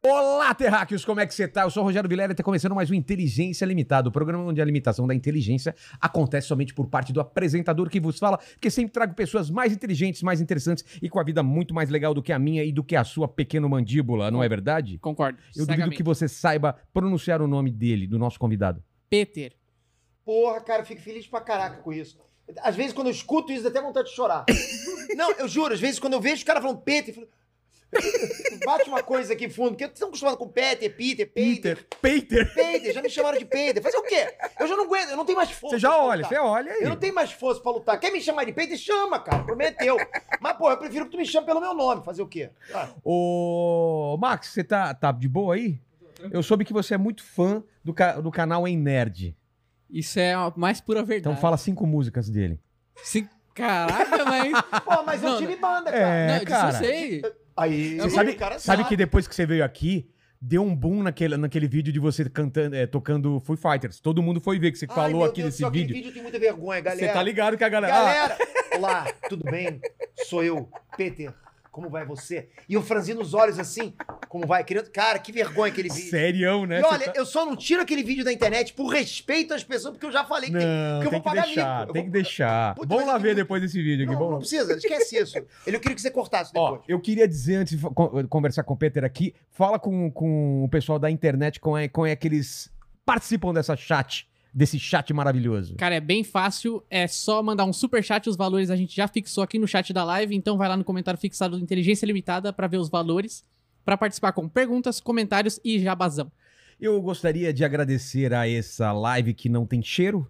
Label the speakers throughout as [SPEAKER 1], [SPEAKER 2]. [SPEAKER 1] Olá, terráqueos, como é que você tá? Eu sou o Rogério Vilela e tá começando mais um Inteligência Limitada, o programa onde a limitação da inteligência acontece somente por parte do apresentador que vos fala, porque sempre trago pessoas mais inteligentes, mais interessantes e com a vida muito mais legal do que a minha e do que a sua pequeno mandíbula, não é verdade?
[SPEAKER 2] Concordo.
[SPEAKER 1] Eu duvido que você saiba pronunciar o nome dele, do nosso convidado.
[SPEAKER 2] Peter.
[SPEAKER 3] Porra, cara, eu fico feliz pra caraca com isso. Às vezes, quando eu escuto isso, dá até vontade de chorar. Não, eu juro, às vezes, quando eu vejo os caras falando Peter, eu falo... bate uma coisa aqui fundo, porque vocês estão acostumados com Peter, Peter, Peter,
[SPEAKER 1] Peter.
[SPEAKER 3] Peter, já me chamaram de Peter. Fazer o quê? Eu já não aguento, eu não tenho mais força.
[SPEAKER 1] Você já
[SPEAKER 3] pra
[SPEAKER 1] olha,
[SPEAKER 3] lutar.
[SPEAKER 1] você é olha aí.
[SPEAKER 3] Eu não tenho mais força pra lutar. Quer me chamar de Peter? Chama, cara, prometeu. Mas, pô, eu prefiro que tu me chame pelo meu nome. Fazer o quê? Ah,
[SPEAKER 1] Ô, Max, você tá, tá de boa aí? Eu soube que você é muito fã do, ca- do canal Em Nerd.
[SPEAKER 2] Isso é a mais pura
[SPEAKER 1] Então
[SPEAKER 2] verdade.
[SPEAKER 1] fala cinco músicas dele.
[SPEAKER 2] Sim, Caraca, mas.
[SPEAKER 3] Pô, mas eu
[SPEAKER 2] Não,
[SPEAKER 3] tive banda, cara.
[SPEAKER 1] É,
[SPEAKER 2] não, disso
[SPEAKER 1] cara.
[SPEAKER 2] eu sei.
[SPEAKER 3] Aí,
[SPEAKER 1] Você sabe,
[SPEAKER 3] o cara
[SPEAKER 1] sabe que depois que você veio aqui, deu um boom naquele, naquele vídeo de você cantando, é, tocando Foo Fighters. Todo mundo foi ver que você
[SPEAKER 3] Ai,
[SPEAKER 1] falou
[SPEAKER 3] meu
[SPEAKER 1] aqui
[SPEAKER 3] Deus do
[SPEAKER 1] desse
[SPEAKER 3] céu, aquele
[SPEAKER 1] vídeo.
[SPEAKER 3] vídeo tem muita vergonha, galera.
[SPEAKER 1] Você tá ligado que a galera.
[SPEAKER 3] Galera, olá, tudo bem? Sou eu, Peter. Como vai você? E eu franzindo os olhos assim, como vai, querido? Cara, que vergonha aquele
[SPEAKER 1] ah,
[SPEAKER 3] vídeo.
[SPEAKER 1] serião, né?
[SPEAKER 3] E
[SPEAKER 1] Você
[SPEAKER 3] olha,
[SPEAKER 1] tá-
[SPEAKER 3] eu só não tiro aquele vídeo da internet por respeito às pessoas, porque eu já falei que tem-
[SPEAKER 1] Não,
[SPEAKER 3] que eu
[SPEAKER 1] tem
[SPEAKER 3] vou
[SPEAKER 1] que
[SPEAKER 3] pagar
[SPEAKER 1] deixar,
[SPEAKER 3] mico. Eu
[SPEAKER 1] tem que
[SPEAKER 3] vou-
[SPEAKER 1] deixar.
[SPEAKER 3] Puta,
[SPEAKER 1] Vamos
[SPEAKER 3] mas
[SPEAKER 1] lá
[SPEAKER 3] eu
[SPEAKER 1] ver
[SPEAKER 3] tenho-
[SPEAKER 1] depois desse vídeo aqui.
[SPEAKER 3] Não,
[SPEAKER 1] vamos
[SPEAKER 3] não
[SPEAKER 1] lá.
[SPEAKER 3] precisa, esquece isso. Eu queria que você cortasse depois.
[SPEAKER 1] Ó, eu queria dizer antes de con- eh, conversar com o Peter aqui, fala com, com o pessoal da internet, com, é- com é que eles participam dessa chat, desse chat maravilhoso.
[SPEAKER 2] Cara, é bem fácil. É só mandar um super chat. Os valores a gente já fixou aqui no chat da live. Então vai lá no comentário fixado do Inteligência Limitada pra ver os valores. Pra participar com perguntas, comentários e jabazão.
[SPEAKER 1] Eu gostaria de agradecer a essa live que não tem cheiro.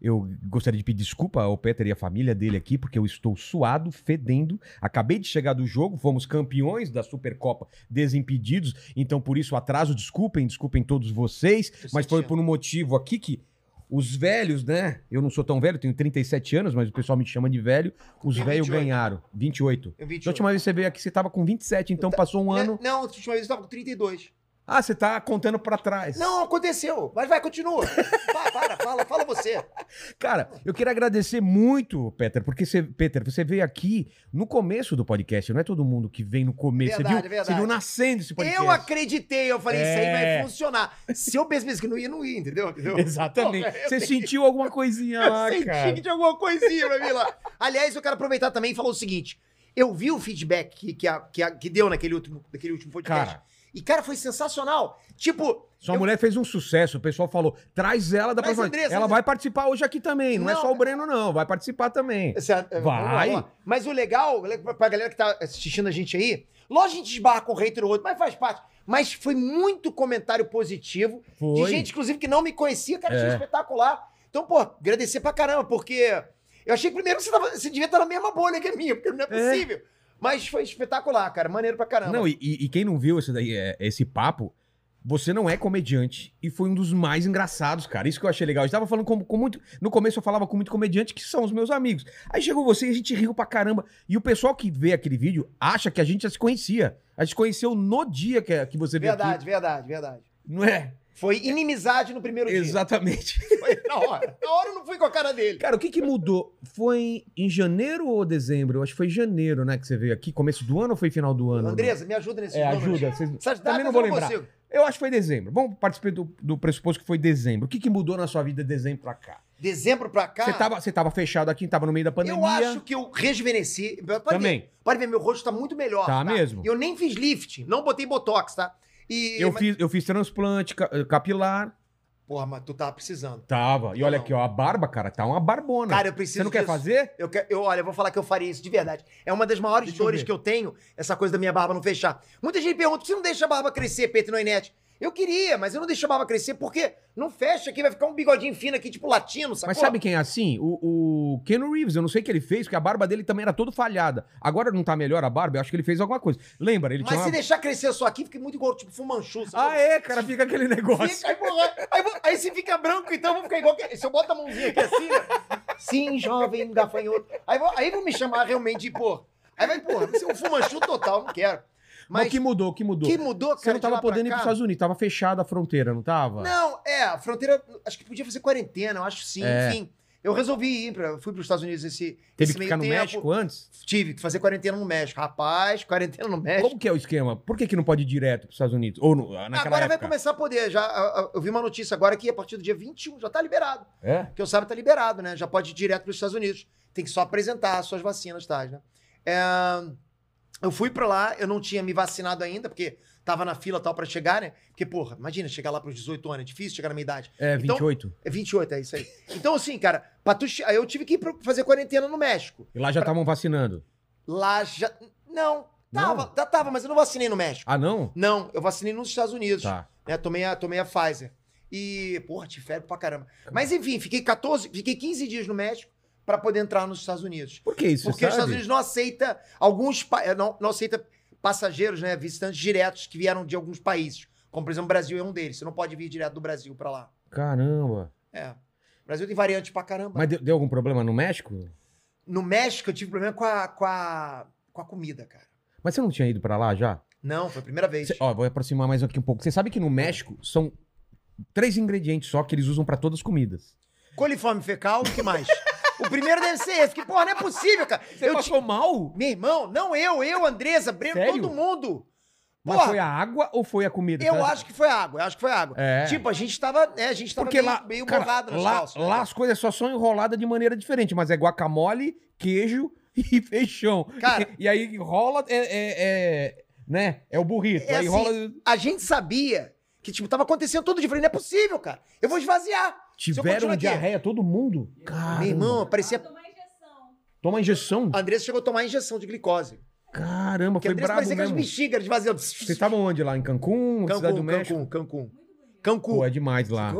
[SPEAKER 1] Eu gostaria de pedir desculpa ao Peter e à família dele aqui, porque eu estou suado, fedendo. Acabei de chegar do jogo, fomos campeões da Supercopa Desimpedidos, então por isso o atraso, desculpem, desculpem todos vocês,
[SPEAKER 3] Tô
[SPEAKER 1] mas foi
[SPEAKER 3] sentindo.
[SPEAKER 1] por um motivo aqui que os velhos, né? Eu não sou tão velho, tenho 37 anos, mas o pessoal me chama de velho. Os
[SPEAKER 3] Tem
[SPEAKER 1] velhos
[SPEAKER 3] 28.
[SPEAKER 1] ganharam, 28.
[SPEAKER 3] Eu Né?
[SPEAKER 1] Da última vez que você veio aqui, você tava com 27, então passou um ano.
[SPEAKER 3] Não, a última vez eu tava com 32.
[SPEAKER 1] Ah, você tá contando pra trás.
[SPEAKER 3] Não, aconteceu. Mas vai, continua. Vai, para, fala, fala você.
[SPEAKER 1] Cara, eu quero agradecer muito, Peter, porque você, Peter, você veio aqui no começo do podcast, não é todo mundo que vem no começo.
[SPEAKER 3] Verdade,
[SPEAKER 1] você, viu,
[SPEAKER 3] verdade.
[SPEAKER 1] você viu nascendo esse Tipo podcast.
[SPEAKER 3] Eu acreditei, eu falei, isso aí
[SPEAKER 1] É.
[SPEAKER 3] vai funcionar. Se eu pensasse que não ia, não ia, entendeu? entendeu?
[SPEAKER 1] Exatamente.
[SPEAKER 3] Porra, eu
[SPEAKER 1] você
[SPEAKER 3] tenho-
[SPEAKER 1] sentiu alguma coisinha
[SPEAKER 3] Eu
[SPEAKER 1] lá,
[SPEAKER 3] senti
[SPEAKER 1] Ah, cara.
[SPEAKER 3] que tinha alguma coisinha pra mim lá. Aliás, eu quero aproveitar também e falar o seguinte. Eu vi o feedback que, que, a- que, a- que deu naquele último, naquele último podcast.
[SPEAKER 1] Cara.
[SPEAKER 3] E, cara, foi sensacional. Tipo...
[SPEAKER 1] Sua
[SPEAKER 3] eu-
[SPEAKER 1] mulher fez um sucesso, o pessoal falou: traz ela da
[SPEAKER 3] Traz
[SPEAKER 1] próxima.
[SPEAKER 3] Andressa,
[SPEAKER 1] ela
[SPEAKER 3] Andressa.
[SPEAKER 1] vai participar hoje aqui também. Não, é
[SPEAKER 3] Não.
[SPEAKER 1] só o Breno, não. Vai participar também.
[SPEAKER 3] Esse- é, vamos lá,
[SPEAKER 1] Vai.
[SPEAKER 3] vamos lá. Mas o legal, pra galera que tá assistindo a gente aí, lógico que a gente esbarra com o hater ou outro, mas faz parte. Mas foi muito comentário positivo.
[SPEAKER 1] Foi.
[SPEAKER 3] De gente, inclusive, que não me conhecia, cara, achei
[SPEAKER 1] É.
[SPEAKER 3] espetacular. Então, pô, agradecer pra caramba, porque eu achei que primeiro que você, tava, você devia estar na mesma bolha que a minha, porque não é
[SPEAKER 1] É.
[SPEAKER 3] possível. Mas foi espetacular, cara, maneiro pra caramba.
[SPEAKER 1] Não, e, e- e quem não viu esse, daí, é, esse papo, você não é comediante e foi um dos mais engraçados, cara. Isso que eu achei legal. Eu tava falando com, com muito. No começo eu falava com muito comediante, que são os meus amigos. Aí chegou você e a gente riu pra caramba. E o pessoal que vê aquele vídeo acha que a gente já se conhecia. A gente se conheceu no dia que, que você veio
[SPEAKER 3] verdade,
[SPEAKER 1] aqui.
[SPEAKER 3] verdade, verdade.
[SPEAKER 1] Não é?
[SPEAKER 3] Foi inimizade no primeiro
[SPEAKER 1] Exatamente.
[SPEAKER 3] dia. Foi na hora. Na hora eu não fui com a cara dele.
[SPEAKER 1] Cara, o que, que mudou? Foi em janeiro ou dezembro? Eu Acho que foi em janeiro, né? Que você veio aqui. Começo do ano ou foi final do ano?
[SPEAKER 3] Andresa, me ajuda nesse
[SPEAKER 1] É, ajuda. Vocês...
[SPEAKER 3] Essas datas
[SPEAKER 1] Também não vou
[SPEAKER 3] tá, eu não
[SPEAKER 1] lembrar.
[SPEAKER 3] consigo.
[SPEAKER 1] Eu acho que foi dezembro. Vamos participar do, do pressuposto que foi dezembro. O que, que mudou na sua vida de dezembro pra cá?
[SPEAKER 3] Dezembro pra cá.
[SPEAKER 1] Você tá tava, você tava fechado aqui, tava no meio da pandemia.
[SPEAKER 3] Eu acho que eu rejuvenesci. Pode
[SPEAKER 1] Também.
[SPEAKER 3] Ver, pode ver, meu rosto tá muito melhor.
[SPEAKER 1] Tá mesmo.
[SPEAKER 3] Eu nem fiz lift, não botei botox, tá? E,
[SPEAKER 1] Eu,
[SPEAKER 3] mas-
[SPEAKER 1] fiz, eu fiz transplante ca- eh, capilar.
[SPEAKER 3] Porra, mas tu tava precisando.
[SPEAKER 1] Tava. E olha
[SPEAKER 3] Não.
[SPEAKER 1] aqui, ó, a barba, cara, tá uma barbona.
[SPEAKER 3] Cara, eu preciso
[SPEAKER 1] Você não quer
[SPEAKER 3] disso.
[SPEAKER 1] fazer?
[SPEAKER 3] Eu, quero- eu, olha, eu vou falar que eu faria isso de verdade. É uma das maiores
[SPEAKER 1] Deixa eu
[SPEAKER 3] dores
[SPEAKER 1] ver.
[SPEAKER 3] que eu tenho, essa coisa da minha barba não fechar. Muita gente pergunta, por que você não deixa a barba crescer, Pedro Noinete? Eu queria, mas eu não deixo a barba crescer porque não fecha aqui, vai ficar um bigodinho fino aqui, tipo latino, sacou?
[SPEAKER 1] Mas sabe quem é assim? O, o Ken Reeves, eu não sei o que ele fez, porque a barba dele também era toda falhada. Agora não tá melhor a barba, eu acho que ele fez alguma coisa. Lembra? Ele
[SPEAKER 3] Mas é se
[SPEAKER 1] tinha uma...
[SPEAKER 3] deixar crescer só aqui, fica muito igual, tipo fumanchu, sacou?
[SPEAKER 1] Ah, é, cara, fica aquele negócio.
[SPEAKER 3] Fica, aí, porra, aí, vo- aí se fica branco, então eu vou ficar igual. Que, se eu boto a mãozinha aqui assim, né? Sim, jovem gafanhoto. Aí, vou- aí vão me chamar realmente de, pô. Aí vai, porra, você é um fumanchu total, não quero.
[SPEAKER 1] Mas,
[SPEAKER 3] Mas
[SPEAKER 1] o que mudou, o que mudou?
[SPEAKER 3] que mudou, cara?
[SPEAKER 1] Você não
[SPEAKER 3] de
[SPEAKER 1] tava
[SPEAKER 3] lá pra
[SPEAKER 1] podendo ir
[SPEAKER 3] cá?
[SPEAKER 1] pros Estados Unidos, tava fechada a fronteira, não tava?
[SPEAKER 3] Não, é, a fronteira. Acho que podia fazer quarentena, eu acho sim,
[SPEAKER 1] É.
[SPEAKER 3] enfim. Eu resolvi ir, pra, eu fui para os Estados Unidos esse,
[SPEAKER 1] Teve
[SPEAKER 3] esse
[SPEAKER 1] que
[SPEAKER 3] meio
[SPEAKER 1] ficar no
[SPEAKER 3] tempo.
[SPEAKER 1] México antes?
[SPEAKER 3] Tive que fazer quarentena no México. Rapaz, quarentena no México.
[SPEAKER 1] Como que é o esquema? Por que, que não pode ir direto pros Estados Unidos? Ou no, ah, naquela
[SPEAKER 3] agora vai
[SPEAKER 1] época?
[SPEAKER 3] começar a poder. Já, a- a- eu vi uma notícia agora que a partir do dia 21 já tá liberado.
[SPEAKER 1] É?
[SPEAKER 3] Que eu saiba, tá liberado, né? Já pode ir direto para os Estados Unidos. Tem que só apresentar as suas vacinas, tais, né? É, eu fui para lá, eu não tinha me vacinado ainda, porque tava na fila tal para chegar, né? Porque, porra, imagina chegar lá pros 18 anos, é difícil chegar na minha idade.
[SPEAKER 1] É,
[SPEAKER 3] Então-
[SPEAKER 1] 28.
[SPEAKER 3] É 28, é isso aí. Então, assim, cara, pra tu che- aí eu tive que ir pra fazer quarentena no México.
[SPEAKER 1] E lá já estavam vacinando.
[SPEAKER 3] Lá já. Não,
[SPEAKER 1] Não?
[SPEAKER 3] tava, já tava, mas eu não vacinei no México.
[SPEAKER 1] Ah, não?
[SPEAKER 3] Não, eu vacinei nos Estados Unidos.
[SPEAKER 1] Tá.
[SPEAKER 3] né? Tomei a, tomei a Pfizer. E, porra, te febre pra caramba. Mas enfim, fiquei 14, fiquei 15 dias no México pra poder entrar nos Estados Unidos.
[SPEAKER 1] Por que isso? Porque
[SPEAKER 3] Porque os
[SPEAKER 1] sabe?
[SPEAKER 3] Estados Unidos não aceita alguns pa- eh, não, não aceita passageiros, né, visitantes diretos que vieram de alguns países, como por exemplo, o Brasil é um deles. Você não pode vir direto do Brasil pra lá.
[SPEAKER 1] Caramba.
[SPEAKER 3] É. O Brasil tem variante pra caramba.
[SPEAKER 1] Mas deu, deu algum problema no México?
[SPEAKER 3] No México eu tive problema com a, com a, com a comida, cara.
[SPEAKER 1] Mas você não tinha ido pra lá já?
[SPEAKER 3] Não, foi a primeira vez.
[SPEAKER 1] Cê- ó, vou aproximar mais aqui um pouco. Você sabe que no México são três ingredientes só que eles usam pra todas as comidas.
[SPEAKER 3] Coliforme fecal, o que mais? o primeiro deve ser esse, que porra, não é possível, cara. eu ti-
[SPEAKER 1] mal?
[SPEAKER 3] Meu irmão, não eu, eu, Andresa, Breno,
[SPEAKER 1] Sério?
[SPEAKER 3] todo mundo.
[SPEAKER 1] Mas
[SPEAKER 3] Porra.
[SPEAKER 1] foi a água ou foi a comida?
[SPEAKER 3] Eu acho que foi água, eu acho que foi água.
[SPEAKER 1] É.
[SPEAKER 3] Tipo, a gente tava, né, a gente tava
[SPEAKER 1] Porque
[SPEAKER 3] meio,
[SPEAKER 1] lá,
[SPEAKER 3] meio
[SPEAKER 1] cara,
[SPEAKER 3] borrado nas
[SPEAKER 1] lá,
[SPEAKER 3] calças.
[SPEAKER 1] lá
[SPEAKER 3] né?
[SPEAKER 1] as coisas só são enroladas de maneira diferente, mas é guacamole, queijo e feijão.
[SPEAKER 3] Cara-
[SPEAKER 1] e, e aí rola, é, é, é, né? É o burrito.
[SPEAKER 3] É
[SPEAKER 1] aí
[SPEAKER 3] assim,
[SPEAKER 1] rola.
[SPEAKER 3] A gente sabia que, tipo, tava acontecendo tudo diferente. Não é possível, cara. Eu vou esvaziar.
[SPEAKER 1] Tiveram
[SPEAKER 3] continuar aqui-
[SPEAKER 1] diarreia todo mundo? Cara,
[SPEAKER 3] Meu irmão, parecia...
[SPEAKER 4] Tomar injeção.
[SPEAKER 1] Toma injeção?
[SPEAKER 3] A Andressa chegou a tomar injeção de glicose.
[SPEAKER 1] Caramba,
[SPEAKER 3] Porque a
[SPEAKER 1] foi
[SPEAKER 3] Andressa
[SPEAKER 1] brabo
[SPEAKER 3] parecia aquelas
[SPEAKER 1] mesmo.
[SPEAKER 3] bexigas de vazio.
[SPEAKER 1] Vocês estavam onde lá? Em Cancún? cidade do
[SPEAKER 3] Cancún,
[SPEAKER 1] México?
[SPEAKER 3] Cancún, Cancún. Cancún.
[SPEAKER 1] Pô, é demais lá.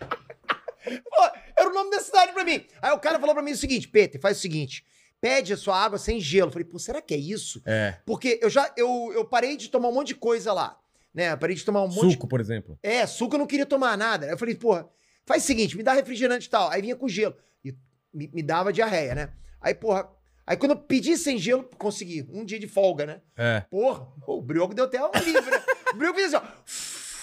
[SPEAKER 3] Pô, era o nome da cidade pra mim. Aí o cara falou pra mim o seguinte, Peter, faz o seguinte, pede a sua água sem gelo. Eu Falei, pô, será que é isso?
[SPEAKER 1] É.
[SPEAKER 3] Porque eu já, eu, eu parei de tomar um monte de coisa lá, né? Eu parei de tomar um monte
[SPEAKER 1] Suco, por exemplo.
[SPEAKER 3] de... É, suco eu não queria tomar nada. Aí eu falei, porra, faz o seguinte, me dá refrigerante e tal. Aí vinha com gelo. E me, me dava diarreia, né? Aí, porra, aí quando eu pedi sem gelo, consegui. Um dia de folga, né?
[SPEAKER 1] É.
[SPEAKER 3] Porra, o brioco deu até um livro, né? O brioco fez assim, ó.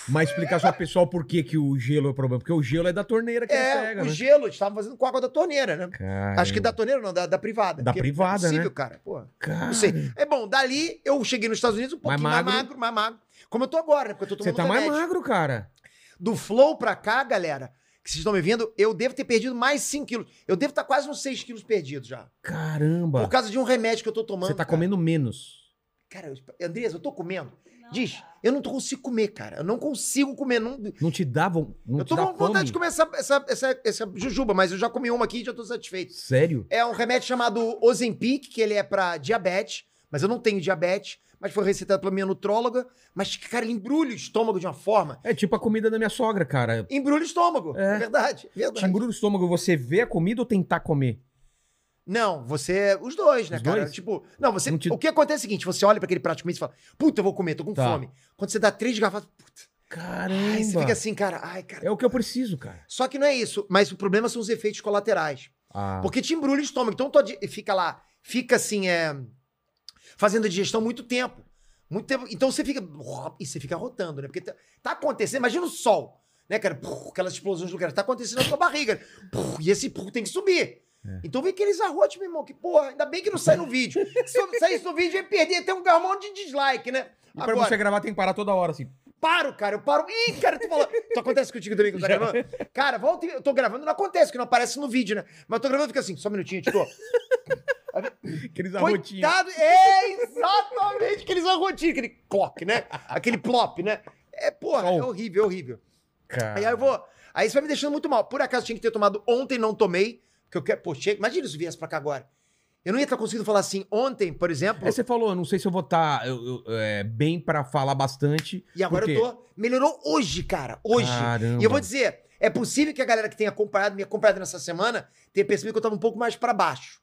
[SPEAKER 1] Mas explicar só pro pessoal por que, que o gelo é o problema. Porque o gelo é da torneira que ele
[SPEAKER 3] É,
[SPEAKER 1] pega,
[SPEAKER 3] o
[SPEAKER 1] né?
[SPEAKER 3] gelo, eles estavam fazendo com água da torneira, né?
[SPEAKER 1] Caramba.
[SPEAKER 3] Acho que da torneira não, da, da privada.
[SPEAKER 1] Da
[SPEAKER 3] Porque
[SPEAKER 1] privada,
[SPEAKER 3] não é possível,
[SPEAKER 1] né?
[SPEAKER 3] cara. Pô, não
[SPEAKER 1] Cara,
[SPEAKER 3] sei. É bom, dali eu cheguei nos Estados Unidos um
[SPEAKER 1] Mais
[SPEAKER 3] pouquinho mais
[SPEAKER 1] magro.
[SPEAKER 3] magro, mais magro. Como eu tô agora, né? Porque eu tô
[SPEAKER 1] Você
[SPEAKER 3] tomando
[SPEAKER 1] tá mais
[SPEAKER 3] remédio.
[SPEAKER 1] magro, cara.
[SPEAKER 3] Do flow pra cá, galera, que vocês estão me vendo, eu devo ter perdido mais 5 quilos. Eu devo estar quase uns 6 quilos perdidos já.
[SPEAKER 1] Caramba.
[SPEAKER 3] Por causa de um remédio que eu tô tomando.
[SPEAKER 1] Você tá
[SPEAKER 3] cara.
[SPEAKER 1] comendo menos.
[SPEAKER 3] Cara, eu, Andresa, eu tô comendo.
[SPEAKER 4] Não,
[SPEAKER 3] Diz,
[SPEAKER 4] tá.
[SPEAKER 3] eu não tô consigo comer, cara. Eu não consigo comer. Não...
[SPEAKER 1] Não te dá, vo- não
[SPEAKER 3] Eu
[SPEAKER 1] te
[SPEAKER 3] tô
[SPEAKER 1] dá
[SPEAKER 3] com vontade
[SPEAKER 1] fome?
[SPEAKER 3] de comer essa, essa, essa, essa jujuba, mas eu já comi uma aqui e já tô satisfeito.
[SPEAKER 1] Sério?
[SPEAKER 3] É um remédio chamado Ozempic, que ele é pra diabetes, mas eu não tenho diabetes, mas foi receitado pela minha nutróloga, mas que, cara, ele embrulha o estômago de uma forma.
[SPEAKER 1] É tipo a comida da minha sogra, cara.
[SPEAKER 3] Embrulha o estômago,
[SPEAKER 1] É.
[SPEAKER 3] é, verdade, é
[SPEAKER 1] Te
[SPEAKER 3] verdade.
[SPEAKER 1] embrulha o estômago, você vê a comida ou tentar comer?
[SPEAKER 3] Não, você, os dois, né,
[SPEAKER 1] Os
[SPEAKER 3] cara?
[SPEAKER 1] dois?
[SPEAKER 3] Tipo, não, você,
[SPEAKER 1] Não te-
[SPEAKER 3] o que acontece é o seguinte, você olha pra aquele prato de comida e fala, puta, eu vou comer, tô com
[SPEAKER 1] Tá.
[SPEAKER 3] fome. Quando você dá três garfadas, puta,
[SPEAKER 1] Caramba.
[SPEAKER 3] ai, você fica assim, cara, ai, cara.
[SPEAKER 1] É o que eu preciso, cara.
[SPEAKER 3] Só que não é isso, mas o problema são os efeitos colaterais.
[SPEAKER 1] Ah,
[SPEAKER 3] Porque te embrulha o estômago. Então tu adi- fica lá, fica assim, é, fazendo a digestão muito tempo. Muito tempo. Então você fica. E você fica rotando, né? Porque tá, tá acontecendo, imagina o sol, né, cara? Aquelas explosões do cara. Tá acontecendo na tua barriga. E esse tem que subir.
[SPEAKER 1] É.
[SPEAKER 3] Então vem aqueles arrotes, meu irmão, que porra, ainda bem que não sai no vídeo. Se eu saísse no vídeo, eu ia perder até um garmão de dislike, né?
[SPEAKER 1] e pra você gravar tem que parar toda hora, assim.
[SPEAKER 3] Paro, cara, eu paro. Ih, cara, tu fala. Tu acontece contigo também que eu tô gravando? Cara, volta e eu tô gravando, não acontece, que não aparece no vídeo, né? Mas eu tô gravando, fica assim, só um minutinho, tipo.
[SPEAKER 1] Aqueles arrotinhos.
[SPEAKER 3] Coitado, é exatamente aqueles arrotinhos, aquele clock, né? Aquele plop, né? É, porra, é
[SPEAKER 1] Sol.
[SPEAKER 3] horrível, é horrível.
[SPEAKER 1] Cara.
[SPEAKER 3] Aí, aí eu vou. Aí isso vai me deixando muito mal. Por acaso tinha que ter tomado ontem, não tomei. Porque eu quero. Pô, chega. Imagina se viesse pra cá agora. Eu não ia estar conseguindo falar assim ontem, por exemplo.
[SPEAKER 1] Aí É, você falou, eu não sei se eu vou estar bem pra falar bastante.
[SPEAKER 3] E agora
[SPEAKER 1] é Por
[SPEAKER 3] eu
[SPEAKER 1] quê?
[SPEAKER 3] tô. Melhorou hoje, cara. Hoje.
[SPEAKER 1] Caramba.
[SPEAKER 3] E eu vou dizer, é possível que a galera que tenha acompanhado, me acompanhado nessa semana, tenha percebido que eu tava um pouco mais pra baixo.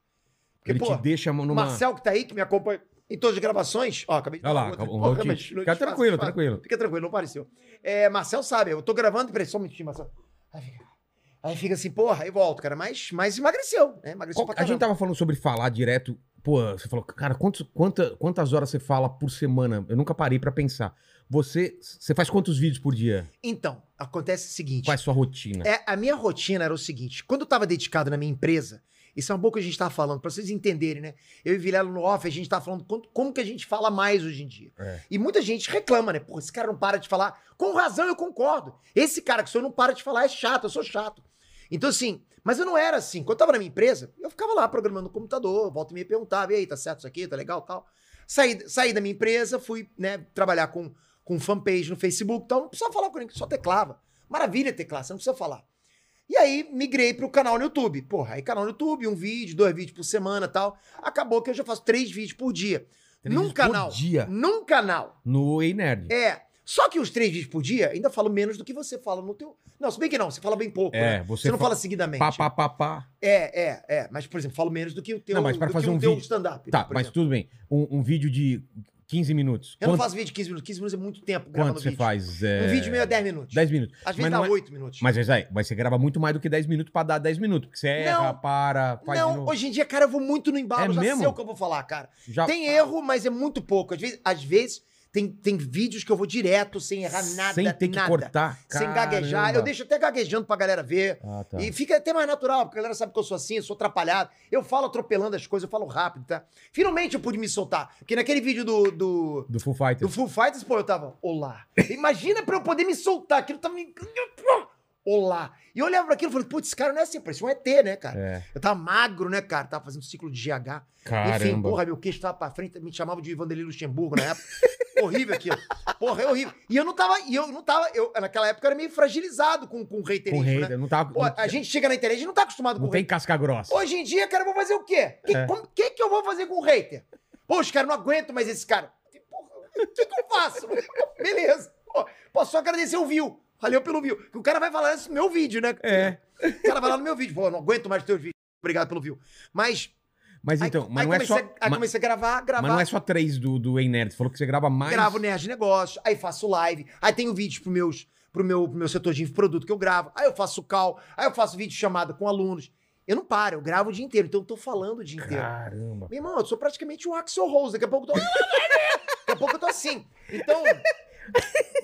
[SPEAKER 3] Porque,
[SPEAKER 1] Ele
[SPEAKER 3] pô,
[SPEAKER 1] te deixa
[SPEAKER 3] o
[SPEAKER 1] numa...
[SPEAKER 3] Marcel que tá aí, que me acompanha em todas as gravações. Ó, acabei de
[SPEAKER 1] Olha lá,
[SPEAKER 3] outra.
[SPEAKER 1] acabou,
[SPEAKER 3] Porra,
[SPEAKER 1] Raul Tite.
[SPEAKER 3] mas não
[SPEAKER 1] Fica
[SPEAKER 3] te faço,
[SPEAKER 1] tranquilo,
[SPEAKER 3] te faço.
[SPEAKER 1] tranquilo.
[SPEAKER 3] Fica tranquilo, não apareceu. É, Marcel sabe, eu tô gravando, peraí, só um minutinho, Marcel. Ai, fica. Aí fica assim, porra, aí volto, cara. Mas, mas emagreceu, né? Emagreceu
[SPEAKER 1] Qual-
[SPEAKER 3] pra
[SPEAKER 1] a gente tá-
[SPEAKER 3] caramba.
[SPEAKER 1] tava falando sobre falar direto. Pô, você falou, cara, quantos, quanta, quantas horas você fala por semana? Eu nunca parei pra pensar. Você, você faz quantos vídeos por dia?
[SPEAKER 3] Então, acontece o seguinte.
[SPEAKER 1] Qual é a sua rotina?
[SPEAKER 3] É, a minha rotina era o seguinte: quando eu tava dedicado na minha empresa, isso é um pouco que a gente tava falando, pra vocês entenderem, né? Eu e Vilela no off, a gente tava falando quanto- como que a gente fala mais hoje em dia.
[SPEAKER 1] É.
[SPEAKER 3] E muita gente reclama, né? Pô, esse cara não para de falar. Com razão, eu concordo. Esse cara que sou não para de falar é chato, eu sou chato. Então, assim, mas eu não era assim. Quando eu tava na minha empresa, eu ficava lá programando no computador, volta e me perguntava, e aí, tá certo isso aqui, tá legal tal. Saí, saí da minha empresa, fui, né, trabalhar com, com fanpage no Facebook e tal, não precisava falar com ninguém, só teclava. Maravilha teclar, você não precisa falar. E aí migrei pro canal no YouTube. Porra, aí canal no YouTube, um vídeo, dois vídeos por semana e tal. Acabou que eu já faço três vídeos por dia.
[SPEAKER 1] Três
[SPEAKER 3] num
[SPEAKER 1] vídeos por
[SPEAKER 3] canal.
[SPEAKER 1] dia.
[SPEAKER 3] Num canal.
[SPEAKER 1] No Ei Nerd.
[SPEAKER 3] É. Só que os três vídeos por dia, ainda falo menos do que você fala no teu. Não, se bem que não, você fala bem pouco.
[SPEAKER 1] É,
[SPEAKER 3] né?
[SPEAKER 1] você
[SPEAKER 3] Você não
[SPEAKER 1] fa-
[SPEAKER 3] fala seguidamente.
[SPEAKER 1] Pá, pá, pá, pá.
[SPEAKER 3] É, é, é. Mas, por exemplo, falo menos do que o teu,
[SPEAKER 1] Não, mas pra
[SPEAKER 3] do
[SPEAKER 1] fazer
[SPEAKER 3] que o
[SPEAKER 1] um
[SPEAKER 3] teu
[SPEAKER 1] vídeo-
[SPEAKER 3] stand-up.
[SPEAKER 1] Tá,
[SPEAKER 3] Então, por
[SPEAKER 1] mas
[SPEAKER 3] exemplo.
[SPEAKER 1] tudo bem. Um, um vídeo de 15 minutos.
[SPEAKER 3] Eu não
[SPEAKER 1] Quanto-
[SPEAKER 3] faço vídeo de 15 minutos. 15 minutos é muito tempo
[SPEAKER 1] Quanto
[SPEAKER 3] gravando
[SPEAKER 1] você
[SPEAKER 3] vídeo.
[SPEAKER 1] faz?
[SPEAKER 3] Um
[SPEAKER 1] É,
[SPEAKER 3] vídeo meio é 10 minutos.
[SPEAKER 1] 10 minutos.
[SPEAKER 3] Às vezes
[SPEAKER 1] mas não
[SPEAKER 3] dá
[SPEAKER 1] é-
[SPEAKER 3] 8 minutos.
[SPEAKER 1] Mas, Zé, mas você grava muito mais do que 10 minutos pra dar 10 minutos. Porque você
[SPEAKER 3] Não.
[SPEAKER 1] erra, para, faz de
[SPEAKER 3] não,
[SPEAKER 1] novo.
[SPEAKER 3] hoje em dia, cara, eu vou muito no embalo.
[SPEAKER 1] É
[SPEAKER 3] já
[SPEAKER 1] mesmo? Tá.
[SPEAKER 3] sei o que eu vou falar, cara.
[SPEAKER 1] Já-
[SPEAKER 3] Tem erro, mas é muito pouco. Às vezes, às vezes tem, tem vídeos que eu vou direto, sem errar nada.
[SPEAKER 1] Sem ter que
[SPEAKER 3] nada.
[SPEAKER 1] cortar.
[SPEAKER 3] Sem gaguejar.
[SPEAKER 1] Caramba.
[SPEAKER 3] Eu deixo até gaguejando pra galera ver.
[SPEAKER 1] Ah, tá.
[SPEAKER 3] E fica até mais natural, porque a galera sabe que eu sou assim, eu sou atrapalhado. Eu falo atropelando as coisas, eu falo rápido, tá? Finalmente eu pude me soltar. Porque naquele vídeo do, do,
[SPEAKER 1] Do Full
[SPEAKER 3] do
[SPEAKER 1] Fighters.
[SPEAKER 3] Full Fighters, pô, eu tava, olá. Imagina pra eu poder me soltar, aquilo tava me... Olá. E eu olhava pra aquilo e falei, putz, esse cara não é assim, parecia um ET, né, cara?
[SPEAKER 1] É.
[SPEAKER 3] Eu tava magro, né, cara? Tava fazendo ciclo de GH.
[SPEAKER 1] Caramba.
[SPEAKER 3] Enfim, porra, meu queixo tava pra frente, me chamavam de Vanderlei Luxemburgo na época. horrível aquilo. Porra, é horrível. E eu não tava, e eu não tava, eu, naquela época eu era meio fragilizado com, com
[SPEAKER 1] com
[SPEAKER 3] reiterismo,
[SPEAKER 1] rei,
[SPEAKER 3] né?
[SPEAKER 1] não tá.
[SPEAKER 3] Pô,
[SPEAKER 1] não,
[SPEAKER 3] a gente chega na internet e não tá acostumado
[SPEAKER 1] não
[SPEAKER 3] com
[SPEAKER 1] tem
[SPEAKER 3] hater.
[SPEAKER 1] casca grossa.
[SPEAKER 3] Hoje em dia, cara, eu vou fazer o quê? O que,
[SPEAKER 1] É.
[SPEAKER 3] como- que, que eu vou fazer com o hater? Pô, os caras não aguento mais esse cara. Porra, O que, que eu faço? Beleza. Pô, posso só agradecer o view. Valeu pelo view. O cara vai falar isso no meu vídeo, né?
[SPEAKER 1] É.
[SPEAKER 3] O cara vai lá no meu vídeo. Pô, não aguento mais teus vídeos. Obrigado pelo view. Mas
[SPEAKER 1] Mas
[SPEAKER 3] Aí-
[SPEAKER 1] então,
[SPEAKER 3] aí,
[SPEAKER 1] mas não é só.
[SPEAKER 3] comecei, a, aí
[SPEAKER 1] ma-
[SPEAKER 3] comecei a gravar, gravar.
[SPEAKER 1] Mas não é só três do, do Ei Nerd. Você falou que você grava mais.
[SPEAKER 3] Gravo Nerd de Negócio, aí faço live, aí tenho vídeos pro, meus, pro, meu, pro meu setor de produto que eu gravo, aí eu faço call, aí eu faço vídeo chamada com alunos. Eu não paro, eu gravo o dia inteiro, então eu tô falando o dia inteiro.
[SPEAKER 1] Caramba.
[SPEAKER 3] Meu irmão, eu sou praticamente um Axel Rose, daqui a pouco eu tô. daqui a pouco eu tô assim. Então.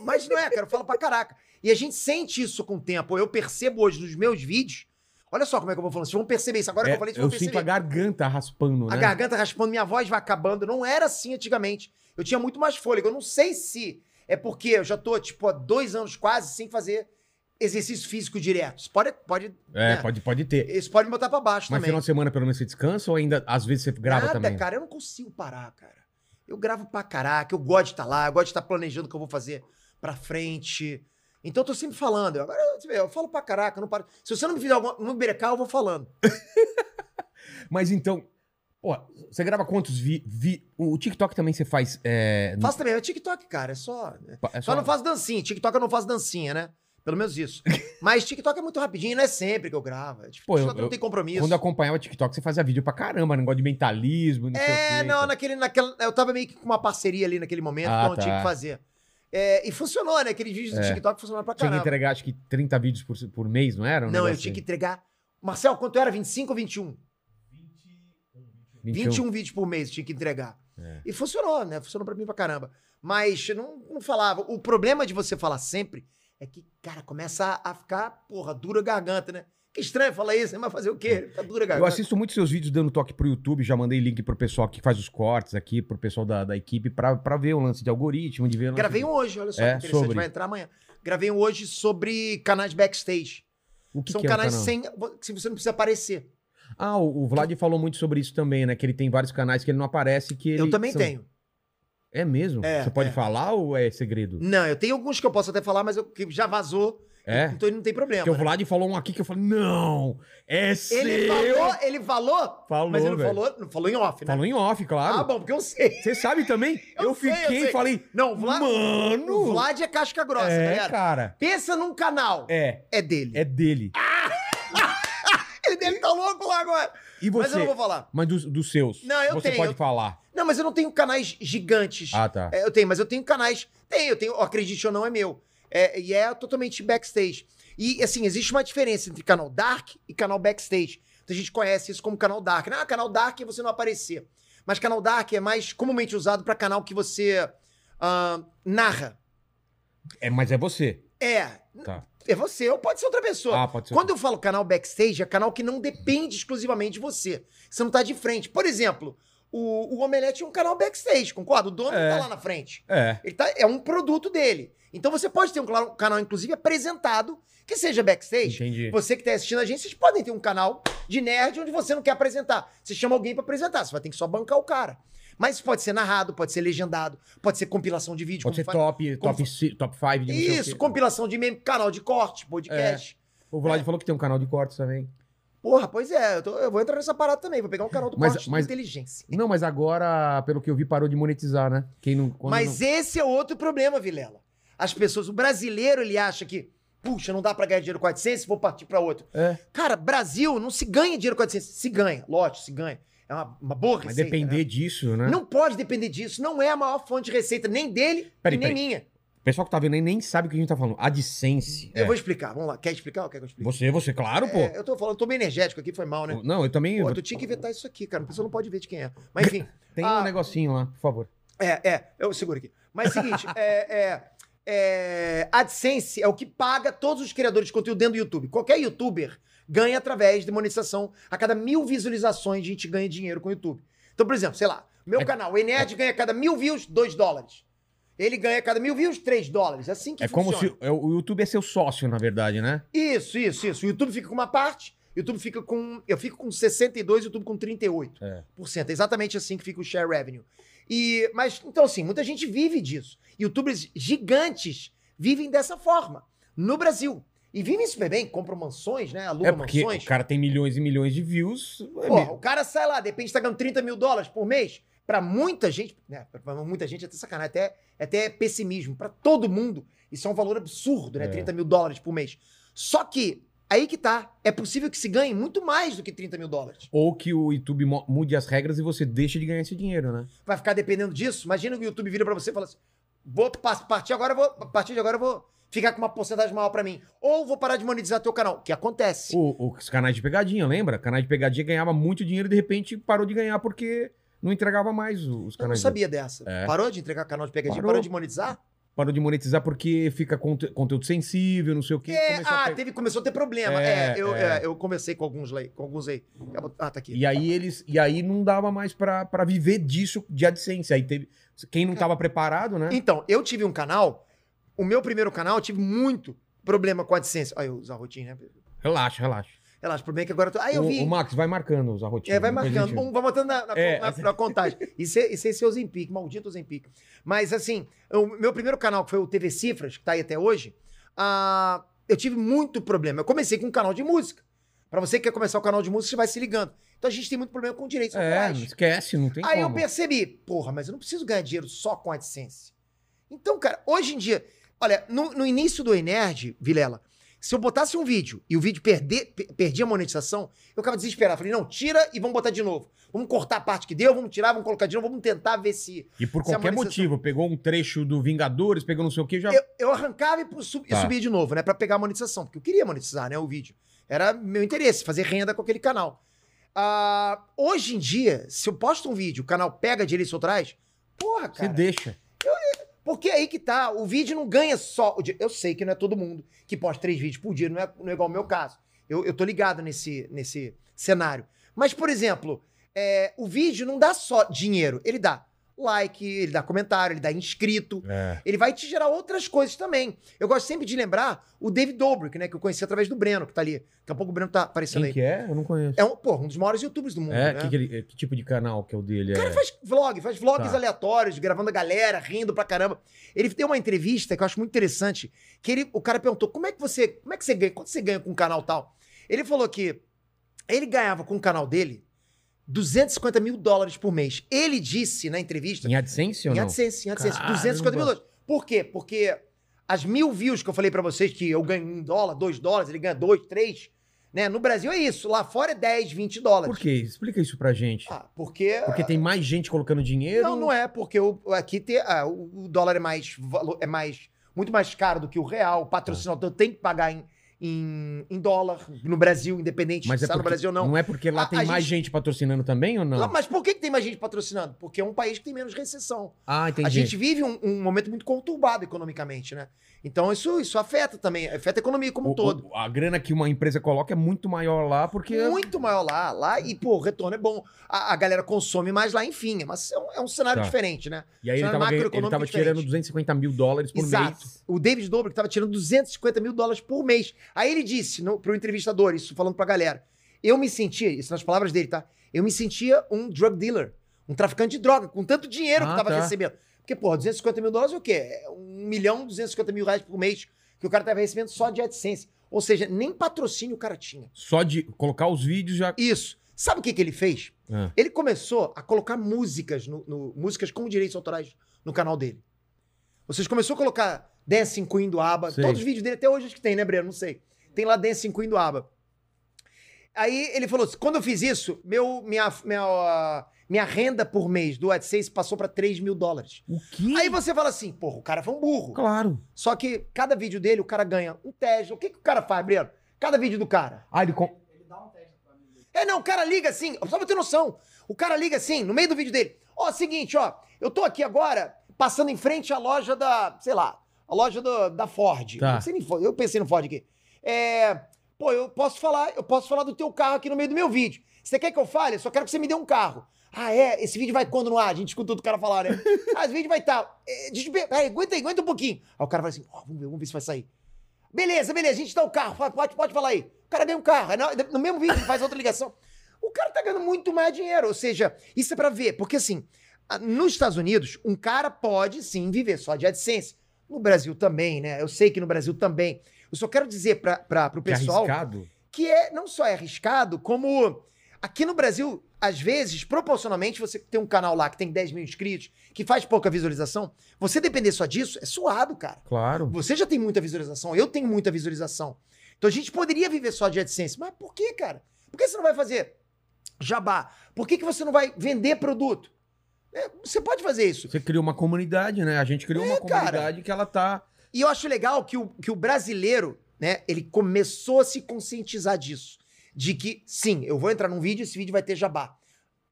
[SPEAKER 3] Mas não é, cara, eu falo pra caraca. E a gente sente isso com o tempo. Eu percebo hoje nos meus vídeos. Olha só como é que eu vou falando. Vocês vão perceber isso. Agora que
[SPEAKER 1] É,
[SPEAKER 3] eu falei, vocês
[SPEAKER 1] eu
[SPEAKER 3] vão
[SPEAKER 1] sinto
[SPEAKER 3] perceber.
[SPEAKER 1] a garganta raspando, né?
[SPEAKER 3] A garganta raspando, minha voz vai acabando. Não era assim antigamente. Eu tinha muito mais fôlego. Eu não sei se é porque eu já tô, tipo, há dois anos quase sem fazer exercício físico direto. Isso pode, pode,
[SPEAKER 1] É,
[SPEAKER 3] né?
[SPEAKER 1] Pode, pode ter.
[SPEAKER 3] isso pode me botar pra baixo
[SPEAKER 1] Mas
[SPEAKER 3] também.
[SPEAKER 1] final de semana, pelo menos, você descansa ou ainda às vezes você grava
[SPEAKER 3] Nada,
[SPEAKER 1] também?
[SPEAKER 3] cara. Eu não consigo parar, cara. Eu gravo pra caraca. Eu gosto de estar lá. Eu gosto de estar planejando o que eu vou fazer pra frente. Então eu tô sempre falando. Eu- Agora eu, eu falo pra caraca. Eu não paro. Se você não me fizer alguma, não me brecar, eu vou falando.
[SPEAKER 1] Mas então, pô, você grava quantos vi, vi- O TikTok também você faz. É,
[SPEAKER 3] Faço também. É TikTok, cara. É só...
[SPEAKER 1] é
[SPEAKER 3] Só não faço dancinha. TikTok eu não faço dancinha, né? Pelo menos isso. Mas TikTok é muito rapidinho, não é sempre que eu gravo. Tipo,
[SPEAKER 1] Pô, eu-
[SPEAKER 3] TikTok
[SPEAKER 1] eu-
[SPEAKER 3] não tem compromisso.
[SPEAKER 1] Quando eu acompanhava TikTok, você fazia vídeo pra caramba, negócio de mentalismo, não sei o
[SPEAKER 3] É,
[SPEAKER 1] quê. então.
[SPEAKER 3] não, naquele, naquela, eu tava meio que com uma parceria ali naquele momento,
[SPEAKER 1] Ah,
[SPEAKER 3] então eu
[SPEAKER 1] tá.
[SPEAKER 3] tinha que fazer. É, e funcionou, né? Aqueles vídeos do
[SPEAKER 1] É.
[SPEAKER 3] TikTok funcionaram pra
[SPEAKER 1] Tinha que
[SPEAKER 3] caramba.
[SPEAKER 1] entregar, acho que 30 vídeos por, por mês, não era? Um
[SPEAKER 3] não, eu
[SPEAKER 1] negócio
[SPEAKER 3] tinha que
[SPEAKER 1] assim?
[SPEAKER 3] entregar. Marcel, quanto era? 25 ou 21?
[SPEAKER 1] 21.
[SPEAKER 3] 21 vídeos por mês eu tinha que entregar.
[SPEAKER 1] É.
[SPEAKER 3] E funcionou, né? Funcionou pra mim pra caramba. Mas eu não, não falava. O problema de você falar sempre é que, cara, começa a ficar, porra, dura a garganta, né? Que estranho falar isso, né? Mas fazer o quê? Fica dura
[SPEAKER 1] É.
[SPEAKER 3] a
[SPEAKER 1] Eu
[SPEAKER 3] garganta.
[SPEAKER 1] assisto muito seus vídeos dando toque pro YouTube, já mandei link pro pessoal que faz os cortes aqui, pro pessoal da, da equipe, pra, pra ver o lance de algoritmo, de ver o lance
[SPEAKER 3] Gravei
[SPEAKER 1] de-
[SPEAKER 3] um hoje, olha só
[SPEAKER 1] É,
[SPEAKER 3] que interessante,
[SPEAKER 1] sobre.
[SPEAKER 3] vai entrar amanhã. Gravei um hoje sobre canais backstage.
[SPEAKER 1] O que
[SPEAKER 3] São
[SPEAKER 1] que é o
[SPEAKER 3] canais
[SPEAKER 1] canal?
[SPEAKER 3] sem. que você não precisa aparecer.
[SPEAKER 1] Ah, o, o Vlad falou muito sobre isso também, né? Que ele tem vários canais que ele não aparece, que ele...
[SPEAKER 3] eu também
[SPEAKER 1] são-
[SPEAKER 3] tenho.
[SPEAKER 1] É mesmo?
[SPEAKER 3] É,
[SPEAKER 1] Você pode
[SPEAKER 3] é.
[SPEAKER 1] falar ou é segredo?
[SPEAKER 3] Não, eu tenho alguns que eu posso até falar, mas eu, que já vazou.
[SPEAKER 1] É?
[SPEAKER 3] Então ele não tem problema.
[SPEAKER 1] Porque o
[SPEAKER 3] né?
[SPEAKER 1] Vlad falou um aqui que eu falei, não, é seu!
[SPEAKER 3] Ele falou, ele falou,
[SPEAKER 1] Falou,
[SPEAKER 3] mas ele não
[SPEAKER 1] velho.
[SPEAKER 3] falou, não falou em off, né?
[SPEAKER 1] Falou em off, claro.
[SPEAKER 3] Ah, bom, porque eu sei.
[SPEAKER 1] Você sabe também? Eu,
[SPEAKER 3] Eu sei, eu
[SPEAKER 1] fiquei e
[SPEAKER 3] sei.
[SPEAKER 1] falei,
[SPEAKER 3] Não, o Vlad,
[SPEAKER 1] Mano!
[SPEAKER 3] o Vlad é casca grossa,
[SPEAKER 1] é,
[SPEAKER 3] galera.
[SPEAKER 1] cara.
[SPEAKER 3] Pensa num canal. É,
[SPEAKER 1] É,
[SPEAKER 3] dele.
[SPEAKER 1] é dele.
[SPEAKER 3] Ele deve estar louco lá agora.
[SPEAKER 1] E você?
[SPEAKER 3] Mas eu não vou falar.
[SPEAKER 1] Mas dos, dos seus,
[SPEAKER 3] Não, eu
[SPEAKER 1] você
[SPEAKER 3] tenho,
[SPEAKER 1] pode
[SPEAKER 3] eu-
[SPEAKER 1] falar.
[SPEAKER 3] Não, mas eu não tenho canais gigantes.
[SPEAKER 1] Ah, tá.
[SPEAKER 3] É, eu tenho, mas eu tenho canais. Tem, eu tenho, ó, acredite ou não, é meu. É, e é totalmente backstage. E, assim, existe uma diferença entre canal Dark e canal backstage. Então, a gente conhece isso como canal Dark. Ah, canal Dark é você não aparecer. Mas canal Dark é mais comumente usado para canal que você ah, narra.
[SPEAKER 1] É, mas é você.
[SPEAKER 3] É,
[SPEAKER 1] Tá.
[SPEAKER 3] é você ou pode ser outra pessoa.
[SPEAKER 1] Ah, pode ser.
[SPEAKER 3] Quando eu falo canal backstage, é canal que não depende exclusivamente de você. Você não tá de frente. Por exemplo, o, o Omelete é um canal backstage, concorda? O dono
[SPEAKER 1] É.
[SPEAKER 3] não tá lá na frente.
[SPEAKER 1] É.
[SPEAKER 3] Ele tá, é um produto dele. Então você pode ter um cla- canal, inclusive, apresentado, que seja backstage.
[SPEAKER 1] Entendi.
[SPEAKER 3] Você que tá assistindo a gente, vocês podem ter um canal de nerd onde você não quer apresentar. Você chama alguém pra apresentar, você vai ter que só bancar o cara. Mas isso pode ser narrado, pode ser legendado, pode ser compilação de vídeo.
[SPEAKER 1] Pode ser
[SPEAKER 3] fa-
[SPEAKER 1] top,
[SPEAKER 3] como
[SPEAKER 1] top, ci- top 5 de não sei o
[SPEAKER 3] isso,
[SPEAKER 1] quê. É.
[SPEAKER 3] compilação de meme, canal de corte, podcast.
[SPEAKER 1] O Vlad falou que tem um canal de cortes também.
[SPEAKER 3] Porra, pois é, eu, tô- eu vou entrar nessa parada também, vou pegar um canal do
[SPEAKER 1] Mas-
[SPEAKER 3] corte
[SPEAKER 1] mas-
[SPEAKER 3] de inteligência.
[SPEAKER 1] Não, mas agora, pelo que eu vi, parou de monetizar, né? Quem não. quando
[SPEAKER 3] mas esse é outro problema, Vilela. As pessoas, o brasileiro, ele acha que, puxa, não dá pra ganhar dinheiro com 400, vou partir pra outro.
[SPEAKER 1] não- É.
[SPEAKER 3] Cara, Brasil não se ganha dinheiro com 400, se ganha, lote, se ganha. É uma, uma boa
[SPEAKER 1] Mas
[SPEAKER 3] receita.
[SPEAKER 1] depender disso, né?
[SPEAKER 3] né? Não pode depender disso, não é a maior fonte de receita, nem dele
[SPEAKER 1] Peraí,
[SPEAKER 3] e nem
[SPEAKER 1] peraí.
[SPEAKER 3] minha.
[SPEAKER 1] O pessoal que tá vendo aí nem sabe o que a gente tá falando. AdSense.
[SPEAKER 3] Eu
[SPEAKER 1] é.
[SPEAKER 3] vou explicar, vamos lá. Quer explicar ou quer que eu explique?
[SPEAKER 1] Você, você, claro, pô.
[SPEAKER 3] É, eu tô falando, tô meio energético aqui, foi mal, né?
[SPEAKER 1] Não, eu também.
[SPEAKER 3] Pô, tu tinha que vetar isso aqui, cara. A pessoa não pode ver de quem é. Mas enfim,
[SPEAKER 1] Tem
[SPEAKER 3] Ah.
[SPEAKER 1] um negocinho lá, por favor.
[SPEAKER 3] é, é, eu seguro aqui. Mas seguinte, é, é, é, AdSense é o que paga todos os criadores de conteúdo dentro do YouTube. Qualquer youtuber ganha através de monetização. A cada mil visualizações a gente ganha dinheiro com o YouTube. Então, por exemplo, sei lá, meu
[SPEAKER 1] É-
[SPEAKER 3] canal, o Enerd ganha a cada mil views, 2 dólares. Ele ganha a cada mil views, 3 dólares. Assim que
[SPEAKER 1] é como
[SPEAKER 3] funciona.
[SPEAKER 1] se é, o YouTube é seu sócio, na verdade, né?
[SPEAKER 3] Isso, isso, isso. O YouTube fica com uma parte, o YouTube fica com. Eu fico com 62, o YouTube com 38%.
[SPEAKER 1] É.
[SPEAKER 3] É exatamente assim que fica o share revenue. E, mas, então, assim, muita gente vive disso. Youtubers gigantes vivem dessa forma no Brasil. E vivem super bem, compram mansões, né? Alugam
[SPEAKER 1] é porque
[SPEAKER 3] mansões.
[SPEAKER 1] o cara tem milhões e milhões de views. é
[SPEAKER 3] Porra,
[SPEAKER 1] mesmo.
[SPEAKER 3] o cara sai lá, de repente tá ganhando 30 mil dólares por mês. Pra muita gente, né? Pra muita gente é até sacanagem, até, é até pessimismo. Pra todo mundo, isso é um valor absurdo, né?
[SPEAKER 1] É.
[SPEAKER 3] 30 mil dólares por mês. Só que, aí que tá. É possível que se ganhe muito mais do que 30 mil dólares.
[SPEAKER 1] Ou que o YouTube mo- mude as regras e você deixa de ganhar esse dinheiro, né?
[SPEAKER 3] Vai ficar dependendo disso? Imagina que o YouTube vira pra você e fala assim: vou pa- partir agora, eu vou, a partir de agora eu vou ficar com uma porcentagem maior pra mim. Ou vou parar de monetizar teu canal, que acontece.
[SPEAKER 1] O, o- os canais de pegadinha, lembra? Canais de pegadinha ganhava muito dinheiro e de repente parou de ganhar porque não entregava mais o- os
[SPEAKER 3] Eu não
[SPEAKER 1] canais.
[SPEAKER 3] sabia dessa.
[SPEAKER 1] É.
[SPEAKER 3] Parou de entregar canal de pegadinha?
[SPEAKER 1] Parou.
[SPEAKER 3] Parou de monetizar?
[SPEAKER 1] Parou de monetizar porque fica conte- conteúdo sensível, não sei o quê.
[SPEAKER 3] É,
[SPEAKER 1] começou a
[SPEAKER 3] ah,
[SPEAKER 1] pe-
[SPEAKER 3] teve, começou a ter problema.
[SPEAKER 1] É,
[SPEAKER 3] É, eu,
[SPEAKER 1] é.
[SPEAKER 3] é, eu conversei com alguns lá, com alguns aí. Ah, tá aqui.
[SPEAKER 1] E aí eles, e aí não dava mais pra pra viver disso de AdSense. Aí teve quem não tava preparado, né?
[SPEAKER 3] Então, eu tive um canal, o meu primeiro canal, eu tive muito problema com a AdSense. Aí eu uso a rotina, né?
[SPEAKER 1] Relaxa, relaxa.
[SPEAKER 3] Relaxa, o problema é que agora eu tô... Aí eu
[SPEAKER 1] o,
[SPEAKER 3] vi...
[SPEAKER 1] o Max vai marcando os arrotinhos.
[SPEAKER 3] É, vai marcando. Um, vai botando na, na,
[SPEAKER 1] É.
[SPEAKER 3] na- na contagem. Isso é, isso é esse Ozempic, maldito Ozempic. Mas, assim, o meu primeiro canal, que foi o TV Cifras, que tá aí até hoje, ah, eu tive muito problema. Eu comecei com um canal de música. Pra você que quer começar o canal de música, você vai se ligando. Então a gente tem muito problema com direitos
[SPEAKER 1] É,
[SPEAKER 3] autorais.
[SPEAKER 1] não esquece, não tem
[SPEAKER 3] Um Aí eu
[SPEAKER 1] como.
[SPEAKER 3] percebi, porra, mas eu não preciso ganhar dinheiro só com AdSense. Então, cara, hoje em dia, olha, no, no início do Enerd, Vilela, se eu botasse um vídeo e o vídeo perder, pe- perdia a monetização, eu ficava desesperado. Falei, não, tira e vamos botar de novo. Vamos cortar a parte que deu, vamos tirar, vamos colocar de novo, vamos tentar ver se.
[SPEAKER 1] E por
[SPEAKER 3] se a
[SPEAKER 1] qualquer
[SPEAKER 3] monetização-
[SPEAKER 1] motivo, pegou um trecho do Vingadores, pegou não sei o que, já.
[SPEAKER 3] Eu, eu arrancava e, pu- sub- e
[SPEAKER 1] Tá.
[SPEAKER 3] subia de novo, né? Pra pegar a monetização, porque eu queria monetizar, né? O vídeo. Era meu interesse, fazer renda com aquele canal. Ah, hoje em dia, se eu posto um vídeo, o canal pega direitos autorais, porra,
[SPEAKER 1] Você
[SPEAKER 3] cara.
[SPEAKER 1] deixa.
[SPEAKER 3] Porque aí que tá, o vídeo não ganha só. o di- Eu sei que não é todo mundo que posta três vídeos por dia, não é, não é igual o meu caso. Eu, eu tô ligado nesse, nesse cenário. Mas, por exemplo, é, o vídeo não dá só dinheiro, ele dá like, ele dá comentário, ele dá inscrito,
[SPEAKER 1] É.
[SPEAKER 3] ele vai te gerar outras coisas também. Eu gosto sempre de lembrar o David Dobrik, né, que eu conheci através do Breno, que tá ali. Daqui a pouco o Breno tá aparecendo
[SPEAKER 1] Quem
[SPEAKER 3] aí.
[SPEAKER 1] que é? Eu não conheço.
[SPEAKER 3] É um, pô, um dos maiores youtubers do mundo,
[SPEAKER 1] É,
[SPEAKER 3] né?
[SPEAKER 1] que, que ele- que tipo de canal que é o dele?
[SPEAKER 3] O cara
[SPEAKER 1] é?
[SPEAKER 3] faz vlog, faz vlogs
[SPEAKER 1] Tá.
[SPEAKER 3] aleatórios, gravando a galera, rindo pra caramba. Ele deu uma entrevista que eu acho muito interessante, que ele, o cara perguntou: "Como é que você, como é que você ganha, quanto você ganha com um canal tal?" Ele falou que ele ganhava com o canal dele 250 mil dólares por mês. Ele disse na entrevista
[SPEAKER 1] Em AdSense ou
[SPEAKER 3] em
[SPEAKER 1] não?
[SPEAKER 3] AdSense, em AdSense,
[SPEAKER 1] Caramba.
[SPEAKER 3] 250 mil dólares. Por quê? Porque as mil views que eu falei pra vocês, que eu ganho um dólar, dois dólares, ele ganha dois, três, né? No Brasil é isso, lá fora é 10, 20 dólares.
[SPEAKER 1] Por quê? Explica isso pra gente.
[SPEAKER 3] Ah, porque
[SPEAKER 1] Porque tem mais gente colocando dinheiro.
[SPEAKER 3] Não, não é, porque o, aqui te, ah, o o dólar é mais, valo- é mais muito mais caro do que o real. O
[SPEAKER 1] É.
[SPEAKER 3] patrocinador tem que pagar em, em, em dólar no Brasil, independente
[SPEAKER 1] Mas
[SPEAKER 3] se
[SPEAKER 1] é
[SPEAKER 3] está
[SPEAKER 1] porque,
[SPEAKER 3] Tá no Brasil ou não.
[SPEAKER 1] é porque lá
[SPEAKER 3] A-
[SPEAKER 1] tem
[SPEAKER 3] a
[SPEAKER 1] mais gente... patrocinando também ou não?
[SPEAKER 3] Lá, Mas por que, que tem mais gente patrocinando? Porque é um país que tem menos recessão.
[SPEAKER 1] Ah, entendi.
[SPEAKER 3] A gente vive um, um momento muito conturbado economicamente, né? Então isso, isso afeta também, afeta a economia como
[SPEAKER 1] O-
[SPEAKER 3] um todo.
[SPEAKER 1] o- a grana que uma empresa coloca é muito maior lá porque
[SPEAKER 3] Muito maior lá, lá, e pô, o retorno é bom. A, a galera consome mais lá, enfim, mas é um, é um cenário
[SPEAKER 1] Tá.
[SPEAKER 3] diferente, né?
[SPEAKER 1] E aí ele
[SPEAKER 3] Isso é
[SPEAKER 1] tava, ganhando- ele
[SPEAKER 3] macroeconômico
[SPEAKER 1] tava
[SPEAKER 3] diferente.
[SPEAKER 1] tirando 250 mil dólares por
[SPEAKER 3] Exato.
[SPEAKER 1] mês.
[SPEAKER 3] O David Dobrik estava tirando 250 mil dólares por mês. Aí ele disse no, pro entrevistador, isso falando pra galera, eu me sentia, isso nas palavras dele, tá? Eu me sentia um drug dealer, um traficante de droga, com tanto dinheiro
[SPEAKER 1] Ah,
[SPEAKER 3] que tava
[SPEAKER 1] tá.
[SPEAKER 3] recebendo. Porque, porra, 250 mil dólares é o quê? É 1 milhão e 250 mil reais por mês que o cara tava recebendo só de AdSense. Ou seja, nem patrocínio o cara tinha.
[SPEAKER 1] Só de colocar os vídeos já.
[SPEAKER 3] Isso. Sabe o que, que ele fez?
[SPEAKER 1] Ah.
[SPEAKER 3] Ele começou a colocar músicas, no, no- músicas com direitos autorais no canal dele. Vocês começou a colocar Dancing Queen do ABBA.
[SPEAKER 1] Sei.
[SPEAKER 3] Todos os vídeos dele, até hoje acho que tem, né, Breno? Não sei. Tem lá Dancing Queen do ABBA. Aí ele falou assim, quando eu fiz isso, meu, minha, minha, ó, minha renda por mês do AdSense passou para 3 mil dólares.
[SPEAKER 1] O quê?
[SPEAKER 3] Aí você fala assim, porra, o cara foi um burro.
[SPEAKER 1] Claro.
[SPEAKER 3] Só que cada vídeo dele, o cara ganha um Tesla. O que, que o cara faz, Breno? Cada vídeo do cara.
[SPEAKER 1] Ah, ele com-
[SPEAKER 3] É, não, o cara liga assim, só pra ter noção. O cara liga assim, no meio do vídeo dele. Ó, seguinte, ó, eu tô aqui agora passando em frente à loja da, sei lá, a loja do- da Ford.
[SPEAKER 1] Tá.
[SPEAKER 3] Não sei nem Ford, eu pensei no Ford aqui. É, pô, eu posso falar, eu posso falar do teu carro aqui no meio do meu vídeo. Você quer que eu fale? Eu só quero que você me dê um carro. Ah, é? Esse vídeo vai quando no ar? A gente escuta tudo o cara falar, né? Ah, esse vídeo vai estar. Tá, é, despe- peraí, aguenta aí, aguenta um pouquinho. Aí o cara vai assim, ó, vamos ver, vamos ver se vai sair. Beleza, beleza, a gente dá o carro, fa- pode, pode falar aí. O cara ganha um carro, aí na- no mesmo vídeo ele faz outra ligação. O cara tá ganhando muito mais dinheiro, ou seja, isso é pra ver, porque assim, a- nos Estados Unidos, um cara pode sim viver só de AdSense. No Brasil também, né? Eu sei que no Brasil também. Eu só quero dizer pra, pra, pro
[SPEAKER 1] que
[SPEAKER 3] pessoal
[SPEAKER 1] arriscado.
[SPEAKER 3] que é não só é arriscado, como aqui no Brasil, às vezes, proporcionalmente, você tem um canal lá que tem 10 mil inscritos, que faz pouca visualização, você depender só disso é suado, cara.
[SPEAKER 1] Claro.
[SPEAKER 3] Você já tem muita visualização, eu tenho muita visualização. Então a gente poderia viver só de AdSense. Mas por que, cara? Por que você não vai fazer jabá? Por que, que você não vai vender produto? É, você pode fazer isso.
[SPEAKER 1] Você criou uma comunidade, né? A gente criou uma
[SPEAKER 3] É, cara.
[SPEAKER 1] comunidade que ela tá.
[SPEAKER 3] E eu acho legal que o, que o brasileiro, né, ele começou a se conscientizar disso. De que, sim, eu vou entrar num vídeo e esse vídeo vai ter jabá.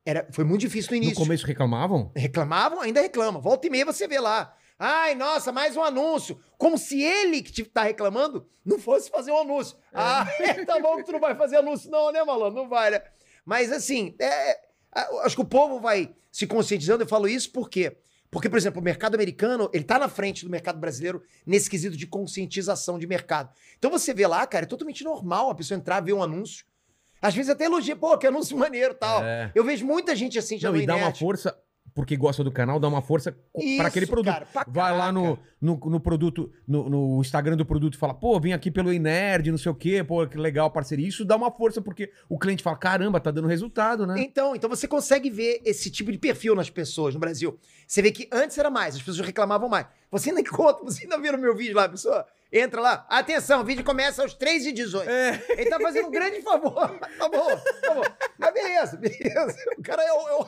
[SPEAKER 3] Era, foi muito difícil no
[SPEAKER 1] No
[SPEAKER 3] início.
[SPEAKER 1] começo reclamavam?
[SPEAKER 3] Reclamavam, ainda reclamam. Volta e meia você vê lá. Ai, nossa, mais um anúncio. Como se ele que te tá reclamando não fosse fazer um anúncio.
[SPEAKER 1] É.
[SPEAKER 3] Ah, tá bom que tu não vai fazer anúncio, não, né, malandro? Não vai, né? Mas assim, é, a- acho que o povo vai se conscientizando. Eu falo isso por quê? Porque, por exemplo, o mercado americano, ele tá na frente do mercado brasileiro nesse quesito de conscientização de mercado. Então você vê lá, cara, é totalmente normal a pessoa entrar, ver um anúncio. Às vezes até elogia, pô, que anúncio maneiro tal.
[SPEAKER 1] É.
[SPEAKER 3] Eu vejo muita gente assim, já
[SPEAKER 1] Não,
[SPEAKER 3] no
[SPEAKER 1] e dá uma
[SPEAKER 3] Inerd.
[SPEAKER 1] força, porque gosta do canal, dá uma força
[SPEAKER 3] Isso,
[SPEAKER 1] para aquele produto.
[SPEAKER 3] cara, pra
[SPEAKER 1] Vai lá no,
[SPEAKER 3] caraca.
[SPEAKER 1] no, no produto, no, no Instagram do produto e fala, pô, vim aqui pelo Inerd, não sei o quê, pô, que legal, parceria. Isso dá uma força, porque o cliente fala, caramba, tá dando resultado, né?
[SPEAKER 3] Então, então você consegue ver esse tipo de perfil nas pessoas no Brasil. Você vê que antes era mais, as pessoas reclamavam mais. Você ainda encontra, você ainda viu no meu vídeo lá, a pessoa entra lá. Atenção, o vídeo começa aos 3 e 18
[SPEAKER 1] É.
[SPEAKER 3] Ele tá fazendo um grande favor. Tá bom, tá bom. Mas beleza, beleza. O cara é o. É o,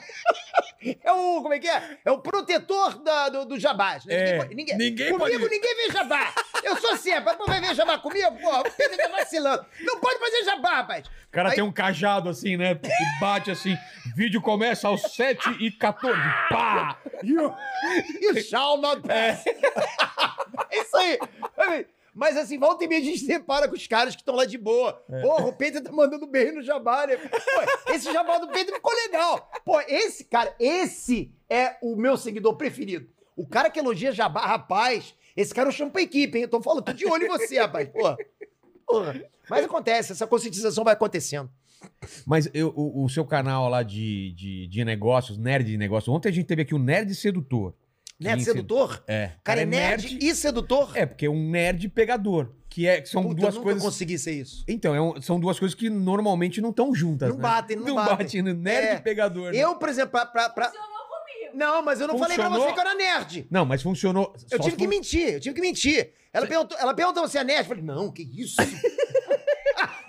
[SPEAKER 3] é o- como é que é? É o protetor da- do, do jabás. Né?
[SPEAKER 1] É,
[SPEAKER 3] Ninguém, pode- ninguém,
[SPEAKER 1] ninguém
[SPEAKER 3] comigo
[SPEAKER 1] pode-
[SPEAKER 3] ninguém vê jabá. Eu sou assim, sempre. Pô, vai ver jabá comigo? Porra, o tá Pedro tá vacilando. Não pode fazer jabá, rapaz.
[SPEAKER 1] O cara
[SPEAKER 3] Aí-
[SPEAKER 1] tem um cajado assim, né? E bate assim. Vídeo começa aos 7 e 14. Pá! E o-
[SPEAKER 3] You shall not pass. É isso aí. Mas assim, volta e meia a gente se depara com os caras que estão lá de boa.
[SPEAKER 1] É.
[SPEAKER 3] Porra, o Pedro tá mandando bem no jabá, né? Pô, esse jabá do Pedro ficou legal. Pô, esse, cara, esse é o meu seguidor preferido. O cara que elogia jabá, rapaz, esse cara eu chamo pra equipe, hein? Eu tô falando, tô de olho em você, rapaz. Porra. Porra. Mas acontece, essa conscientização vai acontecendo.
[SPEAKER 1] Mas eu- o, o seu canal lá de, de, de negócios, nerd de negócios. Ontem a gente teve aqui o Nerd Sedutor.
[SPEAKER 3] Nerd
[SPEAKER 1] Sim,
[SPEAKER 3] Né, sedutor?
[SPEAKER 1] É.
[SPEAKER 3] O cara é nerd, e sedutor?
[SPEAKER 1] É, porque é um nerd pegador. Que, é, que são
[SPEAKER 3] Puta, eu
[SPEAKER 1] duas
[SPEAKER 3] nunca
[SPEAKER 1] coisas.
[SPEAKER 3] consegui ser isso.
[SPEAKER 1] Então, é um- são duas coisas que normalmente não estão juntas.
[SPEAKER 3] Não
[SPEAKER 1] né?
[SPEAKER 3] batem, não
[SPEAKER 1] bate.
[SPEAKER 3] batem.
[SPEAKER 1] no nerd
[SPEAKER 3] É.
[SPEAKER 1] pegador. né?
[SPEAKER 3] Eu, por exemplo, pra. pra, pra- Não, mas eu não falei pra
[SPEAKER 1] Funcionou?
[SPEAKER 3] você que eu era nerd.
[SPEAKER 1] Não, mas funcionou.
[SPEAKER 3] Eu
[SPEAKER 1] só
[SPEAKER 3] tive que
[SPEAKER 1] fun-
[SPEAKER 3] mentir, eu tive que mentir. Ela perguntou, ela perguntou se é nerd. Eu falei, não, que isso?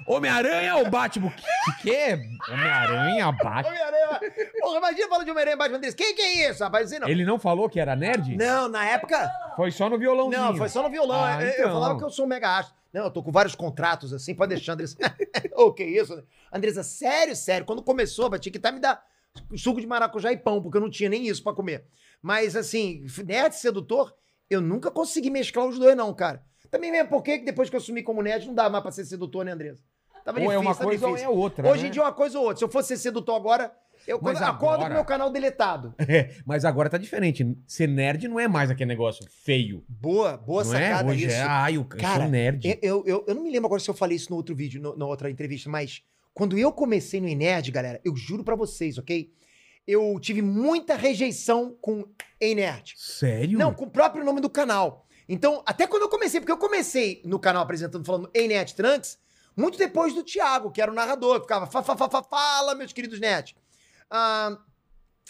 [SPEAKER 1] Homem-Aranha ou Batman? Que, que é? Homem-Aranha, Batman.
[SPEAKER 3] Homem-Aranha. Porra, imagina falar de Homem-Aranha e Batman deles. Quem que é isso, rapaz? Assim, não.
[SPEAKER 1] Ele não falou que era nerd?
[SPEAKER 3] Não, na época.
[SPEAKER 1] Foi só no violãozinho.
[SPEAKER 3] Não, foi só no violão.
[SPEAKER 1] Ah,
[SPEAKER 3] eu, eu
[SPEAKER 1] então.
[SPEAKER 3] falava que eu sou um mega astro. Não, eu tô com vários contratos assim, pode deixar, Andressa. Ô, que isso? Andressa, sério, sério. Quando começou, Batinha, que tá me dá suco de maracujá e pão, porque eu não tinha nem isso pra comer. Mas assim, nerd e sedutor, eu nunca consegui mesclar os dois, não, cara. Também mesmo porque que depois que eu assumi como nerd, não dá mais pra ser sedutor, né, Andressa? Tava
[SPEAKER 1] Ou é uma
[SPEAKER 3] tava
[SPEAKER 1] coisa ou é
[SPEAKER 3] difícil.
[SPEAKER 1] outra.
[SPEAKER 3] Hoje
[SPEAKER 1] né?
[SPEAKER 3] em dia é uma coisa ou outra. Se eu fosse ser sedutor agora, eu
[SPEAKER 1] Mas
[SPEAKER 3] quando- acordo
[SPEAKER 1] agora-
[SPEAKER 3] com meu canal deletado.
[SPEAKER 1] É, mas agora tá diferente. Ser nerd não é mais aquele negócio feio.
[SPEAKER 3] Boa, boa
[SPEAKER 1] não é?
[SPEAKER 3] sacada
[SPEAKER 1] Hoje
[SPEAKER 3] isso.
[SPEAKER 1] é, ai, eu, eu
[SPEAKER 3] Cara, é
[SPEAKER 1] sou nerd.
[SPEAKER 3] Eu, eu, eu, eu não me lembro agora se eu falei isso no outro vídeo, no- na outra entrevista, mas quando eu comecei no Enerd, galera, eu juro pra vocês, ok? Eu tive muita rejeição com Enerd.
[SPEAKER 1] Sério?
[SPEAKER 3] Não, com o próprio nome do canal. Então, até quando eu comecei, porque eu comecei no canal apresentando, falando Enerd Trunks, muito depois do Thiago, que era o narrador, que ficava fa, fa, fa, fa, fala, meus queridos net. Ah,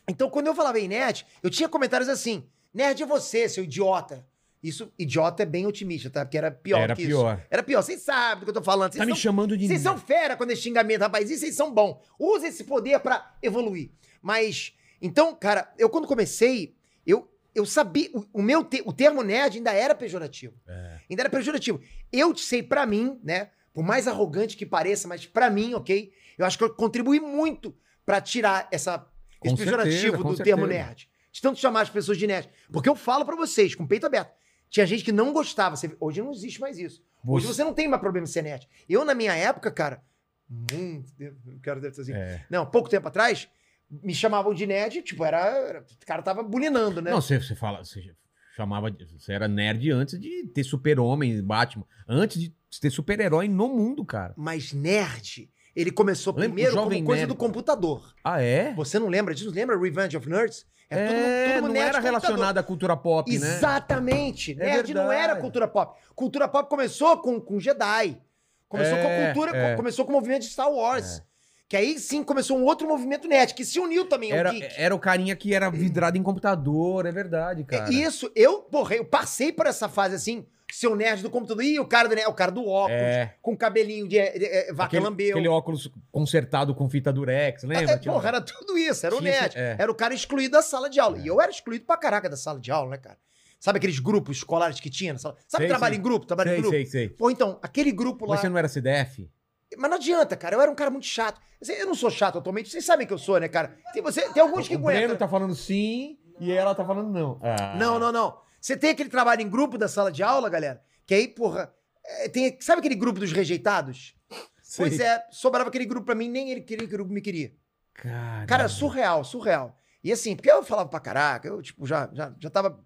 [SPEAKER 3] então, quando eu falava Enerd, eu tinha comentários assim, nerd é você, seu idiota. Isso, idiota é bem otimista, tá? Porque era pior
[SPEAKER 1] Era
[SPEAKER 3] do que isso.
[SPEAKER 1] pior.
[SPEAKER 3] Era pior, vocês sabem do que eu tô falando. Vocês
[SPEAKER 1] Tá me
[SPEAKER 3] são-
[SPEAKER 1] chamando de nerd.
[SPEAKER 3] vocês são fera quando é xingamento, rapaz. E vocês são bom. Usa esse poder pra evoluir. Mas, então, cara, eu quando comecei, eu, eu sabia. O, o meu te- o termo nerd ainda era pejorativo.
[SPEAKER 1] É.
[SPEAKER 3] Ainda era pejorativo. Eu sei, pra mim, né? Por mais arrogante que pareça, mas pra mim, ok? Eu acho que eu contribuí muito pra tirar essa,
[SPEAKER 1] Com
[SPEAKER 3] esse pejorativo
[SPEAKER 1] certeza, com
[SPEAKER 3] do termo
[SPEAKER 1] certeza.
[SPEAKER 3] nerd. De tanto chamar as pessoas de nerd. Porque eu falo pra vocês, com o peito aberto. Tinha gente que não gostava. Você vê- Hoje não existe mais isso. Hoje você não tem mais problema em ser nerd. Eu, na minha época, cara, muito. O cara deve ser assim.
[SPEAKER 1] É.
[SPEAKER 3] Não, pouco tempo atrás, me chamavam de nerd, tipo, era. era- o cara tava bulinando, né?
[SPEAKER 1] Não, você, você fala, você chamava, de- você era nerd antes de ter super-homem, Batman, antes de ter super-herói no mundo, cara.
[SPEAKER 3] Mas nerd, ele começou
[SPEAKER 1] Lembra-
[SPEAKER 3] primeiro como
[SPEAKER 1] Jovem
[SPEAKER 3] coisa
[SPEAKER 1] Nerd.
[SPEAKER 3] do computador.
[SPEAKER 1] Ah, é?
[SPEAKER 3] Você não lembra disso? Lembra Revenge of Nerds?
[SPEAKER 1] É, não era
[SPEAKER 3] computador.
[SPEAKER 1] relacionado à cultura pop, né?
[SPEAKER 3] Exatamente.
[SPEAKER 1] É
[SPEAKER 3] Nerd não era
[SPEAKER 1] verdade.
[SPEAKER 3] cultura pop. Cultura pop começou com, com Jedi. Começou com a
[SPEAKER 1] É,
[SPEAKER 3] cultura,
[SPEAKER 1] é.
[SPEAKER 3] co- começou com o movimento de Star Wars. Que aí sim começou um outro movimento nerd, que se uniu também ao
[SPEAKER 1] Era,
[SPEAKER 3] é um
[SPEAKER 1] é,
[SPEAKER 3] geek. Hum.
[SPEAKER 1] era o carinha que era vidrado em computador, é verdade, cara.
[SPEAKER 3] Isso, eu, porra, eu passei por essa fase assim, seu nerd do computador. Ih, o cara do, ne- o cara do óculos,
[SPEAKER 1] É.
[SPEAKER 3] com cabelinho de, de, de vaca
[SPEAKER 1] Aquele,
[SPEAKER 3] lambeu.
[SPEAKER 1] aquele óculos consertado com fita durex, lembra? um
[SPEAKER 3] É, porra, era tudo isso, era o
[SPEAKER 1] Tinha esse-
[SPEAKER 3] nerd.
[SPEAKER 1] é.
[SPEAKER 3] Era o cara excluído da sala de aula.
[SPEAKER 1] É.
[SPEAKER 3] E eu era excluído pra caraca da sala de aula, né, cara? Sabe aqueles grupos escolares que tinha na sala? Sabe
[SPEAKER 1] Sei,
[SPEAKER 3] trabalho
[SPEAKER 1] sei.
[SPEAKER 3] em grupo? Trabalho em
[SPEAKER 1] sei,
[SPEAKER 3] grupo?
[SPEAKER 1] sei, sei.
[SPEAKER 3] Pô, então, aquele grupo lá.
[SPEAKER 1] Mas você não era CDF?
[SPEAKER 3] Mas não adianta, cara. Eu era um cara muito chato. Eu não sou chato atualmente, vocês sabem que eu sou, né, cara? Tem, você, tem alguns que
[SPEAKER 1] o Breno
[SPEAKER 3] aguentam. né?
[SPEAKER 1] tá falando sim e ela tá falando não. Ah.
[SPEAKER 3] Não, não, não. Você tem aquele trabalho em grupo da sala de aula, galera, que aí, porra, é, tem, sabe aquele grupo dos rejeitados?
[SPEAKER 1] Sei.
[SPEAKER 3] Pois é, sobrava aquele grupo pra mim, nem ele queria que o grupo me queria.
[SPEAKER 1] Cara,
[SPEAKER 3] Cara, surreal, surreal. E assim, porque eu falava pra caraca, eu, tipo, já, já, já tava.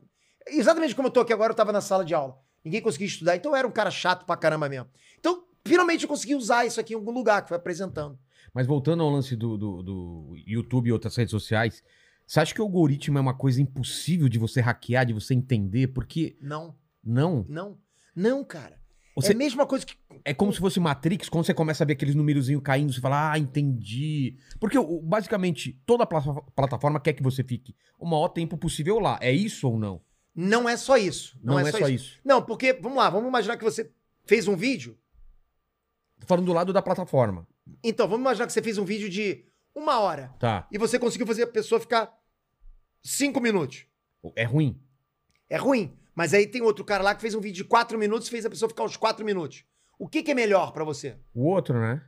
[SPEAKER 3] Exatamente como eu tô aqui agora, eu tava na sala de aula. Ninguém conseguia estudar, então eu era um cara chato pra caramba mesmo. Então, finalmente eu consegui usar isso aqui em algum lugar que foi apresentando.
[SPEAKER 1] Mas voltando ao lance do, do, do YouTube e outras redes sociais, você acha que o algoritmo é uma coisa impossível de você hackear, de você entender? Porque
[SPEAKER 3] Não,
[SPEAKER 1] não.
[SPEAKER 3] não, não, cara. É
[SPEAKER 1] Você-
[SPEAKER 3] a mesma coisa que.
[SPEAKER 1] É como se fosse Matrix, quando você começa a ver aqueles numerozinhos caindo, você fala, ah, entendi. Porque o- basicamente toda pla- plataforma quer que você fique o maior tempo possível lá. É isso ou não?
[SPEAKER 3] Não é só isso.
[SPEAKER 1] Não, é, só isso.
[SPEAKER 3] Não, porque, vamos lá, vamos imaginar que você fez um vídeo.
[SPEAKER 1] Tô falando do lado da plataforma.
[SPEAKER 3] Então, vamos imaginar que você fez um vídeo de uma hora
[SPEAKER 1] Tá.
[SPEAKER 3] e você conseguiu fazer a pessoa ficar cinco minutos.
[SPEAKER 1] É ruim.
[SPEAKER 3] É ruim. Mas aí tem outro cara lá que fez um vídeo de quatro minutos e fez a pessoa ficar uns quatro minutos. O que, que é melhor pra você?
[SPEAKER 1] O outro, né?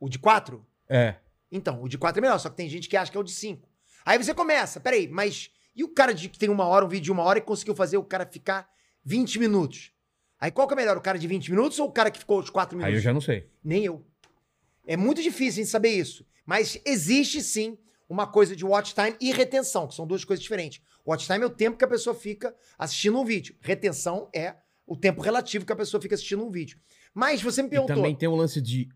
[SPEAKER 3] O de quatro?
[SPEAKER 1] É.
[SPEAKER 3] Então, o de quatro é melhor, só que tem gente que acha que é o de cinco. Aí você começa, peraí, mas e o cara de que tem uma hora, um vídeo de uma hora e conseguiu fazer o cara ficar 20 minutos? Aí qual que é melhor, o cara de 20 minutos ou o cara que ficou os quatro
[SPEAKER 1] Aí
[SPEAKER 3] minutos?
[SPEAKER 1] eu já não sei.
[SPEAKER 3] Nem eu. É muito difícil a gente saber isso. Mas existe sim uma coisa de watch time e retenção, que são duas coisas diferentes. Watch time é o tempo que a pessoa fica assistindo um vídeo. Retenção é o tempo relativo que a pessoa fica assistindo um vídeo. Mas você me
[SPEAKER 1] E
[SPEAKER 3] perguntou.
[SPEAKER 1] também tem o lance de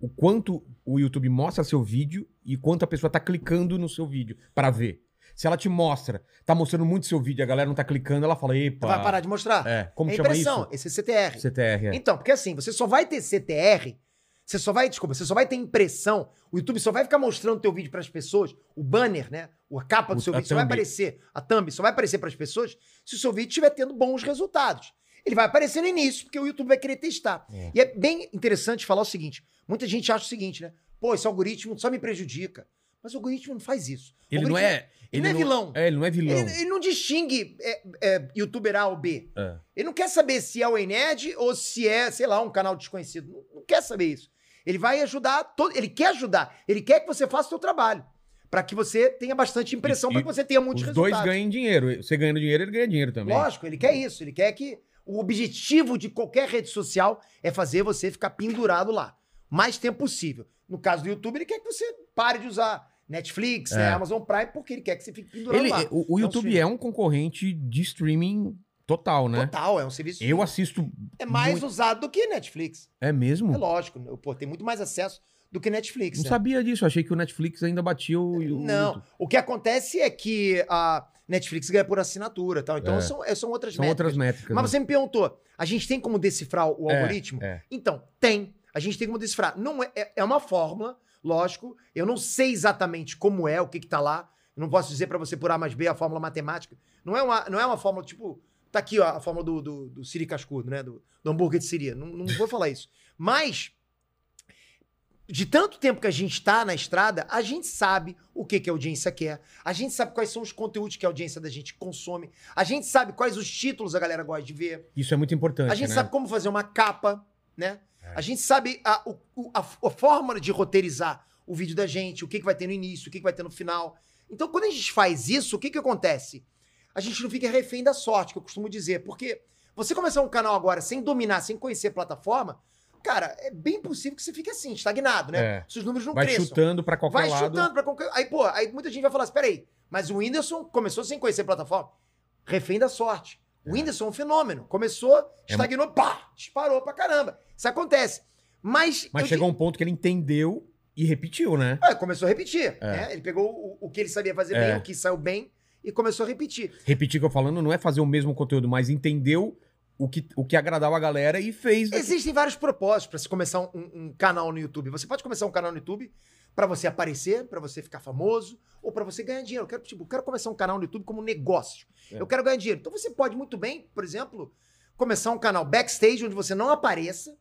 [SPEAKER 1] o quanto o YouTube mostra seu vídeo e quanto a pessoa tá clicando no seu vídeo pra ver. Se ela te mostra, tá mostrando muito seu vídeo, e a galera não tá clicando, ela fala, epa.
[SPEAKER 3] Vai parar de mostrar?
[SPEAKER 1] É, como
[SPEAKER 3] é
[SPEAKER 1] chama
[SPEAKER 3] impressão,
[SPEAKER 1] isso?
[SPEAKER 3] esse é CTR.
[SPEAKER 1] CTR. é.
[SPEAKER 3] Então, porque assim, você só vai ter CTR, você só vai, desculpa, você só vai ter impressão, o YouTube só vai ficar mostrando teu vídeo pras pessoas, o banner, né? A capa do
[SPEAKER 1] O-
[SPEAKER 3] seu
[SPEAKER 1] a
[SPEAKER 3] vídeo só vai
[SPEAKER 1] thumb.
[SPEAKER 3] aparecer, a thumb só vai aparecer pras pessoas se o seu vídeo estiver tendo bons resultados. Ele vai aparecer no início, porque o YouTube vai querer testar.
[SPEAKER 1] É.
[SPEAKER 3] E é bem interessante falar o seguinte: muita gente acha o seguinte, né? Pô, esse algoritmo só me prejudica. Mas o algoritmo não faz isso. O
[SPEAKER 1] Ele não
[SPEAKER 3] algoritmo-
[SPEAKER 1] é. Ele
[SPEAKER 3] não é vilão.
[SPEAKER 1] É, ele não é vilão.
[SPEAKER 3] Ele, ele não distingue é, é, youtuber A ou B.
[SPEAKER 1] É.
[SPEAKER 3] Ele não quer saber se é o Ened ou se é, sei lá, um canal desconhecido. Não, não quer saber isso. Ele vai ajudar, todo, ele quer ajudar. Ele quer que você faça o seu trabalho. Pra que você tenha bastante impressão,
[SPEAKER 1] E-
[SPEAKER 3] pra que você tenha um
[SPEAKER 1] Os
[SPEAKER 3] muitos
[SPEAKER 1] dois
[SPEAKER 3] resultados.
[SPEAKER 1] ganham dinheiro. Você ganhando dinheiro, ele ganha dinheiro também.
[SPEAKER 3] Lógico, ele quer isso. Ele quer que. O objetivo de qualquer rede social é fazer você ficar pendurado lá. O mais tempo possível. No caso do YouTube, ele quer que você pare de usar Netflix,
[SPEAKER 1] É.
[SPEAKER 3] né, Amazon Prime, porque ele quer que você fique pendurado
[SPEAKER 1] Ele,
[SPEAKER 3] lá.
[SPEAKER 1] o, o
[SPEAKER 3] É um
[SPEAKER 1] YouTube
[SPEAKER 3] streaming.
[SPEAKER 1] é um concorrente de streaming total, né?
[SPEAKER 3] Total, é um serviço.
[SPEAKER 1] Eu assisto.
[SPEAKER 3] É mais
[SPEAKER 1] muito-
[SPEAKER 3] usado do que Netflix.
[SPEAKER 1] É mesmo?
[SPEAKER 3] É lógico. né? Pô, tem muito mais acesso do que Netflix.
[SPEAKER 1] Não
[SPEAKER 3] né?
[SPEAKER 1] sabia disso. Achei que o Netflix ainda batia o. o
[SPEAKER 3] Não.
[SPEAKER 1] YouTube.
[SPEAKER 3] O que acontece é que a Netflix ganha por assinatura e tal. Então
[SPEAKER 1] É.
[SPEAKER 3] são, é, são outras
[SPEAKER 1] São
[SPEAKER 3] métricas.
[SPEAKER 1] outras métricas.
[SPEAKER 3] Mas
[SPEAKER 1] né?
[SPEAKER 3] você me perguntou: a gente tem como decifrar o
[SPEAKER 1] É,
[SPEAKER 3] algoritmo?
[SPEAKER 1] é.
[SPEAKER 3] Então, tem. A gente tem como decifrar. Não é, é- é uma fórmula, lógico. Eu não sei exatamente como é, o que, que tá lá. Eu não posso dizer para você por A mais B a fórmula matemática. Não é uma, não é uma fórmula, tipo. Tá aqui ó, a fórmula do, do, do Siri Cascudo, né? Do, do hambúrguer de Siri. Não, não vou falar isso. Mas, de tanto tempo que a gente está na estrada, a gente sabe o que, que a audiência quer. A gente sabe quais são os conteúdos que a audiência da gente consome. A gente sabe quais os títulos a galera gosta de ver.
[SPEAKER 1] Isso é muito importante.
[SPEAKER 3] A gente
[SPEAKER 1] né?
[SPEAKER 3] sabe como fazer uma capa, né?
[SPEAKER 1] É.
[SPEAKER 3] A gente sabe a, o- o- a, f- a forma de roteirizar o vídeo da gente, o que, que vai ter no início, o que, que vai ter no final. Então, quando a gente faz isso, o que, que acontece? A gente não fica refém da sorte, que eu costumo dizer. Porque você começar um canal agora sem dominar, sem conhecer a plataforma, cara, é bem possível que você fique assim, estagnado, né?
[SPEAKER 1] É.
[SPEAKER 3] Se os números não
[SPEAKER 1] Vai
[SPEAKER 3] cresçam.
[SPEAKER 1] chutando pra qualquer
[SPEAKER 3] vai
[SPEAKER 1] lado.
[SPEAKER 3] chutando pra qualquer. Aí, pô, aí muita gente vai falar assim: peraí, mas o Whindersson começou sem conhecer a plataforma. Refém da sorte. O
[SPEAKER 1] É.
[SPEAKER 3] Whindersson é um fenômeno. Começou, estagnou, pá, disparou pra caramba. Isso acontece. Mas.
[SPEAKER 1] Mas
[SPEAKER 3] eu
[SPEAKER 1] chegou
[SPEAKER 3] di-
[SPEAKER 1] um ponto que ele entendeu e repetiu, né?
[SPEAKER 3] Ah, começou a repetir.
[SPEAKER 1] É.
[SPEAKER 3] né? Ele pegou o, o que ele sabia fazer
[SPEAKER 1] É.
[SPEAKER 3] bem, o que saiu bem, e começou a repetir.
[SPEAKER 1] Repetir o que eu falando não é fazer o mesmo conteúdo, mas entendeu o que, o que agradava a galera e fez. daqui-
[SPEAKER 3] Existem vários propósitos pra se começar um, um canal no YouTube. Você pode começar um canal no YouTube pra você aparecer, pra você ficar famoso, ou pra você ganhar dinheiro. Eu quero, tipo, eu quero começar um canal no YouTube como negócio.
[SPEAKER 1] É.
[SPEAKER 3] Eu quero ganhar dinheiro. Então você pode muito bem, por exemplo, começar um canal backstage onde você não apareça.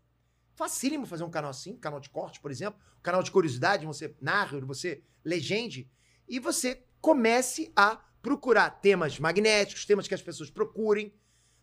[SPEAKER 3] Facílimo fazer um canal assim, canal de corte, por exemplo, canal de curiosidade, onde você narra, onde você legende, e você comece a procurar temas magnéticos, temas que as pessoas procurem,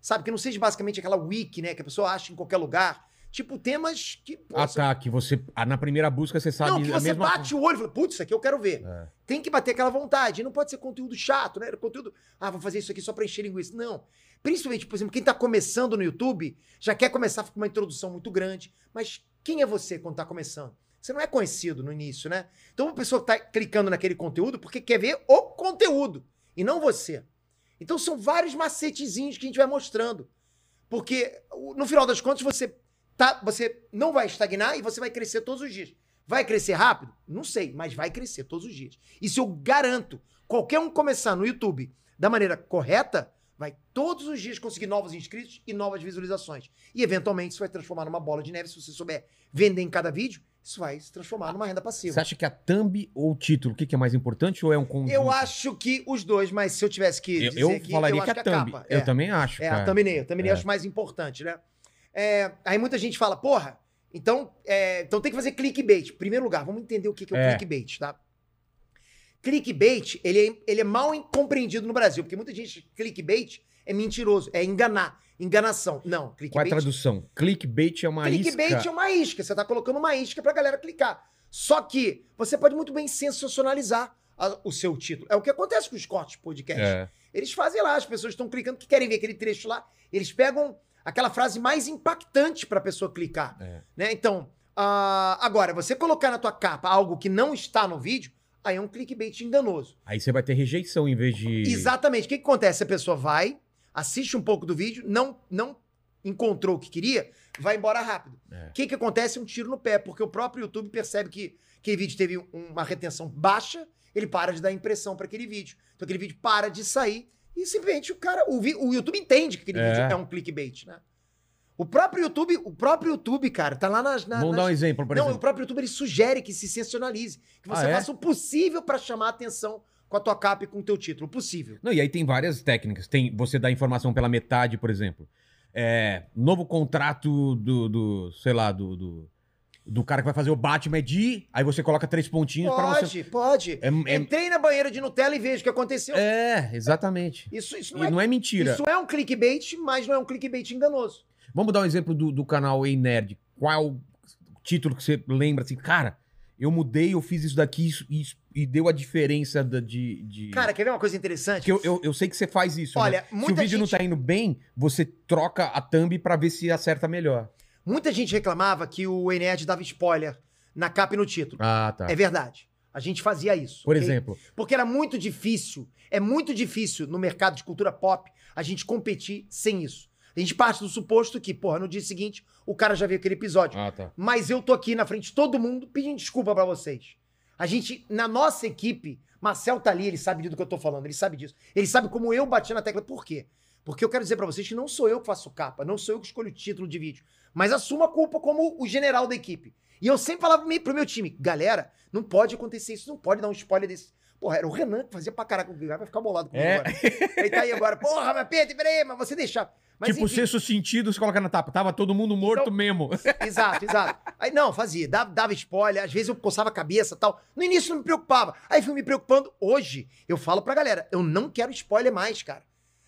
[SPEAKER 3] sabe? Que não seja basicamente aquela wiki, né? Que a pessoa acha em qualquer lugar. Tipo, temas que. pô,
[SPEAKER 1] Ah,
[SPEAKER 3] você-
[SPEAKER 1] tá, que você. ah, Na primeira busca você sabe
[SPEAKER 3] não, que
[SPEAKER 1] a
[SPEAKER 3] você
[SPEAKER 1] mesma
[SPEAKER 3] bate o olho e fala, putz, isso aqui eu quero ver.
[SPEAKER 1] coisa.
[SPEAKER 3] Tem que bater aquela vontade. Não pode ser conteúdo chato, né? Conteúdo. Ah, vou fazer isso aqui só pra encher linguiça. Não. Principalmente, por exemplo, quem tá começando no YouTube já quer começar com uma introdução muito grande. Mas quem é você quando tá começando? Você não é conhecido no início, né? Então a pessoa tá clicando naquele conteúdo porque quer ver o conteúdo e não você. Então são vários macetezinhos que a gente vai mostrando. Porque o- no final das contas você tá, você não vai estagnar e você vai crescer todos os dias. Vai crescer rápido? Não sei, mas vai crescer todos os dias. Isso eu garanto. Qualquer um começar no YouTube da maneira correta, vai todos os dias conseguir novos inscritos e novas visualizações. E eventualmente isso vai transformar numa bola de neve. Se você souber vender em cada vídeo, isso vai se transformar numa renda passiva.
[SPEAKER 1] Você acha que é a thumb ou o título, o que, que é mais importante ou é um conjunto?
[SPEAKER 3] Eu acho que os dois, mas se eu tivesse que
[SPEAKER 1] Eu,
[SPEAKER 3] dizer
[SPEAKER 1] eu
[SPEAKER 3] aqui,
[SPEAKER 1] falaria que
[SPEAKER 3] acho
[SPEAKER 1] a thumb.
[SPEAKER 3] capa.
[SPEAKER 1] Eu
[SPEAKER 3] é.
[SPEAKER 1] também acho.
[SPEAKER 3] É,
[SPEAKER 1] cara.
[SPEAKER 3] a thumbnail. A thumbnail
[SPEAKER 1] É.
[SPEAKER 3] acho mais importante, né? É, aí muita gente fala, porra, então, é, então tem que fazer clickbait. Primeiro lugar, vamos entender o que que é o
[SPEAKER 1] É.
[SPEAKER 3] clickbait, tá? Clickbait, ele é, ele é mal compreendido no Brasil, porque muita gente, clickbait é mentiroso, é enganar, enganação. Não,
[SPEAKER 1] Qual é a
[SPEAKER 3] clickbait...
[SPEAKER 1] tradução? Clickbait é uma
[SPEAKER 3] clickbait
[SPEAKER 1] isca.
[SPEAKER 3] é uma isca, você tá colocando uma isca pra galera clicar. Só que você pode muito bem sensacionalizar a- o seu título. É o que acontece com os cortes de podcast.
[SPEAKER 1] É.
[SPEAKER 3] Eles fazem lá, as pessoas estão clicando, que querem ver aquele trecho lá. Eles pegam aquela frase mais impactante para a pessoa clicar.
[SPEAKER 1] É.
[SPEAKER 3] Né? Então, ah, agora, você colocar na tua capa algo que não está no vídeo, aí é um clickbait enganoso.
[SPEAKER 1] Aí você vai ter rejeição em vez de.
[SPEAKER 3] Exatamente. O que, que acontece? A pessoa vai, assiste um pouco do vídeo, não, não encontrou o que queria, vai embora rápido. O
[SPEAKER 1] É.
[SPEAKER 3] que, que acontece? Um tiro no pé, porque o próprio YouTube percebe que aquele vídeo teve um, uma retenção baixa, ele para de dar impressão para aquele vídeo. Então aquele vídeo para de sair e simplesmente o cara, o, vi- o YouTube entende que aquele
[SPEAKER 1] É.
[SPEAKER 3] vídeo é um clickbait, né? O próprio YouTube, o próprio YouTube, cara, tá lá nas, na-
[SPEAKER 1] Vamos dar um
[SPEAKER 3] nas
[SPEAKER 1] exemplo, por
[SPEAKER 3] não, o
[SPEAKER 1] exemplo.
[SPEAKER 3] próprio YouTube ele sugere que se sensacionalize, que você
[SPEAKER 1] Ah, é?
[SPEAKER 3] faça o possível pra chamar a atenção com a tua capa e com o teu título, o possível.
[SPEAKER 1] Não, e aí tem várias técnicas. Tem você dá informação pela metade, por exemplo. É, novo contrato do, do sei lá, do, do, do cara que vai fazer o Batman é de. Aí você coloca três pontinhos pra você.
[SPEAKER 3] Pode, pode.
[SPEAKER 1] É, é-
[SPEAKER 3] Entrei na banheira de Nutella e vejo o que aconteceu.
[SPEAKER 1] é, exatamente.
[SPEAKER 3] Isso, isso
[SPEAKER 1] E não é mentira.
[SPEAKER 3] Isso é um clickbait, mas não é um clickbait enganoso.
[SPEAKER 1] Vamos dar um exemplo do, do canal Ei Nerd. Qual título que você lembra assim, cara, eu mudei, eu fiz isso daqui isso- isso- e deu a diferença da- de. de-
[SPEAKER 3] Cara, quer ver uma coisa interessante?
[SPEAKER 1] Porque eu, eu, eu sei que você faz isso.
[SPEAKER 3] Olha,
[SPEAKER 1] né? Se o
[SPEAKER 3] muita
[SPEAKER 1] vídeo não
[SPEAKER 3] gente-
[SPEAKER 1] tá indo bem, você troca a thumb pra ver se acerta melhor.
[SPEAKER 3] Muita gente reclamava que o Ei Nerd dava spoiler na capa e no título.
[SPEAKER 1] Ah, tá.
[SPEAKER 3] É verdade. A gente fazia isso.
[SPEAKER 1] Por
[SPEAKER 3] ok?
[SPEAKER 1] exemplo,
[SPEAKER 3] Porque era muito difícil, é muito difícil no mercado de cultura pop a gente competir sem isso. A gente parte do suposto que, porra, no dia seguinte o cara já viu aquele episódio.
[SPEAKER 1] ah, tá.
[SPEAKER 3] Mas eu tô aqui na frente de todo mundo pedindo desculpa pra vocês. A gente, na nossa equipe, Marcel tá ali, ele sabe do que eu tô falando, ele sabe disso. Ele sabe como eu bati na tecla. Por quê? Porque eu quero dizer pra vocês que não sou eu que faço capa, não sou eu que escolho o título de vídeo, mas assumo a culpa como o general da equipe. E eu sempre falava meio pro meu time, galera, não pode acontecer isso, não pode dar um spoiler desse. Porra, era o Renan que fazia pra caraca, o Guilherme vai ficar bolado comigo
[SPEAKER 1] É.
[SPEAKER 3] agora. Ele tá aí agora, porra, mas Pedro, peraí, mas você deixar. Mas,
[SPEAKER 1] tipo, o
[SPEAKER 3] enfim.
[SPEAKER 1] sexto sentido, você coloca na tapa. Tava todo mundo morto
[SPEAKER 3] Então-
[SPEAKER 1] mesmo.
[SPEAKER 3] Exato, exato. Aí, não, fazia, dava, dava spoiler, às vezes eu coçava a cabeça e tal. No início não me preocupava. Aí fui me preocupando. Hoje, eu falo pra galera, eu não quero spoiler mais, cara.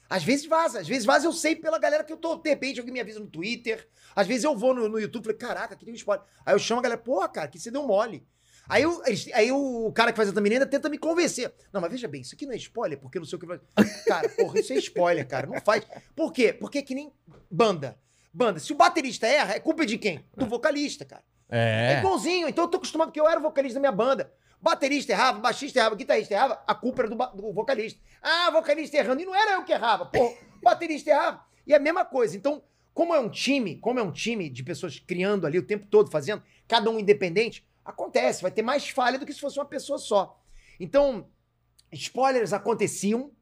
[SPEAKER 3] Às vezes vaza, às vezes vaza, eu sei pela galera que eu tô. De repente alguém me avisa no Twitter, às vezes eu vou no, no YouTube e falei, caraca, que tem um spoiler. Aí eu chamo a galera, porra, cara, que você deu mole. Aí, eu- eles- aí o cara que faz a thumbnail ainda tenta me convencer. Não, mas veja bem, isso aqui não é spoiler, porque não sei o que. vai- Cara, porra, isso é spoiler, cara, não faz. Por quê? Porque é que nem banda. Banda, se o baterista erra, é culpa de quem? Do vocalista, cara. É,
[SPEAKER 1] É.
[SPEAKER 3] igualzinho, então eu tô acostumado que eu era o vocalista da minha banda. Baterista errava, baixista errava, guitarrista errava, a culpa era do, ba- do vocalista. Ah, vocalista errando, e não era eu que errava, pô, baterista errava. E é a mesma coisa, então, como é um time, como é um time de pessoas criando ali o tempo todo, fazendo, cada um independente, acontece, vai ter mais falha do que se fosse uma pessoa só. Então, spoilers aconteciam,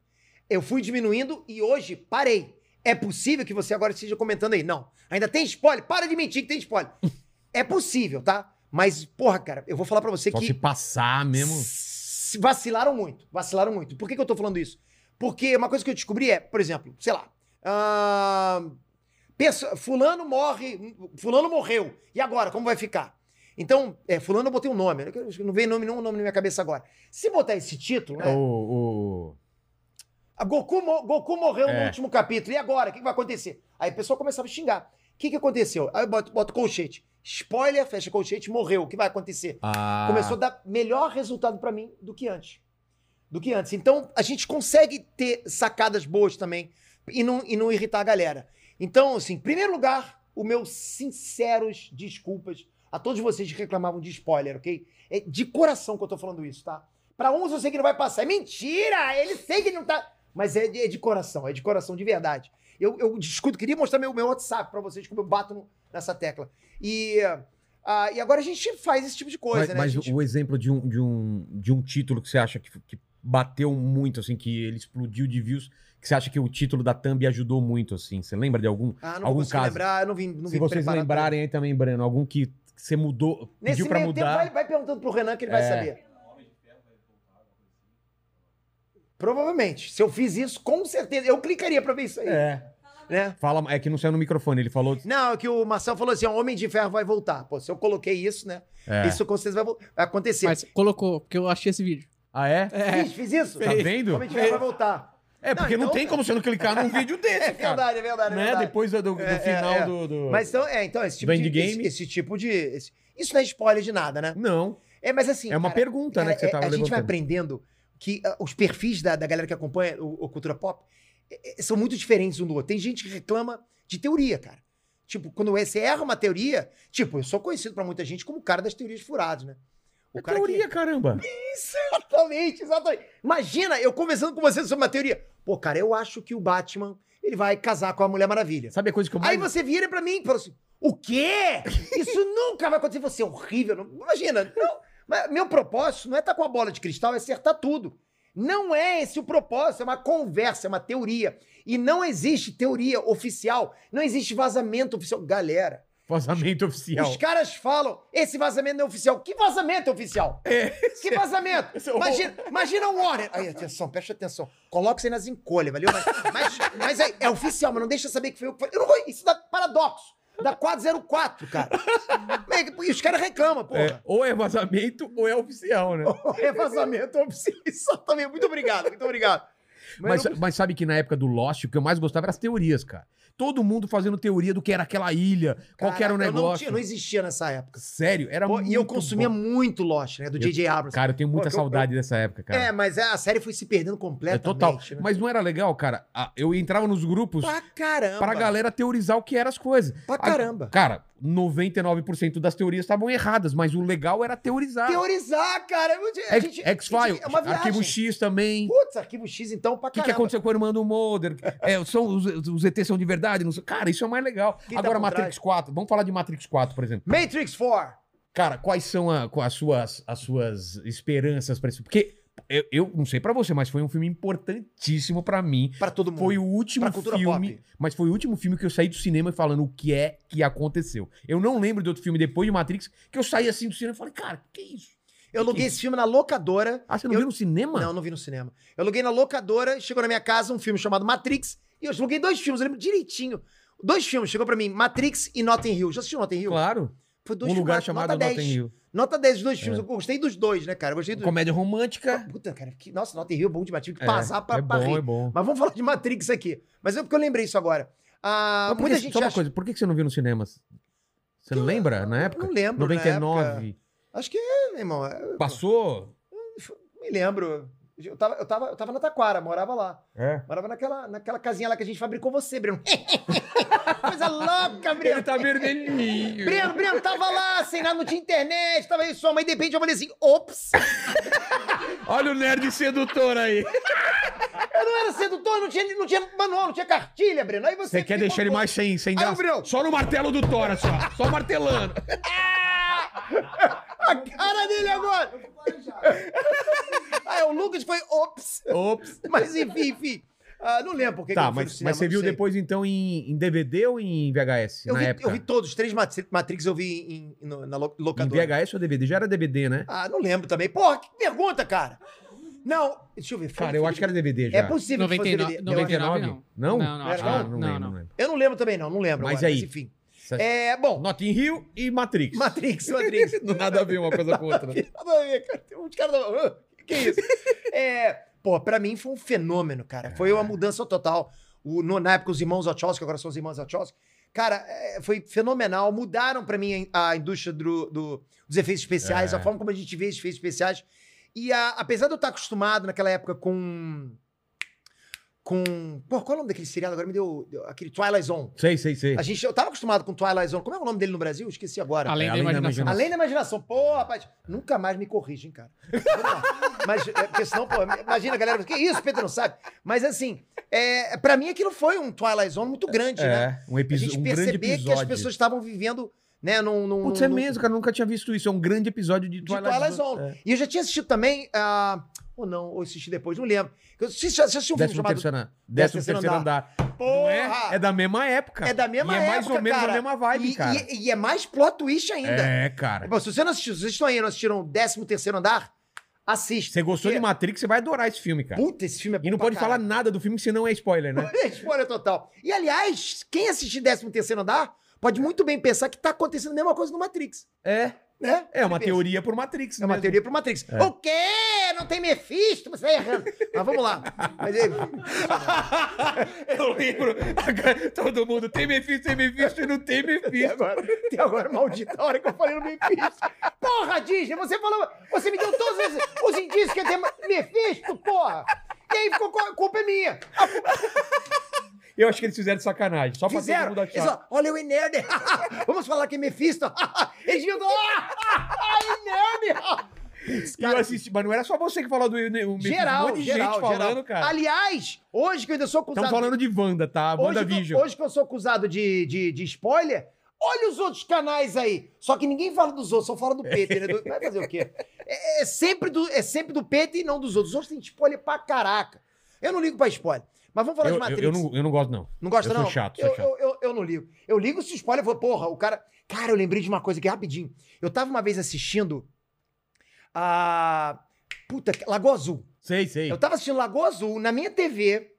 [SPEAKER 3] eu fui diminuindo e hoje parei. É possível que você agora esteja comentando aí, não, ainda tem spoiler, para de mentir que tem spoiler. É possível, tá? Mas, porra, cara, eu vou falar pra você
[SPEAKER 1] Só
[SPEAKER 3] que
[SPEAKER 1] se passar mesmo.
[SPEAKER 3] s- vacilaram muito, vacilaram muito. Por que, que eu tô falando isso? Porque uma coisa que eu descobri é, por exemplo, sei lá, ah, perso- fulano morre, fulano morreu, e agora, como vai ficar? Então, é, fulano eu botei um nome, né, que eu- não veio nome, nenhum nome na minha cabeça agora. Se botar esse título, né?
[SPEAKER 1] É O, o-
[SPEAKER 3] A Goku, mo- Goku morreu
[SPEAKER 1] É.
[SPEAKER 3] no último capítulo, e agora? O que, que vai acontecer? Aí o pessoal começava a xingar. O que, que aconteceu? Aí eu boto, boto colchete. Spoiler, fecha colchete, morreu. O que vai acontecer?
[SPEAKER 1] a-
[SPEAKER 3] começou a dar melhor resultado pra mim do que antes. Do que antes. Então, a gente consegue ter sacadas boas também e não, e não irritar a galera. Então, assim, em primeiro lugar, o meu sinceros desculpas a todos vocês que reclamavam de spoiler, ok? É de coração que eu tô falando isso, tá? Pra uns eu sei que não vai passar. É mentira! Ele sei que não tá. Mas é de, é de coração, é de coração, de verdade. Eu, eu discuto, queria mostrar meu, meu WhatsApp pra vocês, como eu bato no- nessa tecla. E, ah, e agora a gente faz esse tipo de coisa,
[SPEAKER 1] mas
[SPEAKER 3] né?
[SPEAKER 1] mas
[SPEAKER 3] gente?
[SPEAKER 1] o exemplo de um, de, um, de um título que você acha que, que bateu muito, assim, que ele explodiu de views, que você acha que o título da Thumb ajudou muito, assim. Você lembra de algum?
[SPEAKER 3] Ah, não vou
[SPEAKER 1] algum
[SPEAKER 3] conseguir
[SPEAKER 1] caso.
[SPEAKER 3] lembrar, eu não vim, não
[SPEAKER 1] Se
[SPEAKER 3] vim
[SPEAKER 1] vocês
[SPEAKER 3] preparado.
[SPEAKER 1] lembrarem aí também, Breno, algum que você mudou,
[SPEAKER 3] Nesse
[SPEAKER 1] pediu pra
[SPEAKER 3] meio tempo,
[SPEAKER 1] mudar.
[SPEAKER 3] vai, vai perguntando pro Renan que ele vai
[SPEAKER 1] É.
[SPEAKER 3] saber. Provavelmente. Se eu fiz isso, com certeza. Eu clicaria pra ver isso aí.
[SPEAKER 1] É.
[SPEAKER 3] Né?
[SPEAKER 1] Fala, é que não saiu no microfone, ele falou.
[SPEAKER 3] Não, é que o Marcel falou assim: ó, Homem de Ferro vai voltar. Pô, se eu coloquei isso, né?
[SPEAKER 1] É.
[SPEAKER 3] Isso com certeza vai, vol- vai acontecer.
[SPEAKER 2] Mas colocou, porque eu achei esse vídeo.
[SPEAKER 1] Ah, é?
[SPEAKER 3] Fiz, fiz isso?
[SPEAKER 1] Tá vendo?
[SPEAKER 3] Homem de Ferro vai voltar.
[SPEAKER 1] É, porque não,
[SPEAKER 3] então-
[SPEAKER 1] tem como você não clicar num vídeo desse,
[SPEAKER 3] É
[SPEAKER 1] cara.
[SPEAKER 3] verdade, é verdade. É
[SPEAKER 1] né?
[SPEAKER 3] verdade.
[SPEAKER 1] Depois do, do- do
[SPEAKER 3] É,
[SPEAKER 1] final
[SPEAKER 3] é, é.
[SPEAKER 1] do. do-
[SPEAKER 3] Mas então, é, então, esse tipo
[SPEAKER 1] Do
[SPEAKER 3] de.
[SPEAKER 1] endgame?
[SPEAKER 3] Esse, esse tipo de. esse- Isso não é spoiler de nada, né?
[SPEAKER 1] Não.
[SPEAKER 3] É, mas assim.
[SPEAKER 1] É uma
[SPEAKER 3] cara,
[SPEAKER 1] pergunta, né,
[SPEAKER 3] Cara,
[SPEAKER 1] que você
[SPEAKER 3] é-
[SPEAKER 1] tava
[SPEAKER 3] a gente vai
[SPEAKER 1] levantando.
[SPEAKER 3] aprendendo que ah, os perfis da, da galera que acompanha o, o cultura pop eh, eh, são muito diferentes um do outro. Tem gente que reclama de teoria, cara. Tipo, quando você erra uma teoria, tipo, eu sou conhecido pra muita gente como o cara das teorias furadas, né? O
[SPEAKER 1] É
[SPEAKER 3] cara que-
[SPEAKER 1] teoria, caramba.
[SPEAKER 3] Exatamente, exatamente. Imagina eu conversando com você sobre uma teoria. Pô, cara, eu acho que o Batman ele vai casar com a Mulher Maravilha.
[SPEAKER 1] Sabe a coisa que eu mais.
[SPEAKER 3] Aí você vira pra mim e fala assim: o quê? Isso nunca vai acontecer. Você é horrível. não- Imagina. Não, mas meu propósito não é estar com a bola de cristal, é acertar tudo. Não é esse o propósito, é uma conversa, é uma teoria. E não existe teoria oficial, não existe vazamento oficial. Galera,
[SPEAKER 1] Vazamento oficial.
[SPEAKER 3] os caras falam, esse vazamento não é oficial. Que vazamento é oficial? Que vazamento?
[SPEAKER 1] esse é o-
[SPEAKER 3] Imagina, imagina o Warner. Aí, atenção, preste atenção. Coloca isso aí nas encolhas, valeu? Mas, mas, mas é, é oficial, mas não deixa eu saber que foi eu que falei. Eu não vou, isso dá paradoxo. Dá 404, cara. e os caras reclamam,
[SPEAKER 1] É,
[SPEAKER 3] porra.
[SPEAKER 1] ou é vazamento ou é oficial, né?
[SPEAKER 3] É. Vazamento oficial. Exatamente. Muito obrigado, muito obrigado.
[SPEAKER 1] Mas,
[SPEAKER 3] Mas
[SPEAKER 1] sa- mas sabe que na época do Lost, o que eu mais gostava eram as teorias, cara. Todo mundo fazendo teoria do que era aquela ilha, qual que era o
[SPEAKER 3] Caraca, eu Não,
[SPEAKER 1] negócio.
[SPEAKER 3] tinha, não existia nessa época.
[SPEAKER 1] Sério, era
[SPEAKER 3] Pô,
[SPEAKER 1] muito
[SPEAKER 3] e eu consumia
[SPEAKER 1] bom.
[SPEAKER 3] muito Lost, né? Do
[SPEAKER 1] Eu-
[SPEAKER 3] J.J. Abrams.
[SPEAKER 1] Cara, eu tenho muita
[SPEAKER 3] Pô, eu-
[SPEAKER 1] saudade dessa época, cara.
[SPEAKER 3] É, mas a série foi se perdendo
[SPEAKER 1] É
[SPEAKER 3] completamente.
[SPEAKER 1] total.
[SPEAKER 3] né?
[SPEAKER 1] Mas não era legal, cara? Ah, Eu entrava nos grupos
[SPEAKER 3] Pra caramba.
[SPEAKER 1] pra galera teorizar o que eram as coisas.
[SPEAKER 3] Pra
[SPEAKER 1] A-
[SPEAKER 3] caramba.
[SPEAKER 1] Cara, 99% das teorias estavam erradas, mas o legal era teorizar.
[SPEAKER 3] Teorizar, cara. Eu- a gente-
[SPEAKER 1] X-Files,
[SPEAKER 3] É uma viagem.
[SPEAKER 1] Arquivo X também.
[SPEAKER 3] Putz, Arquivo X, então, pra
[SPEAKER 1] O que, que
[SPEAKER 3] caramba.
[SPEAKER 1] aconteceu com a irmã do Mulder? É, são, os, os ETs são de verdade? Não sei. Cara, isso é mais legal.
[SPEAKER 3] Quem tá
[SPEAKER 1] Agora,
[SPEAKER 3] por
[SPEAKER 1] Matrix
[SPEAKER 3] trás?
[SPEAKER 1] 4. Vamos falar de Matrix 4, por exemplo.
[SPEAKER 3] Matrix 4.
[SPEAKER 1] Cara, quais são a- co- as, suas, as suas esperanças pra isso? Porque eu, eu não sei pra você, mas foi um filme importantíssimo pra mim.
[SPEAKER 3] Pra todo mundo.
[SPEAKER 1] Foi o último
[SPEAKER 3] Pra cultura
[SPEAKER 1] filme,
[SPEAKER 3] pop.
[SPEAKER 1] mas foi o último filme que eu saí do cinema falando o que é que aconteceu. Eu não lembro de outro filme depois de Matrix que eu saí assim do cinema e falei, cara, que isso?
[SPEAKER 3] Eu aluguei esse filme na locadora.
[SPEAKER 1] Ah, você não
[SPEAKER 3] Eu-
[SPEAKER 1] viu no cinema?
[SPEAKER 3] Não, não vi no cinema. Eu aluguei na locadora, chegou na minha casa um filme chamado Matrix. E eu aluguei dois filmes, eu lembro direitinho. Dois filmes, chegou pra mim, Matrix e Notting Hill. Já assistiu Notting Hill?
[SPEAKER 1] Claro.
[SPEAKER 3] Foi dois
[SPEAKER 1] Um lugar
[SPEAKER 3] filmaços,
[SPEAKER 1] chamado
[SPEAKER 3] nota 10.
[SPEAKER 1] Notting Hill. É.
[SPEAKER 3] Nota 10 dos dois filmes. Eu gostei dos dois, né, cara? Eu gostei dos
[SPEAKER 1] Comédia romântica.
[SPEAKER 3] Puta, cara, que... nossa, Notting Hill é bom demais. Tive que
[SPEAKER 1] É,
[SPEAKER 3] passar pra,
[SPEAKER 1] é
[SPEAKER 3] pra
[SPEAKER 1] bom,
[SPEAKER 3] rir.
[SPEAKER 1] é bom.
[SPEAKER 3] Mas vamos falar de Matrix aqui. Mas é porque eu lembrei isso agora. Ah,
[SPEAKER 1] Mas por
[SPEAKER 3] muita
[SPEAKER 1] que-
[SPEAKER 3] gente
[SPEAKER 1] só uma
[SPEAKER 3] acha...
[SPEAKER 1] coisa, por que que você não viu no cinema? Você
[SPEAKER 3] Eu-
[SPEAKER 1] lembra na época?
[SPEAKER 3] não lembro, né, na
[SPEAKER 1] 99.
[SPEAKER 3] Acho que é, meu irmão. é-
[SPEAKER 1] Passou?
[SPEAKER 3] Me lembro. Eu tava, eu, tava, eu tava na Taquara, morava lá.
[SPEAKER 1] É.
[SPEAKER 3] Morava naquela, naquela casinha lá que a gente fabricou você, Breno. Coisa louca, Breno.
[SPEAKER 1] tá vermelhinho.
[SPEAKER 3] Breno, Breno, tava lá, sem nada, não tinha internet, tava aí, sua mãe, de repente eu falei assim, ops,
[SPEAKER 1] Olha o nerd sedutor aí.
[SPEAKER 3] eu não era sedutor, não tinha, não tinha manual, não tinha cartilha, Breno. Aí você...
[SPEAKER 1] Você quer deixar ele mais sem, sem
[SPEAKER 3] Aí,
[SPEAKER 1] graça?
[SPEAKER 3] Breu.
[SPEAKER 1] Só no martelo do Thor, só. Só martelando.
[SPEAKER 3] A cara dele agora! ah, o Lucas foi, ops,
[SPEAKER 1] Ops.
[SPEAKER 3] mas enfim, enfim. Ah, não lembro porque
[SPEAKER 1] Tá,
[SPEAKER 3] eu fui no
[SPEAKER 1] mas,
[SPEAKER 3] cinema,
[SPEAKER 1] mas você
[SPEAKER 3] não
[SPEAKER 1] viu
[SPEAKER 3] sei.
[SPEAKER 1] depois, então, em, em DVD ou em VHS?
[SPEAKER 3] Eu
[SPEAKER 1] na
[SPEAKER 3] vi,
[SPEAKER 1] época?
[SPEAKER 3] eu vi todos, os três Matri- Matrix eu vi em- no- na lo-
[SPEAKER 1] em
[SPEAKER 3] locadora.
[SPEAKER 1] VHS ou DVD? Já era DVD, né?
[SPEAKER 3] Ah, não lembro também. Porra, que pergunta, cara! Não, deixa eu ver. foi-
[SPEAKER 1] Cara, eu acho que era DVD já.
[SPEAKER 3] É possível que
[SPEAKER 2] 99,
[SPEAKER 3] fosse DVD.
[SPEAKER 2] 99 não.
[SPEAKER 1] Não?
[SPEAKER 2] Não, não, acho que
[SPEAKER 1] ah,
[SPEAKER 3] não.
[SPEAKER 1] não,
[SPEAKER 2] Não,
[SPEAKER 1] lembro,
[SPEAKER 2] não.
[SPEAKER 1] não lembro.
[SPEAKER 3] Eu não lembro também, não. Não lembro
[SPEAKER 1] Mas
[SPEAKER 3] agora,
[SPEAKER 1] aí?
[SPEAKER 3] mas enfim. É, bom,
[SPEAKER 1] Notting Hill e Matrix.
[SPEAKER 3] Matrix, Matrix.
[SPEAKER 1] não nada a ver uma coisa com outra.
[SPEAKER 3] Nada a ver, cara. Tem uns caras da- Ah, Que isso? É, pô, pra mim foi um fenômeno, cara. Foi uma mudança total. O, no- na época, os irmãos Wachowski, agora são os irmãos Wachowski. Cara, é, foi fenomenal. Mudaram pra mim a, a indústria do, do- dos efeitos especiais,
[SPEAKER 1] É.
[SPEAKER 3] a forma como a gente vê esses efeitos especiais. E a- apesar de eu estar acostumado naquela época com. Com. Pô, qual é o nome daquele seriado? Agora me deu. deu- aquele Twilight Zone.
[SPEAKER 1] Sei, sei, sei.
[SPEAKER 3] A gente, eu tava acostumado com Twilight Zone. Como é o nome dele no Brasil? Esqueci agora.
[SPEAKER 2] Além,
[SPEAKER 1] É,
[SPEAKER 2] da imaginação.
[SPEAKER 1] Nossa.
[SPEAKER 3] Além da imaginação. Pô, rapaz, nunca mais me corrigem, cara. Vamos lá. Mas, é, porque senão, pô, imagina a galera, que isso, Pedro não sabe. Mas assim, é, pra mim aquilo foi um Twilight Zone muito grande, né?
[SPEAKER 1] É, um,
[SPEAKER 3] A
[SPEAKER 1] episo-
[SPEAKER 3] gente
[SPEAKER 1] um grande
[SPEAKER 3] perceber
[SPEAKER 1] episódio.
[SPEAKER 3] que as pessoas estavam vivendo, né, num... num
[SPEAKER 1] Putz,
[SPEAKER 3] num-
[SPEAKER 1] é mesmo, cara. eu Nunca tinha visto isso. É um grande episódio de
[SPEAKER 3] De
[SPEAKER 1] Twilight,
[SPEAKER 3] Twilight
[SPEAKER 1] Zone. é.
[SPEAKER 3] Zone. E eu já tinha assistido também, ah, ou não, ou assisti depois, não lembro. Eu assisti, já assisti um filme
[SPEAKER 1] Décimo
[SPEAKER 3] chamado...
[SPEAKER 1] terceiro, an- décimo
[SPEAKER 3] Décimo
[SPEAKER 1] terceiro
[SPEAKER 3] terceiro
[SPEAKER 1] andar. Não
[SPEAKER 3] Porra!
[SPEAKER 1] é? É da mesma época.
[SPEAKER 3] É da mesma
[SPEAKER 1] e
[SPEAKER 3] época,
[SPEAKER 1] é mais ou menos
[SPEAKER 3] cara.
[SPEAKER 1] a mesma vibe,
[SPEAKER 3] e,
[SPEAKER 1] cara.
[SPEAKER 3] E, e é mais plot twist ainda. Tipo,
[SPEAKER 1] É, cara.
[SPEAKER 3] Bom, se você não assistiu, se vocês estão aí e não assistiram o 13 terceiro andar, assista.
[SPEAKER 1] Você gostou de
[SPEAKER 3] Porque-
[SPEAKER 1] Matrix, você vai adorar esse filme, cara.
[SPEAKER 3] é- Puta, esse filme é
[SPEAKER 1] E não
[SPEAKER 3] pra
[SPEAKER 1] pode falar
[SPEAKER 3] caralho.
[SPEAKER 1] nada do filme que senão é spoiler, né?
[SPEAKER 3] Spoiler total. E, aliás, quem assistir 13 terceiro andar pode muito bem pensar que tá acontecendo a mesma coisa no Matrix,
[SPEAKER 1] É.
[SPEAKER 3] né?
[SPEAKER 1] É uma
[SPEAKER 3] Ele pensa.
[SPEAKER 1] teoria por Matrix,
[SPEAKER 3] É uma
[SPEAKER 1] mesmo.
[SPEAKER 3] teoria pro Matrix.
[SPEAKER 1] É.
[SPEAKER 3] O quê? Não tem Mephisto? Você tá errando. Mas vamos lá. Mas, é,
[SPEAKER 1] Eu lembro. Todo mundo tem Mephisto, tem Mephisto e não tem
[SPEAKER 3] até
[SPEAKER 1] Mephisto.
[SPEAKER 3] agora, até agora, maldita a hora que eu falei no Mephisto. Porra, Disney, você falou... Você me deu todos os, os indícios que ia ter Mephisto, porra. E aí ficou... co- A culpa é minha.
[SPEAKER 1] Eu acho que eles fizeram de sacanagem. Só pra todo
[SPEAKER 3] Fizeram.
[SPEAKER 1] mundo
[SPEAKER 3] Eles
[SPEAKER 1] achar.
[SPEAKER 3] falaram, olha o Enerd. Vamos falar que é Mephisto. Eles viram. Ah, Enerd.
[SPEAKER 1] E eu assisti, mas não era só você que falou do o Mephisto,
[SPEAKER 3] Geral,
[SPEAKER 1] um monte de
[SPEAKER 3] geral,
[SPEAKER 1] gente falando,
[SPEAKER 3] geral.
[SPEAKER 1] cara.
[SPEAKER 3] Aliás, hoje que eu ainda sou acusado...
[SPEAKER 1] Estamos falando de Wanda, tá?
[SPEAKER 3] de, hoje, que, eu-
[SPEAKER 1] WandaVision.
[SPEAKER 3] hoje que eu sou acusado de, de, de spoiler, olha os outros canais aí. Só que ninguém fala dos outros, só fala do Peter, né? Do- Vai fazer o quê? É, é sempre do, é sempre do Peter e não dos outros. Os outros têm spoiler pra caraca. Eu não ligo pra spoiler. Mas vamos falar
[SPEAKER 1] Eu,
[SPEAKER 3] de
[SPEAKER 1] eu,
[SPEAKER 3] Matrix.
[SPEAKER 1] eu não, eu não gosto, não.
[SPEAKER 3] Não gosta,
[SPEAKER 1] Eu sou
[SPEAKER 3] não?
[SPEAKER 1] É, chato, sou
[SPEAKER 3] eu,
[SPEAKER 1] chato.
[SPEAKER 3] Eu, eu, eu não ligo. Eu ligo se o spoiler for, porra, o cara. Cara, eu lembrei de uma coisa aqui rapidinho. Eu tava uma vez assistindo. A. Puta, Lagoa Azul.
[SPEAKER 1] Sei, sei.
[SPEAKER 3] Eu tava assistindo Lagoa Azul na minha TV,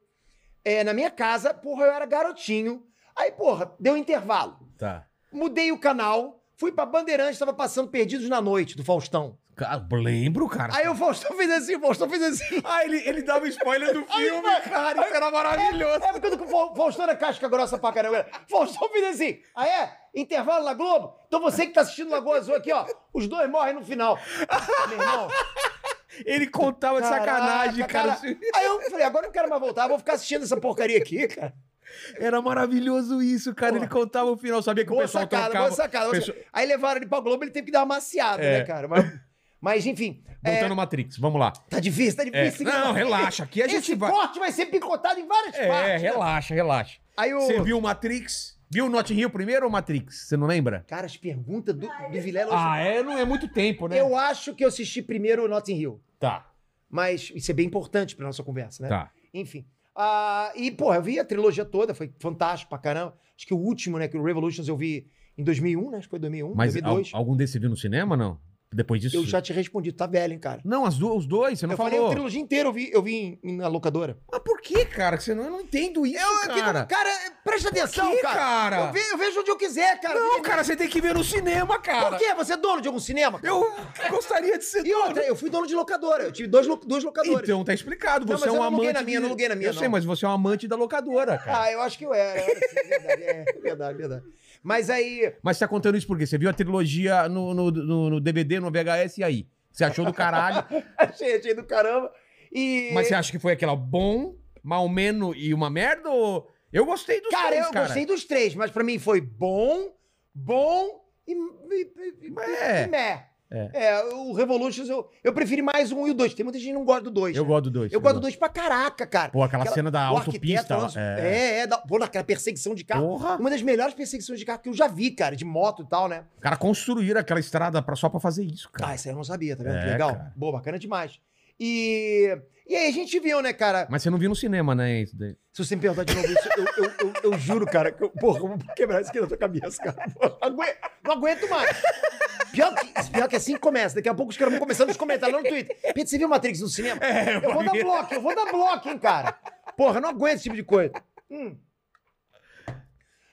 [SPEAKER 3] é, na minha casa. Porra, eu era garotinho. Aí, porra, deu intervalo.
[SPEAKER 1] Tá.
[SPEAKER 3] Mudei o canal, fui pra Bandeirantes, tava passando Perdidos na Noite, do Faustão.
[SPEAKER 1] Cara, lembro, cara.
[SPEAKER 3] Aí o Faustão fez assim, o Faustão fez assim.
[SPEAKER 1] Ah, ele, ele dava spoiler do filme, cara. Isso era maravilhoso.
[SPEAKER 3] É porque o Fa- Faustão era casca grossa pra caramba. Faustão fez assim. Ah, é? Intervalo na Globo? Então você que tá assistindo Lagoa Azul aqui, ó. Os dois morrem no final. Meu irmão.
[SPEAKER 1] Ele contava de sacanagem, cara.
[SPEAKER 3] Caraca, cara. Aí eu falei, agora eu não quero mais voltar, vou ficar assistindo essa porcaria aqui, cara.
[SPEAKER 1] Era maravilhoso isso, cara. Ele contava o final. Sabia que o
[SPEAKER 3] Boa
[SPEAKER 1] pessoal tá um
[SPEAKER 3] sacada,
[SPEAKER 1] tocava.
[SPEAKER 3] boa sacada. boa
[SPEAKER 1] pessoal-
[SPEAKER 3] sacada. Aí levaram ele pra Globo, ele teve que dar uma maciada,
[SPEAKER 1] É.
[SPEAKER 3] né, cara? Mas, mas, enfim, é,
[SPEAKER 1] Voltando ao Matrix, vamos lá.
[SPEAKER 3] tá difícil, tá
[SPEAKER 1] É.
[SPEAKER 3] difícil.
[SPEAKER 1] Não, relaxa. Aqui a
[SPEAKER 3] Esse
[SPEAKER 1] gente vai.
[SPEAKER 3] corte vai ser picotado em várias
[SPEAKER 1] É,
[SPEAKER 3] partes. né?
[SPEAKER 1] relaxa, relaxa.
[SPEAKER 3] Aí o...
[SPEAKER 1] Você viu o Matrix? Viu o Notting Hill primeiro ou Matrix? Você não lembra?
[SPEAKER 3] Cara, as perguntas do, do Vilela... hoje-
[SPEAKER 1] Ah, é, não é muito tempo, né?
[SPEAKER 3] Eu acho que eu assisti primeiro o Notting Hill.
[SPEAKER 1] Tá,
[SPEAKER 3] Mas isso é bem importante pra nossa conversa, né?
[SPEAKER 1] tá.
[SPEAKER 3] Enfim. Ah, e, porra, eu vi a trilogia toda, foi fantástico pra caramba. Acho que o último, né, que o Revolutions eu vi em 2001, né? Acho que foi 2001,
[SPEAKER 1] Mas al-
[SPEAKER 3] 2002.
[SPEAKER 1] algum desses viu no cinema, não? Depois disso?
[SPEAKER 3] Eu já te respondi, tu tá velho, hein, cara.
[SPEAKER 1] Não, as duas, os dois, você não
[SPEAKER 3] eu falei a
[SPEAKER 1] falou.
[SPEAKER 3] trilogia inteira, eu vi, eu vi em- em- na locadora.
[SPEAKER 1] Mas por que, cara? Que você não, eu não entendo isso, cara.
[SPEAKER 3] cara, presta atenção,
[SPEAKER 1] Por que,
[SPEAKER 3] cara.
[SPEAKER 1] cara?
[SPEAKER 3] Eu, ve- eu vejo onde eu quiser, cara.
[SPEAKER 1] Não, cara, você tem que ver no cinema, cara.
[SPEAKER 3] Por quê? Você é dono de algum cinema? cara?
[SPEAKER 1] Eu gostaria de ser
[SPEAKER 3] E outra, eu fui dono de locadora. Eu tive dois, lo- duas locadoras.
[SPEAKER 1] Então, tá explicado.
[SPEAKER 3] Não,
[SPEAKER 1] Você é
[SPEAKER 3] mas eu
[SPEAKER 1] um
[SPEAKER 3] não aluguei
[SPEAKER 1] amante.
[SPEAKER 3] na minha,
[SPEAKER 1] de-
[SPEAKER 3] não aluguei na minha,
[SPEAKER 1] Eu sei,
[SPEAKER 3] não.
[SPEAKER 1] mas você é um amante da locadora, cara.
[SPEAKER 3] Ah, eu acho que eu era. eu era sim, verdade, é verdade, verdade. Mas aí,
[SPEAKER 1] Mas você tá contando isso por quê? Você viu a trilogia no, no, no- no DVD, no VHS e aí? Você achou do caralho?
[SPEAKER 3] achei, achei do caramba. E.
[SPEAKER 1] mas você é acha que foi aquela bom, mal menos e uma merda? Ou... Eu gostei dos
[SPEAKER 3] cara,
[SPEAKER 1] três,
[SPEAKER 3] eu gostei dos três, mas pra mim foi bom, bom e. e, e, e-
[SPEAKER 1] É.
[SPEAKER 3] e mé.
[SPEAKER 1] É.
[SPEAKER 3] É, o Revolutions eu, eu preferi mais um e o dois. Tem muita gente que não gosta do dois.
[SPEAKER 1] Eu
[SPEAKER 3] né?
[SPEAKER 1] gosto do dois.
[SPEAKER 3] Eu gosto do dois pra caraca, cara.
[SPEAKER 1] Pô, aquela, cena da
[SPEAKER 3] o arquiteto,
[SPEAKER 1] autopista. lá,
[SPEAKER 3] nossa, É, é, da, pô, naquela perseguição de carro.
[SPEAKER 1] Porra!
[SPEAKER 3] Uma das melhores perseguições de carro que eu já vi, cara, de moto e tal, né?
[SPEAKER 1] O cara construíram aquela estrada pra, só pra fazer isso, cara.
[SPEAKER 3] Ah, isso aí eu não sabia, tá vendo?
[SPEAKER 1] É,
[SPEAKER 3] que legal.
[SPEAKER 1] cara.
[SPEAKER 3] Boa, bacana demais. E, e aí a gente viu, né, cara?
[SPEAKER 1] Mas você não viu no cinema, né? Isso daí.
[SPEAKER 3] Se você me perguntar de novo isso, eu, eu, eu- eu juro, cara, que eu, porra, eu vou quebrar isso aqui na tua cabeça, cara. Porra, não aguento- não aguento mais. Pior que, pior que assim que começa. Daqui a pouco os caras vão começando a nos comentar lá no Twitter. Pedro, você viu Matrix no cinema?
[SPEAKER 1] É,
[SPEAKER 3] eu vou dar
[SPEAKER 1] vai-
[SPEAKER 3] bloco, eu vou dar bloco, hein, cara. Porra, eu não aguento esse tipo de coisa. Hum.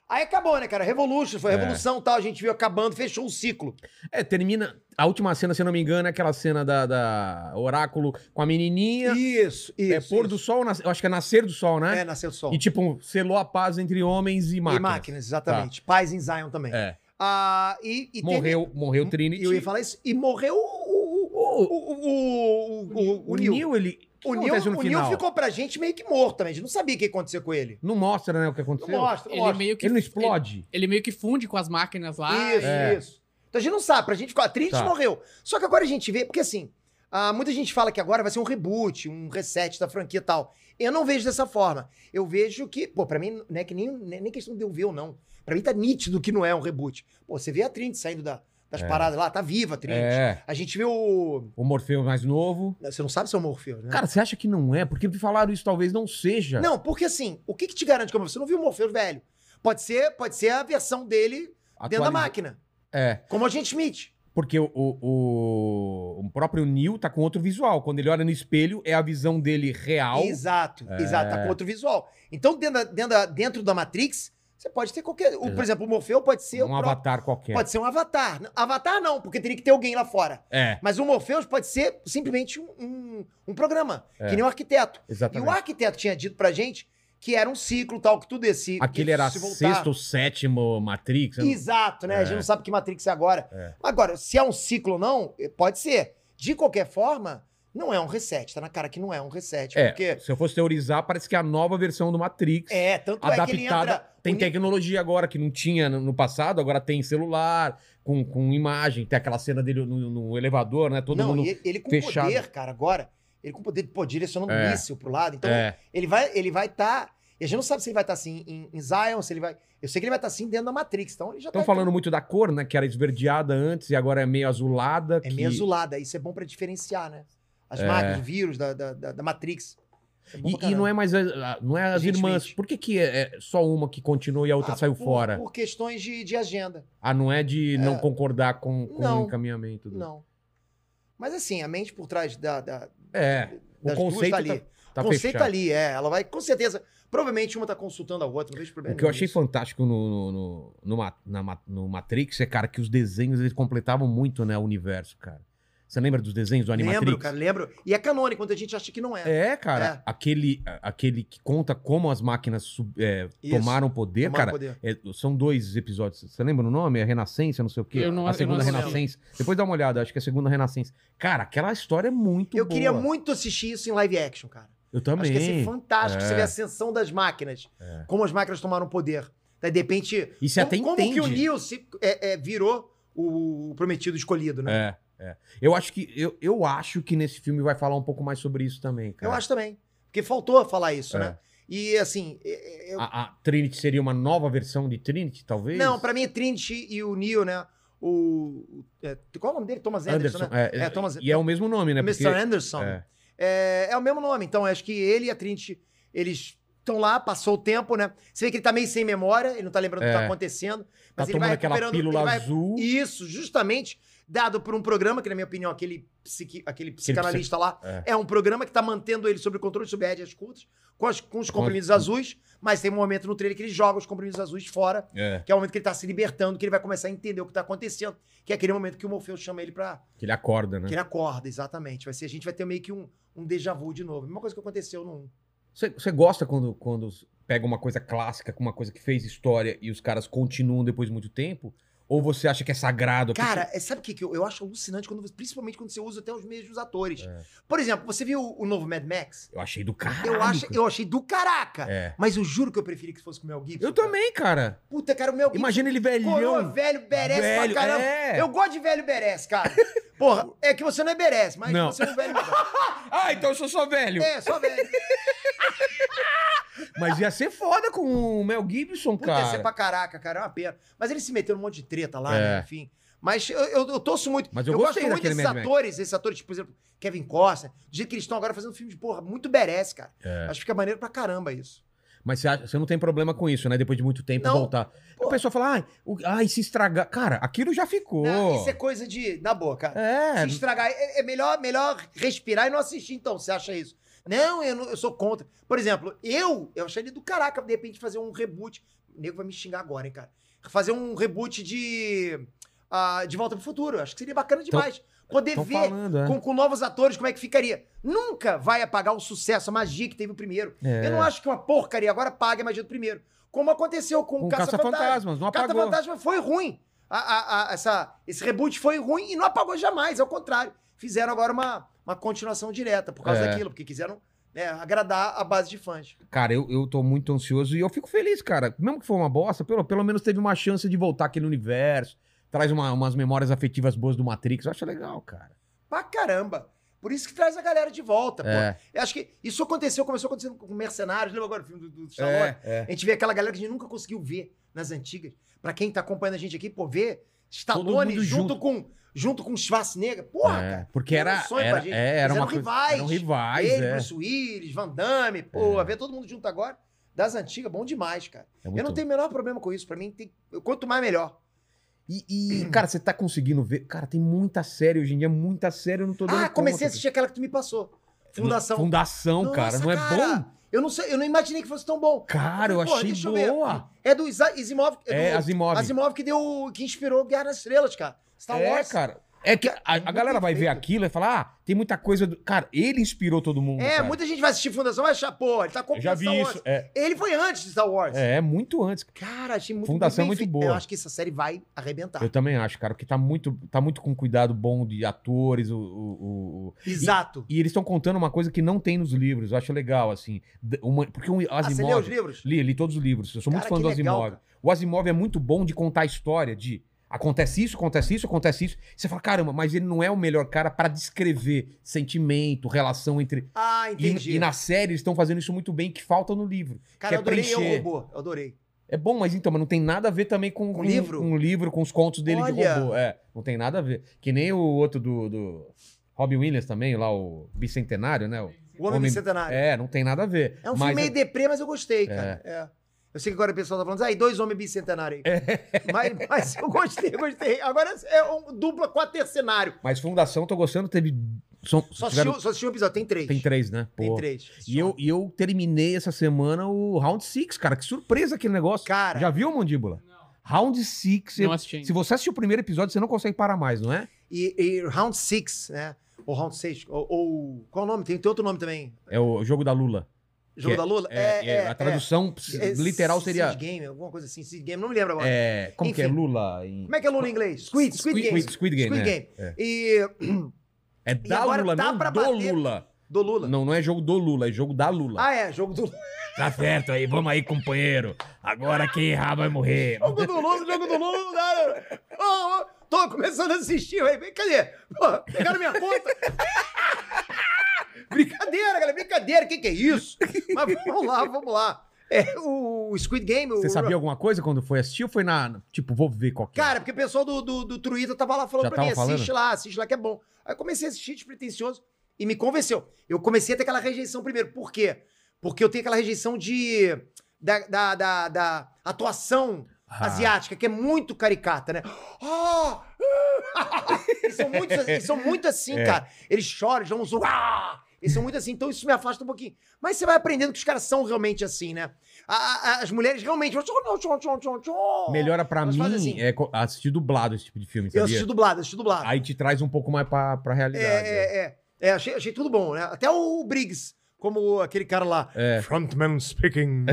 [SPEAKER 3] Aí acabou, né, cara? Revolution, foi
[SPEAKER 1] É.
[SPEAKER 3] revolução e tal. A gente viu acabando, fechou um ciclo.
[SPEAKER 1] É, termina. A última cena, se eu não me engano, é aquela cena da, da Oráculo com a menininha.
[SPEAKER 3] Isso, isso.
[SPEAKER 1] é pôr do sol, nas- eu acho que é nascer do sol, né?
[SPEAKER 3] É, nasceu o sol.
[SPEAKER 1] E tipo, selou a paz entre homens e máquinas. Tá.
[SPEAKER 3] E máquinas, exatamente. Paz em Zion também.
[SPEAKER 1] É.
[SPEAKER 3] Ah, e, e teve-
[SPEAKER 1] Morreu, morreu Trinity.
[SPEAKER 3] E eu ia falar isso. E morreu o. O, o, o, o, o,
[SPEAKER 1] O Neil, ele. O que
[SPEAKER 3] O Neil,
[SPEAKER 1] acontece no
[SPEAKER 3] o Neil
[SPEAKER 1] final?
[SPEAKER 3] ficou pra gente meio que morto também. A gente não sabia o que aconteceu com ele.
[SPEAKER 1] Não mostra, né, o que
[SPEAKER 3] Não
[SPEAKER 1] aconteceu.
[SPEAKER 3] mostra, não
[SPEAKER 2] Ele
[SPEAKER 3] mostra.
[SPEAKER 2] meio que
[SPEAKER 1] Ele não explode.
[SPEAKER 2] Ele, meio que funde com as máquinas lá.
[SPEAKER 3] Isso,
[SPEAKER 1] É.
[SPEAKER 3] isso. Então a gente não sabe. Pra gente ficou. A Trinity
[SPEAKER 1] Tá.
[SPEAKER 3] morreu. Só que agora a gente vê. Porque assim. ah, muita gente fala que agora vai ser um reboot, um reset da franquia e tal. Eu não vejo dessa forma. Eu vejo que. Pô, pra mim não é que nem, nem nem questão de eu ver ou não. Pra mim tá nítido que não é um reboot. Pô, você vê a Trinity saindo da- das paradas lá. Tá viva a Trinity.
[SPEAKER 1] É.
[SPEAKER 3] A gente vê o.
[SPEAKER 1] O Morfeu mais novo.
[SPEAKER 3] Você não sabe se é o Morpheus, né?
[SPEAKER 1] Cara, você acha que não é? Porque me falaram isso, talvez não seja.
[SPEAKER 3] Não, porque assim, o que, que te garante que é o Morpheus? Você não viu o Morpheus velho? Pode ser, pode ser a versão dele dentro da
[SPEAKER 1] Atualiza-
[SPEAKER 3] máquina.
[SPEAKER 1] É.
[SPEAKER 3] Como a gente Smith.
[SPEAKER 1] Porque o, o, o próprio Neil tá com outro visual. Quando ele olha no espelho, é a visão dele real.
[SPEAKER 3] Exato, exato.
[SPEAKER 1] É.
[SPEAKER 3] Tá com outro visual. Então, dentro da, dentro da, dentro da Matrix, você pode ter qualquer. o- por
[SPEAKER 1] Exato.
[SPEAKER 3] exemplo, o Morfeu pode ser
[SPEAKER 1] um
[SPEAKER 3] é o próprio-
[SPEAKER 1] avatar qualquer.
[SPEAKER 3] Pode ser um avatar. N- Avatar não, porque teria que ter alguém lá fora.
[SPEAKER 1] É,
[SPEAKER 3] Mas o Morpheus pode ser simplesmente um, um, um programa,
[SPEAKER 1] É.
[SPEAKER 3] que nem o arquiteto. E
[SPEAKER 1] exatamente.
[SPEAKER 3] o arquiteto tinha dito pra gente que era um ciclo tal, que tudo esse.
[SPEAKER 1] Aquele
[SPEAKER 3] isso
[SPEAKER 1] era
[SPEAKER 3] se voltar-
[SPEAKER 1] sexto ou sétimo Matrix. eu não-
[SPEAKER 3] Exato, né? A gente
[SPEAKER 1] É.
[SPEAKER 3] não sabe que Matrix é agora.
[SPEAKER 1] É.
[SPEAKER 3] Agora, se é um ciclo ou não, eh, pode ser. De qualquer forma, não é um reset. Tá na cara que não é um reset.
[SPEAKER 1] É,
[SPEAKER 3] Porque.
[SPEAKER 1] se eu fosse teorizar, parece que é a nova versão do Matrix.
[SPEAKER 3] É, tanto é que ele
[SPEAKER 1] adaptada.
[SPEAKER 3] entra.
[SPEAKER 1] Tem
[SPEAKER 3] o Ni-
[SPEAKER 1] tecnologia agora que não tinha no no passado, agora tem celular, com, com imagem, tem aquela cena dele no, no elevador, né? Todo
[SPEAKER 3] não,
[SPEAKER 1] mundo.
[SPEAKER 3] e ele, ele com
[SPEAKER 1] fechado.
[SPEAKER 3] poder, cara, agora. Ele com poder de pô, direcionando
[SPEAKER 1] É.
[SPEAKER 3] um míssil pro lado. Então,
[SPEAKER 1] É,
[SPEAKER 3] ele vai ele vai estar. e a gente não sabe se ele vai estar assim em, em Zion, se ele vai. Eu sei que ele vai estar assim dentro da Matrix. Então ele já
[SPEAKER 1] Estão
[SPEAKER 3] tá.
[SPEAKER 1] falando muito da cor, né? Que era esverdeada antes e agora é meio azulada.
[SPEAKER 3] É
[SPEAKER 1] que-
[SPEAKER 3] meio azulada. Isso é bom pra diferenciar, né? As
[SPEAKER 1] É.
[SPEAKER 3] máquinas, o vírus da, da, da- da Matrix. É bom pra
[SPEAKER 1] E, e
[SPEAKER 3] caramba.
[SPEAKER 1] não é mais. a- a- Não é as
[SPEAKER 3] Gente,
[SPEAKER 1] irmãs.
[SPEAKER 3] gente.
[SPEAKER 1] Por que, que é, é só uma que continuou e a outra
[SPEAKER 3] Ah,
[SPEAKER 1] saiu
[SPEAKER 3] por-
[SPEAKER 1] fora?
[SPEAKER 3] Por questões de, de agenda.
[SPEAKER 1] Ah, não é de não concordar com, com
[SPEAKER 3] Não.
[SPEAKER 1] o encaminhamento. do-
[SPEAKER 3] Não. Mas assim, a mente por trás da. da
[SPEAKER 1] É. O
[SPEAKER 3] das duas
[SPEAKER 1] conceito
[SPEAKER 3] tá ali.
[SPEAKER 1] tá, Tá
[SPEAKER 3] o conceito
[SPEAKER 1] fechado.
[SPEAKER 3] tá ali, é. Ela vai, com certeza. Provavelmente uma tá consultando a outra, não vejo problema.
[SPEAKER 1] O que eu
[SPEAKER 3] nenhum
[SPEAKER 1] achei
[SPEAKER 3] nisso.
[SPEAKER 1] fantástico no, no, no- no Ma- na Ma- no Matrix é, cara, que os desenhos eles completavam muito, né, o universo, cara. Você lembra dos desenhos do Animatrix?
[SPEAKER 3] Lembro, cara, lembro. E é canônico, muita gente acha que não é.
[SPEAKER 1] É, cara, Aquele, a- aquele que conta como as máquinas sub- é,
[SPEAKER 3] Isso.
[SPEAKER 1] tomaram poder,
[SPEAKER 3] Tomara um
[SPEAKER 1] cara.
[SPEAKER 3] poder.
[SPEAKER 1] É, são dois episódios. Você lembra o nome? É Renascença, não sei o quê.
[SPEAKER 2] Eu não- eu
[SPEAKER 1] a
[SPEAKER 2] não
[SPEAKER 1] segunda
[SPEAKER 2] assisti.
[SPEAKER 1] Renascença. Depois dá uma olhada, acho que é a segunda Renascença. Cara, aquela história é muito
[SPEAKER 3] Eu
[SPEAKER 1] boa.
[SPEAKER 3] queria muito assistir isso em live action, cara.
[SPEAKER 1] Eu também.
[SPEAKER 3] Acho que ia ser fantástico.
[SPEAKER 1] É.
[SPEAKER 3] Você vê a ascensão das máquinas.
[SPEAKER 1] É.
[SPEAKER 3] Como as máquinas tomaram poder. Daí, de repente,
[SPEAKER 1] E você
[SPEAKER 3] como,
[SPEAKER 1] até
[SPEAKER 3] como
[SPEAKER 1] entende.
[SPEAKER 3] que o Neo se, é, é, virou o prometido escolhido, né?
[SPEAKER 1] É, é. Eu acho que eu, eu acho que nesse filme vai falar um pouco mais sobre isso também, cara.
[SPEAKER 3] Eu acho também. Porque faltou falar isso,
[SPEAKER 1] É.
[SPEAKER 3] né? E, assim, é- é- eu-
[SPEAKER 1] A, a Trinity seria uma nova versão de Trinity, talvez?
[SPEAKER 3] não, pra mim, é Trinity e o Neo, né? O... o- é, qual é o nome dele? Thomas Anderson,
[SPEAKER 1] Anderson.
[SPEAKER 3] né?
[SPEAKER 1] É,
[SPEAKER 3] É, Thomas-
[SPEAKER 1] E é o mesmo nome, né?
[SPEAKER 3] Mr. Anderson.
[SPEAKER 1] É.
[SPEAKER 3] É, é o mesmo nome. Então, eu acho que ele e a Trinity, eles estão lá, passou o tempo, né? Você vê que ele tá meio sem memória, ele não tá lembrando o que
[SPEAKER 1] É.
[SPEAKER 3] tá acontecendo.
[SPEAKER 1] Tá
[SPEAKER 3] Mas ele
[SPEAKER 1] tomando
[SPEAKER 3] vai
[SPEAKER 1] aquela
[SPEAKER 3] recuperando...
[SPEAKER 1] pílula
[SPEAKER 3] ele vai-
[SPEAKER 1] azul.
[SPEAKER 3] Isso, justamente dado por um programa, que na minha opinião, aquele, psiqui- aquele psicanalista lá, é. um programa que tá mantendo ele sob controle, sob rédeas curtas, com, as- com os comprimidos azuis, mas tem um momento no trailer que ele joga os comprimidos azuis fora,
[SPEAKER 1] É.
[SPEAKER 3] que é o momento que ele tá se libertando, que ele vai começar a entender o que tá acontecendo, que é aquele momento que o Morfeu chama ele pra
[SPEAKER 1] Que ele acorda, né?
[SPEAKER 3] que ele acorda, exatamente. Vai ser, a gente vai ter meio que um, um déjà vu de novo. A mesma coisa que aconteceu no 1.
[SPEAKER 1] Você você gosta quando, quando pega uma coisa clássica com uma coisa que fez história e os caras continuam depois de muito tempo? Ou você acha que é sagrado? aquilo?
[SPEAKER 3] Cara, é, sabe o que, que eu, eu acho alucinante, quando, você- principalmente quando você usa até os mesmos atores. Por exemplo, você viu o, o novo Mad Max?
[SPEAKER 1] eu achei do É. caralho.
[SPEAKER 3] Eu, acho,
[SPEAKER 1] cara.
[SPEAKER 3] eu achei do caraca.
[SPEAKER 1] É.
[SPEAKER 3] Mas eu juro que eu preferi que fosse com o Mel Gibson.
[SPEAKER 1] Eu também, cara.
[SPEAKER 3] Cara. Puta, cara, o Mel Gibson.
[SPEAKER 1] Imagina ele velhão.
[SPEAKER 3] coroa, velho, berece
[SPEAKER 1] Velho,
[SPEAKER 3] pra caramba.
[SPEAKER 1] é.
[SPEAKER 3] Eu gosto de velho berece, cara. Porra, é que você não é berece, mas
[SPEAKER 1] Não.
[SPEAKER 3] você é um velho.
[SPEAKER 1] Ah, então eu sou só velho.
[SPEAKER 3] é, só velho.
[SPEAKER 1] Mas ia ser foda com o Mel Gibson,
[SPEAKER 3] Puta, ia ser
[SPEAKER 1] cara.
[SPEAKER 3] pra caraca, cara, é uma pena. Mas ele se meteu num monte de treta lá,
[SPEAKER 1] É.
[SPEAKER 3] né? Enfim. Mas eu, eu, eu torço muito.
[SPEAKER 1] Mas eu
[SPEAKER 3] gosto
[SPEAKER 1] gostei
[SPEAKER 3] muito
[SPEAKER 1] daquele
[SPEAKER 3] desses
[SPEAKER 1] Mad Max.
[SPEAKER 3] atores, esses atores, tipo, por exemplo, Kevin Costner, do jeito que eles estão agora fazendo filmes, porra, muito merece, cara.
[SPEAKER 1] É.
[SPEAKER 3] Acho que fica maneiro pra caramba isso.
[SPEAKER 1] Mas você, acha- você não tem problema com isso, né? Depois de muito tempo
[SPEAKER 3] Não.
[SPEAKER 1] voltar.
[SPEAKER 3] Pô.
[SPEAKER 1] A pessoa fala, ai, o- ai, se estragar. Cara, aquilo já ficou.
[SPEAKER 3] Né? Isso é coisa de. Na boa, cara.
[SPEAKER 1] É,
[SPEAKER 3] Se estragar. É, é melhor, melhor respirar e não assistir, então. Você acha isso? Não eu, não, eu sou contra. Por exemplo, eu, eu acharia do caraca, de repente, fazer um reboot. O nego vai me xingar agora, hein, cara. Fazer um reboot de. ah, de Volta pro Futuro. Acho que seria bacana demais. Poder
[SPEAKER 1] tão
[SPEAKER 3] ver
[SPEAKER 1] falando, é.
[SPEAKER 3] com, com novos atores como é que ficaria. Nunca vai apagar o sucesso, a magia que teve o primeiro.
[SPEAKER 1] É.
[SPEAKER 3] Eu não acho que uma porcaria agora pague a magia do primeiro. Como aconteceu com,
[SPEAKER 1] Com
[SPEAKER 3] o Caça-Fantasma.
[SPEAKER 1] Caça-Fantasmas, não
[SPEAKER 3] O
[SPEAKER 1] apagou.
[SPEAKER 3] Caça-Fantasma foi ruim. A- a- a- essa, esse reboot foi ruim e não apagou jamais, ao contrário. Fizeram agora uma, uma continuação direta por causa
[SPEAKER 1] É.
[SPEAKER 3] daquilo, porque quiseram né, agradar a base de fãs.
[SPEAKER 1] Cara, eu, eu tô muito ansioso e eu fico feliz, cara. Mesmo que for uma bosta, pelo, pelo menos teve uma chance de voltar aquele universo. Traz uma- umas memórias afetivas boas do Matrix. Eu acho legal, cara.
[SPEAKER 3] Pra caramba. Por isso que traz a galera de volta, pô.
[SPEAKER 1] É,
[SPEAKER 3] Eu acho que isso aconteceu, começou acontecendo com Mercenários, lembra agora o filme do, do Stallone?
[SPEAKER 1] é, é.
[SPEAKER 3] A gente vê aquela galera que a gente nunca conseguiu ver nas antigas. Pra quem tá acompanhando a gente aqui, pô, ver Stallone
[SPEAKER 1] mundo
[SPEAKER 3] junto,
[SPEAKER 1] junto.
[SPEAKER 3] com junto com Schwarzenegger. Porra,
[SPEAKER 1] É,
[SPEAKER 3] cara.
[SPEAKER 1] Porque era,
[SPEAKER 3] Era um sonho pra
[SPEAKER 1] era,
[SPEAKER 3] gente.
[SPEAKER 1] é, era uma
[SPEAKER 3] Eles eram
[SPEAKER 1] coisa-
[SPEAKER 3] rivais.
[SPEAKER 1] Eram rivais,
[SPEAKER 3] Ele,
[SPEAKER 1] é.
[SPEAKER 3] Bruce Willis, Van Damme, pô,
[SPEAKER 1] É.
[SPEAKER 3] ver todo mundo junto agora das antigas, bom demais, cara.
[SPEAKER 1] É
[SPEAKER 3] Eu não
[SPEAKER 1] muito-
[SPEAKER 3] tenho o menor problema com isso. Pra mim, tem... quanto mais melhor.
[SPEAKER 1] E, e, cara, você tá conseguindo ver? Cara, tem muita série hoje em dia, muita série, eu não tô dando
[SPEAKER 3] Ah, comecei a
[SPEAKER 1] conta,
[SPEAKER 3] assistir aquela que tu me passou.
[SPEAKER 1] cara.
[SPEAKER 3] Fundação.
[SPEAKER 1] Fundação, cara,
[SPEAKER 3] Nossa,
[SPEAKER 1] não é
[SPEAKER 3] cara,
[SPEAKER 1] bom?
[SPEAKER 3] Eu não sei, eu não imaginei que fosse tão bom.
[SPEAKER 1] Cara, eu
[SPEAKER 3] Pô,
[SPEAKER 1] achei
[SPEAKER 3] deixa eu ver.
[SPEAKER 1] boa.
[SPEAKER 3] É do Isa- Isimov,
[SPEAKER 1] É,
[SPEAKER 3] do-
[SPEAKER 1] as imóveis.
[SPEAKER 3] Asimov que deu, que inspirou Guerra nas Estrelas, cara. Star
[SPEAKER 1] É,
[SPEAKER 3] Wars.
[SPEAKER 1] cara. É que a, a
[SPEAKER 3] muito
[SPEAKER 1] galera vai
[SPEAKER 3] bem
[SPEAKER 1] ver
[SPEAKER 3] feito.
[SPEAKER 1] aquilo e falar, ah, tem muita coisa. do- Cara, ele inspirou todo mundo.
[SPEAKER 3] É,
[SPEAKER 1] cara.
[SPEAKER 3] muita gente vai assistir Fundação, vai achar, pô, ele tá
[SPEAKER 1] Eu
[SPEAKER 3] copiando
[SPEAKER 1] já vi
[SPEAKER 3] Star
[SPEAKER 1] isso.
[SPEAKER 3] Wars.
[SPEAKER 1] É,
[SPEAKER 3] Ele foi antes de Star Wars.
[SPEAKER 1] é, muito antes.
[SPEAKER 3] Cara, achei muito
[SPEAKER 1] Fundação
[SPEAKER 3] bem
[SPEAKER 1] é muito
[SPEAKER 3] feito.
[SPEAKER 1] boa.
[SPEAKER 3] Eu acho que essa série vai arrebentar.
[SPEAKER 1] Eu também acho, cara, porque tá muito, tá muito com cuidado bom de atores. O, o- o- o-
[SPEAKER 3] Exato.
[SPEAKER 1] E eles estão contando uma coisa que não tem nos livros. Eu acho legal, assim. D- uma- Porque o
[SPEAKER 3] Ah, você leu os
[SPEAKER 1] Asimov.
[SPEAKER 3] livros?
[SPEAKER 1] Li, li todos os livros. Eu sou muito
[SPEAKER 3] Cara,
[SPEAKER 1] fã
[SPEAKER 3] que
[SPEAKER 1] do
[SPEAKER 3] legal,
[SPEAKER 1] Asimov.
[SPEAKER 3] cara.
[SPEAKER 1] O Asimov é muito bom de contar a história de acontece isso, acontece isso, acontece isso. Você fala, caramba, mas ele não é o melhor cara pra descrever sentimento, relação entre.
[SPEAKER 3] Ah, entendi.
[SPEAKER 1] E, e na série eles estão fazendo isso muito bem, que falta no livro.
[SPEAKER 3] Cara,
[SPEAKER 1] que é
[SPEAKER 3] eu adorei Eu,
[SPEAKER 1] preencher.
[SPEAKER 3] Robô. Eu adorei.
[SPEAKER 1] É bom, mas então, mas não tem nada a ver também com,
[SPEAKER 3] Com livro?
[SPEAKER 1] com o livro, com os contos dele
[SPEAKER 3] Olha!
[SPEAKER 1] de robô. É, não tem nada a ver. Que nem o outro do, do Robin Williams também, lá o Bicentenário, né? O-
[SPEAKER 3] O Homem
[SPEAKER 1] Homem-
[SPEAKER 3] Bicentenário. É,
[SPEAKER 1] É, não tem nada a ver.
[SPEAKER 3] um
[SPEAKER 1] Mas
[SPEAKER 3] filme meio
[SPEAKER 1] é-
[SPEAKER 3] deprê, mas eu gostei, cara. É. Eu sei que agora o pessoal tá falando, ah, e dois homens bicentenários aí. Mas, mas eu gostei, eu gostei. Agora é um dupla quatercenário.
[SPEAKER 1] Mas Fundação, tô gostando, teve São,
[SPEAKER 3] Só
[SPEAKER 1] tiveram-
[SPEAKER 3] assistiu, só assistiu um episódio, tem três.
[SPEAKER 1] Tem três, né?
[SPEAKER 3] Tem
[SPEAKER 1] Pô.
[SPEAKER 3] três.
[SPEAKER 1] E eu, e eu terminei essa semana o Round six cara. Que surpresa aquele negócio.
[SPEAKER 3] Cara,
[SPEAKER 1] Já viu, Mandíbula? Round six
[SPEAKER 2] Não
[SPEAKER 1] eu-
[SPEAKER 2] assisti ainda.
[SPEAKER 1] Se você assistir o primeiro episódio, você não consegue parar mais, não é?
[SPEAKER 3] e, e Round six né? Ou Round seis ou, ou- Qual o nome? Tem, tem outro nome também.
[SPEAKER 1] É o jogo da Lula.
[SPEAKER 3] Jogo
[SPEAKER 1] é-
[SPEAKER 3] da Lula?
[SPEAKER 1] É, é, a tradução
[SPEAKER 3] é.
[SPEAKER 1] ps-
[SPEAKER 3] É
[SPEAKER 1] literal seria.
[SPEAKER 3] Seed Game, alguma coisa assim. Seed Game, não me lembro agora.
[SPEAKER 1] É, como que é
[SPEAKER 3] Enfim.
[SPEAKER 1] Lula? Em...
[SPEAKER 3] Como é que é Lula em inglês? Squid, Squid, Game.
[SPEAKER 1] Squid, Squid Game.
[SPEAKER 3] Squid
[SPEAKER 1] né?
[SPEAKER 3] Game. E
[SPEAKER 1] É da
[SPEAKER 3] agora
[SPEAKER 1] Lula,
[SPEAKER 3] dá
[SPEAKER 1] não
[SPEAKER 3] pra
[SPEAKER 1] do
[SPEAKER 3] bater-
[SPEAKER 1] Lula.
[SPEAKER 3] do Lula.
[SPEAKER 1] Não, não é jogo do Lula, é jogo da Lula.
[SPEAKER 3] Ah, é, jogo do Lula.
[SPEAKER 1] Tá certo aí, vamos aí, companheiro. Agora quem errar vai morrer.
[SPEAKER 3] Jogo do Lula, jogo do Lula, não dá, né? Ô, ô, Tô começando a assistir, aí. Cadê? Pô, pegaram minha conta. brincadeira, galera, brincadeira. O que, que é isso? Mas vamos lá, vamos lá. É o Squid Game.
[SPEAKER 1] Você
[SPEAKER 3] o...
[SPEAKER 1] sabia alguma coisa quando foi assistir ou foi na. Tipo, vou ver qual que é?
[SPEAKER 3] Cara, porque o pessoal do, do, do Truíta tava lá falando
[SPEAKER 1] Já
[SPEAKER 3] pra mim,
[SPEAKER 1] tava
[SPEAKER 3] assiste lá, assiste lá que é bom. Aí eu comecei a assistir despretensioso e me convenceu. Eu comecei a ter aquela rejeição primeiro. Por quê? Porque eu tenho aquela rejeição de... Da, da, da, da atuação
[SPEAKER 1] Ah,
[SPEAKER 3] asiática, que é muito caricata, né? Ah! ah. eles, são muito, eles são muito assim,
[SPEAKER 1] É.
[SPEAKER 3] cara. Eles choram, eles vão zoar. Ah! Eles são muito assim, então isso me afasta um pouquinho. Mas você vai aprendendo que os caras são realmente assim, né? A- a- as mulheres realmente. vão tchom, tchom, tchom, tchom, tchom.
[SPEAKER 1] Melhora pra
[SPEAKER 3] Elas
[SPEAKER 1] mim
[SPEAKER 3] fazem assim.
[SPEAKER 1] é co- assistir dublado esse tipo de filme,
[SPEAKER 3] Eu
[SPEAKER 1] sabia?
[SPEAKER 3] assisti dublado, assisti dublado.
[SPEAKER 1] Aí te traz um pouco mais pra, pra
[SPEAKER 3] é,
[SPEAKER 1] realidade. né?
[SPEAKER 3] é, é. É, achei, achei tudo bom, né? Até o Briggs, como aquele cara lá.
[SPEAKER 1] É.
[SPEAKER 3] Frontman speaking.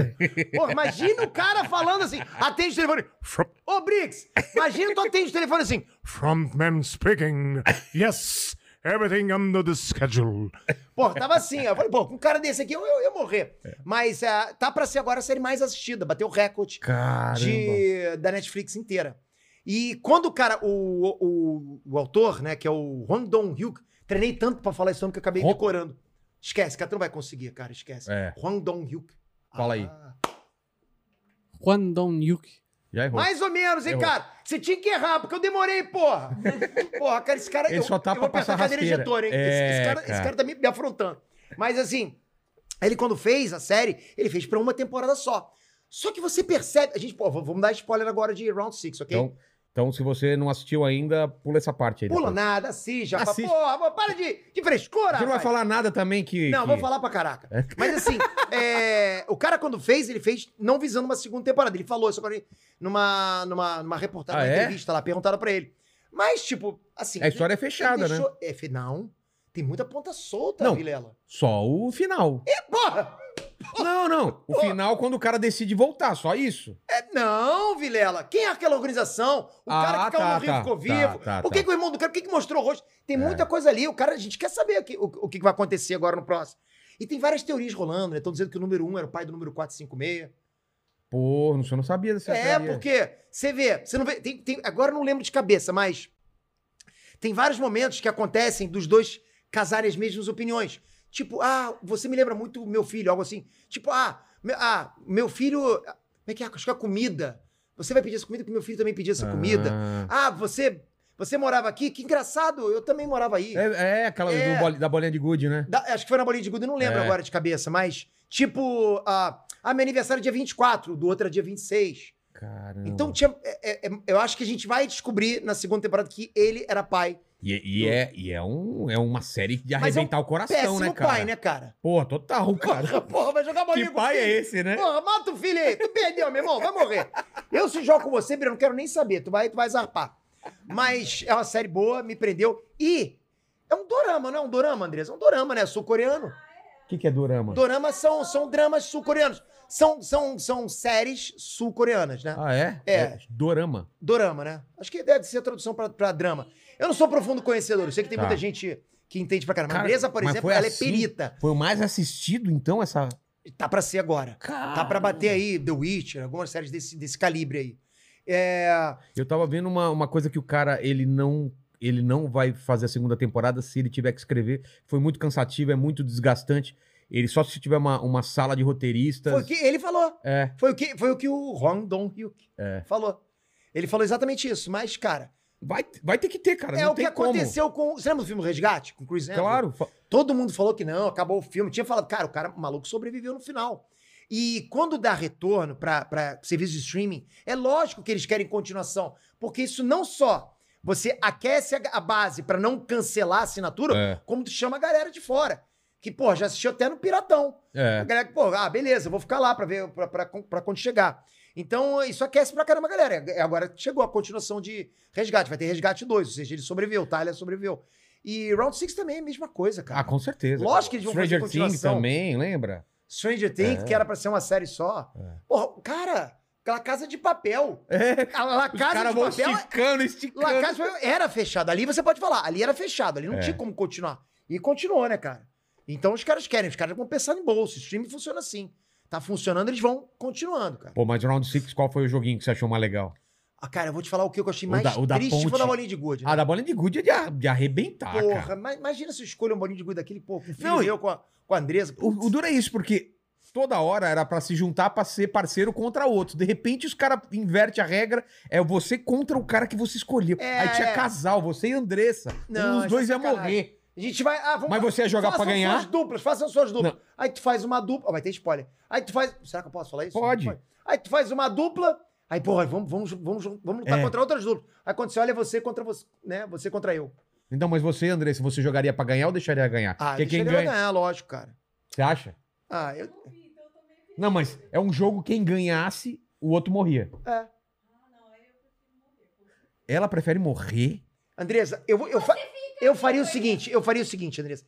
[SPEAKER 3] Pô, imagina o cara falando assim, atende o telefone. "Fro- Ô, Briggs, imagina tu atende o telefone assim.
[SPEAKER 4] Frontman speaking. Yes, everything under the schedule.
[SPEAKER 3] Pô, tava assim. Eu falei, pô, com um cara desse aqui eu eu ia morrer. Mas é, tá pra ser agora a série mais assistida. Bateu o recorde
[SPEAKER 1] Caramba.
[SPEAKER 3] de, da Netflix inteira. E quando o cara, o, o, o autor, né, que é o Hong Dong-hyuk, treinei tanto pra falar esse nome que eu acabei
[SPEAKER 1] Hong-
[SPEAKER 3] decorando. Esquece, cara, tu não vai conseguir, cara, esquece.
[SPEAKER 1] É.
[SPEAKER 3] Hong Dong-hyuk. Ah,
[SPEAKER 1] Fala aí.
[SPEAKER 2] Juan Dong Yuk.
[SPEAKER 1] Já errou.
[SPEAKER 3] Mais ou menos, hein,
[SPEAKER 1] Errou.
[SPEAKER 3] cara? Você tinha que errar, porque eu demorei, porra. porra, cara, esse cara.
[SPEAKER 1] Ele
[SPEAKER 3] eu,
[SPEAKER 1] só tá
[SPEAKER 3] eu vou
[SPEAKER 1] pra
[SPEAKER 3] apertar
[SPEAKER 1] passar
[SPEAKER 3] a cadeira
[SPEAKER 1] rasteira.
[SPEAKER 3] injetora, hein?
[SPEAKER 1] É,
[SPEAKER 3] esse, esse cara, esse
[SPEAKER 1] cara.
[SPEAKER 3] cara tá me, me afrontando. Mas assim, ele quando fez a série, ele fez pra uma temporada só. Só que você percebe. A gente, pô, v- vamos dar spoiler agora de Round six ok?
[SPEAKER 1] Então, então, se você não assistiu ainda, pula essa parte aí.
[SPEAKER 3] Pula
[SPEAKER 1] depois.
[SPEAKER 3] nada, assiste, já
[SPEAKER 1] Assiste.
[SPEAKER 3] porra, pô, para de, de frescura.
[SPEAKER 1] Você não vai
[SPEAKER 3] rapaz.
[SPEAKER 1] falar nada também que.
[SPEAKER 3] Não,
[SPEAKER 1] que-
[SPEAKER 3] vou falar pra caraca. Mas assim, é, o cara quando fez, ele fez não visando uma segunda temporada. Ele falou isso agora em- numa, numa, numa reportagem,
[SPEAKER 1] Ah,
[SPEAKER 3] numa
[SPEAKER 1] é?
[SPEAKER 3] entrevista lá, perguntaram pra ele. Mas, tipo, assim.
[SPEAKER 1] A história é
[SPEAKER 3] ele
[SPEAKER 1] fechada, né?
[SPEAKER 3] deixou- é, fe- não, tem muita ponta solta,
[SPEAKER 1] Não.
[SPEAKER 3] Vilela.
[SPEAKER 1] Só o final.
[SPEAKER 3] É, porra!
[SPEAKER 1] Não, não. O
[SPEAKER 3] Pô.
[SPEAKER 1] final, quando o cara decide voltar, só isso.
[SPEAKER 3] É, não, Vilela. Quem é aquela organização? O cara
[SPEAKER 1] Ah,
[SPEAKER 3] que caiu
[SPEAKER 1] tá,
[SPEAKER 3] no Rio
[SPEAKER 1] tá,
[SPEAKER 3] ficou
[SPEAKER 1] tá,
[SPEAKER 3] vivo.
[SPEAKER 1] tá,
[SPEAKER 3] Por que,
[SPEAKER 1] tá.
[SPEAKER 3] que o irmão do cara? Por que, que mostrou o rosto? Tem
[SPEAKER 1] É.
[SPEAKER 3] muita coisa ali. O cara, a gente quer saber o que, o, o que vai acontecer agora no próximo. E tem várias teorias rolando, né? Estão dizendo que o número 1 um era o pai do número 456.
[SPEAKER 1] Pô, não, eu não sabia dessa
[SPEAKER 3] É,
[SPEAKER 1] teoria.
[SPEAKER 3] porque você vê, você não vê. tem- tem- agora eu não lembro de cabeça, mas tem vários momentos que acontecem dos dois casarem as mesmas opiniões. Tipo, ah, você me lembra muito meu filho, algo assim. Tipo, ah, meu, ah, meu filho. Como é que é? Acho que é a comida. Você vai pedir essa comida porque meu filho também pediu essa comida.
[SPEAKER 1] Ah.
[SPEAKER 3] Ah, você, você morava aqui? Que engraçado, eu também morava aí.
[SPEAKER 1] É, é aquela do
[SPEAKER 3] É.
[SPEAKER 1] boli- da bolinha de gude, né?
[SPEAKER 3] Da- acho que foi na bolinha de gude, eu não lembro
[SPEAKER 1] É.
[SPEAKER 3] agora de cabeça, mas tipo, ah, ah, meu aniversário é dia 24, do outro é dia 26.
[SPEAKER 1] Caramba.
[SPEAKER 3] Então, tinha- é- é- é- eu acho que a gente vai descobrir na segunda temporada que ele era pai.
[SPEAKER 1] E, e é, e é, um, é uma série de
[SPEAKER 3] Mas é um
[SPEAKER 1] arrebentar o coração,
[SPEAKER 3] Péssimo
[SPEAKER 1] né, cara?
[SPEAKER 3] pai, né, cara?
[SPEAKER 1] Porra, total, cara.
[SPEAKER 3] Porra, porra, vai jogar bolinha
[SPEAKER 1] que pai é esse, né?
[SPEAKER 3] Porra, mata o filho aí. Tu perdeu, meu irmão, vai morrer. Eu se jogo com você, Breno, não quero nem saber. Tu vai, tu vai zarpar. Mas é uma série boa, me prendeu. E é um dorama, não é um dorama, Andressa? É um dorama, né? Sul-coreano.
[SPEAKER 1] O que, que é dorama?
[SPEAKER 3] Doramas são, são dramas sul-coreanos. São, são, são séries sul-coreanas, né?
[SPEAKER 1] Ah, é?
[SPEAKER 3] É.
[SPEAKER 1] Dorama.
[SPEAKER 3] Dorama, né? Acho que deve ser a tradução pra, pra drama. Eu não sou profundo conhecedor, eu sei que tem
[SPEAKER 1] Tá.
[SPEAKER 3] muita gente que entende pra caramba. A
[SPEAKER 1] Cara,
[SPEAKER 3] Andresa, por
[SPEAKER 1] mas
[SPEAKER 3] exemplo,
[SPEAKER 1] foi
[SPEAKER 3] ela
[SPEAKER 1] assim?
[SPEAKER 3] é perita.
[SPEAKER 1] Foi o mais assistido, então, essa.
[SPEAKER 3] Tá pra ser agora.
[SPEAKER 1] Cara.
[SPEAKER 3] Tá pra bater aí The Witcher, algumas séries desse, desse calibre aí. É,
[SPEAKER 1] Eu tava vendo uma, uma coisa que o cara, ele não. Ele não vai fazer a segunda temporada se ele tiver que escrever. Foi muito cansativo, é muito desgastante. Ele só se tiver uma, uma sala de roteiristas.
[SPEAKER 3] foi o que ele falou.
[SPEAKER 1] Tá. É.
[SPEAKER 3] Foi o que, foi o, que o Hong Dong-hyuk falou. Ele falou exatamente isso, mas, cara,
[SPEAKER 1] Vai, vai ter que ter, cara.
[SPEAKER 3] é
[SPEAKER 1] não
[SPEAKER 3] o que
[SPEAKER 1] tem como.
[SPEAKER 3] aconteceu né? com. Você lembra do filme Resgate? Com Chris Evans?
[SPEAKER 1] Claro. fa-
[SPEAKER 3] Todo mundo falou que não, acabou o filme. Tinha falado, cara, o cara o maluco sobreviveu no final. E quando dá retorno para serviço de streaming, é lógico que eles querem continuação, porque isso não só Você aquece a, a base pra não cancelar a assinatura,
[SPEAKER 1] É.
[SPEAKER 3] como tu chama a galera de fora. Que, pô, já assistiu até no Piratão. A
[SPEAKER 1] É.
[SPEAKER 3] galera, pô, ah, beleza, eu vou ficar lá pra ver, pra, pra, pra quando chegar. Então, isso aquece pra caramba, a galera. É, Agora chegou a continuação de Resgate, vai ter Resgate 2, ou seja, ele sobreviveu, o Tyler sobreviveu. E Round 6 também é a mesma coisa, cara.
[SPEAKER 1] Ah, com certeza.
[SPEAKER 3] Lógico que eles vão fazer
[SPEAKER 1] Stranger Things
[SPEAKER 3] continuação.
[SPEAKER 1] também, lembra?
[SPEAKER 3] Stranger
[SPEAKER 1] É.
[SPEAKER 3] Things, que era pra ser uma série só.
[SPEAKER 1] É.
[SPEAKER 3] Porra, cara, La Casa de Papel.
[SPEAKER 1] É.
[SPEAKER 3] A La
[SPEAKER 1] Os
[SPEAKER 3] Casa
[SPEAKER 1] caras
[SPEAKER 3] de
[SPEAKER 1] vão
[SPEAKER 3] Papel... é-
[SPEAKER 1] esticando,
[SPEAKER 3] La
[SPEAKER 1] esticando.
[SPEAKER 3] Casa de Papel era fechada. Ali você pode falar, ali era fechado, ali não
[SPEAKER 1] É.
[SPEAKER 3] tinha como continuar. E continuou, né, cara? Então os caras querem, os caras vão pensar em bolso. O streaming funciona assim. Tá funcionando, eles vão continuando, cara.
[SPEAKER 1] Pô, mas Round 6, qual foi o joguinho que você achou mais legal?
[SPEAKER 3] Ah, cara, eu vou te falar o que eu achei
[SPEAKER 1] O
[SPEAKER 3] mais
[SPEAKER 1] da- o da
[SPEAKER 3] triste foi
[SPEAKER 1] ponte.
[SPEAKER 3] da bolinha de gude. né?
[SPEAKER 1] Ah, da bolinha de gude é de, ar- de arrebentar,
[SPEAKER 3] Porra,
[SPEAKER 1] cara.
[SPEAKER 3] ma- imagina se eu escolho um bolinho de gude daquele, pô, com o filho
[SPEAKER 1] Não, e-
[SPEAKER 3] meu, com a, com a Andresa.
[SPEAKER 1] O, o duro é isso, porque toda hora era pra se juntar pra ser parceiro contra outro. De repente, os caras invertem a regra, é você contra o cara que você escolheu.
[SPEAKER 3] É,
[SPEAKER 1] Aí tinha
[SPEAKER 3] é.
[SPEAKER 1] casal, você e Andressa.
[SPEAKER 3] Não,
[SPEAKER 1] um dos
[SPEAKER 3] isso
[SPEAKER 1] dois
[SPEAKER 3] é
[SPEAKER 1] ia
[SPEAKER 3] sacanagem.
[SPEAKER 1] morrer.
[SPEAKER 3] A gente vai. Ah, vamos
[SPEAKER 1] Mas você ia jogar pra
[SPEAKER 3] façam
[SPEAKER 1] ganhar?
[SPEAKER 3] suas duplas, façam suas duplas. Aí tu faz uma dupla. Ah, vai ter spoiler. Aí tu faz. Será que eu posso falar isso?
[SPEAKER 1] Pode.
[SPEAKER 3] Aí tu faz uma dupla. Aí, porra, vamos, vamos, vamos, vamos lutar
[SPEAKER 1] É.
[SPEAKER 3] contra outras duplas. Aí quando você olha, é você contra você, né? Você contra eu.
[SPEAKER 1] Então, mas você, Andressa, você jogaria pra ganhar ou deixaria ganhar?
[SPEAKER 3] Ah,
[SPEAKER 1] Porque
[SPEAKER 3] deixa
[SPEAKER 1] quem
[SPEAKER 3] ele
[SPEAKER 1] ganha.
[SPEAKER 3] ganhar, lógico, cara.
[SPEAKER 1] Você acha?
[SPEAKER 3] Ah, eu.
[SPEAKER 1] Não, mas é um jogo quem ganhasse, o outro morria.
[SPEAKER 3] É.
[SPEAKER 1] Ela prefere morrer?
[SPEAKER 3] Andresa, eu, vou- eu, fa- eu faria o seguinte, eu faria o seguinte, Andresa.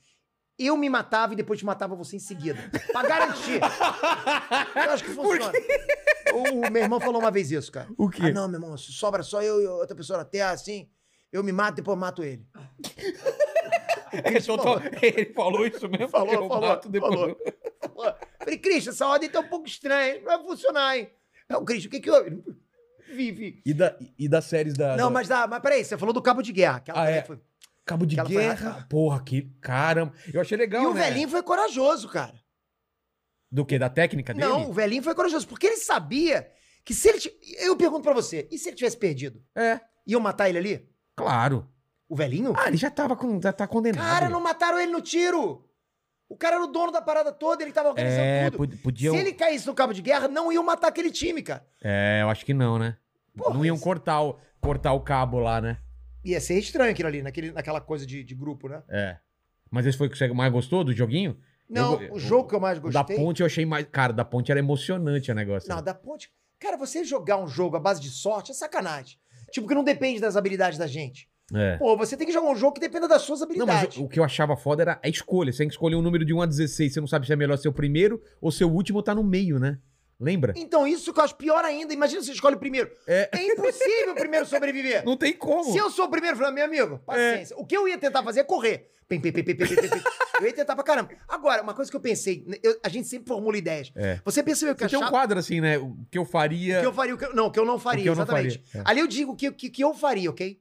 [SPEAKER 3] Eu me matava e depois te matava você em seguida. Pra garantir. Eu acho que funciona. O, o meu irmão falou uma vez isso, cara.
[SPEAKER 1] O quê?
[SPEAKER 3] Ah, não, meu irmão, se sobra só eu e outra pessoa na terra, assim, eu me mato e depois eu mato ele.
[SPEAKER 1] Ele, soltou- ele falou isso mesmo?
[SPEAKER 3] Então, Falou,
[SPEAKER 1] Eu
[SPEAKER 3] falou,
[SPEAKER 1] mato depois.
[SPEAKER 3] falou. Falei, Cristo, essa ordem tá um pouco estranha, hein? vai funcionar, hein? Não, Cristo, o que que houve? Vi, vi.
[SPEAKER 1] E, da, e das séries da...
[SPEAKER 3] Não,
[SPEAKER 1] da-
[SPEAKER 3] mas, dá, mas peraí, você falou do cabo de guerra. Aquela
[SPEAKER 1] Tá, Ah,
[SPEAKER 3] mulher
[SPEAKER 1] é.
[SPEAKER 3] foi-
[SPEAKER 1] Cabo de
[SPEAKER 3] Aquela foi
[SPEAKER 1] Guerra.
[SPEAKER 3] racada.
[SPEAKER 1] Porra, que caramba. Eu achei legal,
[SPEAKER 3] e o
[SPEAKER 1] né?
[SPEAKER 3] velhinho foi corajoso, cara.
[SPEAKER 1] Do quê? Da técnica É dele?
[SPEAKER 3] Não, o velhinho foi corajoso, porque ele sabia que se ele. ti- Eu pergunto pra você, e se ele tivesse perdido?
[SPEAKER 1] É,
[SPEAKER 3] Iam matar ele ali?
[SPEAKER 1] claro.
[SPEAKER 3] O velhinho?
[SPEAKER 1] Ah, ele já tava com... Já tá condenado.
[SPEAKER 3] cara, não mataram ele no tiro! O cara era o dono da parada toda, ele tava organizando
[SPEAKER 1] É,
[SPEAKER 3] tudo.
[SPEAKER 1] pod- podiam...
[SPEAKER 3] Se ele caísse no cabo de guerra, não iam matar aquele time, cara.
[SPEAKER 1] É, eu acho que não, né?
[SPEAKER 3] Porra,
[SPEAKER 1] não iam
[SPEAKER 3] isso-
[SPEAKER 1] cortar o, cortar o cabo lá, né?
[SPEAKER 3] Ia ser estranho aquilo ali, naquele, naquela coisa de, de grupo, né?
[SPEAKER 1] É. Mas esse foi o que você mais gostou do joguinho?
[SPEAKER 3] Não,
[SPEAKER 1] Eu-
[SPEAKER 3] o jogo que eu mais
[SPEAKER 1] O Da
[SPEAKER 3] gostei.
[SPEAKER 1] ponte eu achei mais... Cara, da ponte era emocionante o negócio. né?
[SPEAKER 3] Não, da ponte. Cara, você jogar um jogo à base de sorte é sacanagem. Tipo, que não depende das habilidades da gente.
[SPEAKER 1] É.
[SPEAKER 3] Pô, você tem que jogar um jogo que dependa das suas
[SPEAKER 1] Não,
[SPEAKER 3] habilidades.
[SPEAKER 1] mas o, o que eu achava foda era a escolha. Você tem que escolher um número de 1 a 16. Você não sabe se é melhor ser o primeiro ou ser o último ou tá no meio, né? Lembra?
[SPEAKER 3] Então, isso que eu acho pior ainda. Imagina se você escolhe o primeiro.
[SPEAKER 1] É.
[SPEAKER 3] É, impossível o primeiro sobreviver.
[SPEAKER 1] Não É. tem como.
[SPEAKER 3] Se eu sou o primeiro, eu falo, meu amigo, paciência. O que eu ia tentar fazer é correr. Pim, pim, pim, pim, pim, pim, pim, pim. Eu ia tentar pra caramba. Agora, uma coisa que eu pensei, né, eu- a gente sempre formula ideias.
[SPEAKER 1] É.
[SPEAKER 3] Você percebeu que
[SPEAKER 1] Você
[SPEAKER 3] a
[SPEAKER 1] tem um
[SPEAKER 3] chapa-
[SPEAKER 1] quadro assim, né? O que eu faria.
[SPEAKER 3] o que eu faria, o que eu, não, o que eu não faria,
[SPEAKER 1] O que eu não
[SPEAKER 3] exatamente.
[SPEAKER 1] faria, é.
[SPEAKER 3] Ali eu digo o que, que, que eu faria, ok?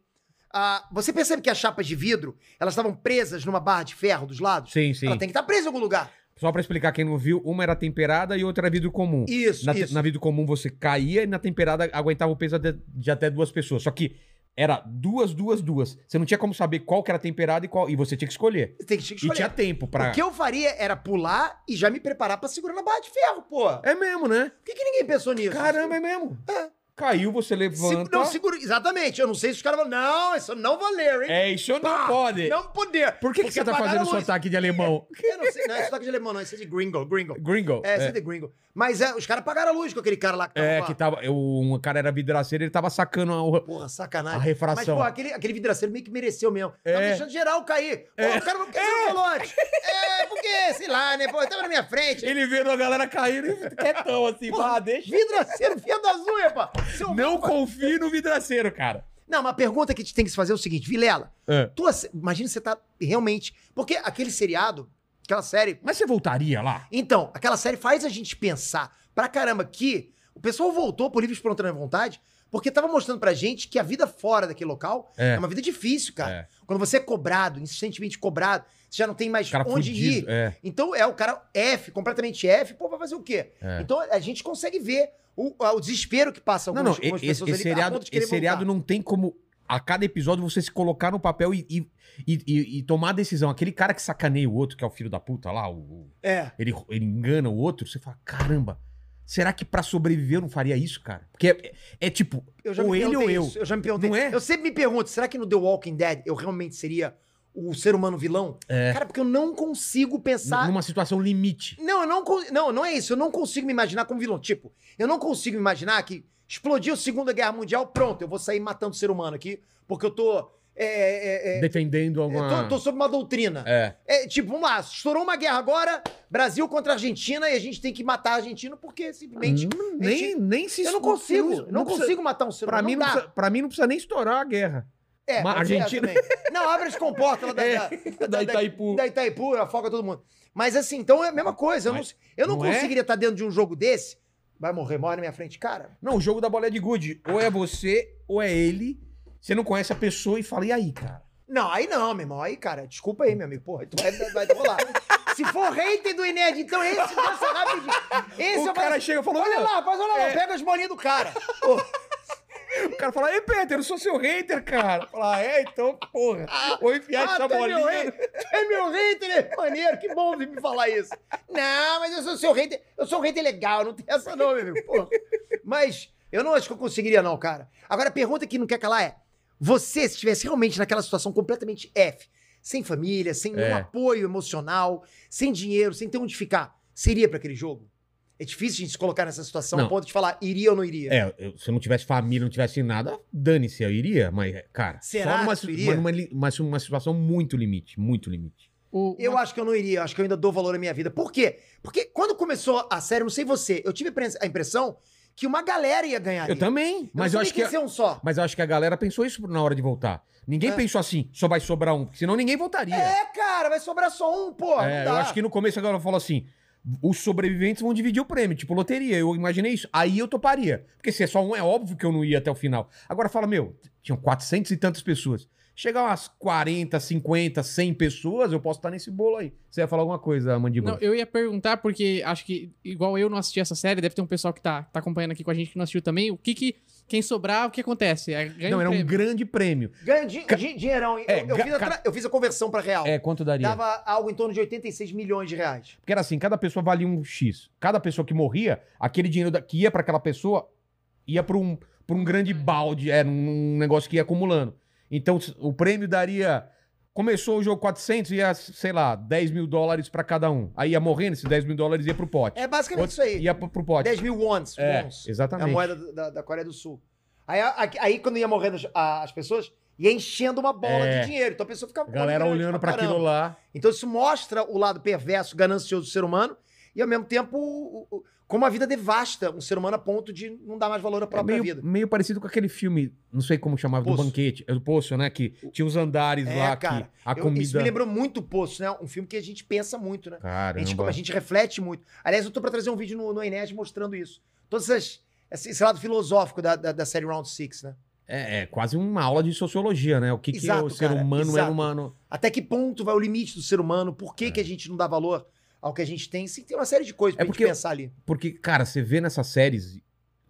[SPEAKER 3] Ah, você percebe que as chapas de vidro, elas estavam presas numa barra de ferro dos lados?
[SPEAKER 1] Sim, sim.
[SPEAKER 3] Ela tem que estar presa em algum lugar.
[SPEAKER 1] Só pra explicar quem não viu, uma era temperada e outra era vidro comum.
[SPEAKER 3] Isso,
[SPEAKER 1] na, te-
[SPEAKER 3] isso.
[SPEAKER 1] na vidro comum você caía e na temperada aguentava o peso de, de até duas pessoas. Só que era duas, duas, duas. Você não tinha como saber qual que era temperada e qual. E você tinha que escolher.
[SPEAKER 3] Tem que escolher.
[SPEAKER 1] E tinha tempo pra.
[SPEAKER 3] O que eu faria era pular e já me preparar pra segurar na barra de ferro, pô.
[SPEAKER 1] É mesmo, né?
[SPEAKER 3] Por que, que ninguém pensou nisso?
[SPEAKER 1] Caramba, é mesmo.
[SPEAKER 3] É.
[SPEAKER 1] Caiu, você
[SPEAKER 3] Se-
[SPEAKER 1] levanta.
[SPEAKER 3] não, segura. Exatamente. Eu não sei se os caras vão. Não, isso não valeu, hein?
[SPEAKER 1] É, isso não
[SPEAKER 3] Pá,
[SPEAKER 1] pode.
[SPEAKER 3] Não poder.
[SPEAKER 1] Por que, que você tá fazendo o
[SPEAKER 3] apagaram
[SPEAKER 1] seu
[SPEAKER 3] a luz.
[SPEAKER 1] ataque de alemão?
[SPEAKER 3] Eu não sei. Não, isso não é de alemão, não. Isso é de gringo, gringo.
[SPEAKER 1] Gringo.
[SPEAKER 3] É, isso é, de gringo. Mas é, os caras apagaram a luz com aquele cara lá que tava
[SPEAKER 1] É,
[SPEAKER 3] lá.
[SPEAKER 1] que tava. eu- um cara era vidraceiro, ele tava sacando a,
[SPEAKER 3] Porra,
[SPEAKER 1] a
[SPEAKER 3] sacanagem. Mas,
[SPEAKER 1] refração.
[SPEAKER 3] pô, aquele, aquele vidraceiro meio que mereceu mesmo. Tava
[SPEAKER 1] É.
[SPEAKER 3] deixando geral cair. Pô, o cara não quer ser um colote. É, porque, sei lá, né? Pô, tava na minha frente.
[SPEAKER 1] ele vendo a galera caindo e quietão assim, pá, deixa.
[SPEAKER 3] Vidraceiro, fia das unhas, pá. Seu-
[SPEAKER 1] Não confie no vidraceiro, cara.
[SPEAKER 3] Não, uma pergunta que a gente tem que se fazer é o seguinte, Vilela.
[SPEAKER 1] É.
[SPEAKER 3] tu ass- imagina você tá realmente. Porque aquele seriado, aquela série.
[SPEAKER 1] Mas você voltaria lá?
[SPEAKER 3] Então, aquela série faz a gente pensar pra caramba que o pessoal voltou pro Livre Espontânea Vontade porque tava mostrando pra gente que a vida fora daquele local é, uma vida difícil, cara.
[SPEAKER 1] É.
[SPEAKER 3] Quando você é cobrado, insistentemente cobrado, você já não tem mais
[SPEAKER 1] O cara
[SPEAKER 3] onde
[SPEAKER 1] fudido.
[SPEAKER 3] ir.
[SPEAKER 1] É.
[SPEAKER 3] Então é o cara F, completamente F, pô, vai fazer o quê?
[SPEAKER 1] É.
[SPEAKER 3] Então a gente consegue ver o, a- o desespero que passa
[SPEAKER 1] Não,
[SPEAKER 3] algumas,
[SPEAKER 1] não,
[SPEAKER 3] algumas
[SPEAKER 1] esse, esse
[SPEAKER 3] pessoas ali a
[SPEAKER 1] seriado,
[SPEAKER 3] ponto de querer
[SPEAKER 1] esse seriado
[SPEAKER 3] voltar.
[SPEAKER 1] não tem como. A cada episódio você se colocar no papel e, e, e- e- e tomar a decisão. Aquele cara que sacaneia o outro, que é o filho da puta lá, o- o
[SPEAKER 3] É.
[SPEAKER 1] ele, ele engana o outro, você fala, caramba,
[SPEAKER 5] Será que pra sobreviver eu não faria isso, cara? Porque é, é- é tipo,
[SPEAKER 3] Eu já
[SPEAKER 5] ou
[SPEAKER 3] me
[SPEAKER 5] ele ou
[SPEAKER 3] perguntei
[SPEAKER 5] eu.
[SPEAKER 3] isso, Eu já me perguntei.
[SPEAKER 5] Não é?
[SPEAKER 3] Eu sempre me pergunto, será que no The Walking Dead eu realmente seria o ser humano vilão?
[SPEAKER 5] É.
[SPEAKER 3] Cara, porque eu não consigo pensar.
[SPEAKER 5] Numa situação limite.
[SPEAKER 3] Não, eu não, con- não, não é isso. Eu não consigo me imaginar como vilão. Tipo, eu não consigo me imaginar que explodiu a Segunda Guerra Mundial, pronto, eu vou sair matando o ser humano aqui, porque eu tô. É, é, é,
[SPEAKER 5] Defendendo
[SPEAKER 3] eu
[SPEAKER 5] alguma.
[SPEAKER 3] tô, tô sob uma doutrina.
[SPEAKER 5] É.
[SPEAKER 3] É, tipo, vamos lá, estourou uma guerra agora, Brasil contra a Argentina, e a gente tem que matar a Argentina, porque simplesmente.
[SPEAKER 5] Hum,
[SPEAKER 3] a gente-
[SPEAKER 5] nem, nem se
[SPEAKER 3] eu não
[SPEAKER 5] escuta,
[SPEAKER 3] consigo, não,
[SPEAKER 5] precisa-
[SPEAKER 3] consigo matar um ser humano.
[SPEAKER 5] Pra mim,
[SPEAKER 3] não
[SPEAKER 5] não
[SPEAKER 3] dá.
[SPEAKER 5] precisa, pra mim não precisa nem estourar a guerra.
[SPEAKER 3] É,
[SPEAKER 5] Mas
[SPEAKER 3] pode ser
[SPEAKER 5] Argentina-
[SPEAKER 3] também. Não, abre as comportas lá da,
[SPEAKER 5] É,
[SPEAKER 3] da,
[SPEAKER 5] da Itaipu.
[SPEAKER 3] Da Itaipu, afoga todo mundo. Mas assim, então é a mesma coisa. Eu não, eu não
[SPEAKER 5] não é?
[SPEAKER 3] conseguiria estar dentro de um jogo desse. Vai morrer, morre na minha frente. Cara,
[SPEAKER 5] Não, o jogo da bola é de good. Ou é você, ou é ele. Você não conhece a pessoa e fala, e aí, cara?
[SPEAKER 3] não, aí não, meu irmão. Aí, cara, desculpa aí, meu amigo. Porra, tu vai, vai rolar. Se for hater do Inerd, então esse passa rapidinho. Esse
[SPEAKER 5] o
[SPEAKER 3] eu
[SPEAKER 5] cara
[SPEAKER 3] faço-
[SPEAKER 5] chega e falou,
[SPEAKER 3] Olha
[SPEAKER 5] "Meu,
[SPEAKER 3] lá, rapaz, olha lá.
[SPEAKER 5] é."
[SPEAKER 3] Pega as bolinhas do cara.
[SPEAKER 5] O cara fala, ei, Peter, eu sou seu hater, cara. Fala, é, então, porra, vou enfiar essa
[SPEAKER 3] tu é meu
[SPEAKER 5] bolinha.
[SPEAKER 3] hater, tu é meu hater, né? Maneiro, que bom de me falar isso. Não, mas eu sou seu hater, eu sou um hater legal, não tem essa não, meu amigo. Pô. Mas eu não acho que eu conseguiria não, cara. Agora a pergunta que não quer calar é, você, se estivesse realmente naquela situação completamente F, sem família, sem nenhum
[SPEAKER 5] É.
[SPEAKER 3] apoio emocional, sem dinheiro, sem ter onde ficar, seria pra aquele jogo? É difícil a gente se colocar nessa situação
[SPEAKER 5] Não.
[SPEAKER 3] a ponto de falar iria ou não iria.
[SPEAKER 5] É, eu- se eu não tivesse família, não tivesse nada, dane-se, eu iria. Mas, cara,
[SPEAKER 3] Será
[SPEAKER 5] só numa,
[SPEAKER 3] que tu iria?
[SPEAKER 5] mas numa li- mas numa situação muito limite, muito limite.
[SPEAKER 2] O-
[SPEAKER 3] Eu
[SPEAKER 2] uma-
[SPEAKER 3] acho que eu não iria, eu acho que eu ainda dou valor à minha vida. Por quê? Porque quando começou a série, não sei você, eu tive a impre- a impressão que uma galera ia ganhar.
[SPEAKER 5] Eu
[SPEAKER 3] ali.
[SPEAKER 5] também, mas eu
[SPEAKER 3] não sabia
[SPEAKER 5] acho que...
[SPEAKER 3] ia ser um só.
[SPEAKER 5] Mas eu acho que a galera pensou isso na hora de voltar. Ninguém
[SPEAKER 3] É.
[SPEAKER 5] pensou assim, só vai sobrar um, porque senão ninguém voltaria.
[SPEAKER 3] É, cara, vai sobrar só um, pô.
[SPEAKER 5] É, eu acho que no começo a galera falou assim: os sobreviventes vão dividir o prêmio, tipo loteria. Eu imaginei isso. Aí eu toparia. Porque se é só um, é óbvio que eu não ia até o final. Agora fala, meu, tinham 400 e tantas pessoas. Chegar umas 40, 50, 100 pessoas, eu posso estar nesse bolo aí. Você ia falar alguma coisa, Mandíbula?
[SPEAKER 2] Não, eu ia perguntar, porque acho que, igual eu não assisti essa série, deve ter um pessoal que tá, tá acompanhando aqui com a gente que não assistiu também. O que que. Quem sobrar, o que acontece? É, ganha
[SPEAKER 5] Não,
[SPEAKER 2] um
[SPEAKER 5] era um
[SPEAKER 2] prêmio.
[SPEAKER 5] grande prêmio.
[SPEAKER 3] Ganha di- di- dinheirão. hein?
[SPEAKER 5] É,
[SPEAKER 3] eu, eu
[SPEAKER 5] ga-
[SPEAKER 3] fiz a tra- eu fiz a conversão pra real.
[SPEAKER 5] É, quanto daria?
[SPEAKER 3] Dava algo em torno de 86 milhões de reais.
[SPEAKER 5] Porque era assim, cada pessoa valia um X. Cada pessoa que morria, aquele dinheiro da- que ia pra aquela pessoa ia pra um, pra um grande balde, era um negócio que ia acumulando. Então s- o prêmio daria. Começou o jogo 400 e ia, sei lá, 10 mil dólares pra cada um. Aí ia morrendo, esses 10 mil dólares ia pro pote.
[SPEAKER 3] É basicamente
[SPEAKER 5] Outro-
[SPEAKER 3] isso aí.
[SPEAKER 5] Ia pro, pro pote.
[SPEAKER 3] 10 mil wons.
[SPEAKER 5] É,
[SPEAKER 3] wons. É a
[SPEAKER 5] exatamente.
[SPEAKER 3] moeda da, da Coreia do Sul. Aí, a- a- aí quando ia morrendo as, a- as pessoas, ia enchendo uma bola
[SPEAKER 5] É.
[SPEAKER 3] de dinheiro. Então a pessoa ficava
[SPEAKER 5] A
[SPEAKER 3] com
[SPEAKER 5] galera
[SPEAKER 3] grande
[SPEAKER 5] olhando pra
[SPEAKER 3] caramba.
[SPEAKER 5] aquilo lá.
[SPEAKER 3] Então isso mostra o lado perverso, ganancioso do ser humano e ao mesmo tempo o- o- como a vida devasta um ser humano a ponto de não dar mais valor à
[SPEAKER 5] É
[SPEAKER 3] própria vida.
[SPEAKER 5] meio, meio parecido com aquele filme, não sei como chamava, do
[SPEAKER 3] Poço.
[SPEAKER 5] banquete. É do poço, né? Que tinha os andares
[SPEAKER 3] É,
[SPEAKER 5] lá,
[SPEAKER 3] cara.
[SPEAKER 5] que a
[SPEAKER 3] Eu-
[SPEAKER 5] comida.
[SPEAKER 3] Isso me lembrou muito o Poço, né? Um filme que a gente pensa muito, né? A
[SPEAKER 5] Caramba.
[SPEAKER 3] gente, a gente reflete muito. Aliás, eu tô pra trazer um vídeo no, no Enes mostrando isso. Todas essas. Esse, esse lado filosófico da, da, da série Round Six, né?
[SPEAKER 5] É, é quase uma aula de sociologia, né? O que, que
[SPEAKER 3] Exato,
[SPEAKER 5] o ser
[SPEAKER 3] cara,
[SPEAKER 5] humano
[SPEAKER 3] exato.
[SPEAKER 5] é humano.
[SPEAKER 3] Até que ponto vai o limite do ser humano? Por que, que a gente não dá valor ao que a gente tem? Sim, tem uma série de coisas pra
[SPEAKER 5] É
[SPEAKER 3] gente
[SPEAKER 5] porque-
[SPEAKER 3] pensar ali.
[SPEAKER 5] Porque, cara, você vê nessas séries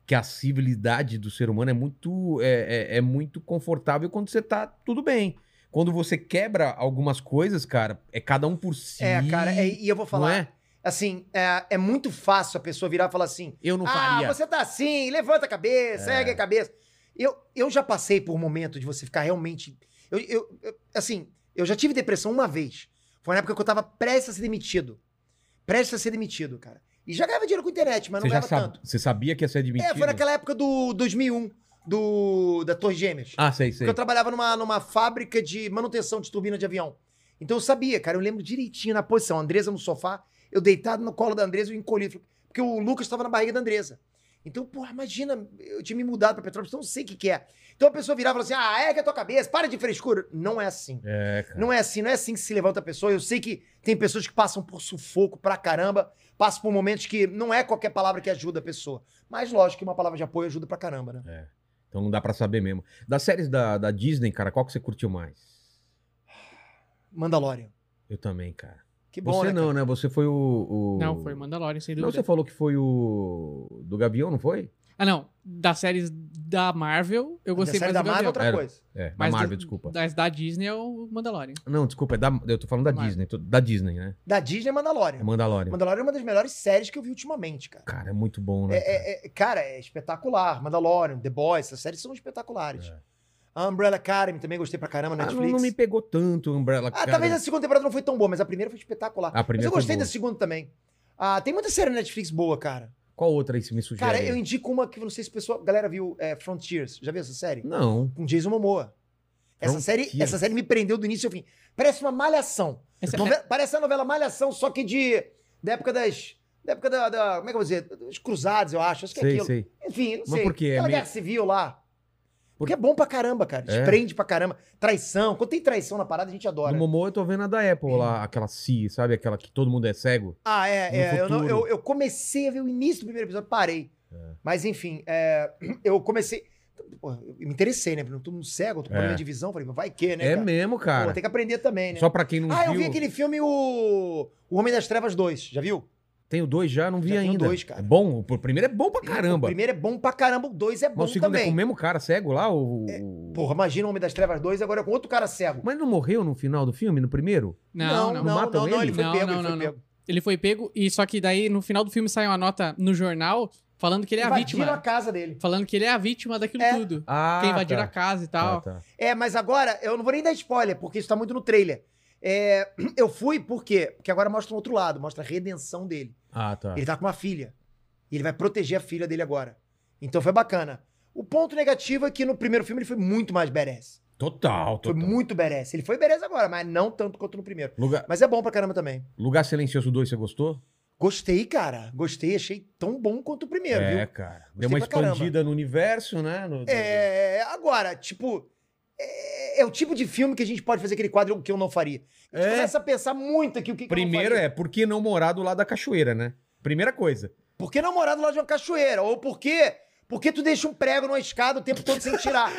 [SPEAKER 5] que a civilidade do ser humano é muito, é, é- é muito confortável quando você tá tudo bem. Quando você quebra algumas coisas, cara, é cada um por si.
[SPEAKER 3] É, cara, é- e eu vou
[SPEAKER 5] Não
[SPEAKER 3] falar.
[SPEAKER 5] é?
[SPEAKER 3] Assim, é, é muito fácil a pessoa virar e falar assim:
[SPEAKER 5] Eu não
[SPEAKER 3] ah,
[SPEAKER 5] faria. É.
[SPEAKER 3] você tá assim, levanta a cabeça, ergue a cabeça. Eu, eu já passei por um momento de você ficar realmente. Eu, eu- eu- assim, eu já tive depressão uma vez. Foi na época que eu tava prestes a ser demitido. Prestes a ser demitido, cara. E já ganhava dinheiro com internet, mas
[SPEAKER 5] Você
[SPEAKER 3] não
[SPEAKER 5] já
[SPEAKER 3] ganhava
[SPEAKER 5] sabe-
[SPEAKER 3] tanto.
[SPEAKER 5] você sabia que ia ser admitido?
[SPEAKER 3] É, foi naquela época do 2001, do, da Torre Gêmeas.
[SPEAKER 5] Ah, sei, sei.
[SPEAKER 3] Porque eu trabalhava numa, numa fábrica de manutenção de turbina de avião. Então eu sabia, cara, eu lembro direitinho na posição. A Andresa no sofá, eu deitado no colo da Andresa, eu encolhido. Porque o Lucas estava na barriga da Andresa. Então, porra, imagina, eu tinha me mudado pra Petrópolis, então eu não sei o que, que é. Então a pessoa virava e falava assim: ah, ergue a tua cabeça, para de frescura. Não é assim.
[SPEAKER 5] É, cara.
[SPEAKER 3] Não é assim, não é assim que se levanta a pessoa. Eu sei que tem pessoas que passam por sufoco pra caramba, passam por momentos que não é qualquer palavra que ajuda a pessoa. Mas lógico que uma palavra de apoio ajuda pra caramba, né?
[SPEAKER 5] Então não dá pra saber mesmo. Das séries da, da Disney, cara, qual que você curtiu mais?
[SPEAKER 3] Mandalorian.
[SPEAKER 5] Eu também, cara.
[SPEAKER 3] Que bom,
[SPEAKER 5] você
[SPEAKER 3] né?
[SPEAKER 5] não,
[SPEAKER 3] cara?
[SPEAKER 5] né? Você foi o. o-
[SPEAKER 2] Não, foi Mandalorian, sem
[SPEAKER 5] Não,
[SPEAKER 2] dúvida.
[SPEAKER 5] você falou que foi o. Do Gavião, não foi?
[SPEAKER 2] Ah, não. Das séries da Marvel, eu gostei mais
[SPEAKER 3] série da
[SPEAKER 2] do
[SPEAKER 3] Marvel é
[SPEAKER 2] Gavião.
[SPEAKER 3] outra
[SPEAKER 1] Era.
[SPEAKER 3] coisa.
[SPEAKER 1] É, da
[SPEAKER 2] Mas
[SPEAKER 1] Marvel,
[SPEAKER 2] do-
[SPEAKER 1] desculpa.
[SPEAKER 2] Das da Disney é o Mandalorian.
[SPEAKER 1] Não, desculpa, é da, eu tô falando da
[SPEAKER 2] Marvel.
[SPEAKER 1] Disney. tô- da Disney, né?
[SPEAKER 3] Da Disney é Mandalorian.
[SPEAKER 1] É Mandalorian.
[SPEAKER 3] Mandalorian é uma das melhores séries que eu vi ultimamente, cara.
[SPEAKER 1] Cara, é muito bom, né? cara?
[SPEAKER 3] É, é- é- cara, é espetacular. Mandalorian, The Boys, essas séries são espetaculares. A Umbrella Academy também gostei pra caramba na
[SPEAKER 1] É. Ah, não,
[SPEAKER 3] Netflix.
[SPEAKER 1] não me pegou tanto Umbrella
[SPEAKER 3] Ah,
[SPEAKER 1] Academy.
[SPEAKER 3] talvez a segunda temporada não foi tão boa, mas a primeira foi espetacular.
[SPEAKER 1] A primeira
[SPEAKER 3] mas eu
[SPEAKER 1] foi
[SPEAKER 3] gostei
[SPEAKER 1] boa.
[SPEAKER 3] da segunda também. Ah, tem muita série na Netflix boa, cara.
[SPEAKER 1] Qual outra aí você me sugere?
[SPEAKER 3] Cara, eu indico uma que eu não sei se o pessoal. Galera viu é, Frontiers. Já viu essa série?
[SPEAKER 1] Não.
[SPEAKER 3] Com Jason Momoa.
[SPEAKER 1] É um
[SPEAKER 3] Essa série,
[SPEAKER 1] Frontiers.
[SPEAKER 3] essa série me prendeu do início ao fim. Parece uma malhação.
[SPEAKER 2] Essa-
[SPEAKER 3] Novela- parece a novela Malhação, só que de. Da época das. Da época da. da- como é que eu vou dizer? Dos cruzados, eu acho. Acho que é
[SPEAKER 1] Sei,
[SPEAKER 3] aquilo.
[SPEAKER 1] sei.
[SPEAKER 3] Enfim, não
[SPEAKER 1] Mas
[SPEAKER 3] sei.
[SPEAKER 1] por quê? É
[SPEAKER 3] Aquela
[SPEAKER 1] meio-
[SPEAKER 3] guerra civil lá. Porque é bom pra caramba, cara.
[SPEAKER 1] É?
[SPEAKER 3] Desprende pra caramba. Traição. Quando tem traição na parada, a gente adora.
[SPEAKER 1] No Momo eu tô vendo a da Apple lá, aquela CIA, sabe? Aquela que todo mundo é cego.
[SPEAKER 3] Ah,
[SPEAKER 1] No
[SPEAKER 3] é, é, eu, não-
[SPEAKER 1] futuro.
[SPEAKER 3] eu- eu comecei a ver o início do primeiro episódio, parei. Mas enfim, é, eu comecei. então, Porra, eu me interessei, né? Porque Todo mundo cego,
[SPEAKER 1] É.
[SPEAKER 3] outro problema de visão. Falei, mas vai que, né?
[SPEAKER 1] é
[SPEAKER 3] cara?
[SPEAKER 1] mesmo, cara.
[SPEAKER 3] Pô, tem que aprender também, né?
[SPEAKER 1] Só pra quem não
[SPEAKER 3] ah,
[SPEAKER 1] viu.
[SPEAKER 3] eu vi aquele filme o... o Homem das Trevas 2, já viu?
[SPEAKER 1] Tem o dois já, não vi
[SPEAKER 3] Já tem o
[SPEAKER 1] ainda.
[SPEAKER 3] dois, cara.
[SPEAKER 1] É bom, o primeiro é bom pra
[SPEAKER 3] O
[SPEAKER 1] caramba.
[SPEAKER 3] primeiro é bom pra caramba, o dois é bom
[SPEAKER 1] Mas o segundo é
[SPEAKER 3] também. É,
[SPEAKER 1] com o mesmo cara cego lá, o... o-
[SPEAKER 3] Porra, imagina o Homem das Trevas 2 agora é com outro cara cego.
[SPEAKER 1] Mas não morreu no final do filme, no primeiro?
[SPEAKER 2] Não, não.
[SPEAKER 3] não,
[SPEAKER 1] Não matam
[SPEAKER 3] não, não,
[SPEAKER 1] ele?
[SPEAKER 3] ele foi
[SPEAKER 2] Não,
[SPEAKER 3] pego,
[SPEAKER 2] não,
[SPEAKER 3] ele foi
[SPEAKER 2] não, não.
[SPEAKER 3] pego.
[SPEAKER 2] Ele foi pego e só que daí no final do filme sai uma nota no jornal falando que ele é a
[SPEAKER 3] Invadiram
[SPEAKER 2] vítima.
[SPEAKER 3] a casa dele.
[SPEAKER 2] Falando que ele é a vítima daquilo
[SPEAKER 3] É.
[SPEAKER 2] tudo.
[SPEAKER 1] Ah,
[SPEAKER 2] Quem invadiram
[SPEAKER 1] tá.
[SPEAKER 2] a casa e
[SPEAKER 1] Ah,
[SPEAKER 2] tal.
[SPEAKER 1] tá.
[SPEAKER 3] É, mas agora, eu não vou nem dar spoiler, porque isso tá muito no trailer. É, eu fui por quê? Porque agora mostra um outro lado, mostra a redenção dele.
[SPEAKER 1] Ah, tá.
[SPEAKER 3] Ele tá com uma filha. E ele vai proteger a filha dele agora. Então foi bacana. O ponto negativo é que no primeiro filme ele foi muito mais badass.
[SPEAKER 1] Total,
[SPEAKER 3] Foi
[SPEAKER 1] total.
[SPEAKER 3] muito badass. Ele foi badass agora, mas não tanto quanto no primeiro.
[SPEAKER 1] Lugar,
[SPEAKER 3] Mas é bom pra caramba também.
[SPEAKER 1] Lugar Silencioso 2, você gostou?
[SPEAKER 3] Gostei, cara. Gostei, achei tão bom quanto o primeiro,
[SPEAKER 1] é,
[SPEAKER 3] viu?
[SPEAKER 1] cara.
[SPEAKER 3] Gostei
[SPEAKER 1] Deu uma
[SPEAKER 3] pra caramba.
[SPEAKER 1] expandida no universo, né? No-
[SPEAKER 3] É, agora, tipo, é, é o tipo de filme que a gente pode fazer aquele quadro que eu não faria. A gente
[SPEAKER 1] É.
[SPEAKER 3] começa a pensar muito aqui o que, que
[SPEAKER 1] Primeiro
[SPEAKER 3] eu não faria.
[SPEAKER 1] é, por que não morar do lado da cachoeira, né? Primeira coisa.
[SPEAKER 3] Por que não morar do lado de uma cachoeira? Ou por quê? Por que tu deixa um prego numa escada o tempo todo sem tirar?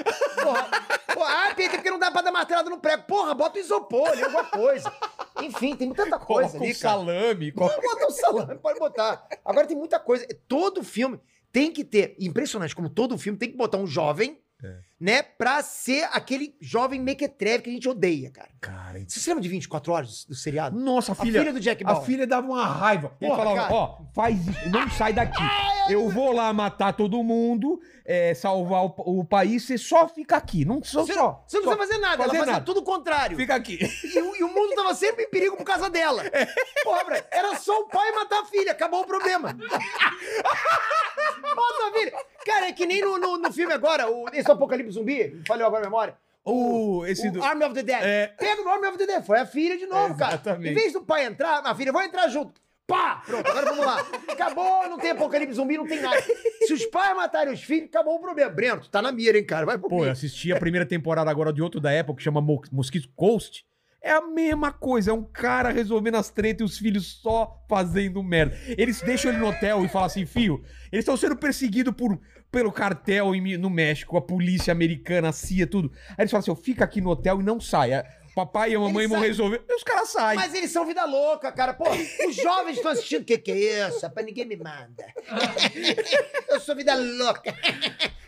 [SPEAKER 3] Porra. Porra, ah, Peter, porque não dá pra dar martelada no prego. Porra, bota isopor ali, alguma coisa. Enfim, tem tanta coisa
[SPEAKER 1] Coloca
[SPEAKER 3] ali,
[SPEAKER 1] um
[SPEAKER 3] cara.
[SPEAKER 1] salame,
[SPEAKER 3] Pode botar um salame, pode botar. Agora tem muita coisa. Todo filme tem que ter. Impressionante, como todo filme tem que botar um jovem,
[SPEAKER 1] É.
[SPEAKER 3] né? Pra ser aquele jovem mequetreve que a gente odeia, cara.
[SPEAKER 1] Cara,
[SPEAKER 3] Você se lembra de 24 horas do, do seriado?
[SPEAKER 1] nossa, a
[SPEAKER 3] A
[SPEAKER 1] filha,
[SPEAKER 3] filha do Jack
[SPEAKER 1] a
[SPEAKER 3] Bauer.
[SPEAKER 1] filha dava uma raiva. Ele
[SPEAKER 3] Porra,
[SPEAKER 1] falava,
[SPEAKER 3] cara.
[SPEAKER 1] ó, faz isso, não sai daqui. Eu vou lá matar todo mundo, é, salvar o, o país, você só fica aqui. Não só,
[SPEAKER 3] Você,
[SPEAKER 1] só.
[SPEAKER 3] você não
[SPEAKER 1] só
[SPEAKER 3] precisa fazer nada,
[SPEAKER 1] fazer
[SPEAKER 3] ela fazia
[SPEAKER 1] nada.
[SPEAKER 3] tudo o contrário.
[SPEAKER 1] Fica aqui.
[SPEAKER 3] E, o- e o mundo tava sempre em perigo por causa dela.
[SPEAKER 1] É.
[SPEAKER 3] Pobra, era só o pai matar a filha, acabou o problema. Mata a filha. Cara, é que nem no, no, no filme agora, o, esse Apocalipse Zumbi, falhou agora a memória.
[SPEAKER 1] O, esse
[SPEAKER 3] o
[SPEAKER 1] do...
[SPEAKER 3] Army of the Dead.
[SPEAKER 1] É.
[SPEAKER 3] Pega o Army of the Dead. Foi a filha de novo, cara.
[SPEAKER 1] Exatamente.
[SPEAKER 3] Em vez do pai entrar, a filha, vou entrar junto. Pá! Pronto, agora vamos lá. Acabou, não tem apocalipse zumbi, não tem nada. Se os pais matarem os filhos, acabou o problema. Brento, tá na mira, hein, cara. Vai pro
[SPEAKER 1] Pô, é. eu
[SPEAKER 3] fim.
[SPEAKER 1] assisti a primeira temporada agora de outro da época que chama Mo- Mosquito Coast. É a mesma coisa, é um cara resolvendo as tretas e os filhos só fazendo merda. Eles deixam ele no hotel e falam assim, fio, eles estão sendo perseguidos por, pelo cartel em Mi- no México, a polícia americana, a CIA, tudo. Aí eles falam assim, "Ó, fica aqui no hotel e não saia. Papai e a mamãe
[SPEAKER 3] Eles
[SPEAKER 1] vão
[SPEAKER 3] saem.
[SPEAKER 1] resolver. E os caras saem.
[SPEAKER 3] Mas eles são vida louca, cara. Pô, os jovens estão assistindo. Que que é isso? Rapaz, ninguém me manda. Eu sou vida louca.